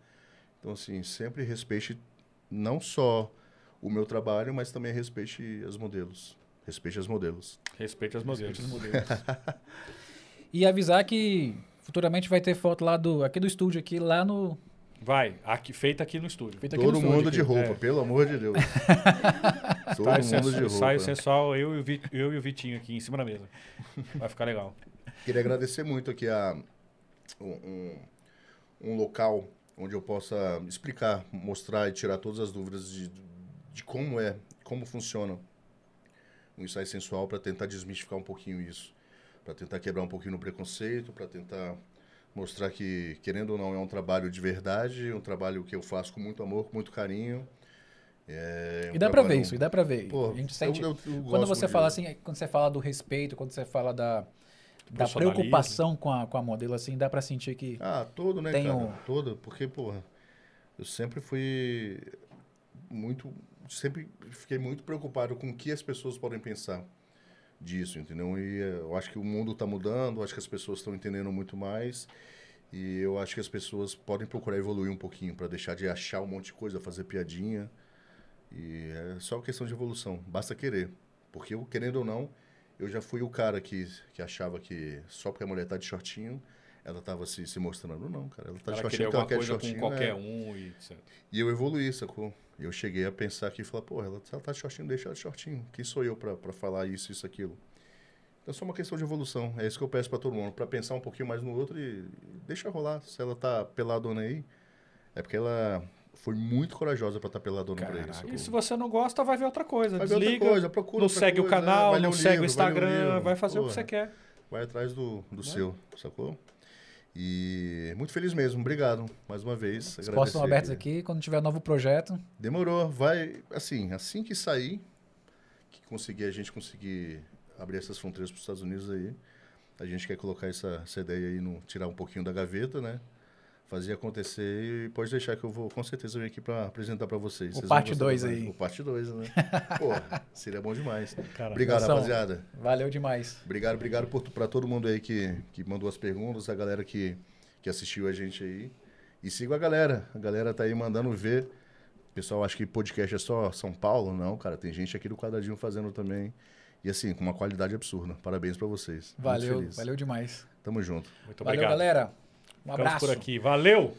Speaker 3: Então, assim, sempre respeite não só o meu trabalho, mas também respeite as modelos. Respeite as modelos.
Speaker 1: Respeite as modelos.
Speaker 2: E avisar que futuramente vai ter foto lá do, aqui do estúdio, aqui lá no...
Speaker 1: Vai, aqui, feita aqui no estúdio.
Speaker 2: feita aqui no
Speaker 3: Todo
Speaker 2: estúdio
Speaker 3: mundo
Speaker 2: aqui.
Speaker 3: de roupa, pelo amor de Deus. Todo
Speaker 1: Tá,
Speaker 3: mundo de
Speaker 1: Saio
Speaker 3: roupa.
Speaker 1: sensual, eu e, o Vi- eu e o Vitinho aqui em cima da
Speaker 3: Tá
Speaker 1: mesa. Vai ficar legal.
Speaker 3: Queria agradecer muito aqui a um, um- um local onde eu possa explicar, mostrar e tirar todas as dúvidas de, de como é, como funciona o ensaio sensual para tentar desmistificar um pouquinho isso, para tentar quebrar um pouquinho no preconceito, para tentar mostrar que, querendo ou não, é um trabalho de verdade, um trabalho que eu faço com muito amor, com muito carinho. É um
Speaker 2: E dá pra ver
Speaker 3: trabalho-
Speaker 2: isso, e dá pra ver.
Speaker 3: Pô,
Speaker 2: a gente
Speaker 3: eu-
Speaker 2: sente.
Speaker 3: eu- eu
Speaker 2: quando
Speaker 3: gosto
Speaker 2: você
Speaker 3: muito
Speaker 2: fala
Speaker 3: disso.
Speaker 2: assim, quando você fala do respeito, quando você fala da, da
Speaker 1: Profissionalismo.
Speaker 2: preocupação com a, com a modelo, assim, dá pra sentir que.
Speaker 3: Ah, todo, né,
Speaker 2: Tem
Speaker 3: cara?
Speaker 2: um-
Speaker 3: Todo, porque, porra, eu sempre fui muito. Sempre fiquei muito preocupado com o que as pessoas podem pensar disso, entendeu? E eh, eu acho que o mundo está mudando, eu acho que as pessoas estão entendendo muito mais. E eu acho que as pessoas podem procurar evoluir um pouquinho para deixar de achar um monte de coisa, fazer piadinha. E é só questão de evolução, basta querer. Porque eu, querendo ou não, eu já fui o cara que, que achava que só porque a mulher tá de shortinho, ela tava se, se mostrando. Não, cara, ela tá de
Speaker 1: Ela queria
Speaker 3: shortinho porque ela
Speaker 1: alguma
Speaker 3: quer de
Speaker 1: coisa
Speaker 3: shortinho.
Speaker 1: com qualquer
Speaker 3: é.
Speaker 1: um e etc.
Speaker 3: E eu evoluí, sacou? Eu cheguei a pensar aqui e falar, pô, ela tá tá de shortinho, deixa ela de shortinho. Quem sou eu pra pra falar isso, isso, aquilo? Então é só uma questão de evolução. É isso que eu peço pra todo mundo, pra pensar um pouquinho mais no outro e e deixa rolar. Se ela tá peladona aí, é porque ela foi muito corajosa pra estar peladona pra
Speaker 2: Caraca.
Speaker 3: isso. sacou?
Speaker 1: E se você não gosta, vai ver outra coisa.
Speaker 3: Vai ver outra
Speaker 1: Desliga,
Speaker 3: coisa, procura
Speaker 1: não
Speaker 3: outra
Speaker 1: segue o
Speaker 3: coisa,
Speaker 1: canal,
Speaker 3: vai ler
Speaker 1: não
Speaker 3: um
Speaker 1: segue o
Speaker 3: livro, vai ler um
Speaker 1: Instagram, vai,
Speaker 3: livro.
Speaker 1: fazer o que
Speaker 3: Porra.
Speaker 1: você quer.
Speaker 3: Vai atrás do, do seu, sacou? E muito feliz mesmo, obrigado mais uma vez.
Speaker 2: Os postos estão
Speaker 3: agradecer
Speaker 2: abertos aqui, quando tiver novo projeto.
Speaker 3: Demorou, vai. Assim, assim que sair, que conseguir, a gente conseguir abrir essas fronteiras para os Estados Unidos aí, a gente quer colocar essa, essa ideia aí, no, tirar um pouquinho da gaveta, né? Fazer acontecer e pode deixar que eu vou, com certeza, vir aqui para apresentar para vocês.
Speaker 2: O
Speaker 3: Vocês vão
Speaker 2: parte
Speaker 3: gostar
Speaker 2: dois
Speaker 3: bastante.
Speaker 2: aí.
Speaker 3: O parte 2, né? Porra, seria bom demais.
Speaker 1: Cara,
Speaker 3: Obrigado,
Speaker 2: Moção.
Speaker 3: rapaziada.
Speaker 2: Valeu demais.
Speaker 3: Obrigado, obrigado por, pra todo mundo aí que, que mandou as perguntas, a galera que, que assistiu a gente aí. E siga a galera. A galera tá aí mandando ver. O pessoal acha que podcast é só São Paulo. Não, cara, tem gente aqui do Quadradinho fazendo também. E assim, com uma qualidade absurda. Parabéns pra vocês. Muito
Speaker 2: Valeu,
Speaker 3: feliz.
Speaker 2: valeu demais.
Speaker 3: Tamo junto.
Speaker 1: Muito
Speaker 2: valeu,
Speaker 1: obrigado.
Speaker 2: galera. Um
Speaker 1: Ficamos
Speaker 2: abraço.
Speaker 1: por aqui. Valeu!